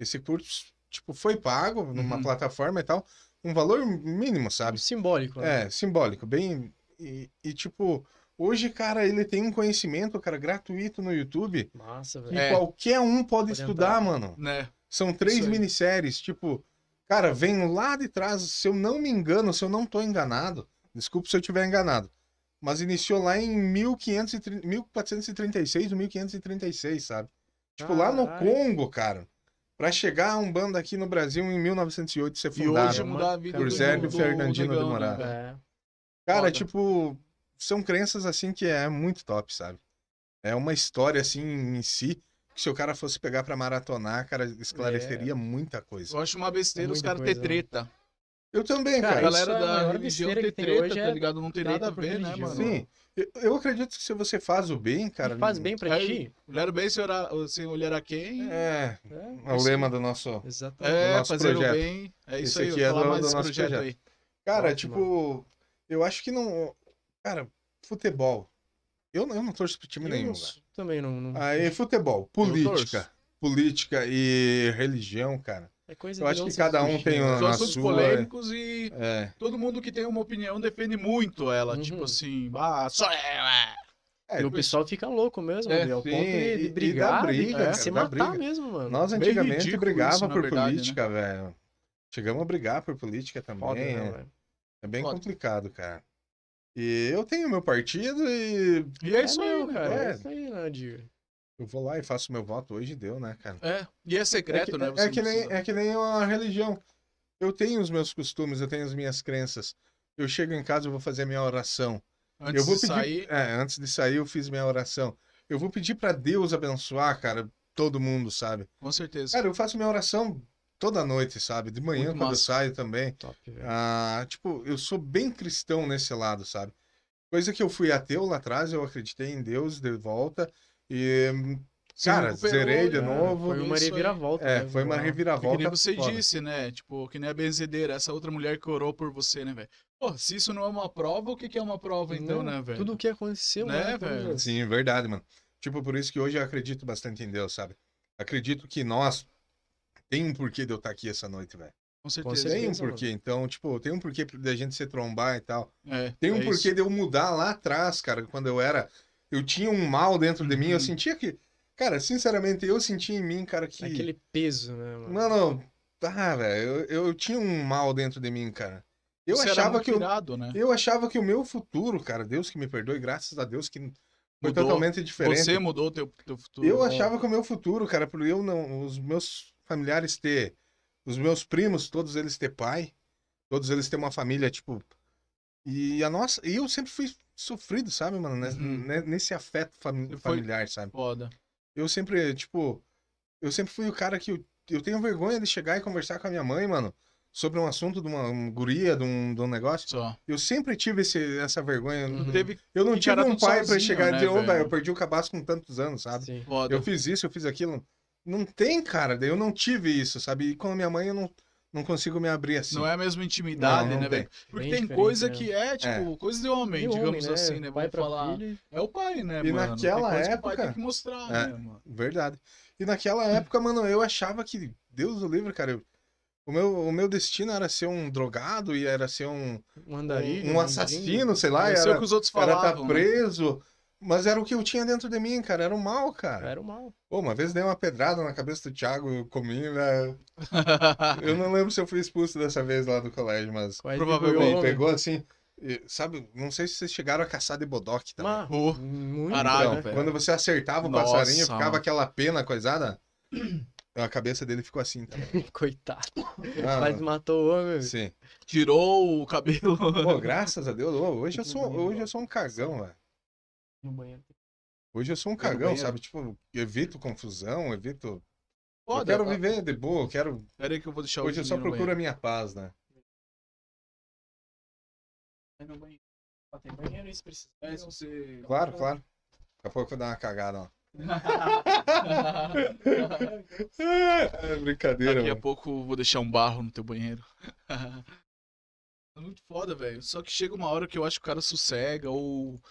S3: Esse curso, tipo, foi pago numa
S1: Uhum.
S3: plataforma e tal. Um valor mínimo, sabe?
S2: Simbólico, né?
S3: É, simbólico, bem. E, e, tipo, hoje, cara, ele tem um conhecimento, cara, gratuito no YouTube.
S2: Massa,
S3: Que
S2: velho.
S1: É.
S3: qualquer um pode,
S2: Pode entrar.
S3: estudar, mano.
S1: Né?
S3: São três
S1: Isso aí.
S3: minisséries, tipo, cara, vem lá de trás, se eu não me engano, se eu não tô enganado, desculpa se eu tiver enganado, mas iniciou lá em 1530, 1436 ou 1536, sabe? Tipo, lá no
S2: Caralho.
S3: Congo, cara, pra chegar a um bando aqui no Brasil em 1908 ser
S1: E
S3: fundado.
S1: hoje é mudar a vida
S2: Por
S1: do-
S2: Zélio
S1: do
S3: Fernandino de
S1: negão, né,
S3: Moraes.
S1: velho?
S2: É.
S3: Cara,
S1: Foda.
S3: tipo, são crenças assim que é muito top, sabe? É uma história assim em si, que se o cara fosse pegar pra maratonar, cara, esclareceria muita coisa.
S1: É. Eu acho uma besteira
S2: É
S1: os
S2: muita
S1: caras ter
S2: coisa, né?
S1: treta.
S3: Eu também,
S1: A
S2: Cara,
S3: cara.
S2: isso
S1: galera
S2: é a
S1: da
S2: maior
S1: religião
S2: besteira
S1: ter
S2: que tem
S1: treta,
S2: hoje,
S1: tá
S2: é
S1: ligado? Não tem
S2: treta
S1: nada a
S2: por
S1: ver, né,
S2: religião.
S1: mano?
S3: Sim. Eu- Eu acredito que se você faz o bem, cara.
S2: E faz bem pra
S1: Aí-
S2: ti?
S1: Olhar bem assim, sem olhar, sem olhar a quem. É,
S3: É, é o
S2: isso-
S3: lema do nosso.
S2: Exatamente.
S1: é
S3: nosso
S1: fazer
S3: projeto.
S1: o bem. É isso
S3: Esse
S1: aí,
S3: aqui
S1: eu
S3: é
S1: falar
S3: do-
S1: mais
S3: do
S1: desse
S3: nosso
S1: projeto,
S3: projeto.
S1: aí.
S3: Cara,
S2: Ótimo.
S3: tipo, eu acho que não. Cara, futebol. Eu, não- eu não torço pro time
S2: Eu
S3: nenhum,
S2: não-
S3: velho.
S2: também não, não-
S3: Aí, futebol, política.
S1: torço.
S3: Política e religião, cara.
S2: É coisa
S3: eu
S2: de
S3: acho
S2: não
S3: que
S2: se
S3: cada um
S2: fugir,
S3: tem
S2: né?
S3: uma-
S1: São
S3: na
S1: assuntos
S3: sua,
S1: polêmicos e
S3: É.
S1: todo mundo que tem uma opinião defende muito ela.
S2: Uhum.
S1: Tipo assim, ah, só é.
S3: É,
S2: E o pessoal fica louco mesmo,
S1: É,
S2: velho, ao
S3: sim,
S2: ponto de, de
S3: e- e dá
S2: brigar, de-
S3: briga,
S2: de,
S3: cara,
S2: se
S3: dá
S2: matar
S3: briga.
S2: mesmo, mano.
S3: Nós
S1: Meio
S3: antigamente
S1: ridículo
S3: brigava
S1: isso, na
S3: por
S1: verdade,
S3: política, velho. Chegamos a brigar por política também.
S2: né? Foda,
S3: é.
S2: né, velho?
S3: É bem
S1: Foda.
S3: complicado, cara. E eu tenho meu partido e
S1: E é, isso aí,
S2: meu,
S1: né,
S2: cara.
S1: cara.
S2: É.
S3: É.
S2: isso aí, né, de...
S3: eu vou lá e faço meu voto hoje e deu, né, cara?
S1: É. E é secreto,
S3: é que,
S1: né?
S3: é-
S1: Você
S3: é
S1: não
S3: que nem,
S1: precisa-
S3: é que nem uma religião. Eu tenho os meus costumes, eu tenho as minhas crenças. Eu chego em casa, eu vou fazer a minha oração.
S1: Antes
S3: eu vou
S1: de
S3: pedir,
S1: sair.
S3: é, antes de sair eu fiz minha oração. Eu vou pedir pra Deus abençoar, cara, todo mundo, sabe?
S1: Com certeza.
S3: Cara, eu faço minha oração toda noite, sabe? De manhã
S1: Muito
S3: quando eu
S1: massa.
S3: saio também.
S2: Top, velho.
S3: Ah, tipo, eu sou bem cristão nesse lado, sabe? Coisa que eu fui ateu lá atrás, eu acreditei em Deus de volta. E,
S1: Se
S3: cara,
S1: recuperou, né?
S3: zerei de
S1: cara.
S3: novo.
S2: Foi uma
S1: Isso aí.
S2: reviravolta.
S3: É,
S2: né,
S3: foi uma
S2: mano?
S1: Que
S3: reviravolta.
S1: nem você
S3: é foda.
S1: disse, né? Tipo, que nem a benzedeira, essa outra mulher que orou por você, né, velho? Pô, se isso não é uma prova, o que, que é uma prova, então,
S2: Não,
S1: né, velho?
S2: Tudo o que aconteceu,
S1: Né,
S2: Tudo-
S1: velho?
S3: Sim, verdade, mano. Tipo, por isso que hoje eu acredito bastante em Deus, sabe? Acredito que nós tem um porquê de eu estar aqui essa noite, velho.
S1: Com certeza.
S3: Tem um
S2: certeza, mano.
S3: porquê. Então, tipo, tem um porquê da gente se trombar e tal.
S1: É,
S3: Tem um
S1: é
S3: porquê de eu mudar lá atrás, cara, quando eu era. Eu tinha um mal dentro de mim, eu
S1: Uhum.
S3: sentia que. Cara, sinceramente, eu sentia em mim, cara, que.
S2: Aquele peso, né, mano?
S3: Mano, tá, velho. Eu, eu tinha um mal dentro de mim, cara. Eu
S1: Você era
S3: achava
S1: muito
S3: que. Eu,
S1: irado, né?
S3: eu achava que o meu futuro, cara, Deus que me perdoe, graças a Deus que foi
S1: Mudou.
S3: totalmente diferente.
S1: Você mudou teu, teu futuro. né?
S3: Eu achava que o meu futuro, cara, por eu não, os meus familiares ter, os meus primos, todos eles ter pai, todos eles ter uma família, tipo, e a nossa, e eu sempre fui sofrido, sabe, mano, nes-
S1: Uhum.
S3: ne- nesse afeto fami-
S1: Foi-
S3: familiar, sabe?
S1: Foda.
S3: Eu sempre, tipo, eu sempre fui o cara que eu, eu tenho vergonha de chegar e conversar com a minha mãe, mano, sobre um assunto de uma, um guria, de um, de um negócio.
S1: Só.
S3: Eu sempre tive esse, essa vergonha.
S2: Uhum.
S1: Teve
S3: Eu não
S1: E,
S3: tive
S1: cara,
S3: um
S1: tudo
S3: pai pra
S1: sozinho,
S3: chegar e
S1: né,
S3: dizer, ô,
S1: velho?
S3: velho, eu perdi o cabaço com tantos anos, sabe?
S2: Sim.
S1: foda.
S3: Eu fiz isso, eu fiz aquilo. Não tem, cara. daí Eu não tive isso, sabe? E com a minha mãe eu não, não consigo me abrir assim.
S1: Não é a mesma intimidade,
S3: Não, não
S1: né,
S3: tem.
S1: velho? Porque
S2: Bem
S1: tem
S2: diferente,
S1: coisa
S2: né?
S1: que é, tipo, coisa de homem,
S2: E
S1: digamos
S2: homem, né?
S1: assim, né? Vamos
S2: Pai pra
S1: falar.
S2: filho, e-
S1: É o pai, né,
S3: E
S1: mano? Tem
S3: naquela
S1: coisa que o pai
S3: época-
S1: tem que mostrar,
S3: É.
S1: né, mano?
S3: Verdade. E naquela época, mano, eu achava que, Deus do livro, cara, eu- o, meu, o meu destino era ser um drogado e era ser um,
S2: Um andarilho.
S3: um, assassino, sei lá,
S1: Vai ser o
S3: era,
S1: que os outros
S3: era
S1: falavam.
S3: tá
S1: né?
S3: preso. Mas era o que eu tinha dentro de mim, cara, era o mal,
S1: É.
S3: cara.
S2: Era o mal.
S3: Pô, uma vez dei uma pedrada na cabeça do Thiago, eu comi, né? Eu não lembro se eu fui expulso dessa vez lá do colégio, mas
S2: Quase
S1: Provavelmente
S2: pegou o
S3: Pô,
S2: homem.
S3: pegou assim, e, sabe, não sei se vocês chegaram a caçar de bodoque também.
S2: Mas,
S1: Pô,
S2: muito,
S1: caralho,
S2: né?
S3: Então,
S1: velho.
S3: quando você acertava o
S1: Nossa,
S3: passarinho, ficava
S1: mano.
S3: aquela pena coisada. A cabeça dele ficou assim. Tá?
S2: Coitado.
S3: Ah,
S1: um
S2: Quase matou o homem.
S3: sim.
S1: Tirou o cabelo.
S3: Pô, graças a Deus. ô, hoje, eu sou, hoje eu sou um cagão, velho.
S2: No banheiro.
S3: Hoje eu sou um
S1: Tá no
S3: cagão,
S1: banheiro?
S3: sabe? Tipo, evito confusão, evito. eu
S1: Foda,
S3: quero
S1: tá?
S3: viver de boa, eu quero.
S1: Pera aí que eu vou deixar
S3: Hoje
S1: Então, o
S3: eu só
S1: Juninho no
S3: procuro a minha paz, né?
S2: banheiro. Tem banheiro e se precisar.
S1: banheiro. É, se você-
S3: Claro, claro. Daqui a pouco eu vou dar uma cagada, ó. É brincadeira,
S1: Daqui a
S3: mano.
S1: pouco vou deixar um barro no teu banheiro. É Muito foda, velho. Só que chega uma hora que eu acho que o cara sossega ou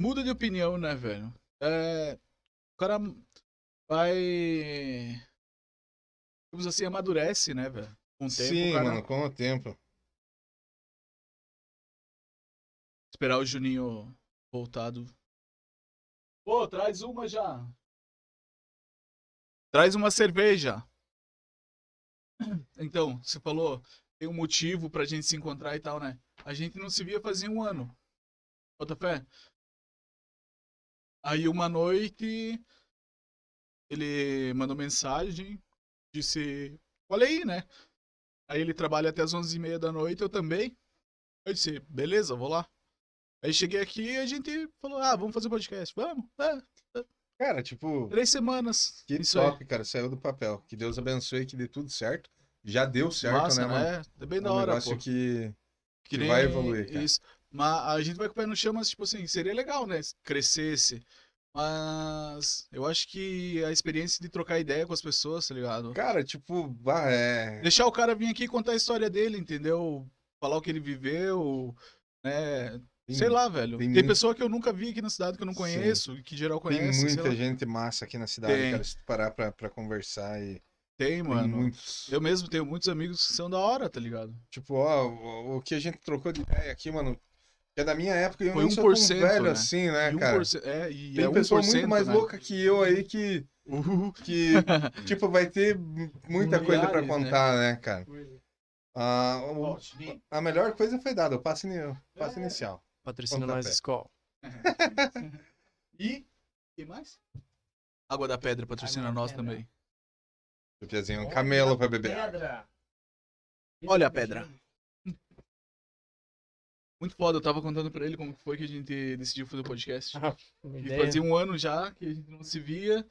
S1: muda de opinião, né, velho? É... O cara vai. Digamos assim, amadurece, né, velho? Com o tempo,
S3: Sim,
S1: o cara
S3: mano, com o tempo.
S1: esperar o Juninho voltado. Pô, traz uma já. Traz uma cerveja. Então, você falou, tem um motivo pra gente se encontrar e tal, né? A gente não se via fazia um ano. Bota fé. Aí uma noite, ele mandou mensagem, disse, olha aí, né? Aí ele trabalha até as 11h30 da noite, eu também. Eu disse, beleza, vou lá. Aí cheguei aqui e a gente falou: ah, vamos fazer podcast. Vamos, é,
S3: Cara, tipo,
S1: três semanas.
S3: que
S1: Isso aí.
S3: top, cara. Saiu do papel. Que Deus abençoe, que dê tudo certo. Já deu certo,
S1: Massa,
S3: né, mano?
S1: É, é bem da
S3: um
S1: hora,
S3: negócio
S1: pô.
S3: que.
S1: Que
S3: vai evoluir, cara.
S1: Isso. Mas a gente vai com o pé no chão, mas, tipo assim, seria legal, né? se Crescesse. Mas eu acho que a experiência de trocar ideia com as pessoas, tá ligado?
S3: Cara, tipo, bah, é.
S1: Deixar o cara vir aqui e contar a história dele, entendeu? Falar o que ele viveu, né?
S3: Tem,
S1: sei lá, velho.
S3: tem
S1: Tem,
S3: muito-
S1: pessoa que eu nunca vi aqui na cidade que eu não
S3: Sim.
S1: conheço, e que geral
S3: tem
S1: conhece. sei
S3: muita
S1: lá.
S3: gente massa aqui na cidade,
S1: Tem.
S3: cara. Se tu parar pra, pra conversar e.
S1: Tem,
S3: Tem
S1: mano.
S3: muitos.
S1: Eu mesmo tenho muitos amigos que são da hora, tá ligado?
S3: Tipo, ó, o, o que a gente trocou de ideia aqui, mano. Que é da minha época e eu
S1: Foi
S3: não sou tão
S1: 1%,
S3: velho
S1: né?
S3: assim, né,
S1: E um
S3: cara?
S1: porce- É, e
S3: Tem
S1: é
S3: pessoa
S1: 1%,
S3: muito mais
S1: né?
S3: louca que eu aí que,
S1: Uhul.
S3: que tipo, vai ter muita coisa pra
S1: Milhares, né? é.
S3: contar, né, cara? Ah, o-
S1: Ó, Juninho,
S3: a melhor coisa foi dada, o passo, ini- o passo inicial.
S2: Patrocina
S3: Pontapé.
S2: nós, Skol.
S1: E. que mais? Água da Pedra patrocina
S2: Água da
S1: nós
S2: Pedra.
S1: também.
S3: Eu fazia um camelo pra beber.
S2: Pedra.
S1: Olha a pedra. Muito foda, eu tava contando pra ele como que foi que a gente decidiu fazer o podcast.
S2: Uma
S1: E
S2: Ah, ideia.
S1: fazia um ano já que a gente não se via.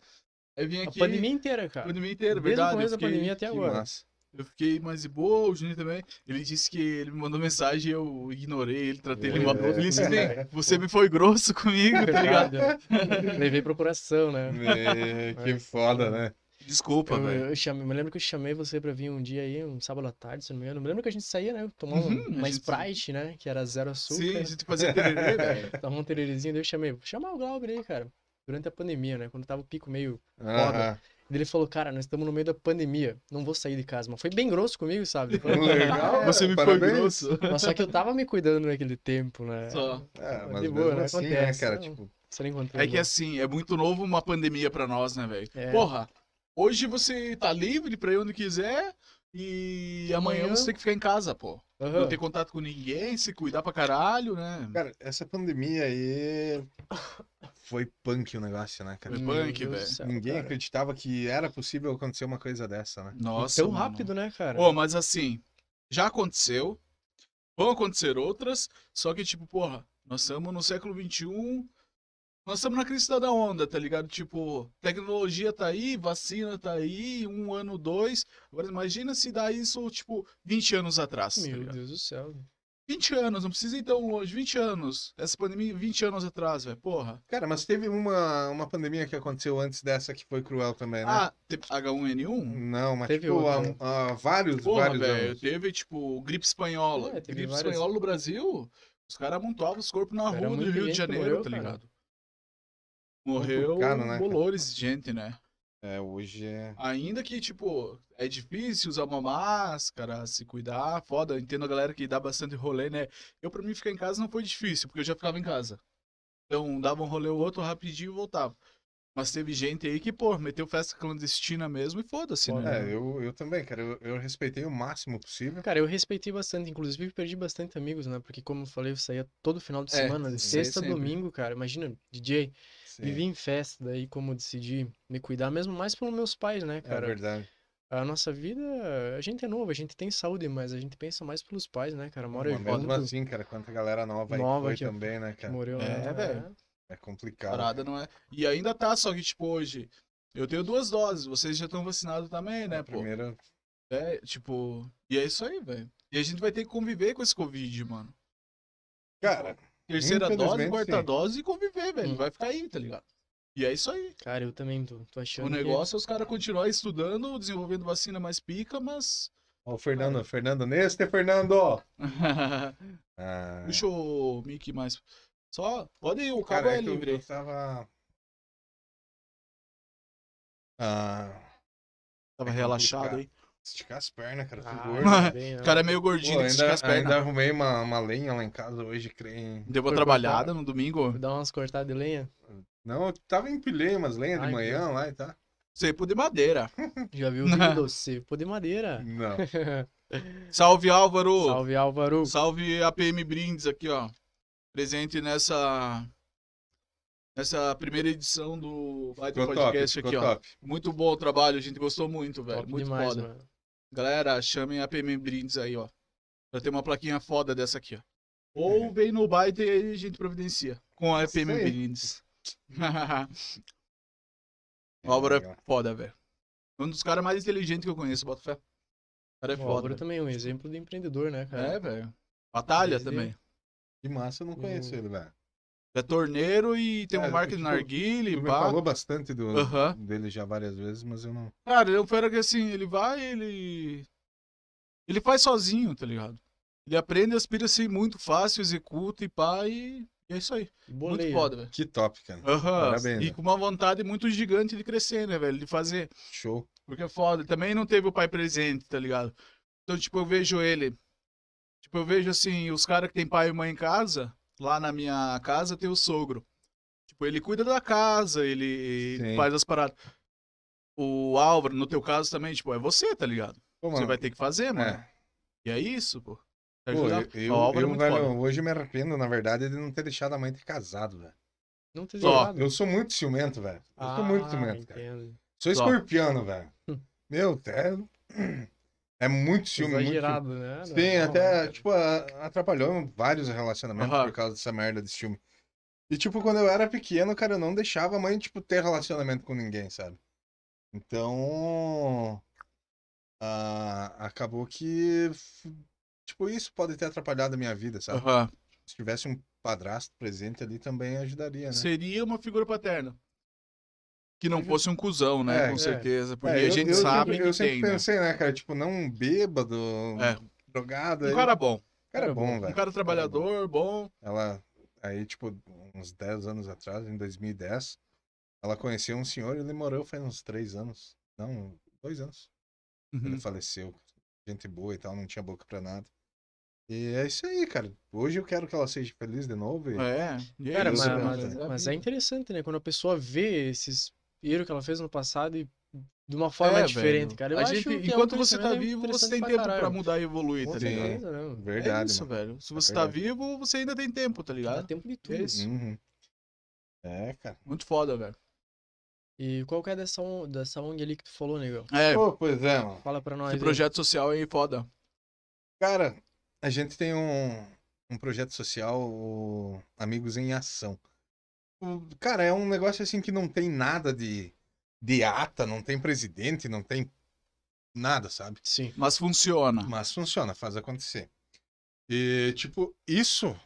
S1: Aí vim
S2: A
S1: aqui.
S2: pandemia inteira,
S1: a
S2: cara.
S1: pandemia inteira,
S2: Desde o
S1: verdade.
S2: começo
S1: eu
S2: da
S1: fiquei-
S2: pandemia até
S3: Que
S2: agora.
S3: massa.
S1: Eu fiquei mais de boa, o Juninho também. Ele disse que ele me mandou mensagem, eu ignorei ele, tratei ele mal. Ele disse assim, você me foi grosso comigo, tá ligado?
S2: É Verdade. Levei procuração, né?
S3: É, que foda, né?
S1: Desculpa,
S2: Eu,
S1: velho.
S2: eu, chamei, eu lembro que eu chamei você pra vir um dia aí, um sábado à tarde, se não me engano. Eu lembro que a gente saía, né? Tomar um-
S1: Uhum, a
S2: uma
S1: gente-
S2: Sprite, né? Que era zero
S1: Sim, a
S2: açúcar.
S1: gente fazia tererê, velho.
S2: Tava um tererezinho, daí eu chamei. Vou chamar o Glauber aí, cara. Durante a pandemia, né? Quando tava o pico meio
S3: Aham.
S2: Daí Ele falou, cara, nós estamos no meio da pandemia, não vou sair de casa. Mas foi bem grosso comigo, sabe?
S3: Legal,
S1: Ah, Você me
S3: parabéns.
S1: foi grosso.
S2: Mas só que eu tava me cuidando naquele tempo, né?
S1: Só.
S3: É, mas
S2: De boa,
S3: mesmo
S2: né?
S3: assim, né,
S2: Acontece,
S3: cara?
S2: não.
S3: Tipo,
S2: Só não encontrei.
S1: É que assim, é muito novo uma pandemia pra nós, né, velho?
S2: É.
S1: Porra, hoje você tá livre pra ir onde quiser e amanhã
S2: Amanhã-
S1: você tem que ficar em casa, pô.
S2: Aham.
S1: Não ter contato com ninguém, se cuidar pra caralho, né?
S3: cara, essa pandemia aí foi punk o negócio, né, cara?
S1: Foi
S2: Meu
S1: punk,
S2: Deus do
S1: velho.
S2: céu,
S3: Ninguém
S2: Então, cara.
S3: acreditava que era possível acontecer uma coisa dessa, né?
S1: Nossa.
S2: Tão
S1: mano.
S2: rápido, né, cara?
S1: Pô, mas assim, já aconteceu, vão acontecer outras, só que, tipo, porra, nós estamos no século XXI, nós estamos na crista da onda, tá ligado? Tipo, tecnologia tá aí, vacina tá aí, um ano, dois. Agora imagina se dá isso, tipo, 20 anos atrás, tá
S2: Meu
S1: ligado?
S2: Deus do céu.
S1: 20 anos, não precisa ir tão longe, 20 anos. Essa pandemia, 20 anos atrás, velho, porra.
S3: Cara, mas teve uma, uma pandemia que aconteceu antes dessa que foi cruel também, né?
S1: Ah, teve H1N1?
S3: Não, mas
S2: Teve
S3: tipo,
S2: outra, né?
S3: há, há vários,
S1: Porra,
S3: vários
S1: velho,
S3: anos.
S1: teve, tipo, gripe espanhola.
S2: É, teve
S1: gripe
S2: várias.
S1: espanhola no Brasil, os caras amontoavam os corpos na
S2: Era
S1: rua do
S2: muita
S1: Rio de
S2: gente que
S1: Janeiro,
S2: morreu,
S1: tá
S2: cara.
S1: ligado? Morreu
S3: caro, né, cara?
S1: bolores de gente, né?
S3: É, hoje é.
S1: Ainda que, tipo, é difícil usar uma máscara, se cuidar, foda. Eu Entendo a galera que dá bastante rolê, né? Eu, pra mim, ficar em casa não foi difícil, porque eu já ficava em casa. Então, dava um rolê ou outro rapidinho e voltava. Mas teve gente aí que, pô, meteu festa clandestina mesmo e foda-se, né?
S3: É, eu, eu também, cara. Eu, eu respeitei o máximo possível.
S2: Cara, eu respeitei bastante, inclusive perdi bastante amigos, né? Porque, como eu falei, eu saía todo final de
S1: É,
S2: semana, de
S1: isso aí
S2: sexta a
S1: sempre.
S2: domingo, cara. Imagina, DJ,
S3: Sim,
S2: vivia em festa, daí como eu decidi me cuidar mesmo mais pelos meus pais, né,
S3: é
S2: cara?
S3: verdade.
S2: a nossa vida, a gente é novo, a gente tem saúde, mas a gente pensa mais pelos pais, né, cara? Mora
S3: Mas mesmo
S2: junto,
S3: assim, cara, quanta galera nova aí
S2: Nova
S3: foi
S2: que-
S3: também, né, cara?
S2: morreu,
S1: É,
S2: né?
S1: velho.
S3: É
S1: A
S3: complicado.
S1: parada não é. E ainda tá, só que, tipo, hoje. Eu tenho duas doses, vocês já estão vacinados também, né, pô?
S3: Primeiro,
S1: É, tipo. E é isso aí, velho. E a gente vai ter que conviver com esse Covid, mano.
S3: cara,
S1: Terceira dose,
S3: Infelizmente,
S1: quarta
S3: sim.
S1: dose e conviver, velho.
S2: Sim.
S1: Vai ficar aí, tá ligado? E é isso aí.
S2: Cara, eu também tô, tô achando
S1: O
S2: que-
S1: negócio é os caras continuar estudando, desenvolvendo vacina mais pica, mas.
S3: ó, o Fernando, o Fernando Neste, Fernando! Ah,
S1: É. Deixa o Mickey mais. Só. Pode ir, o cabo
S3: cara,
S1: é,
S3: é que eu-
S1: livre.
S3: Eu tava. Ah,
S1: Tava
S3: é
S1: relaxado
S3: complicado.
S1: aí.
S3: esticar as pernas, cara, tô
S2: Ah,
S3: gordo.
S1: Mas-
S2: bem, né?
S1: O cara é meio
S3: Pô,
S1: gordinho, que estica
S3: ainda,
S1: as pernas.
S3: ainda arrumei uma, uma lenha lá em casa hoje, creio.
S1: Deu uma
S2: Foi
S1: trabalhada no domingo.
S2: Dá umas cortadas de lenha.
S3: Não, eu tava empilhei umas lenhas de
S2: Ai,
S3: manhã lá e tá.
S1: Cepo é de madeira.
S2: Já viu o vídeo do Cepo de Madeira?
S3: Não.
S1: Salve, Álvaro.
S2: Salve, Álvaro.
S1: Salve APM Brindes aqui, ó. Presente nessa nessa primeira edição do Vai do
S3: Ficou top,
S1: Podcast
S3: ficou
S1: aqui, ó.
S3: top.
S1: Muito bom o trabalho, a gente gostou muito, velho.
S2: Top
S1: é muito
S2: demais,
S1: foda.
S2: mano.
S1: Galera, chamem a APM Brindes aí, ó. Pra ter uma plaquinha foda dessa aqui, ó. Ou vem no baita e aí a gente providencia. Com a APM
S3: aí.
S1: Brindes. o Álvaro
S3: legal.
S1: é foda, velho. Um dos caras mais inteligentes que eu conheço, bota fé. O cara é
S2: O Álvaro
S1: foda.
S2: também é um exemplo de empreendedor, né, cara?
S1: É, velho. Batalha
S2: Desde-
S1: também.
S3: Que massa, eu não conheço
S2: Hum.
S3: ele, velho.
S1: É torneiro e tem um
S3: É,
S1: uma marca de
S3: tipo,
S1: narguile,
S3: Tu me
S1: pá.
S3: falou bastante do,
S1: Aham.
S3: dele já várias vezes, mas eu não.
S1: Cara, ele é um fera que assim, ele vai, ele. Ele faz sozinho, tá ligado? Ele aprende, aspira-se muito fácil, executa e pá, e, e é isso aí.
S2: E boleia.
S1: Muito foda, velho.
S3: Que top, cara.
S1: Aham.
S3: Parabéns,
S1: E
S3: né?
S1: com uma vontade muito gigante de crescer, né, velho? De fazer.
S3: Show.
S1: Porque é foda. Também não teve o pai presente, tá ligado? Então, tipo, eu vejo ele. Tipo, eu vejo assim, os caras que tem pai e mãe em casa, lá na minha casa tem o sogro. Tipo, ele cuida da casa, ele
S3: Sim.
S1: faz as paradas. O Álvaro, no teu caso também, tipo, é você, tá ligado?
S3: Pô,
S1: Você
S3: mano,
S1: vai ter que fazer, mano.
S3: é.
S1: E é isso, pô. Te
S3: Pô,
S1: ajudar.
S3: eu, eu,
S1: o Álvaro
S3: eu, um
S1: é muito
S3: velho,
S1: foda.
S3: hoje eu me arrependo, na verdade, de não ter deixado a mãe ter casado, velho.
S2: Não tem
S1: Só.
S2: nada.
S3: Eu sou muito ciumento, velho. Eu sou
S2: Ah,
S3: muito ciumento, cara.
S2: entendo.
S3: Sou
S1: Só.
S3: escorpiano, velho. Meu, é, é muito ciúme. Muito ciúme.
S2: Exagerado, né? Não,
S3: Sim,
S2: não,
S3: até,
S2: cara.
S3: tipo, a- atrapalhou vários relacionamentos
S1: Aham.
S3: por causa dessa merda desse filme. E, tipo, quando eu era pequeno, cara, eu não deixava a mãe, tipo, ter relacionamento com ninguém, sabe? Então. ah, acabou que. f- Tipo, isso pode ter atrapalhado a minha vida, sabe?
S1: Aham.
S3: Se tivesse um padrasto presente ali também ajudaria, né?
S1: Seria uma figura paterna. Que não fosse um cuzão, né?
S3: É,
S1: com
S2: é.
S1: certeza. Porque
S3: É,
S1: a
S3: eu-
S1: gente
S3: eu
S1: sabe
S3: sempre,
S1: que
S3: Eu sempre
S1: tem, né?
S3: pensei, né, cara? Tipo, não um bêbado,
S1: É.
S3: drogado. aí-
S1: Um cara bom.
S3: cara é bom,
S1: Um
S3: velho.
S1: cara trabalhador, bom.
S3: Ela, aí, tipo, uns 10 anos atrás, em 2010, ela conheceu um senhor e ele morreu faz uns 3 anos. Não, 2 anos.
S1: Uhum.
S3: Ele faleceu. Gente boa e tal, não tinha boca pra nada. E é isso aí, cara. Hoje eu quero que ela seja feliz de novo. E...
S1: É. E é
S2: Cara,
S1: isso,
S2: mas,
S3: né,
S2: mas-
S1: velho.
S2: mas é interessante, né? Quando a pessoa vê esses erros que ela fez no passado e de uma forma
S1: É,
S2: diferente,
S1: velho.
S2: cara. Eu
S1: A
S2: acho
S1: gente,
S2: que é um
S1: enquanto você tá
S2: crescimento
S1: vivo, você
S2: interessante
S1: tem tempo
S2: caralho.
S1: pra mudar e evoluir, tá
S2: Com
S3: Sim.
S1: ligado?
S2: certeza, né, mano?
S1: É
S3: Verdade,
S1: isso,
S3: mano.
S1: velho. Se você tá
S3: verdade.
S1: vivo, você ainda tem tempo, tá
S2: Dá
S1: ligado?
S2: tempo de
S1: É
S2: tudo.
S1: isso.
S3: Uhum. É, cara.
S1: Muito foda, velho.
S2: E qual que é dessa, on- dessa ONG ali que tu falou, negão?
S1: É,
S3: Pô, pois é, mano.
S2: Fala pra nós.
S1: esse
S2: aí.
S1: projeto social aí, foda.
S3: Cara, a gente tem um, um projeto social, o Amigos em Ação. O- Cara, é um negócio assim que não tem nada de, de ata, não tem presidente, não tem nada, sabe?
S2: Sim.
S1: Mas funciona.
S3: Mas funciona, faz acontecer. E, tipo, isso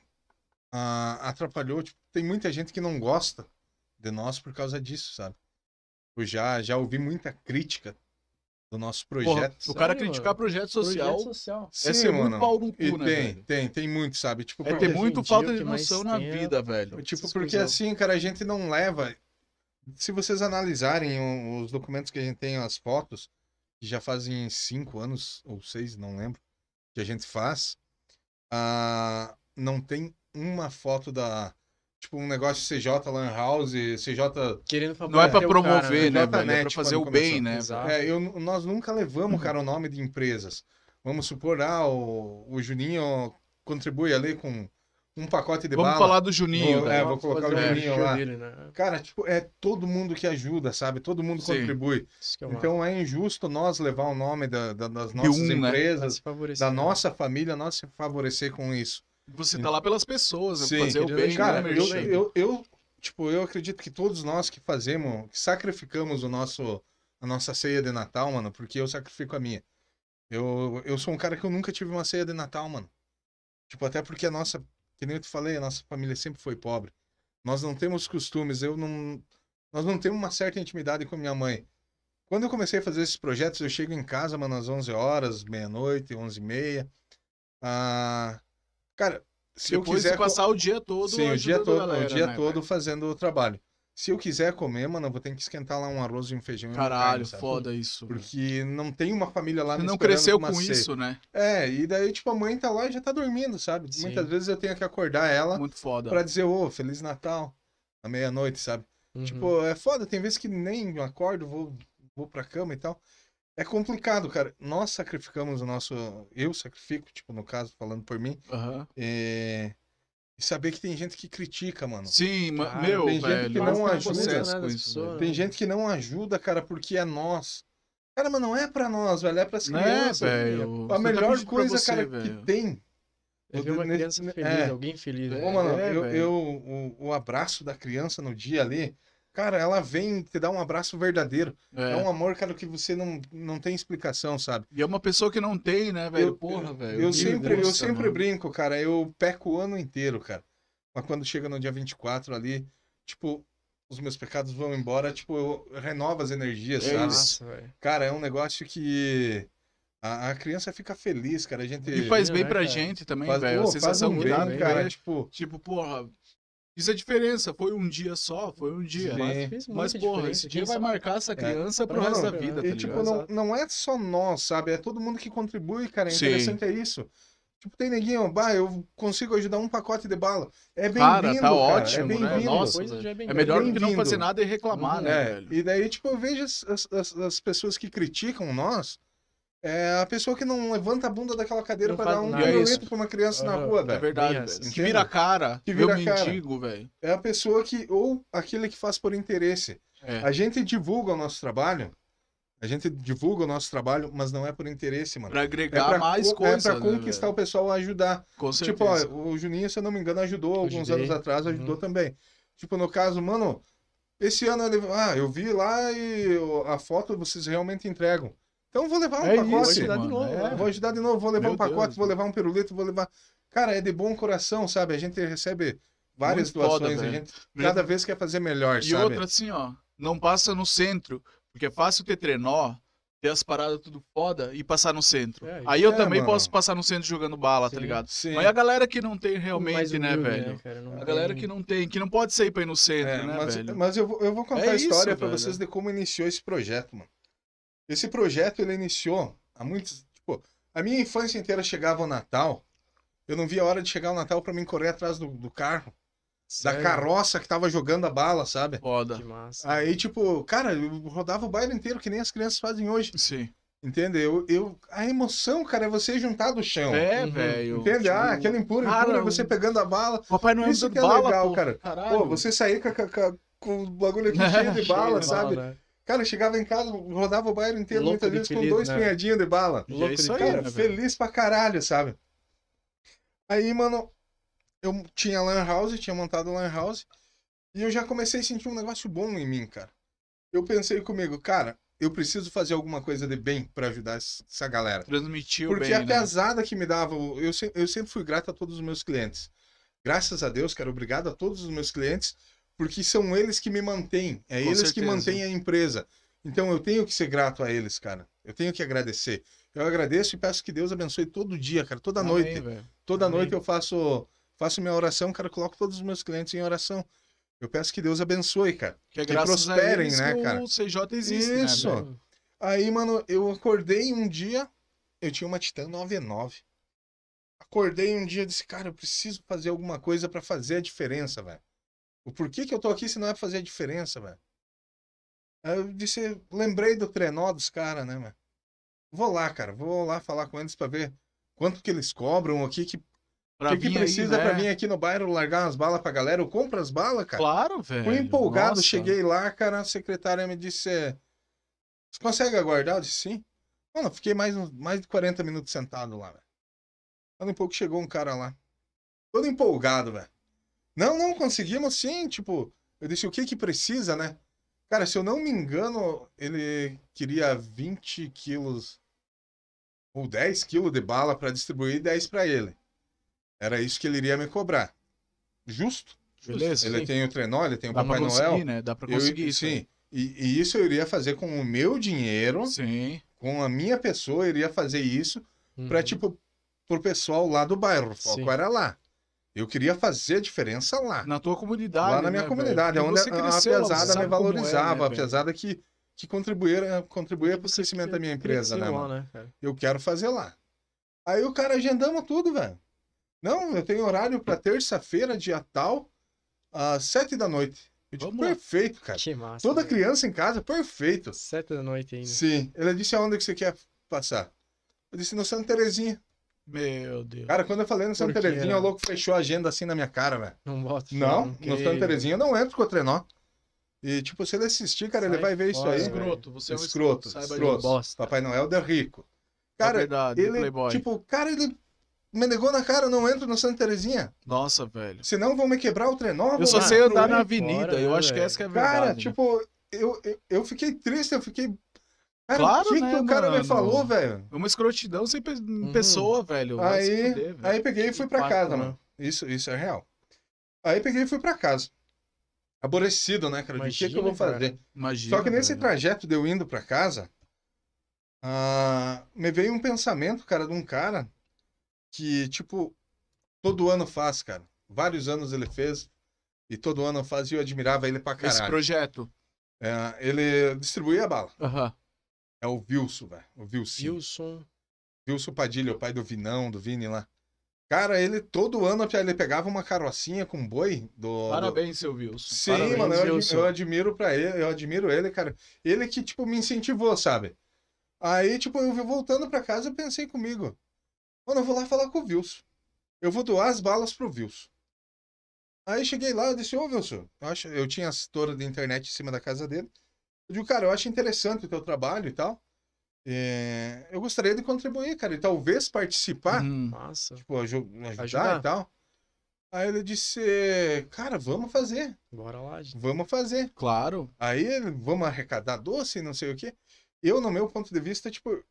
S3: ah, atrapalhou. Tipo, tem muita gente que não gosta de nós por causa disso, sabe? Eu já, já ouvi muita crítica do nosso
S1: Porra,
S3: projeto.
S1: o cara
S2: Sério,
S1: criticar projeto social
S2: Projeto social.
S1: é ser muito pau no
S3: E
S1: cu, né?
S3: tem,
S1: velho?
S3: tem, tem muito, sabe? Tipo,
S1: É
S3: porque-
S1: ter
S2: Hoje em
S1: muito
S2: dia,
S1: falta
S2: o
S1: de
S2: que mais
S1: noção na
S2: tem é-
S1: vida, velho.
S3: Tipo,
S2: Essas
S3: porque
S2: coisas.
S3: assim, cara, a gente não leva. Se vocês analisarem o- os documentos que a gente tem, as fotos, que já fazem cinco anos ou seis, não lembro, que a gente faz, ah, não tem uma foto da. Tipo, um negócio CJ Lan House, CJ.
S2: Querendo
S1: Não é pra
S2: favoritear o cara,
S1: promover, né, velho? É pra
S3: Exatamente,
S1: fazer o
S3: quando
S1: bem,
S3: começou.
S1: né?
S2: Exato.
S1: velho?
S3: É, eu, nós nunca levamos, cara, o nome de empresas. Vamos supor, ah, o, o Juninho contribui ali com um pacote de
S1: Vamos
S3: bala.
S1: falar do Juninho,
S3: Vou-
S1: velho.
S3: é, vou colocar
S2: Fazer
S1: o
S2: um
S3: Juninho
S2: show
S3: lá.
S2: dele, né?
S3: Cara, tipo, é todo mundo que ajuda, sabe? Todo mundo
S1: Sim.
S3: contribui.
S2: Isso que é uma-
S3: Então é injusto nós levar o nome da- da- das
S1: De
S3: nossas
S1: um, né?
S2: pra
S3: empresas,
S2: se favorecer,
S3: da
S2: né?
S3: nossa família, nós se favorecer com isso.
S1: Você tá lá pelas pessoas, é
S3: Sim.
S1: fazer o bem,
S3: Cara,
S1: né,
S3: eu,
S1: merchan?
S3: é eu, eu, tipo, eu acredito que todos nós que fazemos, que sacrificamos o nosso, a nossa ceia de Natal, mano, porque eu sacrifico a minha. Eu, eu sou um cara que eu nunca tive uma ceia de Natal, mano. Tipo, até porque a nossa, que nem eu te falei, a nossa família sempre foi pobre. Nós não temos costumes, eu não, nós não temos uma certa intimidade com minha mãe. Quando eu comecei a fazer esses projetos, eu chego em casa, mano, às 11 horas, meia-noite, 11 e meia. Ah, cara, se eu
S1: Depois
S3: quiser...
S1: de passar o dia todo
S3: Sim, o dia
S1: ajudando a
S3: todo,
S1: galera,
S3: o dia
S1: né,
S3: todo
S1: velho?
S3: fazendo o trabalho. Se eu quiser comer, mano, eu vou ter que esquentar lá um arroz e um feijão. e uma
S1: Caralho,
S3: carne, sabe?
S1: foda isso. velho.
S3: Porque não tem uma família lá
S1: Você
S3: me
S1: não
S3: esperando
S1: cresceu
S3: uma
S1: com
S3: ceia.
S1: isso, né?
S3: É, e daí, tipo, a mãe tá lá e já tá dormindo, sabe?
S2: Sim.
S3: Muitas vezes eu tenho que acordar ela
S1: Muito foda.
S3: pra dizer, ô, Feliz Natal, à meia-noite, sabe?
S2: Uhum.
S3: Tipo, é foda, tem vezes que nem acordo, vou, vou pra cama e tal. É complicado, cara. Nós sacrificamos o nosso. Eu sacrifico, tipo, no caso, falando por mim.
S1: Aham.
S3: é, E saber que tem gente que critica, mano.
S1: Sim, ma-
S2: Cara,
S1: meu,
S3: tem gente
S1: velho.
S3: que não
S1: eu tenho
S3: ajuda,
S1: processo
S2: né,
S1: com
S2: das
S1: isso, velho.
S2: pessoas.
S3: Tem gente que não ajuda, cara, porque é nós. Cara, mas não é pra nós, velho, é pras
S1: Né,
S3: crianças.
S1: velho?
S3: A
S1: Você tá
S3: melhor
S1: pedindo pra
S3: coisa,
S1: você,
S3: cara,
S1: velho.
S3: que tem.
S2: É ver uma
S3: Nesse-
S2: criança
S3: é.
S2: feliz, alguém feliz.
S1: É.
S3: Ô,
S2: né?
S3: mano, eu,
S1: velho.
S3: eu- o, o abraço da criança no dia ali, cara, ela vem te dar um abraço verdadeiro. É,
S1: É.
S3: um amor, cara, que você não, não tem explicação, sabe?
S1: E é uma pessoa que não tem, né, velho?
S3: Eu-
S1: Porra, velho.
S3: Eu
S1: que
S3: sempre, eu
S1: bosta,
S3: sempre
S1: mano.
S3: brinco, cara. Eu peco o ano inteiro, cara. Mas quando chega no dia 24 ali, tipo, os meus pecados vão embora, tipo, eu renovo as energias,
S1: É
S3: sabe?
S1: isso.
S2: Nossa, velho.
S3: Cara, é um negócio que a, a criança fica feliz, cara. A gente
S1: E faz bem
S2: né,
S1: pra
S2: cara?
S1: gente também,
S3: faz-
S1: velho.
S3: pô,
S1: A
S3: faz
S1: sensação
S3: um
S1: que
S3: bem,
S1: dá,
S2: né,
S3: cara.
S1: velho.
S3: Tipo,
S1: Tipo, porra, isso é diferença. Foi um dia só, foi um dia.
S3: Sim.
S2: Mas, fez
S1: Mas,
S2: muita
S1: porra,
S2: diferença,
S1: esse dia
S2: quem
S1: vai
S2: sabe?
S1: marcar essa criança pro
S2: Não,
S1: resto da
S2: não,
S1: vida,
S2: é,
S1: tá
S3: e,
S1: ligado?
S3: tipo não, não é só nós, sabe? É todo mundo que contribui, cara. O
S1: Sim.
S3: interessante é isso. Tipo, tem neguinho, bah, eu consigo ajudar um pacote de bala. É bem-vindo,
S1: Cara, tá
S3: é
S1: ótimo, né?
S3: bem-vindo.
S1: Nossa,
S2: Coisa
S1: velho.
S2: já é bem
S1: É melhor do
S2: grande.
S1: que não
S3: Bem-vindo.
S1: fazer nada e reclamar, né,
S3: É,
S1: velho?
S3: E daí, tipo, eu vejo as, as- as- as pessoas que criticam nós, é a pessoa que não levanta a bunda daquela cadeira
S2: Não
S3: pra
S2: faz
S3: dar um
S2: nada.
S1: E é
S3: violento
S1: isso.
S3: pra uma criança na
S2: Aham.
S3: rua,
S1: É
S3: velho.
S1: verdade,
S2: bem
S1: velho.
S3: assim.
S1: Que vira a cara,
S3: Que vira
S1: eu
S3: a cara.
S1: mendigo, velho.
S3: é a pessoa que ou aquele que faz por interesse.
S1: É.
S3: A gente divulga o nosso trabalho, a gente divulga o nosso trabalho, mas não é por interesse, mano.
S1: Pra agregar mais
S3: co-
S1: coisas.
S3: é pra
S1: né,
S3: conquistar
S1: velho?
S3: o pessoal a ajudar.
S1: Com
S3: tipo, ó,
S1: certeza.
S3: o Juninho, se eu não me engano, ajudou alguns
S2: Ajudei.
S3: anos atrás, ajudou
S2: Uhum.
S3: também. Tipo, no caso, mano, esse ano ele, ah, eu vi lá e eu- a foto vocês realmente entregam. Então eu vou levar um
S1: É
S3: pacote.
S1: isso,
S2: ajudar de
S1: mano,
S2: novo,
S1: é.
S3: Vou ajudar de novo, vou levar
S1: Meu
S3: um pacote,
S1: Deus,
S3: vou levar um pirulito, vou levar. Cara, é de bom coração, sabe? A gente recebe várias
S1: Muito foda,
S3: doações, a
S1: velho.
S3: gente cada vez quer fazer melhor,
S1: Né? E
S3: sabe?
S1: outra assim, ó, não passa no centro, porque é fácil ter trenó, ter as paradas tudo foda e passar no centro.
S2: É,
S1: Aí eu
S3: é,
S1: também
S3: mano.
S1: posso passar no centro jogando bala, tá
S2: Sim.
S1: ligado?
S3: Sim.
S1: Mas e a galera que não tem
S2: Mais
S1: realmente, né,
S2: humilde,
S1: velho?
S2: cara? Não
S1: A galera
S2: tem-
S1: que não tem, que não pode sair pra ir no centro,
S3: É,
S1: né,
S3: mas,
S1: velho?
S3: mas eu, vou- eu vou contar
S1: É
S3: a
S1: isso,
S3: história pra
S1: velho.
S3: vocês de como iniciou esse projeto, mano. Esse projeto ele iniciou há muitos. Tipo, a minha infância inteira chegava o Natal. Eu não via a hora de chegar o Natal pra mim correr atrás do, do carro,
S2: Sério?
S3: da carroça que tava jogando a bala, sabe?
S1: Foda.
S2: Que massa.
S3: Aí, tipo, cara, eu rodava o baile inteiro que nem as crianças fazem hoje.
S1: Sim.
S3: Entende? Eu, eu, a emoção, cara, é você juntar do chão.
S1: É,
S2: Uhum.
S1: velho.
S3: entende? Ah,
S1: Tipo,
S3: aquele impuro,
S1: cara,
S3: impuro, é
S1: o-
S3: você pegando a bala.
S1: Papai Noel
S3: Isso
S1: dando
S3: que é
S1: bala,
S3: legal,
S1: pô.
S3: cara.
S2: Ah,
S1: Caralho.
S3: Pô, você sair com, com- com- com o bagulho aqui cheio de bala,
S2: Cheio de
S3: sabe?
S2: bala, né?
S3: Cara, eu chegava em casa, rodava o bairro inteiro,
S2: Louco
S3: muitas
S2: de
S3: vezes
S2: feliz,
S3: com dois
S2: né?
S3: punhadinhos de bala.
S1: E
S2: Louco
S1: é
S2: de
S1: isso aí,
S3: Cara,
S1: né, velho?
S3: feliz pra caralho, sabe? Aí, mano, eu tinha Lan House, tinha montado Lan House, e eu já comecei a sentir um negócio bom em mim, cara. Eu pensei comigo, cara, eu preciso fazer alguma coisa de bem pra ajudar es- essa galera.
S1: Transmitiu
S3: Porque
S1: bem,
S3: a
S1: né?
S3: casada que me dava, o- eu, se- eu sempre fui grato a todos os meus clientes. Graças a Deus, cara, obrigado a todos os meus clientes, porque são eles que me mantêm, é
S1: Com
S3: eles que
S1: certeza.
S3: mantêm a empresa. Então eu tenho que ser grato a eles, cara. Eu tenho que agradecer. Eu agradeço e peço que Deus abençoe todo dia, cara, toda
S1: Amém,
S3: noite.
S1: velho.
S3: Toda
S2: Amém.
S3: noite eu faço faço minha oração, cara, eu coloco todos os meus clientes em oração. Eu peço que Deus abençoe, cara.
S1: Que é
S3: Que
S1: graças
S3: prosperem,
S1: a eles
S3: né,
S1: que
S3: cara?
S1: o CJ existe, né,
S3: Isso.
S1: velho?
S3: Aí, mano, eu acordei um dia, eu tinha uma Titan 99. Acordei um dia e disse, cara, eu preciso fazer alguma coisa pra fazer a diferença, velho. O porquê que eu tô aqui se não é pra fazer a diferença, velho? Aí eu disse, lembrei do trenó dos caras, né, velho? Vou lá, cara, vou lá falar com eles pra ver quanto que eles cobram, o que que
S1: Pra
S3: o que, que
S1: vir aí,
S3: precisa
S1: né?
S3: pra vir aqui no bairro largar umas balas pra galera? Eu compro as balas, cara.
S1: Claro, velho.
S3: Fui empolgado,
S1: Nossa.
S3: cheguei lá, cara, a secretária me disse: "É, Você consegue aguardar? Eu disse sim. Mano, eu fiquei mais, uns- mais de 40 minutos sentado lá, velho. Daqui a pouco chegou um cara lá. Todo empolgado, velho. Não, não, conseguimos sim, tipo. Eu disse, o que que precisa, né? Cara, se eu não me engano, ele queria 20 quilos ou 10 quilos de bala pra distribuir e 10 pra ele. Era isso que ele iria me cobrar. Justo?
S1: Beleza?
S3: Ele
S1: Sim.
S3: tem o trenó, ele tem o
S1: Dá
S3: Papai
S1: pra conseguir,
S3: Noel.
S1: né? Dá pra
S3: Eu-
S1: conseguir isso.
S3: sim. E, e isso eu iria fazer com o meu dinheiro,
S1: né? Sim.
S3: com a minha pessoa, eu iria fazer isso
S2: Uhum.
S3: pra, tipo, pro pessoal lá do bairro. O foco
S2: Sim.
S3: era lá. Eu queria fazer a diferença lá.
S1: Na tua comunidade.
S3: lá na minha
S1: né,
S3: comunidade, é
S1: velho? E
S3: onde
S1: você
S3: a, a
S1: cresceu, você
S3: pesada
S1: sabe
S3: me
S1: como é,
S3: valorizava,
S1: né,
S3: a pesada que, que contribuía, contribuía pro
S2: Você
S3: crescimento
S2: que-
S3: da minha empresa,
S2: cresceu
S3: né, mano?
S2: lá, né, cara?
S3: eu quero fazer lá. Aí o cara agendamos tudo, velho. Não, eu tenho horário pra terça-feira, dia tal, às sete da noite. Eu digo,
S1: Vamos lá.
S3: perfeito, cara.
S2: Que massa.
S3: Toda
S2: velho.
S3: criança em casa, perfeito.
S2: Sete da noite ainda.
S3: Sim. Ele disse, aonde que você quer passar? Eu disse, no Santa Terezinha.
S1: velho? Meu Deus.
S3: Cara, quando eu falei no Santa
S2: Por quê,
S3: Terezinha,
S2: né?
S3: o louco fechou a agenda assim na minha cara, velho.
S2: Não bota.
S3: Não,
S2: que-
S3: no Santa Terezinha eu não entro com o trenó. E, tipo, se ele assistir, cara, ele
S2: Sai
S3: vai ver isso
S2: fora, né?
S3: aí.
S2: velho.
S1: escroto. Você é um
S3: Escroto,
S1: Saiba
S3: escroto.
S1: disso.
S2: Bosta.
S3: Papai Noel de rico.
S1: Na
S3: Cara,
S1: verdade,
S3: ele,
S1: playboy.
S3: tipo, o cara, ele me negou na cara, não entro no Santa Terezinha.
S1: Nossa, velho.
S3: Senão vão me quebrar o trenó. vão
S1: Eu só
S3: me
S1: sei andar na
S3: destruir.
S1: avenida.
S2: fora,
S1: eu
S2: né,
S1: acho que
S2: velho?
S1: essa que é a verdade.
S3: Tá Cara,
S1: né?
S3: tipo, eu, eu, eu fiquei triste, eu fiquei. Cara,
S1: Claro,
S3: o que,
S1: né,
S3: que o cara
S1: mano?
S3: me falou, velho?
S1: É uma escrotidão sem pe- em pessoa, velho. Vai se
S3: Aí,
S1: fuder, velho.
S3: aí peguei e fui pra
S2: Impacto,
S3: casa,
S2: né?
S3: mano. Isso, isso é real. Aí peguei e fui pra casa. Aborrecido, né, cara? De O que, que eu
S2: Imagina,
S3: vou
S2: cara.
S3: fazer?
S1: Imagina.
S3: Só que nesse
S1: velho.
S3: trajeto de eu indo pra casa, ah, me veio um pensamento, cara, de um cara que, tipo, todo ano faz, cara. Vários anos ele fez e todo ano faz e eu admirava ele pra
S1: Esse
S3: caralho.
S1: projeto.
S3: É, ele distribuía a bala.
S1: Aham.
S3: É o Wilson, velho. O Wilson.
S2: Wilson.
S3: Wilson Padilha, o pai do Vinão, do Vini lá. Cara, ele todo ano ele pegava uma carrocinha com boi do, do,
S1: Parabéns, seu Wilson.
S3: Sim,
S1: Parabéns,
S3: mano, eu, admi-
S1: Wilson.
S3: eu admiro pra ele, eu admiro ele, cara. Ele que, tipo, me incentivou, sabe? Aí, tipo, eu vi- voltando pra casa, eu pensei comigo. Mano, eu vou lá falar com o Wilson. Eu vou doar as balas pro Wilson. Aí cheguei lá, eu disse, ô Wilson, eu, acho, eu tinha as torres de internet em cima da casa dele. Eu digo, cara, eu acho interessante o teu trabalho e tal. É, eu gostaria de contribuir, cara, e talvez participar
S1: Hum.
S2: Massa.
S3: tipo, aju- ajudar,
S2: Ajudar.
S3: e tal. Aí ele disse, cara, vamos fazer,
S2: Bora lá, gente.
S3: vamos fazer.
S1: Claro.
S3: Aí ele, vamos arrecadar doce, não sei o quê. Eu, no meu ponto de vista, tipo,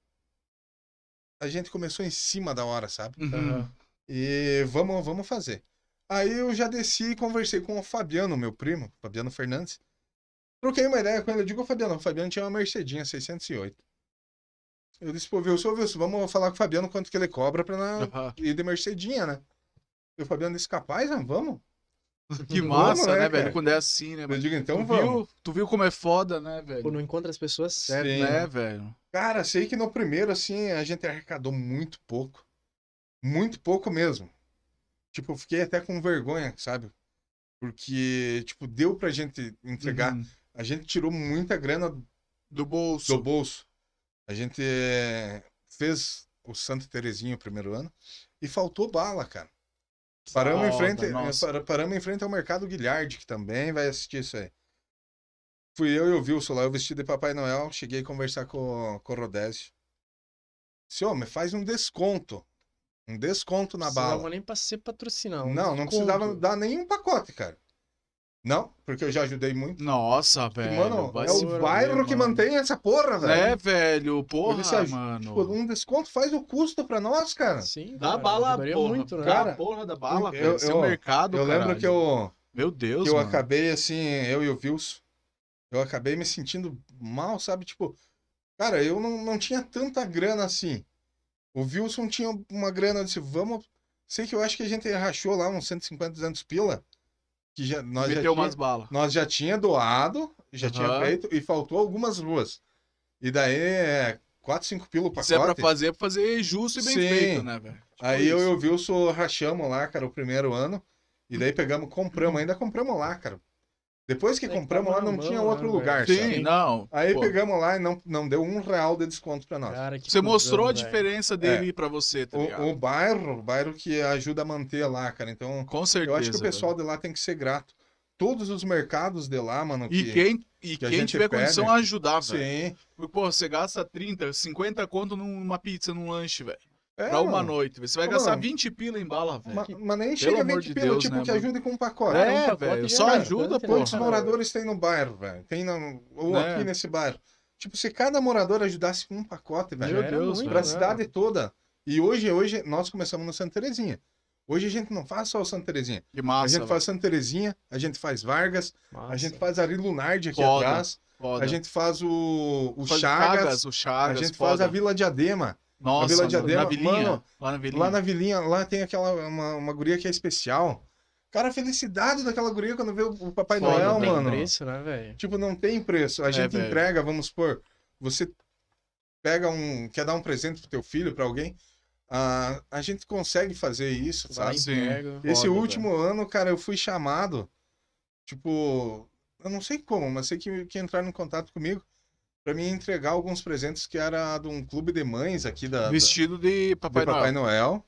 S3: a gente começou em cima da hora, sabe?
S1: Uhum.
S3: E vamos, vamos fazer. Aí eu já desci e conversei com o Fabiano, meu primo, Fabiano Fernandes. Troquei uma ideia com ele. Eu digo, "Ô, Fabiano, o Fabiano tinha uma Mercedinha 608. Eu disse, pô, Wilson, ô, Wilson, vamos falar com o Fabiano quanto que ele cobra pra nós
S1: Aham.
S3: e de Mercedinha, né? E o Fabiano disse, capaz, né? vamos?
S1: Que
S3: Vamos,
S1: massa,
S3: né,
S1: né,
S3: cara?
S1: velho? Quando é assim, né?
S3: Eu
S1: mano?
S3: digo, então
S1: tu,
S3: vamos. assim.
S1: viu, tu viu como é foda, né, velho?
S2: Pô, não encontra as pessoas certas.
S3: Sim.
S1: Né, velho?
S3: Cara, sei que no primeiro, assim, a gente arrecadou muito pouco. Muito pouco mesmo. Tipo, eu fiquei até com vergonha, sabe? Porque, tipo, deu pra gente entregar.
S1: Uhum.
S3: A gente tirou muita grana
S1: Do bolso.
S3: do bolso. A gente eh, fez o Santa Terezinha o primeiro ano e faltou bala, cara. Paramos, em
S1: Foda,
S3: frente, eh,
S1: nossa.
S3: para- paramos em frente ao Mercado Guilherme, que também vai assistir isso aí. Fui eu e o Wilson lá, eu vestido de Papai Noel, cheguei a conversar com, com o Rodésio. Disse, "Ô, me faz um desconto. Um desconto na
S2: Não
S3: bala.
S1: um
S2: precisava nem pra ser patrocinado.
S3: Não, não precisava dar nenhum pacote, um cara. Não, porque eu já ajudei muito.
S1: Nossa, velho.
S3: mano, é
S1: vacilou,
S3: o bairro que
S1: mano.
S3: mantém essa porra, velho.
S1: É, velho, porra,
S3: Ele se ajuda, Tipo,
S1: mano.
S3: um desconto faz o custo pra nós, cara.
S2: Sim,
S1: Dá
S2: cara,
S1: bala,
S2: ajudaria
S1: porra.
S2: muito, né?
S1: Dá
S3: Cara,
S1: a porra da bala,
S3: eu-
S1: velho.
S3: eu-
S1: Seu
S3: ó,
S1: mercado,
S3: eu lembro
S1: caralho.
S3: que eu,
S1: Meu Deus,
S3: que eu
S1: mano.
S3: acabei, assim, eu e o Wilson, eu acabei me sentindo mal, sabe? Tipo, cara, eu não, não tinha tanta grana assim. O Wilson tinha uma grana, eu disse, vamos. Sei que eu acho que a gente rachou lá uns 150, 200 pila. Que já, nós já
S1: Meteu
S3: tinha-
S1: umas balas.
S3: Nós já tinha doado, já tinha
S1: Aham.
S3: feito, e faltou algumas luas. E daí é 4, 5 pila o pacote.
S1: Se é pra fazer, é pra fazer justo e bem
S3: Sim.
S1: feito, né, velho? Tipo
S3: Aí eu
S1: isso.
S3: e o Wilson rachamos lá, cara, o primeiro ano. E daí pegamos, compramos, ainda compramos lá, cara. Depois que
S2: É que
S3: compramos
S2: tava
S3: lá,
S2: na
S3: não
S2: mão,
S3: tinha
S2: né,
S3: outro
S2: velho?
S3: lugar,
S1: Sim,
S3: sabe?
S1: não.
S3: Aí
S1: pô,
S3: pegamos lá e não, não deu um real de desconto pra nós.
S2: Cara, que
S1: Você
S2: cuzão,
S1: mostrou a
S2: velho.
S1: diferença
S3: É.
S1: dele pra você, tá ligado?
S3: o, o bairro, o bairro que ajuda a manter lá, cara. Então,
S1: Com certeza.
S3: eu acho que o
S1: velho.
S3: pessoal de lá tem que ser grato. Todos os mercados de lá, mano,
S1: E
S3: que...
S1: quem, e
S3: que a
S1: quem
S3: gente
S1: tiver
S3: pega-
S1: condição ajudar, velho.
S3: Sim.
S1: Porque, pô, você gasta 30, 50 conto numa pizza, num lanche, velho.
S3: É,
S1: pra uma
S3: mano.
S1: noite, velho. Você vai
S3: Ô,
S1: gastar
S3: mano.
S1: 20 pila em bala, velho.
S3: Ma- Mas, nem
S1: Pelo
S3: chega
S1: amor
S3: 20
S1: de
S3: pelo
S1: Deus,
S3: tipo
S1: né,
S3: que
S1: mano?
S3: ajude com um pacote.
S1: É,
S2: um pacote
S1: velho,
S2: de
S1: só
S2: nada,
S1: ajuda,
S2: tanto, né,
S3: Quantos
S1: porra.
S3: moradores tem no bairro, velho? Tem na... ou
S1: Né?
S3: aqui nesse bairro. Tipo, se cada morador ajudasse com um pacote,
S2: Já
S3: velho,
S1: Meu
S2: era
S1: Deus,
S2: muito,
S3: pra
S2: né?
S3: cidade toda. E hoje, hoje, nós começamos no Santa Terezinha. Hoje a gente não faz só o Santa Terezinha.
S1: Que
S3: A
S1: massa,
S3: gente faz Santa Terezinha, a gente faz Vargas,
S2: Massa.
S3: a gente tá faz Ari Lunardi aqui
S1: Foda,
S3: atrás,
S1: velho. Foda.
S3: a gente faz o, o
S1: Faz
S3: Chagas,
S1: o
S3: a
S1: Chagas,
S3: gente
S1: foda.
S3: faz a Vila Diadema.
S1: Nossa,
S3: a Vila
S1: mano,
S3: Diadema,
S1: na vilinha,
S3: mano,
S1: lá na vilinha.
S3: Lá na vilinha, lá tem aquela uma, uma guria que é especial. Cara, a felicidade daquela guria quando vê o o Papai
S1: Foda,
S3: Noel,
S2: Não tem
S3: mano.
S2: preço, né, velho?
S3: Tipo, não tem preço. A gente
S1: velho.
S3: entrega, vamos supor, você pega um. quer dar um presente pro teu filho, pra alguém. A, a gente consegue fazer isso,
S2: Vai lá
S3: sabe?
S2: e
S1: sim.
S2: pega.
S3: Esse
S1: Foda,
S3: último ano, cara, eu fui chamado. Tipo, eu não sei como, mas sei que, que entraram em contato comigo pra me entregar alguns presentes que era de um clube de mães aqui da, da-
S1: Vestido de Papai,
S3: de Papai
S1: Noel.
S3: Noel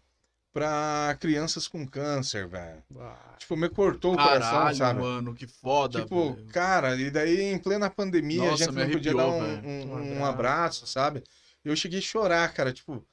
S3: pra crianças com câncer, velho.
S2: Ah,
S3: Tipo, me cortou o coração,
S1: Caralho,
S3: sabe?
S1: mano, que foda,
S3: Tipo,
S1: velho.
S3: cara, e daí em plena pandemia
S1: Nossa,
S3: a gente
S1: me
S3: não podia dar
S1: arrepiou,
S3: um,
S1: velho.
S3: um-
S2: Um
S3: um
S2: abraço.
S3: abraço, sabe? Eu cheguei a chorar, cara. Tipo,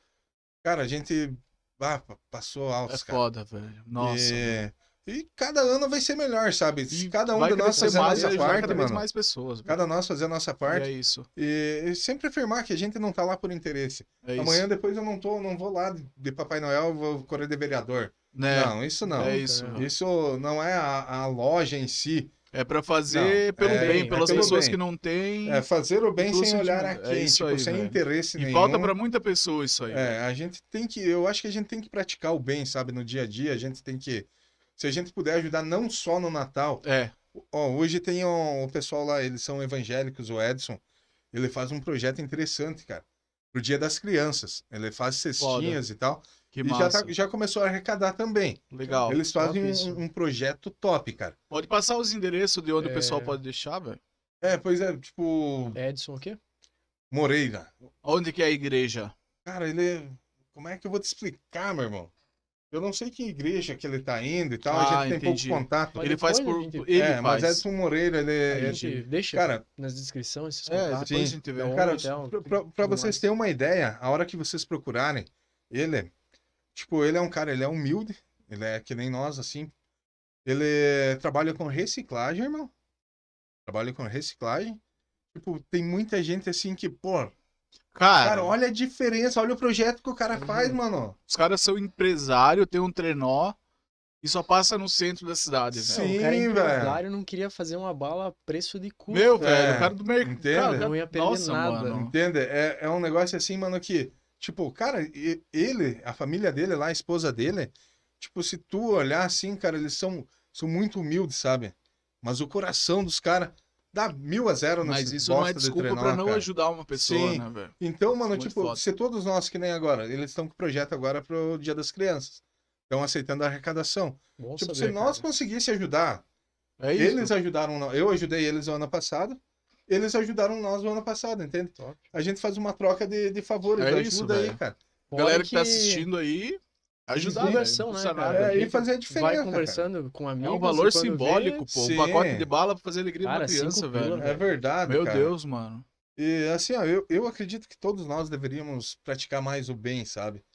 S3: cara, a gente ah, pa- passou
S1: É
S3: altos, cara.
S1: foda, velho. Nossa.
S3: E... e cada ano vai ser melhor, sabe? Se
S1: E
S3: cada um
S1: vai
S3: de nós
S1: crescer
S3: fazer a
S1: mais e
S3: nossa
S1: ajudar
S3: parte,
S1: cada vez
S3: mano.
S1: mais pessoas. velho.
S3: Cada nós fazer a nossa
S1: E
S3: parte.
S1: é isso.
S3: E, e sempre afirmar que a gente não tá lá por interesse.
S1: É isso.
S3: Amanhã depois eu não tô, não vou lá de- de Papai Noel, eu vou correr de vereador.
S1: né?
S3: Não, isso não.
S1: é isso. velho.
S3: Isso não é a, a loja em si.
S1: É pra fazer pelo
S3: é-
S1: bem,
S2: é
S1: pelas
S3: pelo
S1: pessoas
S3: bem.
S1: que não têm.
S3: É fazer o bem
S1: Todo
S3: sem olhar a
S1: sentimento. Uhum. É
S3: quem,
S1: isso
S3: tipo,
S1: aí,
S3: sem
S1: velho.
S3: interesse
S1: e
S3: nenhum.
S1: falta pra muita pessoa isso aí. velho.
S3: um É, a gente tem que, eu acho que a gente tem que praticar o bem, sabe, no dia a dia, a gente tem que se a gente puder ajudar não só no Natal.
S1: É.
S3: Ó, hoje tem um, o pessoal lá, eles são evangélicos, o Edson, ele faz um projeto interessante, cara, pro Dia das Crianças. Ele faz cestinhas e tal.
S1: Que
S3: e já,
S1: massa.
S3: tá- já começou a arrecadar também.
S1: Legal.
S3: Eles fazem
S2: top
S3: um-
S2: isso.
S3: um, projeto top, cara.
S1: Pode passar os endereços de onde o
S2: É.
S1: pessoal pode deixar, velho?
S3: É, pois é, tipo,
S2: Edson o quê?
S3: Moreira.
S1: Onde que é a igreja?
S3: Cara, ele é. Como é que eu vou te explicar, meu irmão? Eu não sei que igreja que ele tá indo e tal,
S1: Ah,
S3: a gente tem
S1: entendi.
S3: pouco contato.
S2: Mas
S1: ele faz por.
S2: depois a gente-
S1: Ele
S3: é,
S1: faz.
S3: mas Edson Moreira, ele
S2: A
S3: é.
S2: gente deixa
S3: Cara,
S2: nas descrições esses
S1: É,
S2: contatos.
S1: depois a gente vê.
S2: Então,
S3: cara,
S2: então,
S3: pra- pra, pra
S2: tudo
S3: vocês terem uma ideia, a hora que vocês procurarem, ele. Tipo, ele é um cara, ele é humilde, ele é que nem nós, assim. Ele trabalha com reciclagem, irmão. Trabalha com reciclagem. Tipo, tem muita gente assim que, pô,
S1: Cara,
S3: um
S1: Uhum.
S3: cara, olha a diferença, olha o projeto que o cara faz, mano.
S1: os caras são empresário, tem um trenó e só passa no centro da cidade,
S2: É,
S1: velho.
S3: Sim,
S2: o cara
S3: velho.
S2: empresário não queria fazer uma bala a preço de custo.
S1: Meu, velho,
S3: É,
S1: o cara do mercado.
S3: entende?
S1: Cara, o cara-
S2: Não ia perder
S1: Nossa,
S2: nada.
S1: mano.
S3: Entende? É, é um negócio assim, mano, que, tipo, cara, e- ele, a família dele lá, a esposa dele, tipo, se tu olhar assim, cara, eles são, são muito humildes, sabe? Mas o coração dos caras dá mil a zero
S1: Mas
S3: nesses
S1: isso não é
S3: bosta de
S1: desculpa
S3: trenó,
S1: pra não
S3: cara.
S1: ajudar uma pessoa,
S3: Sim.
S1: né, velho?
S3: Então, mano,
S1: Muito
S3: tipo,
S1: foda.
S3: se todos nós, que nem agora, eles estão com o projeto agora pro Dia das Crianças. Estão aceitando a arrecadação.
S2: Bom
S3: tipo,
S2: saber,
S3: se nós
S2: cara.
S3: conseguisse ajudar,
S1: É isso.
S3: eles ajudaram, nó- eu ajudei eles o ano passado, eles ajudaram nós o ano passado, entende?
S2: Top.
S3: A gente faz uma troca de, de favores,
S1: É
S3: ajuda
S1: isso,
S3: aí,
S1: velho.
S3: cara.
S1: Galera
S2: Fora
S1: que tá assistindo aí, ajudar, velho.
S2: Divulgação,
S1: Não
S2: né,
S1: custa
S2: cara?
S1: nada.
S3: É,
S2: gente
S3: e fazer a
S2: Vai
S3: diferença. cara.
S2: conversando com amigos.
S1: É um valor
S2: e quando vê,
S1: simbolo, pô.
S3: Sim.
S1: Um pacote de bala pra fazer alegria
S2: Cara,
S1: de uma criança,
S2: cinco
S1: velho.
S2: pila,
S3: É verdade,
S1: Meu
S3: cara.
S1: Deus, mano.
S3: E assim, ó, eu, eu acredito que todos nós deveríamos praticar mais o bem, sabe?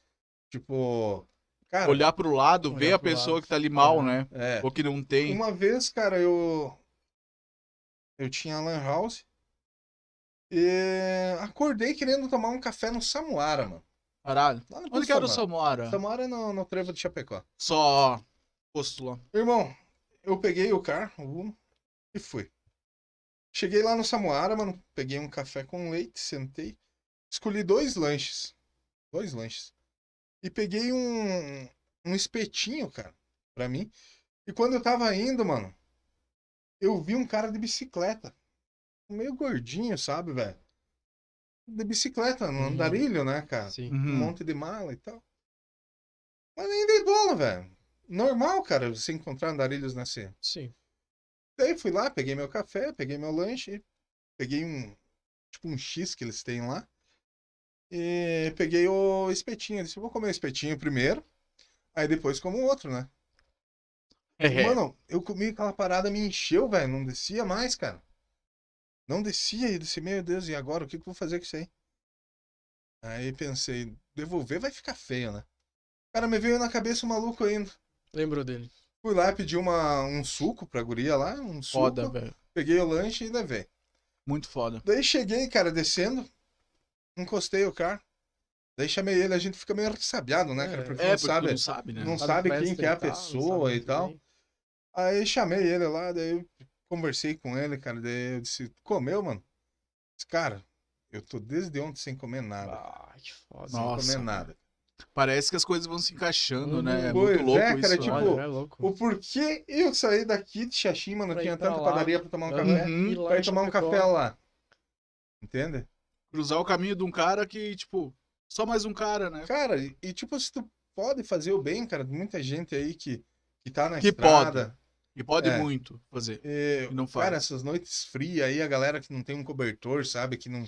S3: Tipo, Cara,
S1: Olhar pro lado,
S2: Olhar
S1: ver a
S2: pro
S1: pessoa
S2: lado.
S1: que tá ali mal,
S2: É.
S1: né?
S3: é.
S1: Ou que não tem.
S3: Uma vez, cara, eu. Eu tinha a Lan House. E acordei querendo tomar um café no Samuara, mano.
S1: Caralho.
S3: Lá no posto
S1: Onde que era o Samora?
S3: Samuara? Samuara é no, no trevo de Chapecó.
S1: Só posto lá.
S3: Irmão, eu peguei o carro, o Uno, e fui. Cheguei lá no Samuara, mano. Peguei um café com leite, sentei. Escolhi dois lanches. Dois lanches. E peguei um, um espetinho, cara, pra mim. E quando eu tava indo, mano, eu vi um cara de bicicleta. Meio gordinho, sabe, velho? De bicicleta, no
S2: Uhum.
S3: andarilho, né, cara?
S2: Sim.
S3: um
S1: Uhum.
S3: monte de mala e tal. Mas nem dei bola, velho. Normal, cara, você encontrar andarilhos nessa.
S2: Sim.
S3: Daí fui lá, peguei meu café, peguei meu lanche, peguei um. Tipo um X que eles têm lá. E peguei o espetinho. Eu Disse, vou comer o espetinho primeiro. Aí depois como o outro, né?
S2: É.
S1: É.
S3: Mano, eu comi aquela parada, me encheu, velho. Não descia mais, cara. Não descia. E eu disse, meu Deus, e agora? O que que eu vou fazer com isso aí? Aí pensei, devolver vai ficar feio, né? Cara, me veio na cabeça um maluco ainda.
S2: Lembrou dele.
S3: Fui lá pedir uma, um suco pra guria lá, um suco.
S1: Foda, velho.
S3: Peguei o lanche e levei.
S1: Muito foda.
S3: Daí cheguei, cara, descendo. Encostei o carro. Daí chamei ele, a gente fica meio ressabiado, né, cara?
S2: É,
S3: Porque
S1: É,
S3: não
S1: porque
S3: sabe.
S1: tu não sabe, né?
S3: não sabe
S2: festa
S3: quem
S2: e
S3: que é a
S2: tal, tá, não sabe
S3: pessoa e
S2: muito
S3: tal.
S2: bem.
S3: Aí chamei ele lá, daí eu conversei com ele, cara. Daí eu disse, comeu, mano? Disse, cara, eu tô desde ontem sem comer nada.
S2: Ah, que foda.
S3: sem
S1: Nossa.
S3: comer nada.
S1: Parece que as coisas vão se encaixando,
S2: Uhum.
S1: né? É
S3: Pois
S1: muito louco
S3: é, cara,
S1: isso. né?
S3: tipo,
S1: olha.
S2: é louco.
S3: O porquê eu saí daqui de Xaxim, mano,
S2: Pra ir
S3: tinha
S2: pra
S3: tanta
S2: lá.
S3: padaria pra tomar um
S2: Aham.
S3: café.
S1: Uhum.
S2: E lá
S3: Pra ir
S2: em
S3: tomar um
S2: Chapecó.
S3: café lá. Entende?
S1: Cruzar o caminho de um cara que, tipo, só mais um cara, né?
S3: Cara, e, e tipo, se tu pode fazer o bem, cara, muita gente aí que, que tá na
S1: Que
S3: estrada.
S1: E pode
S3: É.
S1: muito fazer.
S3: é,
S1: E não
S3: Cara,
S1: faz.
S3: essas noites frias aí, a galera que não tem um cobertor, sabe? Que não.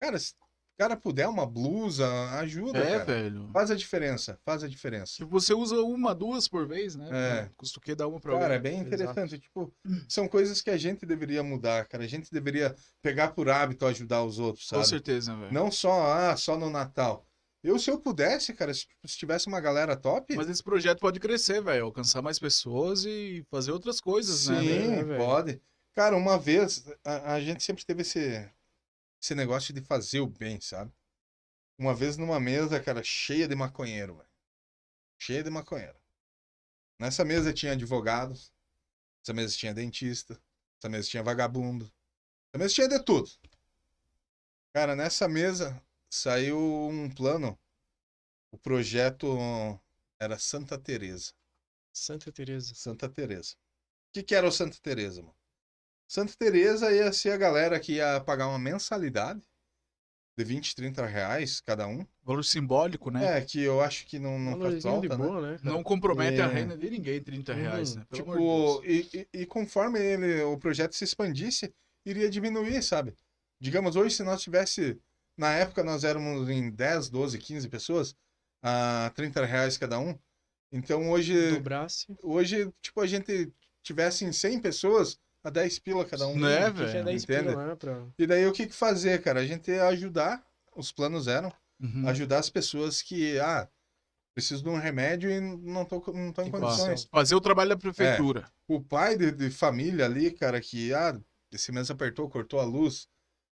S3: Cara, se o cara puder uma blusa, ajuda.
S1: é,
S3: cara.
S1: velho.
S3: Faz a diferença, faz a diferença.
S1: Tipo, você usa uma, duas por vez, né?
S3: É.
S1: Custa o quê dar uma pra
S3: Cara, é
S1: alguém?
S3: bem interessante. Tipo,
S1: Hum.
S3: são coisas que a gente deveria mudar, cara. A gente deveria pegar por hábito ajudar os outros,
S1: Com
S3: sabe?
S1: certeza, velho.
S3: Não só, ah, só no Natal. Eu, se eu pudesse, cara, se, tipo, se tivesse uma galera top,
S1: Mas esse projeto pode crescer, velho. Alcançar mais pessoas e fazer outras coisas, né? velho?
S3: Sim,
S2: velho?
S3: pode. Cara, uma vez, a, a gente sempre teve esse, esse negócio de fazer o bem, sabe? Uma vez numa mesa, cara, cheia de maconheiro, velho. Cheia de maconheiro. Nessa mesa tinha advogado, nessa mesa tinha dentista, nessa mesa tinha vagabundo, nessa mesa tinha de tudo. Cara, nessa mesa saiu um plano. O projeto era Santa Teresa.
S2: Santa Teresa.
S3: Santa Teresa. O que, que era o Santa Teresa, mano? Santa Teresa ia ser a galera que ia pagar uma mensalidade de 20, 30 reais cada um.
S1: Valor simbólico, né?
S3: É, que eu acho que não, não faz
S2: Valorzinho de
S3: falta, né?
S2: boa, né? cara?
S1: Não compromete a
S3: É.
S1: renda de ninguém, 30 reais,
S2: Uhum.
S1: né? Pelo amor
S3: Tipo,
S1: de
S3: e, e- e conforme ele, o projeto se expandisse, iria diminuir, sabe? Digamos, hoje, se nós tivesse... Na época, nós éramos em 10, 12, 15 pessoas, a 30 reais cada um. Então, hoje,
S2: Dobrasse.
S3: hoje tipo, a gente tivesse em 100 pessoas, a 10 pila cada um.
S1: Deus. Né,
S2: Que que é
S1: velho?
S2: 10
S3: entende?
S2: pila, né? Pra...
S3: E daí o que, que fazer, cara? A gente ia ajudar, os planos eram,
S1: Uhum.
S3: ajudar as pessoas que, ah, preciso de um remédio e não tô, não tô
S2: Tem
S3: em condições.
S2: condição.
S1: Fazer o trabalho da prefeitura.
S3: O pai de, de família ali, cara, que, ah, esse mês apertou, cortou a luz,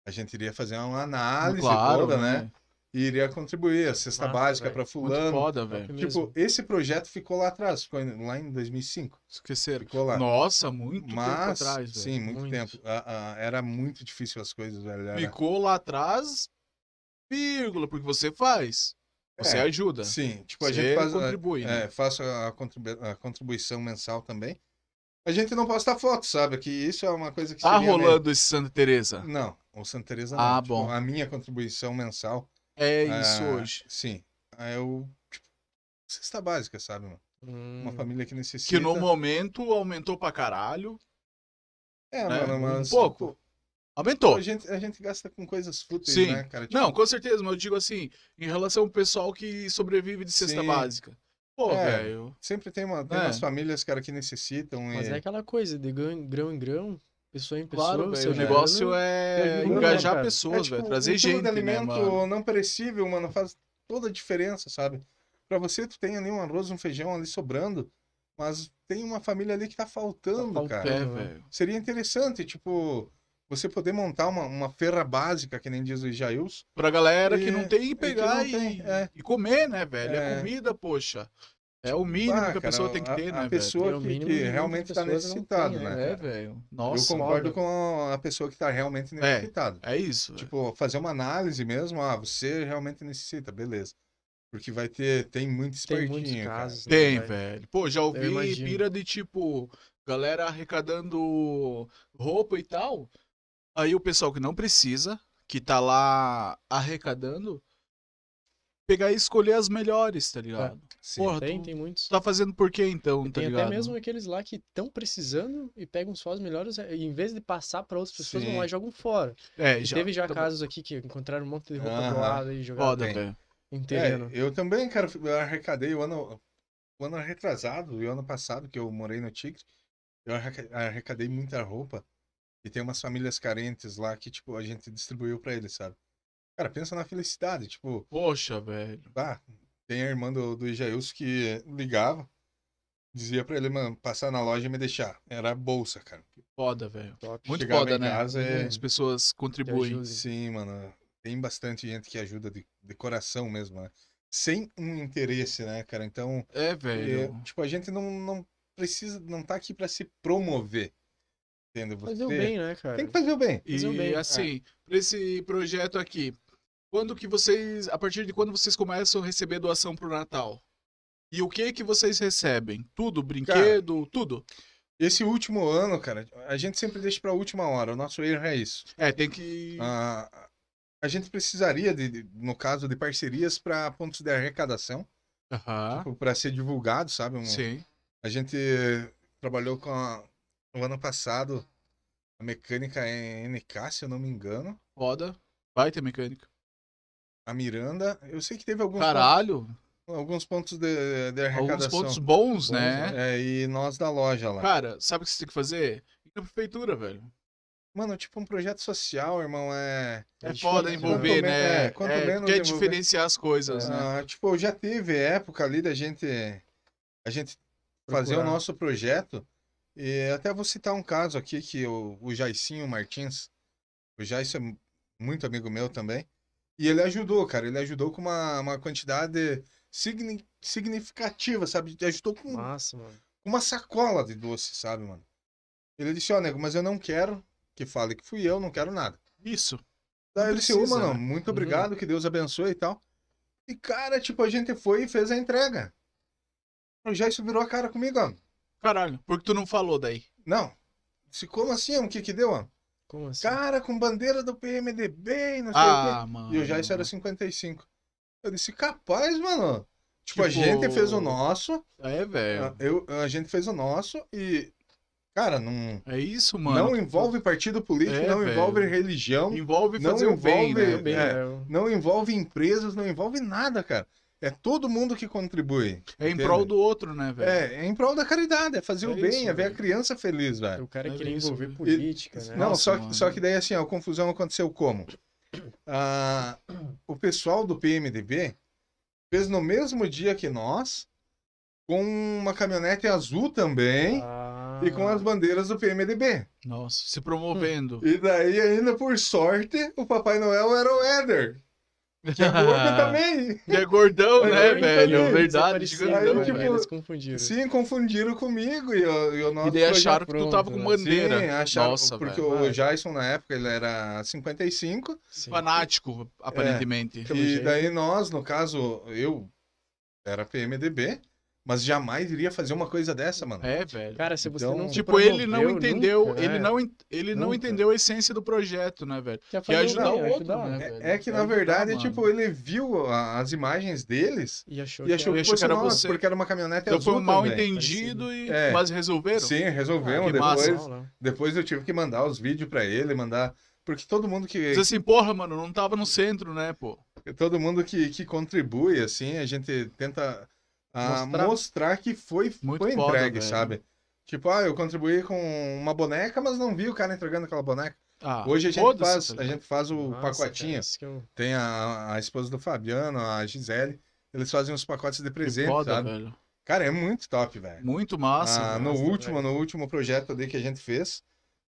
S3: a gente iria fazer uma É. análise toda, né? E iria contribuir, a cesta
S2: Massa,
S3: básica
S2: velho.
S3: para
S1: Muito
S3: fulano.
S1: foda,
S2: Top
S1: né, velho.
S2: mesmo.
S3: Tipo, esse projeto ficou lá atrás, ficou em- lá em 2005.
S1: Esqueceram.
S3: Ficou lá.
S1: Nossa, muito tempo
S3: Mas,
S1: atrás, velho.
S3: sim, muito,
S2: Muito.
S3: tempo. Ah, ah, era muito difícil as coisas, velho. Era...
S1: Ficou lá atrás, vírgula, porque você faz. Você
S3: É,
S1: ajuda.
S3: Sim, tipo, a
S1: você
S3: gente faz...
S1: contribui. né?
S3: É, faço a, contribu- a contribuição mensal também. A gente não posta foto, sabe? Que isso é uma coisa que
S1: Tá
S3: seria meio-
S1: rolando esse Santa Teresa.
S3: Não, o Santa Teresa não.
S1: Ah,
S3: Tipo,
S1: bom.
S3: A minha contribuição mensal.
S1: É isso
S3: ah,
S1: hoje.
S3: Sim. Aí eu, tipo, cesta básica, sabe? mano? Uma
S2: Hum,
S3: família que necessita.
S1: Que no momento aumentou pra caralho.
S3: É,
S1: né?
S3: mano, mas...
S1: Um pouco.
S3: tipo,
S1: Aumentou.
S3: a, gente, a gente gasta com coisas fúteis,
S1: Sim.
S3: né, cara? Tipo,
S1: Não, com certeza, mas eu digo assim, em relação ao pessoal que sobrevive de cesta
S3: Sim.
S1: básica. Pô,
S3: É.
S1: velho.
S3: Sempre tem, uma, tem
S1: É.
S3: umas famílias, cara, que necessitam.
S2: Mas
S3: e...
S2: é aquela coisa de grão em grão, em grão pessoa em pessoa.
S1: Claro, velho.
S2: seu
S1: O negócio
S2: Você
S1: é
S2: ajuda, né,
S1: engajar
S2: cara?
S1: pessoas,
S3: tipo,
S1: velho. Trazer
S3: um quilo
S1: gente,
S3: de
S1: né,
S3: alimento
S1: mano?
S3: não perecível, mano, faz toda a diferença, sabe? Pra você, tu tem ali um arroz, um feijão ali sobrando, mas tem uma família ali que tá faltando,
S2: Tá
S3: cara.
S4: É,
S2: Uhum.
S4: velho.
S3: Seria interessante, tipo, você poder montar uma, uma ferra básica, que nem diz o Jails.
S1: Pra galera que
S3: É,
S1: não tem que pegar
S3: não tem,
S1: e,
S3: é.
S1: e comer, né, velho? É.
S3: É. Tipo,
S1: comida, poxa. É o mínimo que a pessoa tem que ter,
S3: Ah, a,
S1: né,
S3: pessoa
S2: É o
S3: que-
S2: mínimo
S3: que,
S2: de
S3: realmente tá
S2: pessoas não
S3: necessitada,
S2: tem,
S3: né?
S2: é,
S1: velho?
S3: cara?
S1: É, velho.
S3: Eu
S1: Nossa,
S3: concordo
S1: mano.
S3: com a pessoa que tá realmente necessitada.
S1: É isso. velho.
S3: Tipo, fazer uma análise mesmo, ah, você realmente necessita, beleza. Porque vai ter, tem muito
S2: Tem
S3: espertinho,
S2: muitos
S3: cara.
S2: casos. né,
S1: Tem, velho. Pô, já ouvi
S2: imagino.
S1: pira de tipo, galera arrecadando roupa e tal. Aí o pessoal que não precisa, que tá lá arrecadando, pegar e escolher as melhores, tá ligado?
S3: Sim.
S1: Porra,
S2: É, Tem,
S1: tu,
S2: tem muitos.
S1: tu tá fazendo por quê então, tá
S2: tem
S1: ligado?
S2: até mesmo aqueles lá que estão precisando e pegam só os melhores, e em vez de passar pra outras pessoas,
S3: Sim.
S2: vão lá e jogam fora.
S1: É,
S2: E
S1: já.
S2: teve já né?
S1: tá
S2: casos aqui que encontraram um monte de roupa
S3: Aham.
S2: doada e jogaram
S1: Foda,
S3: Tem.
S1: velho.
S2: em
S3: É,
S2: terreno.
S3: eu também, cara, eu arrecadei o ano, o ano retrasado e o ano passado, que eu morei no Tigre, eu arreca- arrecadei muita roupa. E tem umas famílias carentes lá que, tipo, a gente distribuiu pra eles, sabe? Cara, pensa na felicidade, tipo,
S1: Poxa, velho.
S3: Ah, tem a irmã do, do Ijailson que ligava, dizia pra ele, mano, passar na loja e me deixar. Era a bolsa, cara.
S1: Foda, velho.
S2: Top.
S1: Muito
S3: Chegava
S1: foda,
S3: em
S1: né?
S3: casa, é-
S1: As pessoas contribuem.
S2: ajuda.
S3: Sim, mano. Tem bastante gente que ajuda de, de coração mesmo, né? Sem um interesse, né, cara? Então,
S1: É,
S3: é,
S1: velho.
S3: tipo, a gente não, não precisa, não tá aqui pra se promover. Entendeu? Você
S2: Fazer o bem, né, cara?
S3: tem que fazer o bem. é.
S1: E
S2: Fazer um bem.
S1: assim, pra esse projeto aqui, quando que vocês, a partir de quando vocês começam a receber doação pro Natal? E o que que vocês recebem? Tudo, brinquedo, tudo.
S3: Esse último ano, cara, a gente sempre deixa pra última hora. O nosso erro é isso.
S1: É, tem que
S3: A, a gente precisaria, de, de- no caso, de parcerias para pontos de arrecadação,
S2: Tá.
S1: Aham.
S3: para ser divulgado, sabe? Ah, tipo, Um-
S1: Sim.
S3: A gente trabalhou com a, no ano passado a mecânica em NK, se eu não me engano.
S1: Foda. Vai ter mecânica.
S3: A Miranda, eu sei que teve alguns,
S1: Caralho,
S3: pontos, alguns pontos de, de
S1: alguns
S3: arrecadação.
S1: pontos bons, né?
S3: É, e nós da loja lá.
S1: Cara, sabe o que você tem que fazer? Ir na prefeitura, velho.
S3: Mano, tipo um projeto social, irmão, é.
S1: É
S2: Difícil,
S1: foda
S2: né?
S1: envolver,
S3: Quanto men-
S1: né?
S3: é, quanto
S1: É,
S3: menos
S1: quer
S3: envolver.
S1: diferenciar as coisas, né?
S3: Ah, tipo, já teve época ali da gente a gente fazer o
S2: Procurar.
S3: nosso projeto. E até vou citar um caso aqui que o, o Jaicinho Martins, o Jaice é mu- muito amigo meu também, e ele ajudou, cara, ele ajudou com uma, uma quantidade signi- significativa, sabe? Ele ajudou com com
S2: Massa, mano.
S3: uma sacola de doce, sabe, mano? Ele disse, ó, nego, mas eu não quero que fale que fui eu, não quero nada.
S1: Isso.
S3: Daí
S1: Não
S3: ele disse, ô,
S1: precisa,
S3: mano,
S1: né?
S3: muito obrigado, que Deus abençoe e tal. E, cara, tipo, a gente foi e fez a entrega. O Jason virou a cara comigo, ó.
S1: Caralho, porque tu não falou daí.
S3: Não. Disse, como assim, ó? O que que deu, ó?
S2: Como assim?
S3: Cara, com bandeira do PMDB e não sei o
S1: Ah,
S3: quê.
S1: mano.
S3: E o Jason era assim. 55. Eu disse, capaz, mano. Tipo, a
S1: Tipo-
S3: gente fez o nosso,
S1: É, velho.
S3: eu, a gente fez o nosso e, cara, não,
S1: É isso, mano.
S3: não envolve partido político,
S1: É,
S3: não
S1: velho.
S3: envolve religião,
S1: Envolve
S3: Não
S1: fazer o bem,
S3: envolve-
S1: né?
S2: Bem,
S3: é.
S2: velho.
S3: não envolve empresas, não envolve nada, cara. É todo mundo que contribui.
S1: É em
S3: entende?
S1: prol do outro, né, velho?
S3: É, é em prol da caridade, é fazer
S1: É
S3: o bem,
S1: isso,
S3: é ver a
S1: velho.
S3: criança feliz, velho.
S2: O cara
S1: É
S2: queria
S1: isso,
S2: envolver
S1: velho.
S2: política, né?
S3: Não,
S1: Nossa,
S3: só,
S1: mano.
S3: que, só que daí assim, ó, a confusão aconteceu como? Ah, o pessoal do PMDB fez no mesmo dia que nós, com uma caminhonete azul também,
S2: Ah,
S3: e com as bandeiras do PMDB.
S1: Nossa, se promovendo.
S3: E daí, ainda por sorte, o Papai Noel era o Éder. Que é gordo também.
S1: Que é gordão, né,
S3: Gordão
S1: velho?
S3: também,
S1: Verdade,
S2: desaparecido,
S3: gigantão,
S2: né,
S1: gigantão,
S2: velho?
S3: tipo,
S1: velho.
S2: Eles confundiram.
S3: Sim, confundiram comigo e o, e o nosso
S1: E daí
S3: projeto-
S1: acharam que tu
S2: pronto,
S1: tava com
S2: né?
S1: bandeira.
S3: Sim, acharam,
S1: Nossa,
S3: porque
S1: velho.
S3: o Jason na época ele era 55
S2: Sim.
S1: Fanático, aparentemente.
S2: Pelo
S3: e
S2: jeito.
S3: daí nós, no caso, eu era PMDB, mas jamais iria fazer uma coisa dessa, mano.
S1: É, velho.
S2: Cara, se você
S3: Então-
S2: não se
S1: Tipo, ele não
S2: promoveu
S1: entendeu,
S2: nunca,
S1: ele
S2: é,
S1: não, en- ele não
S2: Nunca.
S1: entendeu a essência do projeto, né, velho?
S2: quer
S1: Que é
S2: fazer
S1: ajudar
S2: bem,
S1: o outro,
S2: ajudar.
S1: né, velho?
S3: É, é que na
S1: ajudar,
S3: verdade,
S1: mano.
S3: tipo, ele viu a- as imagens deles
S2: E achou
S3: e achou
S1: ele
S3: que,
S1: achou
S3: fosse
S1: que era
S3: nós,
S1: você.
S3: porque era uma caminhonete
S1: Então
S3: azul
S1: foi um mal
S3: também.
S1: entendido, e...
S3: né? É.
S1: mas resolveram.
S3: Sim, resolvemos.
S1: Ah, que massa.
S3: depois,
S2: Não, não.
S3: depois eu tive que mandar os vídeos pra ele, mandar. Porque todo mundo que.
S1: Diz assim, porra, mano, não tava no centro, né, pô?
S3: todo mundo que, que contribui, assim, a gente tenta ah,
S2: Mostrar.
S3: mostrar. que foi,
S1: Muito
S3: foi
S1: foda,
S3: entregue,
S1: velho.
S3: sabe? Tipo, ah, eu contribuí com uma boneca, mas não vi o cara entregando aquela boneca.
S1: Ah,
S3: Hoje a gente,
S1: foda-se,
S3: faz,
S1: tá
S3: a
S1: ligado?
S3: gente faz o
S2: Nossa, cara,
S3: pacotinho.
S2: isso que eu-
S3: Tem a, a esposa do Fabiano, a Gisele. eles fazem uns pacotes de
S1: Que
S3: presente,
S1: foda,
S3: sabe?
S1: velho.
S3: Cara, é muito top, velho.
S1: Muito massa.
S3: Ah,
S1: velho.
S3: no
S2: massa,
S3: último,
S2: velho.
S3: no último projeto ali que a gente fez,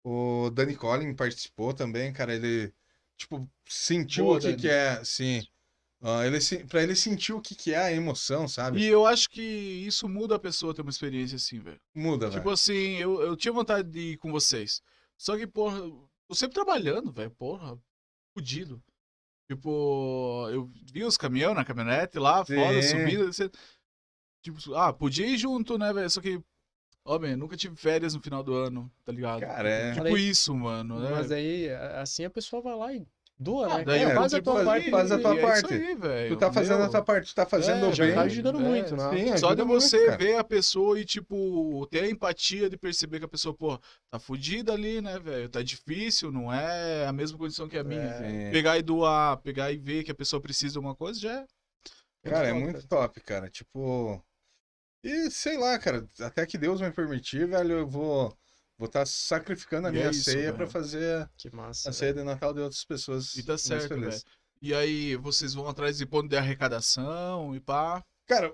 S3: o Dani Collin participou também, cara, ele tipo sentiu
S5: Boa,
S3: o que
S5: Dani.
S3: que é, sim. Ah, ele se- pra ele sentir o que que é a emoção, sabe?
S1: E eu acho que isso muda a pessoa ter uma experiência assim, velho.
S3: Muda,
S1: Tipo
S3: velho.
S1: assim, eu, eu tinha vontade de ir com vocês. Só que, porra, tô sempre trabalhando, velho, porra. Fudido. Tipo, eu vi os caminhão na caminhonete lá,
S3: Sim.
S1: foda, subindo. você- Tipo, ah, podia ir junto, né, velho? Só que, ó, man, nunca tive férias no final do ano, tá ligado?
S3: Cara, é.
S1: Tipo
S2: Falei.
S1: isso, mano. né?
S2: Mas aí, a- assim a pessoa vai lá e doa, né?
S3: daí
S2: cara?
S3: é,
S2: faz a
S3: tipo,
S2: tua
S3: faz-
S2: parte.
S3: faz a
S2: e-
S3: tua
S1: E
S3: parte.
S1: É isso aí, velho.
S3: Tu tá fazendo
S1: Meu,
S3: a tua parte, tu tá fazendo
S2: É,
S3: o
S2: já
S3: bem.
S2: tá ajudando
S1: É,
S2: muito, né?
S3: Sim,
S1: Só de
S3: ajuda muito,
S1: você
S3: cara.
S1: ver a pessoa e, tipo, ter a empatia de perceber que a pessoa, pô, tá fudida ali, né, velho? Tá difícil, não é a mesma condição que a minha.
S3: É.
S1: Pegar e doar, pegar e ver que a pessoa precisa de uma coisa, já é.
S3: Cara, é
S2: top,
S3: muito top, cara. Tipo. E sei lá, cara, até que Deus me permitir, velho, eu vou vou estar sacrificando a
S1: E
S3: minha
S1: é isso,
S3: ceia
S1: velho.
S3: pra fazer
S2: Que
S3: a
S2: massa.
S3: ceia de Natal de outras pessoas.
S1: E tá
S3: mais
S1: certo,
S3: felizes.
S1: velho. E aí, vocês vão atrás de ponto de arrecadação e pá.
S3: Cara,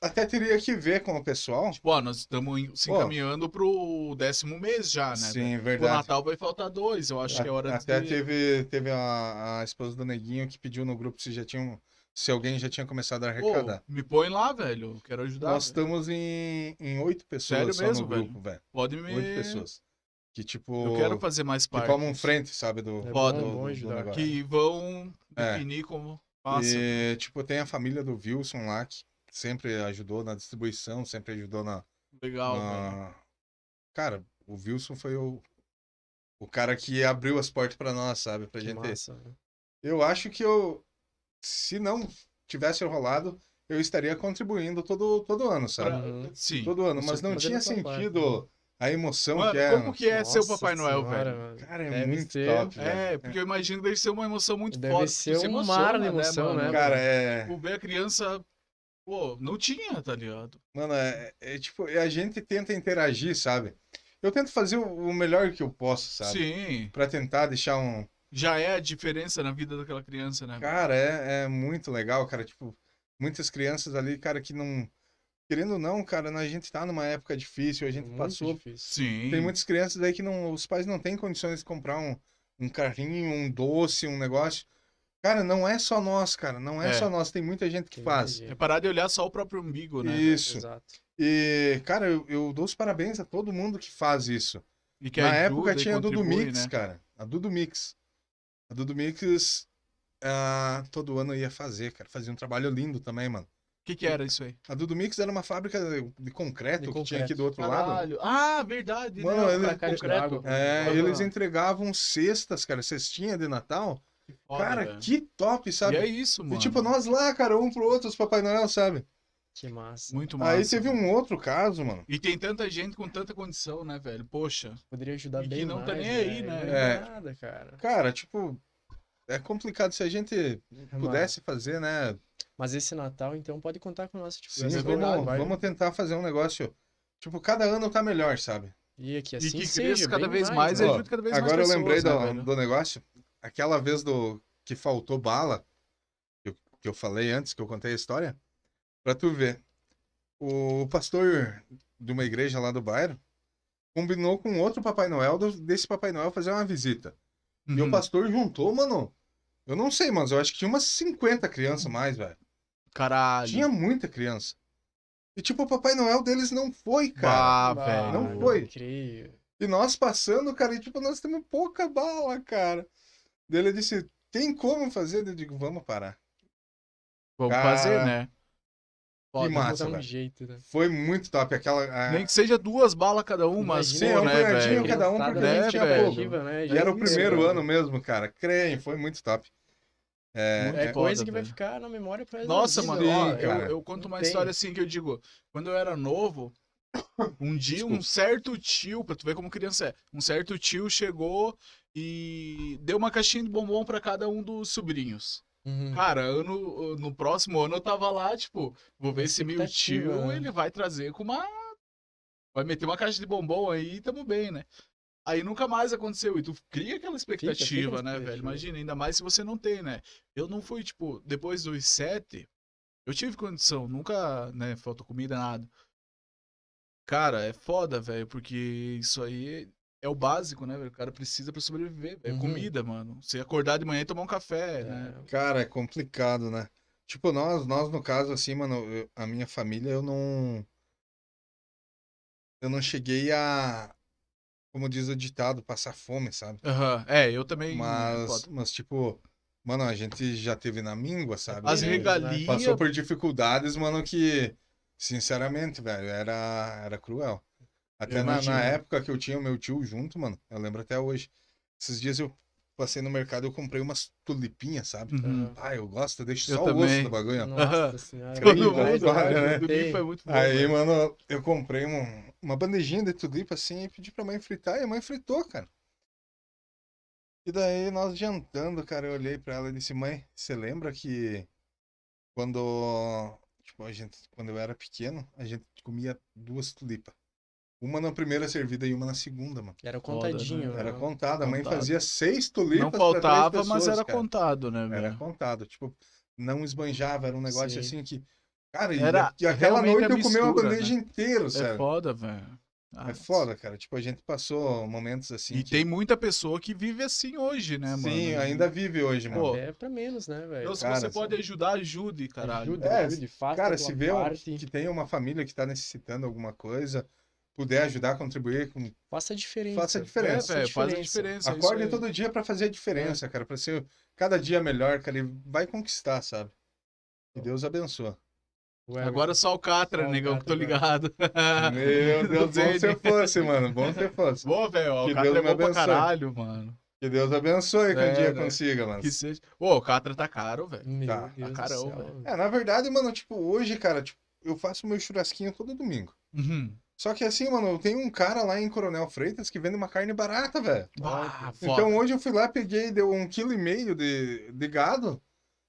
S3: até teria que ver com o pessoal.
S1: Tipo, ó, nós estamos se
S3: Pô.
S1: encaminhando pro décimo mês já, né? velho?
S3: Sim,
S1: Pro
S3: verdade.
S1: Natal vai faltar dois, eu acho que é hora
S3: até
S1: de.
S3: teve, teve a, a esposa do Neguinho que pediu no grupo se já tinham, se alguém já tinha começado a
S1: Pô,
S3: arrecadar.
S1: me põe lá, velho. Quero ajudar.
S3: Nós
S1: velho.
S3: estamos em em oito pessoas
S1: Sério
S3: só
S1: mesmo,
S3: no grupo, velho.
S1: Pode
S3: Oito
S1: me.
S3: Um pessoas. Que tipo,
S1: Eu quero fazer mais
S3: que um
S1: parte.
S3: tomam frente, sabe, do,
S2: É
S1: Foda.
S2: bom,
S3: do-
S2: bom
S3: do
S2: ajudar.
S3: negócio.
S1: que vão
S3: É.
S1: definir como passa.
S3: E, tipo, tem a família do Wilson lá, que sempre ajudou na distribuição, sempre ajudou na.
S1: Legal,
S3: na-
S1: velho.
S3: Cara, o Wilson foi o, o cara que abriu as portas pra nós, sabe? Pra
S2: Que
S3: gente.
S2: massa, né?
S3: Eu acho que eu. Se não tivesse rolado, eu estaria contribuindo todo, todo ano, sabe?
S1: Pra-
S2: Uhum.
S1: Sim.
S3: Todo ano,
S2: com
S3: mas não
S2: certeza.
S3: tinha
S2: Fazendo sua é parte, né?
S3: sentido a emoção
S1: Mano,
S3: que é.
S1: como que é ser o
S2: Nossa
S1: Papai Noel,
S2: senhora,
S1: velho?
S2: mano.
S3: Cara, é
S2: Deve
S3: muito
S2: ser-
S3: top,
S1: É,
S3: velho.
S1: porque eu imagino que deve ser uma emoção muito
S2: Deve
S1: forte.
S2: ser
S1: se
S2: um
S1: emociona,
S2: mar de emoção,
S1: mano?
S2: né,
S3: Cara, é.
S1: Tipo, ver a criança, pô, não tinha, tá ligado?
S3: Mano, é, é tipo, é a gente tenta interagir, sabe? Eu tento fazer o o melhor que eu posso, sabe?
S1: Sim.
S3: Pra tentar deixar um.
S1: Já é a diferença na vida daquela criança, né?
S3: Cara, é, é muito legal, cara. Tipo, muitas crianças ali, cara, que não. Querendo ou não, cara, né, a gente tá numa época difícil, a gente
S2: Muito
S3: passou.
S2: difícil.
S1: Sim.
S3: Tem muitas crianças aí que não, os pais não têm condições de comprar um, um carrinho, um doce, um negócio. Cara, não é só nós, cara. Não é,
S1: É.
S3: só nós. Tem muita gente que
S2: Tem
S3: faz.
S2: jeito.
S1: É parar de olhar só o próprio umbigo, né? E,
S3: Isso.
S2: Exato.
S3: E, cara, eu, eu dou os parabéns a todo mundo que faz isso.
S1: que
S3: Na
S1: ajuda
S3: época
S1: e
S3: tinha a Dudu
S1: contribui,
S3: Mix,
S1: né?
S3: cara. A Dudu Mix. A Dudu Mix ah, todo ano eu ia fazer, cara. Fazia um trabalho lindo também, mano.
S1: O que, que era isso aí?
S3: A Dudu Mix era uma fábrica de concreto
S2: De
S3: que tinha
S2: concreto.
S3: aqui do outro lado.
S1: Caralho. Ah, verdade.
S3: Mano,
S1: né?
S3: ele-
S1: Pra cá de
S2: concreto.
S1: água, pô.
S3: É,
S1: Olha
S3: eles
S1: lá.
S3: entregavam cestas, cara, cestinha de Natal.
S1: Foda,
S3: cara,
S1: velho.
S3: que top, sabe?
S1: E é isso,
S3: E,
S1: mano.
S3: tipo, nós lá, cara, um pro outro, os Papai Noel, sabe?
S2: Que massa.
S1: Muito massa.
S3: Aí teve
S1: velho.
S3: um outro caso, mano.
S1: E tem tanta gente com tanta condição, né, velho? Poxa.
S2: Poderia ajudar
S1: E que
S2: bem
S1: não
S2: mais,
S1: tá nem aí,
S2: E
S1: né?
S2: Não
S3: É.
S2: é nada, cara.
S3: Cara, tipo, é complicado se a gente
S2: É, Mano,
S3: pudesse fazer, né?
S2: Mas esse Natal, então, pode contar com nós. Tipo,
S3: Sim,
S2: essa
S1: é
S3: vamos,
S2: verdade, vai.
S3: vamos tentar fazer um negócio. Tipo, cada ano tá melhor, sabe?
S2: E que
S1: E
S2: assim
S1: que
S2: seja,
S1: cresça cada
S2: bem
S1: vez É mais e
S2: né?
S3: Ó,
S1: ajude cada vez mais
S3: Agora eu
S1: pessoas, né,
S3: lembrei do,
S1: velho?
S3: do negócio. Aquela vez do que faltou bala, que eu, que eu falei antes, que eu contei a história, pra tu ver. O pastor de uma igreja lá do bairro combinou com outro Papai Noel, do- desse Papai Noel fazer uma visita. E o
S1: Uhum.
S3: pastor juntou, mano. Eu não sei, mas eu acho que tinha umas 50 crianças mais, velho.
S1: Caralho.
S3: Tinha muita criança. E tipo, o Papai Noel deles não foi, um
S1: Bah,
S3: cara.
S2: Bah,
S1: Ah, velho.
S3: Não foi.
S2: Incrível.
S3: E nós passando, cara, e tipo, nós temos pouca bala, cara. Daí Ele disse, tem como fazer? Eu digo, vamos parar.
S1: Vamos
S3: Cara,
S1: fazer, né?
S3: que massa,
S2: Dá um
S3: velho.
S2: jeito, né?
S3: Foi muito top. Aquela. a-
S1: Nem que seja duas balas cada uma,
S2: Imagina,
S1: assim,
S3: Sim, é um
S1: né,
S3: punhadinho
S1: velho?
S3: cada um,
S2: Criançada,
S3: porque a
S1: gente
S2: né?
S1: tinha
S2: Expectativa, né?
S3: E era o
S2: Gente,
S3: primeiro
S2: mano.
S3: ano mesmo, cara. Creem, foi muito top. É,
S1: Muito Foda,
S2: É coisa que vai
S1: velho.
S2: ficar na memória pra
S1: Nossa,
S2: Sim,
S1: mano,
S3: Sim,
S1: ó, eu,
S3: cara.
S1: eu conto uma
S2: Não tem.
S1: história assim que eu digo, quando eu era novo, um dia um
S3: Desculpa.
S1: certo tio, pra tu ver como criança é, um certo tio chegou e deu uma caixinha de bombom pra cada um dos sobrinhos.
S2: Uhum.
S1: Cara, ano, no próximo ano eu tava lá, tipo, vou ver se meu
S2: Expectativa,
S1: tio
S2: né?
S1: ele vai trazer com uma. Vai meter uma caixa de bombom aí e tamo bem, né? Aí nunca mais aconteceu. E tu cria aquela
S2: fica
S1: expectativa, né,
S2: expectativa.
S1: velho? Imagina, ainda mais se você não tem, né? Eu não fui, tipo, depois dos sete, Eu tive condição, nunca, né, faltou comida, nada. Cara, é foda, velho, porque isso aí é o básico, né, velho? O cara precisa pra sobreviver, velho. É
S2: Uhum.
S1: Comida, mano. Você acordar de manhã e tomar um café, né?
S3: Cara, é complicado, né? Tipo, nós, nós no caso, assim, mano, eu- a minha família, eu não. Eu não cheguei a. Como diz o ditado, passar fome, sabe?
S1: Aham. É, eu também.
S3: Mas,
S1: foda.
S3: mas tipo, mano, a gente já teve na míngua, sabe?
S1: As
S3: E
S2: né?
S1: regalias.
S3: Passou por dificuldades, mano, que, sinceramente, velho, era, era cruel. Até
S6: Eu
S3: na,
S6: imagino.
S3: na época que eu tinha o meu tio junto, mano, eu lembro até hoje. Esses dias eu passei no mercado e eu comprei umas tulipinhas, sabe?
S1: Uhum.
S3: Ah, eu gosto, deixa
S1: Eu
S3: só o
S1: também.
S3: osso do bagulho. ó.
S2: Nossa senhora.
S1: Todo
S3: Incrível,
S1: mundo,
S3: olha,
S1: velho,
S3: né?
S1: do
S2: Tem.
S1: Gui foi muito bom.
S3: Aí,
S1: velho.
S3: mano, eu comprei um- uma bandejinha de tulipa assim e pedi pra mãe fritar e a mãe fritou, cara. E daí nós jantando, cara, eu olhei pra ela e disse: "Mãe, você lembra que quando, tipo, a gente, quando eu era pequeno, a gente comia duas tulipas. Uma na primeira servida e uma na segunda, mano.
S2: Era
S1: Foda, né?
S2: contadinho.
S3: Era
S2: né?
S3: contada, a mãe
S1: Contado.
S3: fazia seis
S1: Não
S3: tulipas pra três
S1: faltava, mas
S3: pessoas,
S1: era
S3: cara.
S1: contado, né,
S3: Era
S1: velho?
S3: contado, tipo, não esbanjava, era um negócio
S2: Sim.
S3: assim que. Cara, e-
S1: Era
S3: e aquela
S1: realmente
S3: noite
S1: a
S3: eu comi uma
S1: mistura,
S3: bandeja inteira,
S1: É
S3: sério.
S1: foda, velho. Ah,
S3: É foda, cara. Tipo, a gente passou momentos assim.
S1: E
S3: que-
S1: tem muita pessoa que vive assim hoje, né, mano?
S3: Sim, ainda vive hoje,
S1: Pô,
S3: mano.
S2: É pra menos, né, velho?
S1: Então, se
S3: Cara,
S1: você pode ajudar, ajude, caralho.
S2: Ajuda,
S3: É,
S2: ajude, faça
S3: Cara,
S2: a tua
S3: se vê um-
S2: parte,
S3: que tem uma família que tá necessitando alguma coisa, puder ajudar, contribuir, com...
S2: faça a diferença.
S3: faça a
S1: É,
S3: diferença.
S1: velho, faz a
S2: diferença.
S1: diferença. é isso
S3: Acorde
S1: aí. É.
S3: todo dia pra fazer a diferença, cara. Pra ser cada dia melhor, cara. E vai conquistar, sabe? Que Deus abençoe.
S2: Ué,
S1: Agora só o Catra,
S2: Só o
S1: negão, que tô
S2: Catra, né?
S1: ligado.
S3: Meu Deus, bom
S1: Zene.
S3: se fosse, mano. Bom se fosse.
S1: Bom, velho, ó,
S3: Que
S1: o Catra
S3: Deus
S1: é
S3: me
S1: bom pra
S3: abençoe.
S1: caralho, mano.
S3: Que Deus abençoe que um
S1: É,
S3: dia
S1: né?
S3: consiga, mano.
S1: Que seja. Ô, o Catra tá caro, velho.
S2: Meu
S3: Tá,
S2: Deus do
S1: caramba,
S2: céu,
S1: velho.
S2: velho.
S3: É, na verdade, mano, tipo, hoje, cara, tipo, eu faço meu churrasquinho todo domingo.
S1: Uhum.
S3: Só que assim, mano, tem um cara lá em Coronel Freitas que vende uma carne barata, velho.
S1: Ah, foda.
S3: Então hoje eu fui lá, peguei, deu um quilo e meio de, de gado.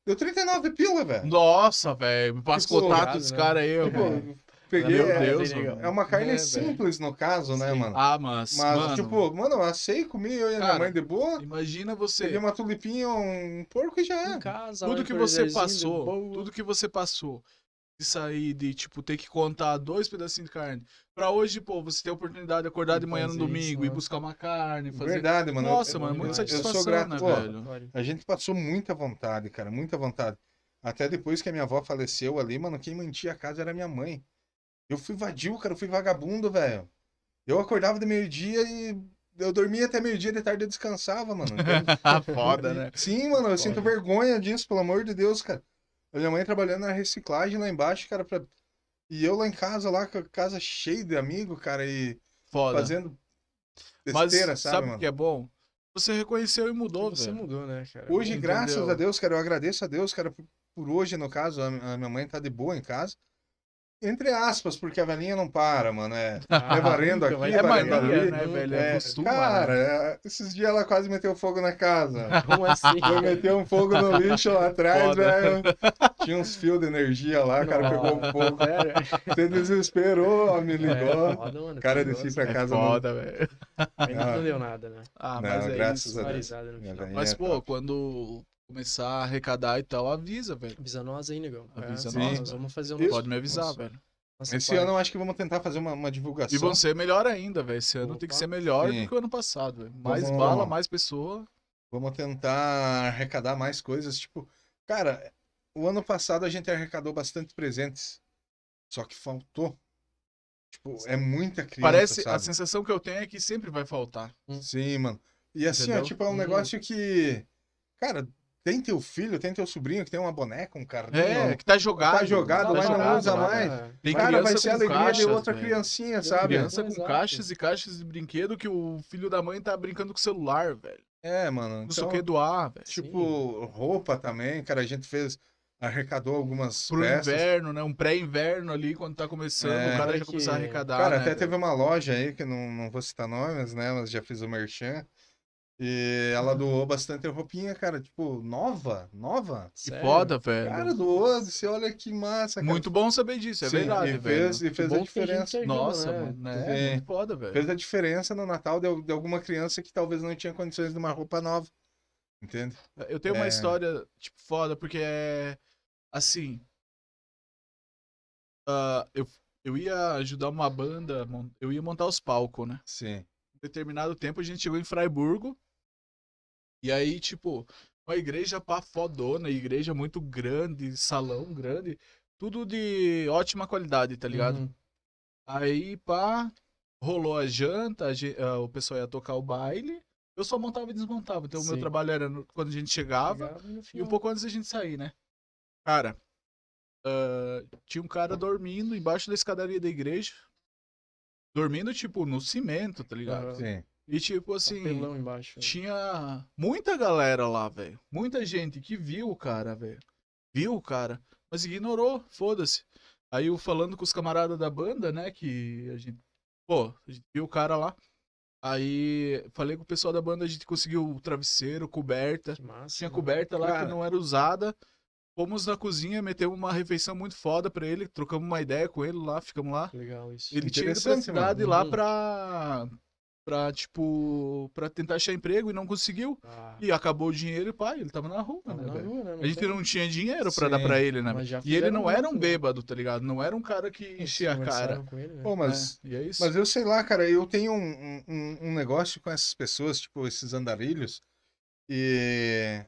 S3: Deu 39 pila, velho.
S1: Nossa, velho, me passa
S3: Tipo,
S1: contato
S2: irado,
S1: dos
S2: né?
S1: caras aí,
S3: Tipo,
S1: mano.
S3: peguei.
S1: Meu
S3: é,
S1: Deus,
S2: é,
S1: mano.
S3: é uma carne
S2: né, velho?
S3: simples, no caso, né, mano?
S1: Ah, mas,
S3: Mas,
S1: mano,
S3: tipo, mano, eu assei, comi eu e a minha
S1: Cara,
S3: mãe de boa.
S1: imagina
S3: Peguei
S1: você,
S3: uma tulipinha, um porco e já
S2: Em
S3: é.
S2: casa, lá
S1: tudo
S2: em
S1: que você
S2: Corzelzinho, de
S1: passou,
S2: boa.
S1: tudo que você passou, de sair de, tipo, ter que contar dois pedacinhos de carne, pra hoje, pô, você ter a oportunidade de acordar
S2: E
S1: de manhã no
S2: fazer isso,
S1: domingo, e
S2: né?
S1: buscar uma carne, fazer...
S3: Verdade, mano.
S1: Nossa,
S3: eu,
S1: mano,
S3: eu,
S1: muita
S3: Eu sou
S1: satisfação,
S3: grato,
S1: né,
S3: ó,
S1: velho?
S2: Olha,
S3: A gente passou muita vontade, cara, muita vontade. Até depois que a minha avó faleceu ali, mano, quem mantinha a casa era minha mãe. Eu fui vadio, cara, eu fui vagabundo, velho. Eu acordava de meio-dia e eu dormia até meio-dia de tarde eu descansava, mano. entende?
S1: Ah, foda, né?
S3: Sim, mano, eu sinto vergonha disso, pelo amor de Deus, cara. A minha mãe trabalhando na reciclagem lá embaixo, cara, pra... e eu lá em casa, lá com a casa cheia de amigo, cara, e
S1: Foda.
S3: fazendo
S1: Mas
S3: besteira, sabe,
S1: sabe o
S3: mano?
S1: que é bom? Você reconheceu e mudou,
S2: você
S1: velho.
S2: mudou, né, cara?
S3: Hoje,
S1: Entendeu?
S3: graças a Deus, cara, eu agradeço a Deus, cara, por, por hoje, no caso, a, a minha mãe tá de boa em casa. Entre aspas, porque a velhinha não para, mano. É, é varendo
S2: nunca vai
S3: aqui,
S1: É
S2: parar,
S3: varendo
S2: mano.
S1: mania,
S3: ali.
S1: né, velho?
S3: É,
S1: É costume,
S3: cara,
S1: né?
S3: é, esses dias ela quase meteu fogo na casa.
S2: Como assim?
S3: Foi meter um fogo no lixo lá atrás,
S1: Foda.
S3: velho. Tinha uns fios de energia lá, o cara pegou um fogo.
S2: Sério?
S3: Você desesperou, ó, me
S2: É,
S3: ligou.
S2: foda, mano.
S3: Cara,
S2: que
S3: desci
S2: negócio.
S3: pra casa. não-
S1: É Foda, velho.
S2: Ainda
S3: Ah.
S2: não deu nada, né?
S1: Ah,
S3: Não,
S1: mas é
S3: graças
S1: isso.
S3: a Deus.
S2: Finalizada no
S3: Minha
S2: final.
S3: velhinha
S1: Mas,
S3: é
S1: pô,
S3: top.
S1: quando começar a arrecadar e tal, avisa, velho.
S2: Avisa nós aí, negão.
S1: Avisa
S2: É,
S3: nós,
S2: nós. Vamos fazer um
S3: Isso.
S1: Pode me avisar,
S3: Nossa.
S1: velho.
S2: nossa
S3: Esse
S2: parte.
S3: ano eu acho que vamos tentar fazer uma, uma
S1: E
S3: divulgação.
S1: vão ser melhor ainda, velho. Esse ano tem que
S2: Opa.
S1: ser melhor
S3: Sim.
S1: do que o ano passado, velho. Mais
S3: Vamos-
S1: bala, mais pessoa.
S3: Vamos tentar arrecadar mais coisas. Tipo, cara, o ano passado a gente arrecadou bastante presentes. Só que faltou. Tipo, é muita criança,
S1: Parece, a
S3: sabe?
S1: sensação que eu tenho é que sempre vai faltar.
S3: Sim, mano. E assim, ó,
S1: Entendeu? Uhum.
S3: tipo, é um
S2: Hum.
S3: negócio que. Cara, tem teu filho, tem teu sobrinho que tem uma boneca, um carrinho.
S1: É,
S3: um-
S1: que tá jogado.
S3: Tá jogado,
S1: tá
S3: mas não
S1: jogado,
S3: usa
S1: né?
S3: mais.
S1: Tem
S3: Cara, vai
S1: criança
S3: ser a
S1: com
S3: alegria de
S1: caixas,
S3: outra
S1: velho.
S3: criancinha, sabe?
S1: Criança com
S2: Exato.
S1: caixas e caixas de brinquedo que o filho da mãe tá brincando com o celular, velho.
S3: É, mano.
S1: Não sei o
S3: Então,
S1: que doar, velho.
S3: tipo, roupa também, cara, a gente fez. Arrecadou algumas
S1: Pro
S3: peças.
S1: inverno, né? Um pré-inverno ali, quando tá começando,
S3: É.
S1: o cara já
S2: Olha
S1: começar a
S2: que-
S1: arrecadar.
S3: Cara,
S1: né,
S3: até
S1: velho?
S3: teve uma loja aí, que não, não vou citar nomes, né? Mas já fiz o merchan. E ela doou bastante roupinha, cara, tipo, nova, nova.
S1: Que
S2: Sério?
S1: foda, velho.
S3: Cara, doou, você olha que massa, cara.
S1: É, Muito bom saber disso, é
S3: Sim,
S1: verdade,
S3: e
S1: velho.
S3: fez, e fez
S2: bom
S3: a
S2: que tem gente
S3: diferença.
S2: que ajuda,
S1: Nossa,
S2: né?
S1: mano, É né? É
S3: Sim.
S1: muito foda, velho.
S3: Fez a diferença no Natal de, de alguma criança que talvez não tinha condições de uma roupa nova. Entende?
S1: Eu tenho uma
S3: É.
S1: história, tipo, foda, porque é. Assim. ah, eu, eu ia ajudar uma banda, mon- eu ia montar os palcos, né?
S3: Sim.
S1: Em determinado tempo a gente chegou em Freiburgo. E aí, tipo, uma igreja pá fodona, igreja muito grande, salão grande, tudo de ótima qualidade, tá ligado?
S2: Uhum.
S1: Aí, pá, rolou a janta, a gen- ah, o pessoal ia tocar o baile. Eu só montava e desmontava. Então, o meu
S2: Sim.
S1: trabalho era no- quando a gente chegava
S2: Chegava no
S1: e um
S2: final.
S1: pouco antes da gente sair, né? Cara, ah, tinha um cara dormindo embaixo da escadaria da igreja. Dormindo, tipo, no cimento, tá ligado?
S2: Aham. Tá
S3: Sim.
S1: E, tipo, assim,
S2: Papelão embaixo.
S1: tinha muita galera lá, velho. Muita gente que viu o cara, velho. Viu o cara, mas ignorou, foda-se. Aí eu falando com os camaradas da banda, né, que a gente, pô, a gente viu o cara lá. Aí falei com o pessoal da banda, a gente conseguiu o travesseiro, coberta.
S2: Que massa.
S1: Tinha
S2: né?
S1: coberta lá
S3: Cara.
S1: que não era usada. Fomos na cozinha, metemos uma refeição muito foda pra ele, trocamos uma ideia com ele lá, ficamos lá.
S2: Legal isso.
S1: Ele tinha ido pra
S3: Interessante, mano.
S1: cidade lá
S2: Uhum.
S1: pra. pra, tipo. pra tentar achar emprego e não conseguiu.
S2: Ah,
S1: E acabou o dinheiro e pai, ele tava na rua,
S2: tava
S1: né,
S2: na
S1: velho?
S2: rua, né?
S1: A gente
S2: tem-
S1: não tinha dinheiro pra dar
S3: Sim,
S1: pra ele, né?
S2: mas já
S1: velho? E ele
S2: fizeram
S1: não era um
S2: muito, né?
S1: bêbado, tá ligado? Não era um cara que
S2: Eles
S1: enchia a cara.
S2: conversaram com ele, né?
S3: Pô, mas.
S1: É, e é isso.
S3: Mas eu sei lá, cara, eu tenho um, um, um negócio com essas pessoas, tipo, esses andarilhos, e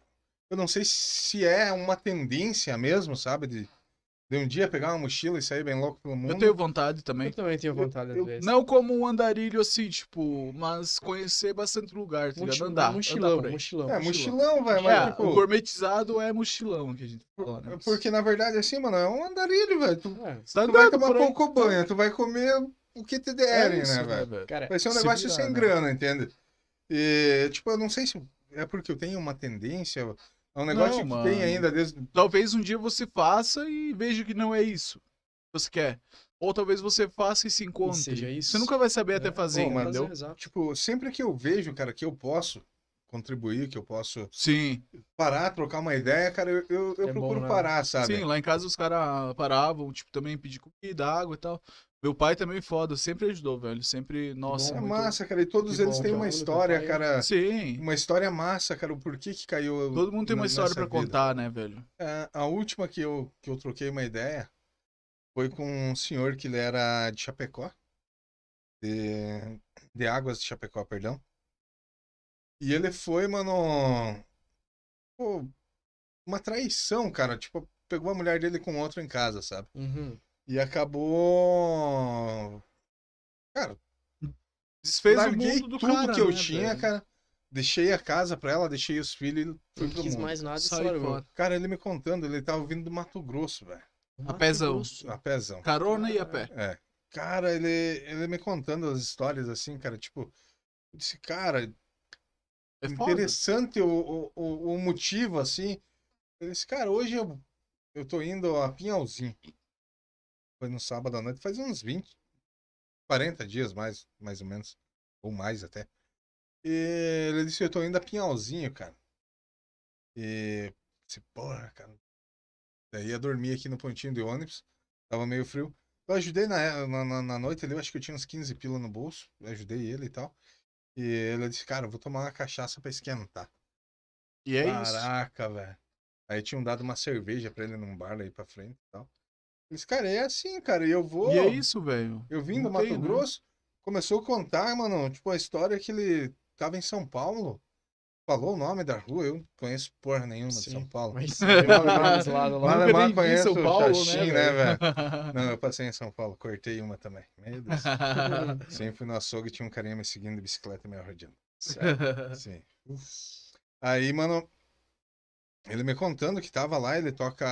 S3: eu não sei se é uma tendência mesmo, sabe? De, de um dia pegar uma mochila e sair bem louco pelo mundo.
S1: Eu tenho vontade
S2: Eu
S1: também.
S2: também tenho vontade às
S3: eu-
S2: vezes.
S1: Não como um andarilho assim, tipo, mas conhecer bastante lugar, tá ligado?
S2: Mochil-
S1: Andar.
S2: mochilão,
S1: andar por aí.
S2: mochilão.
S3: É,
S1: mochilão.
S3: mochilão, velho, mas,
S1: É,
S3: tipo, é
S1: o gourmetizado é mochilão que a gente fala, né? Mas-
S3: porque na verdade, assim, mano, é um andarilho, velho. Tu,
S2: É,
S1: Tá
S3: tu vai
S1: andando
S3: tomar
S1: por aí. É
S3: pouco banho, tu vai comer o que te derem,
S1: isso,
S3: né, velho?
S2: cara,
S3: Vai ser um
S1: Se
S3: negócio
S1: virar,
S3: sem
S1: né?
S3: grana, entende? E, tipo, eu não sei se é porque eu tenho uma tendência. É um negócio que
S1: mano.
S3: tem ainda desde.
S1: Talvez um dia você faça e veja que não é isso que você quer. Ou talvez você faça e se encontre.
S2: seja isso.
S1: Você nunca vai saber até
S2: É.
S1: fazer,
S3: Pô, mas
S1: entendeu?
S2: fazer, exato.
S3: Tipo, sempre que eu vejo, cara, que eu posso contribuir, que eu posso
S1: Sim.
S3: parar, trocar uma ideia, cara, eu, eu, eu
S2: É bom,
S3: procuro
S2: né?
S3: parar, sabe?
S1: Sim, lá em casa os caras paravam, tipo, também pedir comida, água e tal. Meu pai também é foda, sempre ajudou, velho. Sempre, nossa.
S3: é
S2: muito-
S3: massa, cara. E todos
S2: que
S3: eles
S2: bom,
S3: têm
S2: cara.
S3: uma
S2: Olha,
S3: história,
S2: papai-
S3: cara.
S1: Sim.
S3: Uma história massa, cara. O porquê que caiu.
S1: Todo mundo tem uma
S3: na-
S1: história
S3: nessa
S1: pra
S3: vida.
S1: contar, né, velho?
S3: A, É, a última que eu, que eu troquei uma ideia foi com um senhor que ele era de Chapecó, de, de Águas de Chapecó, perdão. E ele foi, mano, pô, uma traição, cara. Tipo, pegou a mulher dele com outro em casa, sabe?
S2: Uhum.
S3: E acabou.
S1: Desfez o
S3: Larguei
S1: mundo do
S3: tudo
S1: cara,
S3: que eu
S1: né,
S3: tinha,
S1: velho?
S3: cara. Deixei a casa pra ela, deixei os filhos e fui
S2: Não
S3: pro
S2: quis
S3: mundo.
S2: mais nada e
S1: Sai
S2: saiu.
S1: fora.
S3: Cara, ele me contando, ele tava vindo do Mato Grosso, velho.
S2: Mato
S1: Apesão.
S2: Grosso.
S3: A pezão.
S1: Carona e a pé.
S3: É. Cara, ele, ele me contando as histórias assim, cara, tipo, eu disse, cara,
S1: É foda.
S3: interessante o, o, o- o motivo, assim. Ele disse, cara, hoje eu, eu tô indo a Pinhalzinho. Foi no sábado à noite, faz uns 20, 40 dias mais, mais ou menos, ou mais até. E ele disse, eu tô indo a Pinhalzinho, cara. E eu disse, porra, cara. Daí ia dormir aqui no pontinho de ônibus, tava meio frio. Eu ajudei na, na, na- na noite ali, eu acho que eu tinha uns 15 pila no bolso, eu ajudei ele e tal. E ele disse, cara, eu vou tomar uma cachaça pra esquentar.
S1: E é isso.
S3: Caraca, velho. Aí tinham dado uma cerveja pra ele num bar aí pra frente e tal. Eu disse, cara, é assim, cara, e eu vou.
S1: E é isso, velho.
S3: Eu vim do
S1: Não
S3: Mato
S1: tem, né?
S3: Grosso, começou a contar, mano, tipo, a história que ele tava em São Paulo. Falou o nome da rua, eu não conheço porra nenhuma de
S2: Sim,
S3: São Paulo.
S2: Mas mas lá, lá, lá.
S3: Mas-
S1: Nunca
S3: mal
S1: nem vi
S3: conheço
S1: São
S3: o
S1: Paulo,
S3: Xaxim,
S1: né,
S3: né,
S1: velho?
S3: Não, eu passei em São Paulo, cortei uma também. Meu Deus. Sempre fui no açougue, tinha um carinha me seguindo de bicicleta me arrodeando. Sim. Aí, mano, ele me contando que tava lá, ele toca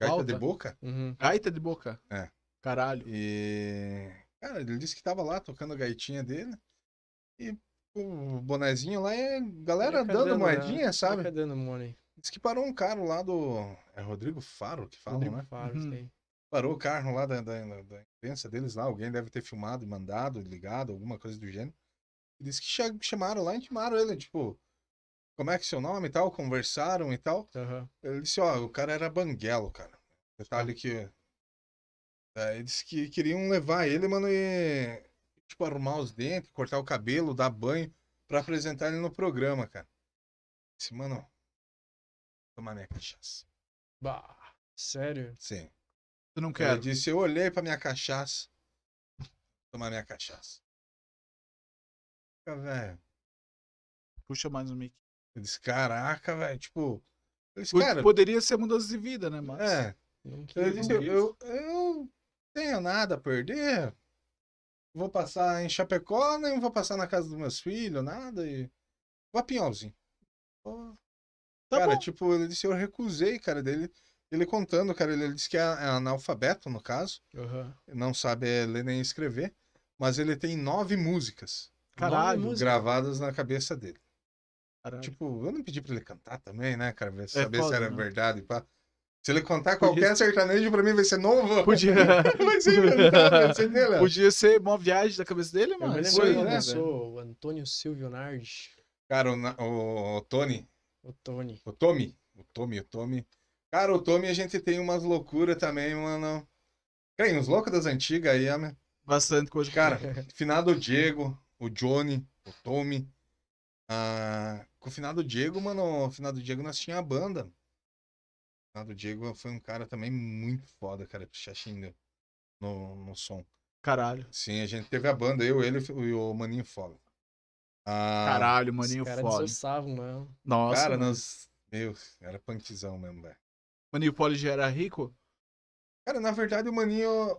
S3: gaita de
S1: Flauta?
S3: boca
S2: Uhum.
S1: Gaita de boca.
S3: É.
S1: Caralho.
S3: e cara, ele disse que tava lá tocando a gaitinha dele e o bonezinho lá é galera
S2: Fica né?
S3: dando moedinha, sabe?
S2: Fica dando money.
S3: Diz que parou um carro lá do é Rodrigo Faro que falam,
S2: Rodrigo
S3: né?
S2: Faro,
S1: Uhum.
S2: tem.
S3: Parou o carro lá da, da, da- da imprensa deles lá, alguém deve ter filmado, mandado, ligado, alguma coisa do gênero. E disse que cha- chamaram lá, intimaram ele, tipo, como é que é seu nome e tal, conversaram e tal.
S2: Aham.
S3: Ele disse, ó, o cara era banguelo, cara. Detalhe que. É, ele disse que queriam levar ele, mano, e. Tipo, arrumar os dentes, cortar o cabelo, dar banho, pra apresentar ele no programa, cara. Disse, mano, tomar minha cachaça.
S2: Bah, sério?
S3: Sim.
S1: Eu não
S3: Ela
S1: quero.
S3: disse, eu olhei pra minha cachaça. Tomar minha cachaça. Fica, velho.
S1: Puxa mais um mic.
S3: Eu disse, caraca, velho, tipo. Eu disse,
S1: Po-
S3: cara,
S1: Poderia ser mudança de vida, né, mas
S3: é.
S2: Não que-
S3: Eu disse, eu,
S2: não-
S3: eu, eu tenho nada a perder. Vou passar em Chapecó, nem vou passar na casa dos meus filhos, nada. E... Vou a Pinhalzinho. Vou-
S1: Tá
S3: cara,
S1: bom.
S3: tipo, ele disse, eu recusei, cara, dele. Ele contando, cara, ele, ele disse que é, é analfabeto, no caso.
S2: Aham.
S3: Não sabe é, ler nem escrever. Mas ele tem nove músicas
S1: Caralho,
S2: Nove músicas.
S3: gravadas na cabeça dele.
S1: Caralho.
S3: Tipo, eu não pedi pra ele cantar também, né, cara? Pra saber
S1: Tá. foda,
S3: se era
S1: né?
S3: verdade. Pá. Se ele
S1: Podia-
S3: contar qualquer sertanejo pra mim, vai ser novo.
S1: Podia,
S3: vai ser inventado, vai ser dele. ó.
S1: podia ser uma viagem da cabeça dele,
S2: Eu me
S1: mano. Isso
S2: lembro
S3: foi,
S1: aí,
S2: de uma
S3: né,
S2: pessoa, o Antônio Silvionardi,
S3: Cara, o, Na- o Tony,
S2: o Tony.
S3: o Tommy, o Tommy, o Tommy. Cara, o Tommy a gente tem umas loucuras também, mano. Cara, uns loucos das antigas aí, ó, meu.
S1: Bastante coisa.
S3: Cara, finado Diego, o Johnny, o Tommy. Ah, com o finado Diego, mano, o finado Diego nós tinha a banda. O finado Diego foi um cara também muito foda, cara, pro Xaxim no, no som.
S1: Caralho.
S3: Sim, a gente teve a banda, eu, ele e o Maninho Foga. Ah,
S1: Caralho,
S2: Os
S1: maninho
S2: caras
S1: foda.
S2: desossavam, né?
S1: Nossa,
S3: cara,
S1: mano.
S3: nós. Meu, era punkzão mesmo, velho.
S1: maninho Poli já era rico?
S3: Cara, na verdade, o Maninho.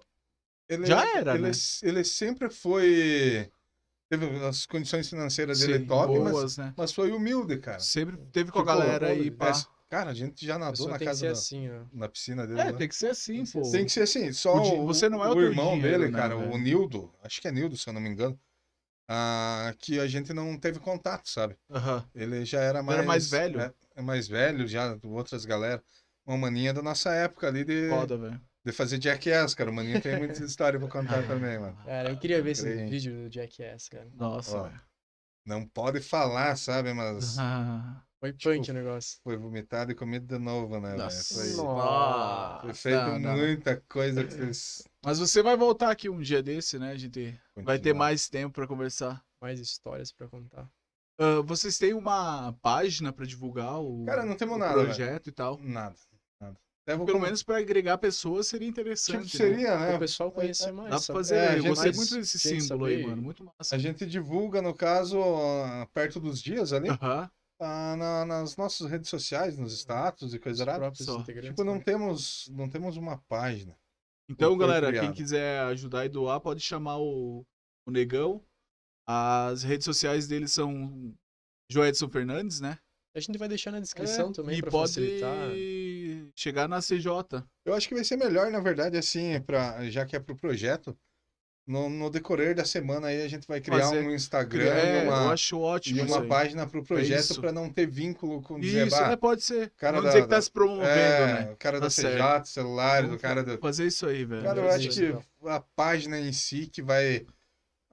S3: Ele,
S1: Já era,
S3: ele,
S1: né?
S3: ele sempre foi. Teve as condições financeiras dele
S1: Sim,
S3: top, mas
S1: boas, né?
S3: Mas foi humilde, cara.
S1: Sempre teve com a
S3: Tipo,
S1: galera aí,
S2: pô,
S1: pá.
S3: Mas, cara, a gente já
S2: A
S3: nadou
S2: pessoa
S3: na
S2: tem que
S3: casa
S2: ser
S3: da,
S2: assim, né?
S3: na piscina dele.
S1: É,
S3: lá.
S1: tem que ser assim,
S2: Tem que
S1: pô.
S2: ser
S3: Tem que ser assim. Só
S1: O Di-
S3: o,
S1: você não é o
S3: o,
S1: teu
S3: irmão
S1: dinheiro,
S3: dele,
S1: né,
S3: cara,
S1: velho?
S3: o Nildo, acho que é Nildo, se eu não me engano, ah, que a gente não teve contato, sabe?
S1: Aham.
S3: Ele já era mais.
S1: mais velho.
S3: É, é mais velho, já de outras galera. Uma maninha da nossa época ali de,
S1: Foda, velho.
S3: de fazer jackass, cara. O maninho tem muitas histórias pra
S1: Ah, é.
S3: contar também, mano.
S2: Cara, eu queria ver esse
S3: Crente.
S2: vídeo do Jackass, cara.
S1: Nossa,
S3: Ó.
S1: velho.
S3: Não pode falar, sabe? Mas
S1: Ah,
S2: Foi
S3: Tipo,
S2: punk o negócio.
S3: foi vomitado e comido de novo, né? velho?
S1: nossa.
S3: Foi-
S2: Nossa.
S3: Foi feito
S1: Não, não.
S3: muita coisa que vocês.
S1: Mas você vai voltar aqui um dia desse, né? A gente vai ter
S3: Continuar.
S1: mais tempo pra conversar.
S2: Mais histórias pra contar.
S1: Ah, vocês têm uma página pra divulgar o,
S3: Cara, não temos
S1: o
S3: nada,
S1: projeto e tal?
S3: Nada, nada. Até vou
S1: Pelo
S3: com-
S1: menos pra agregar pessoas seria
S3: tipo,
S1: interessante. né?
S3: seria,
S2: Pra o
S3: né?
S2: pessoal conhecer mais.
S1: Dá pra
S2: sabe?
S1: fazer.
S3: É, a
S1: eu
S3: gente-
S1: gostei
S2: mais
S1: muito desse
S2: gente
S1: símbolo aí,
S2: saber.
S1: mano. Muito massa.
S3: A gente divulga, no caso, ah, perto dos dias ali,
S1: Aham.
S3: ah, na- nas nossas redes sociais,
S1: Uhum.
S3: nos status e coisa
S2: Os
S3: errada.
S2: próprios
S1: Só.
S2: integrantes.
S3: Tipo, não
S2: né?
S3: temos, não temos uma página.
S1: Então,
S3: Foi
S1: galera,
S3: criado.
S1: quem quiser ajudar e doar, pode chamar o, o Negão. As redes sociais dele são Joedson Fernandes, né?
S2: A gente vai deixar na
S3: É,
S2: descrição também
S1: e
S2: pra
S1: pode É,
S2: facilitar.
S1: chegar na CJ.
S3: Eu acho que vai ser melhor, na verdade, assim, pra, já que é pro projeto. No, no decorrer da semana aí a gente vai criar
S1: Fazer-
S3: um Instagram
S1: É,
S3: e
S1: eu
S3: uma,
S1: acho
S3: e
S1: ótimo isso
S3: uma
S1: aí. É
S3: página pro projeto
S1: isso.
S3: pra não ter vínculo com dizer,
S1: Isso,
S3: "Bah,
S1: né? Pode ser.
S3: cara
S1: Não
S3: da-
S1: dizer que tá
S3: da-
S1: se promovendo,
S3: é,
S1: né?
S3: o cara
S1: Tá
S3: da
S1: certo.
S3: CJ, celular, do
S1: Vamos
S3: cara do
S1: Fazer isso aí, velho.
S3: Cara, eu
S2: Beleza,
S3: acho
S2: legal.
S3: que a página em si que vai.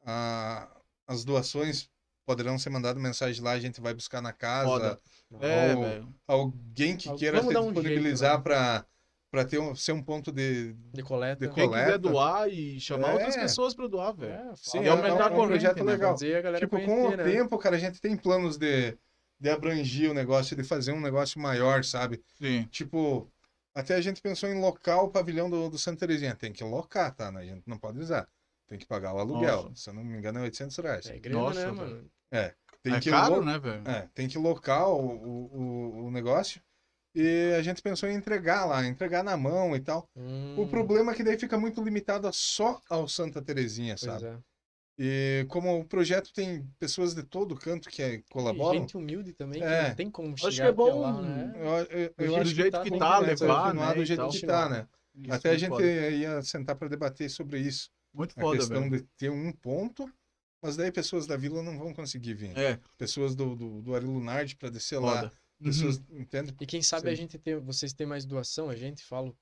S3: ah, as doações poderão ser mandadas mensagem lá, a gente vai buscar na casa.
S1: Foda. É,
S3: Ou-
S1: velho.
S3: Alguém que
S2: Vamos
S3: queira se
S2: dar um jeito,
S3: disponibilizar
S2: né?
S3: para para ter um, ser um ponto de.
S2: De coleta.
S3: de
S2: né?
S1: Quem quiser
S3: coleta.
S1: doar e chamar
S3: É.
S1: outras pessoas pra doar, velho.
S2: É,
S3: Sim,
S2: fala,
S1: E aumentar a
S2: fala,
S1: corrente,
S2: fala,
S1: né?
S3: legal.
S2: Fazer a galera
S3: Tipo, com o
S2: conhecer, né?
S3: tempo, cara, a gente tem planos de, de abrangir o negócio, de fazer um negócio maior, sabe?
S1: Sim.
S3: Tipo, até a gente pensou em locar o pavilhão do, do Santa Terezinha. Tem que locar, tá? Né? A gente não pode usar. Tem que pagar o aluguel.
S1: Nossa.
S3: Se eu não me engano, é 800 reais.
S2: É grana,
S1: Nossa,
S2: né,
S1: velho.
S2: mano?
S3: Tem
S1: é
S3: que
S1: caro,
S3: lo-
S1: né, velho?
S3: É, tem que locar o, o, o- o negócio. E a gente pensou em entregar lá, entregar na mão e tal. O
S2: Hum,
S3: problema é que daí fica muito limitado a só ao Santa Terezinha,
S2: pois
S3: sabe?
S2: é.
S3: E como o projeto tem pessoas de todo canto que eh, colaboram,
S2: Gente humilde também, que
S3: É.
S2: não tem como
S1: Acho
S2: chegar
S1: que é bom-
S2: até lá, né?
S3: eu, eu,
S2: Do
S3: eu
S2: jeito
S3: acho
S1: Do jeito que
S2: tem
S1: tá,
S2: que
S3: que
S1: levar,
S3: continuar
S1: né?
S3: do
S1: e
S3: jeito
S1: tal.
S3: que
S2: Continuar.
S3: tá, né?
S1: Isso, é
S3: Até a
S1: muito
S3: gente
S1: foda.
S3: ia sentar para debater sobre isso.
S1: Muito
S3: A
S1: foda,
S3: questão
S1: velho.
S3: de ter um ponto, mas daí pessoas da vila não vão conseguir vir.
S1: É,
S3: Pessoas do, do, do Arilunard para descer lá.
S1: foda. Uhum.
S3: Pessoas, entende?
S2: E quem sabe a
S3: Sim.
S2: gente tem, vocês têm mais doação, a gente fala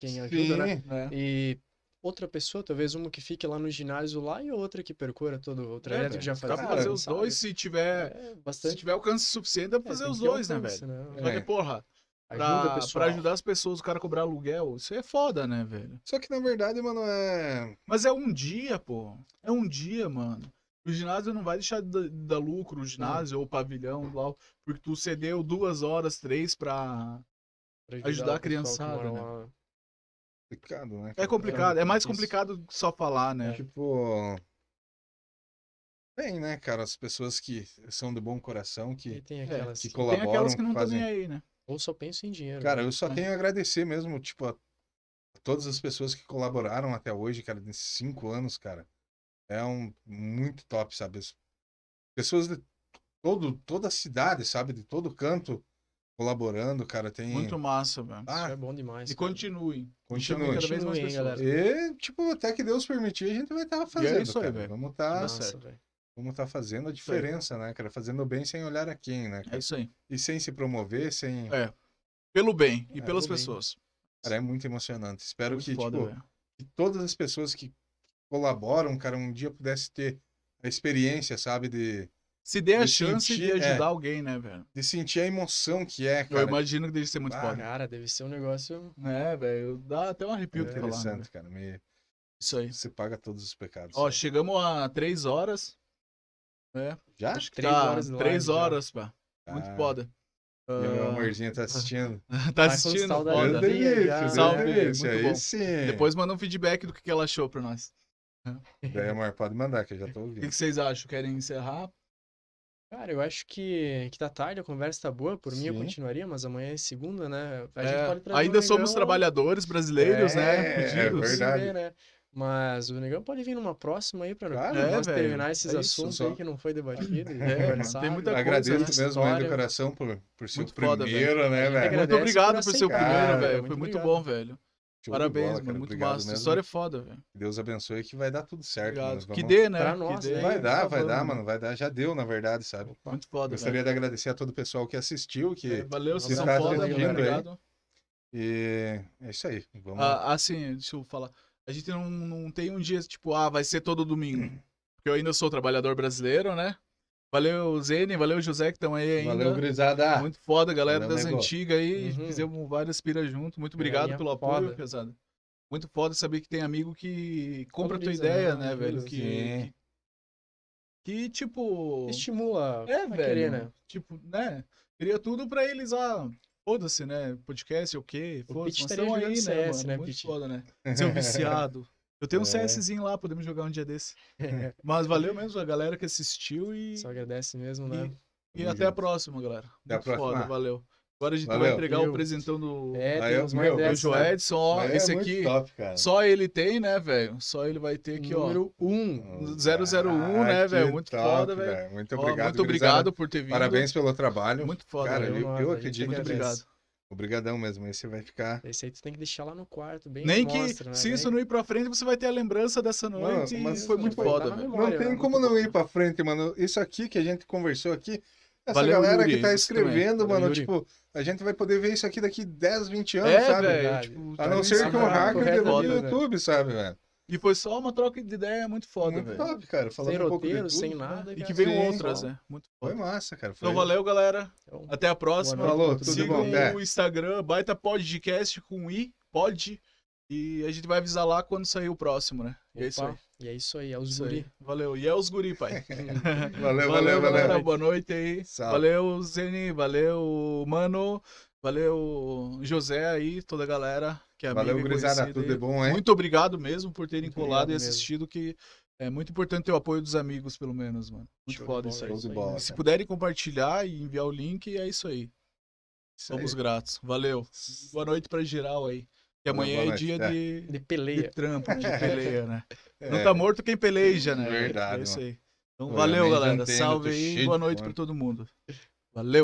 S2: quem ajuda, né?
S3: Sim.
S1: É.
S2: E outra pessoa, talvez uma que fique lá no ginásio lá e outra que percura todo o
S1: É,
S2: trajeto
S1: velho.
S2: que já
S1: Dá
S2: fazia.
S1: pra
S3: Cara,
S1: fazer
S2: quem
S1: os
S2: sabe?
S1: dois se tiver.
S2: É,
S1: Se
S2: bastante.
S1: tiver alcance suficiente, dá pra
S2: É,
S1: fazer
S2: tem
S1: os
S2: que ter
S1: dois, né,
S2: alcance,
S1: velho?
S2: né?
S1: Só
S3: É.
S1: que, porra, pra,
S2: Ajuda,
S1: pra
S2: pessoal.
S1: ajudar as pessoas, o cara cobrar aluguel, isso é foda, né, velho?
S3: Só que na verdade, mano, é.
S1: Mas é um dia, pô. É um dia, mano. O ginásio não vai deixar de dar- de dar lucro, o
S3: É.
S1: ginásio ou o pavilhão, blá, porque tu cedeu duas horas, três pra.
S2: Pra
S1: ajudar
S2: o
S1: a
S2: pessoal que
S1: criançada,
S2: mora
S1: né?
S2: lá.
S3: Complicado, né?
S1: É complicado, é mais
S2: Isso.
S1: complicado só falar, né?
S3: Tipo. Tem, né, cara? As pessoas que são do bom coração,
S2: E
S3: que,
S2: tem aquelas.
S3: que
S2: que-
S1: Tem
S3: colaboram,
S1: aquelas é, que não estão
S3: fazem.
S1: nem aí, né?
S2: Ou só penso em dinheiro.
S3: Cara, eu só
S1: É.
S3: tenho a agradecer mesmo, tipo, a todas as pessoas que colaboraram até hoje, cara, nesses cinco anos, cara. É um muito top, sabe? As Pessoas de todo, toda a cidade, sabe? De todo canto colaborando, cara. Tem.
S1: Muito massa, velho.
S2: Isso é
S3: Ah,
S2: bom demais.
S1: E
S2: cara.
S1: continuem.
S3: continua.
S1: Cada vez mais
S2: Continuem,
S1: pessoas.
S2: galera.
S3: E, tipo, até que Deus permitir, a gente vai estar fazendo.
S1: é isso aí,
S3: cara.
S1: velho.
S3: Vamos estar
S2: Massa,
S1: certo.
S2: velho.
S3: vamos tá fazendo a
S1: Isso aí.
S3: diferença, né, cara? Fazendo o bem sem olhar a quem, né,
S1: É
S3: cara?
S1: isso aí.
S3: E sem se promover, sem.
S1: É. Pelo bem e
S3: É,
S1: pelas
S2: pelo bem.
S1: pessoas.
S3: Cara, é muito emocionante. Espero
S1: Muito
S3: que,
S1: foda,
S3: tipo,
S1: velho.
S3: que todas as pessoas que colaboram, cara, um dia pudesse ter a experiência, sabe, de,
S1: Se der a
S3: de
S1: chance de
S3: sentir, é.
S1: ajudar alguém, né, velho?
S3: de sentir a emoção que é,
S1: Eu
S3: cara.
S1: imagino que deve ser muito
S3: Ah,
S1: foda.
S2: Cara, deve ser um negócio.
S1: É, velho. Dá até um
S3: É
S1: arrepio de falar. né, velho?
S3: interessante, cara. Me,
S1: Isso aí.
S3: você paga todos os pecados.
S1: Ó,
S3: sabe?
S1: chegamos a três horas.
S3: Já?
S1: Acho que
S2: Ah, Três
S1: tá
S2: horas de
S1: três
S2: live já.
S1: horas, pá. Muito
S3: Ah,
S1: foda.
S3: Meu
S1: Ah,
S3: amorzinho tá assistindo.
S1: tá
S2: Mas foi um
S1: assistindo?
S2: saldo
S3: Meu
S1: Foda.
S2: ali.
S3: delícia,
S2: já.
S3: meu
S1: Salve,
S3: delícia,
S1: muito
S3: aí
S1: bom.
S3: sim.
S1: Depois manda um feedback do que que ela achou pra nós.
S3: Daí, amor, pode mandar, que eu já tô
S1: O que
S3: ouvindo.
S1: que vocês acham? Querem encerrar?
S2: Cara, eu acho que, que tá tarde, a conversa tá boa. Por mim eu
S3: Sim.
S2: continuaria, mas amanhã é segunda, né? A
S1: É,
S2: gente pode trazer né?
S1: ainda
S2: o
S1: somos
S2: Negão,
S1: trabalhadores brasileiros, né?
S3: É, é
S1: Fudidos.
S2: se
S3: verdade.
S2: ver, né? Mas o Negão pode vir numa próxima aí pra
S3: Claro,
S2: pra nós
S1: velho,
S2: terminar esses
S1: é isso
S2: assuntos
S3: só.
S2: aí que não foi debatido. e
S1: É,
S2: conversado.
S1: tem muita
S3: Agradeço
S1: coisa, né?
S3: mesmo aí
S2: História.
S3: do coração por, por ser o
S1: Muito foda,
S2: Tem
S3: primeiro, né,
S2: que
S3: velho?
S2: agradecer
S1: Muito obrigado por
S2: por
S1: ser o
S2: aceitar,
S1: primeiro,
S3: cara.
S1: velho.
S2: Muito
S1: Foi muito
S2: obrigado.
S1: bom, velho.
S3: Ah, Show de
S1: Parabéns,
S3: bola,
S1: mano.
S3: cara.
S1: Muito
S3: Obrigado
S1: massa.
S3: mesmo.
S1: História é foda, velho.
S3: Que Deus abençoe que vai dar tudo certo.
S1: Obrigado.
S3: mano.
S1: Que
S3: Vamos-
S1: dê, né?
S2: Pra
S1: Que
S2: nós,
S1: dê.
S2: né?
S3: Vai dar,
S1: Por
S3: vai
S1: favor,
S3: dar, mano. Vai dar. Já deu, na verdade, sabe?
S1: Muito foda, né?
S3: Gostaria de agradecer a todo o pessoal que assistiu, que
S1: velho. É, Valeu, vocês são
S3: Obrigado,
S1: foda,
S3: assistindo
S1: velho.
S3: aí.
S1: Obrigado.
S3: e é isso aí. Vamos
S1: Ah, assim, deixa eu falar. A gente não, não tem um dia, tipo, ah, vai ser todo
S3: Uhum.
S1: domingo. Porque eu ainda sou trabalhador brasileiro, né? Valeu, Zene, valeu, José, que estão aí ainda. Ah,
S3: Valeu, grisada.
S1: Muito foda, galera
S3: Valeu,
S1: das
S3: nego.
S1: antigas aí.
S2: Uhum.
S1: Fizemos várias piras junto. Muito obrigado
S2: Galerinha
S1: pelo apoio,
S2: foda.
S1: pesado. Muito foda saber que tem amigo que compra a tua
S2: Valoriza,
S1: ideia,
S2: né?
S1: né, velho?
S2: Valoriza.
S1: Que,
S3: Sim.
S1: que, que, tipo.
S2: Estimula
S1: É,
S2: a
S1: velho.
S2: querer, né?
S1: Tipo, né? Queria tudo pra eles, ah, foda-se, né? Podcast, é o quê?
S2: O
S1: Foda-se,
S2: Pete
S1: mas
S2: estaria
S1: tão aí,
S2: jogando
S1: né,
S2: CS,
S1: mano?
S2: né,
S1: Muito
S2: Pete?
S1: foda, né? Seu viciado. Eu tenho um
S3: É.
S1: CSzinho lá, podemos jogar um dia desse. Mas valeu mesmo a galera que assistiu e,
S2: É. Só agradece mesmo, né?
S1: e
S3: Tamo
S1: até a
S3: junto.
S1: próxima, galera.
S3: Até a
S1: Muito foda,
S3: próxima.
S1: valeu. Agora a gente vai
S3: Valeu.
S1: entregar o
S2: Valeu.
S1: presentão do
S2: É,
S3: Aí,
S2: temos mais
S3: meu,
S1: do
S3: eu
S2: dessa.
S1: Joel Edson, ó,
S3: Mas
S1: esse
S3: é muito
S1: aqui.
S3: top, cara.
S1: Só ele tem, né, velho? Só ele vai ter aqui, ó.
S2: Número 1.
S3: Ah,
S1: 001, né,
S3: que
S1: velho? Muito
S3: top,
S1: foda, velho.
S3: Muito
S1: Ó,
S3: obrigado,
S1: muito
S3: grisada.
S1: obrigado por ter vindo.
S3: Parabéns pelo trabalho.
S1: Muito foda, né?
S3: cara,
S1: velho.
S2: valeu,
S3: eu,
S2: nossa,
S3: eu
S2: gente,
S3: acredito
S1: Muito
S3: que
S1: obrigado.
S3: Obrigadão mesmo. Esse vai ficar.
S2: Esse aí tu tem que deixar lá no quarto, bem
S1: Nem que
S2: mostra, né?
S1: se isso
S2: Bem-
S1: não ir pra frente, você vai ter a lembrança dessa
S3: Mano,
S1: noite.
S3: mas
S1: e foi muito
S2: vai
S1: foda,
S2: dar na
S1: velho.
S2: memória,
S3: não tem
S2: né?
S3: como não ir pra frente, mano. Isso aqui que a gente conversou aqui, essa
S1: Valeu,
S3: galera
S1: Yuri,
S3: que tá
S1: você também.
S3: escrevendo,
S2: Valeu,
S3: mano,
S2: Yuri.
S3: tipo, a gente vai poder ver isso aqui daqui 10, 20 anos,
S1: É,
S3: sabe?
S1: velho.
S2: Verdade.
S1: tipo,
S3: A
S1: tá
S3: não ser que um
S1: ligado?
S3: hacker
S1: Correto,
S3: derrube
S1: foda.
S3: o YouTube, sabe, velho?
S1: E foi só uma troca de ideia muito foda,
S3: Muito
S1: velho.
S3: top, cara. Falando
S2: Sem
S3: um pouco de
S2: roteiro,
S3: tudo.
S2: sem nada.
S1: né? E que
S2: cara.
S1: venham
S3: Sim.
S1: outras, né? Muito
S3: Foi
S1: foda.
S3: massa, cara. Foi...
S1: Então valeu, galera.
S2: Então,
S1: Até a próxima.
S2: Boa noite.
S3: Falou,
S2: Tudo
S3: tudo
S1: Sigam
S3: bom? É. Até.
S1: o Instagram, baita podcast com i, pod. E a gente vai avisar lá quando sair o próximo, né? E é isso
S2: opa,
S1: aí.
S2: E é isso aí, é os
S1: Isso aí.
S2: guri.
S1: Valeu. E é os guri, pai.
S3: Valeu, valeu,
S1: galera.
S3: valeu.
S1: Boa noite aí.
S3: Salve.
S1: Valeu, Zeni. Valeu, Mano. Valeu, José aí, toda a galera que é amiga
S3: Valeu,
S1: e
S3: gurizada.
S1: conhecida
S3: Tudo
S1: aí.
S3: de bom, hein?
S1: Muito obrigado mesmo por terem
S2: Muito
S1: colado e
S2: obrigado mesmo.
S1: assistido, que é muito importante ter o apoio dos amigos, pelo menos, mano. Muito
S2: Show de
S1: foda
S2: bola,
S1: isso aí.
S3: Show de
S2: isso aí,
S3: bola.
S2: né?
S1: Se
S3: cara.
S1: puderem compartilhar e enviar o link, é isso aí.
S3: É Isso aí.
S1: Somos gratos. Valeu. Boa noite pra geral aí. Que
S3: Boa
S1: amanhã é
S3: noite,
S1: dia
S3: é.
S1: de,
S2: De
S1: de
S2: peleia.
S1: trampo, de peleia, né? Não
S3: É.
S1: tá morto quem peleja, né?
S3: Verdade,
S1: É isso aí. Então
S3: Pô, eu
S1: valeu,
S3: nem
S1: galera.
S3: jantei, ainda
S1: Salve
S3: tô
S1: aí.
S3: cheio
S1: Boa
S3: de
S1: noite
S3: fome.
S1: pra todo mundo. Valeu.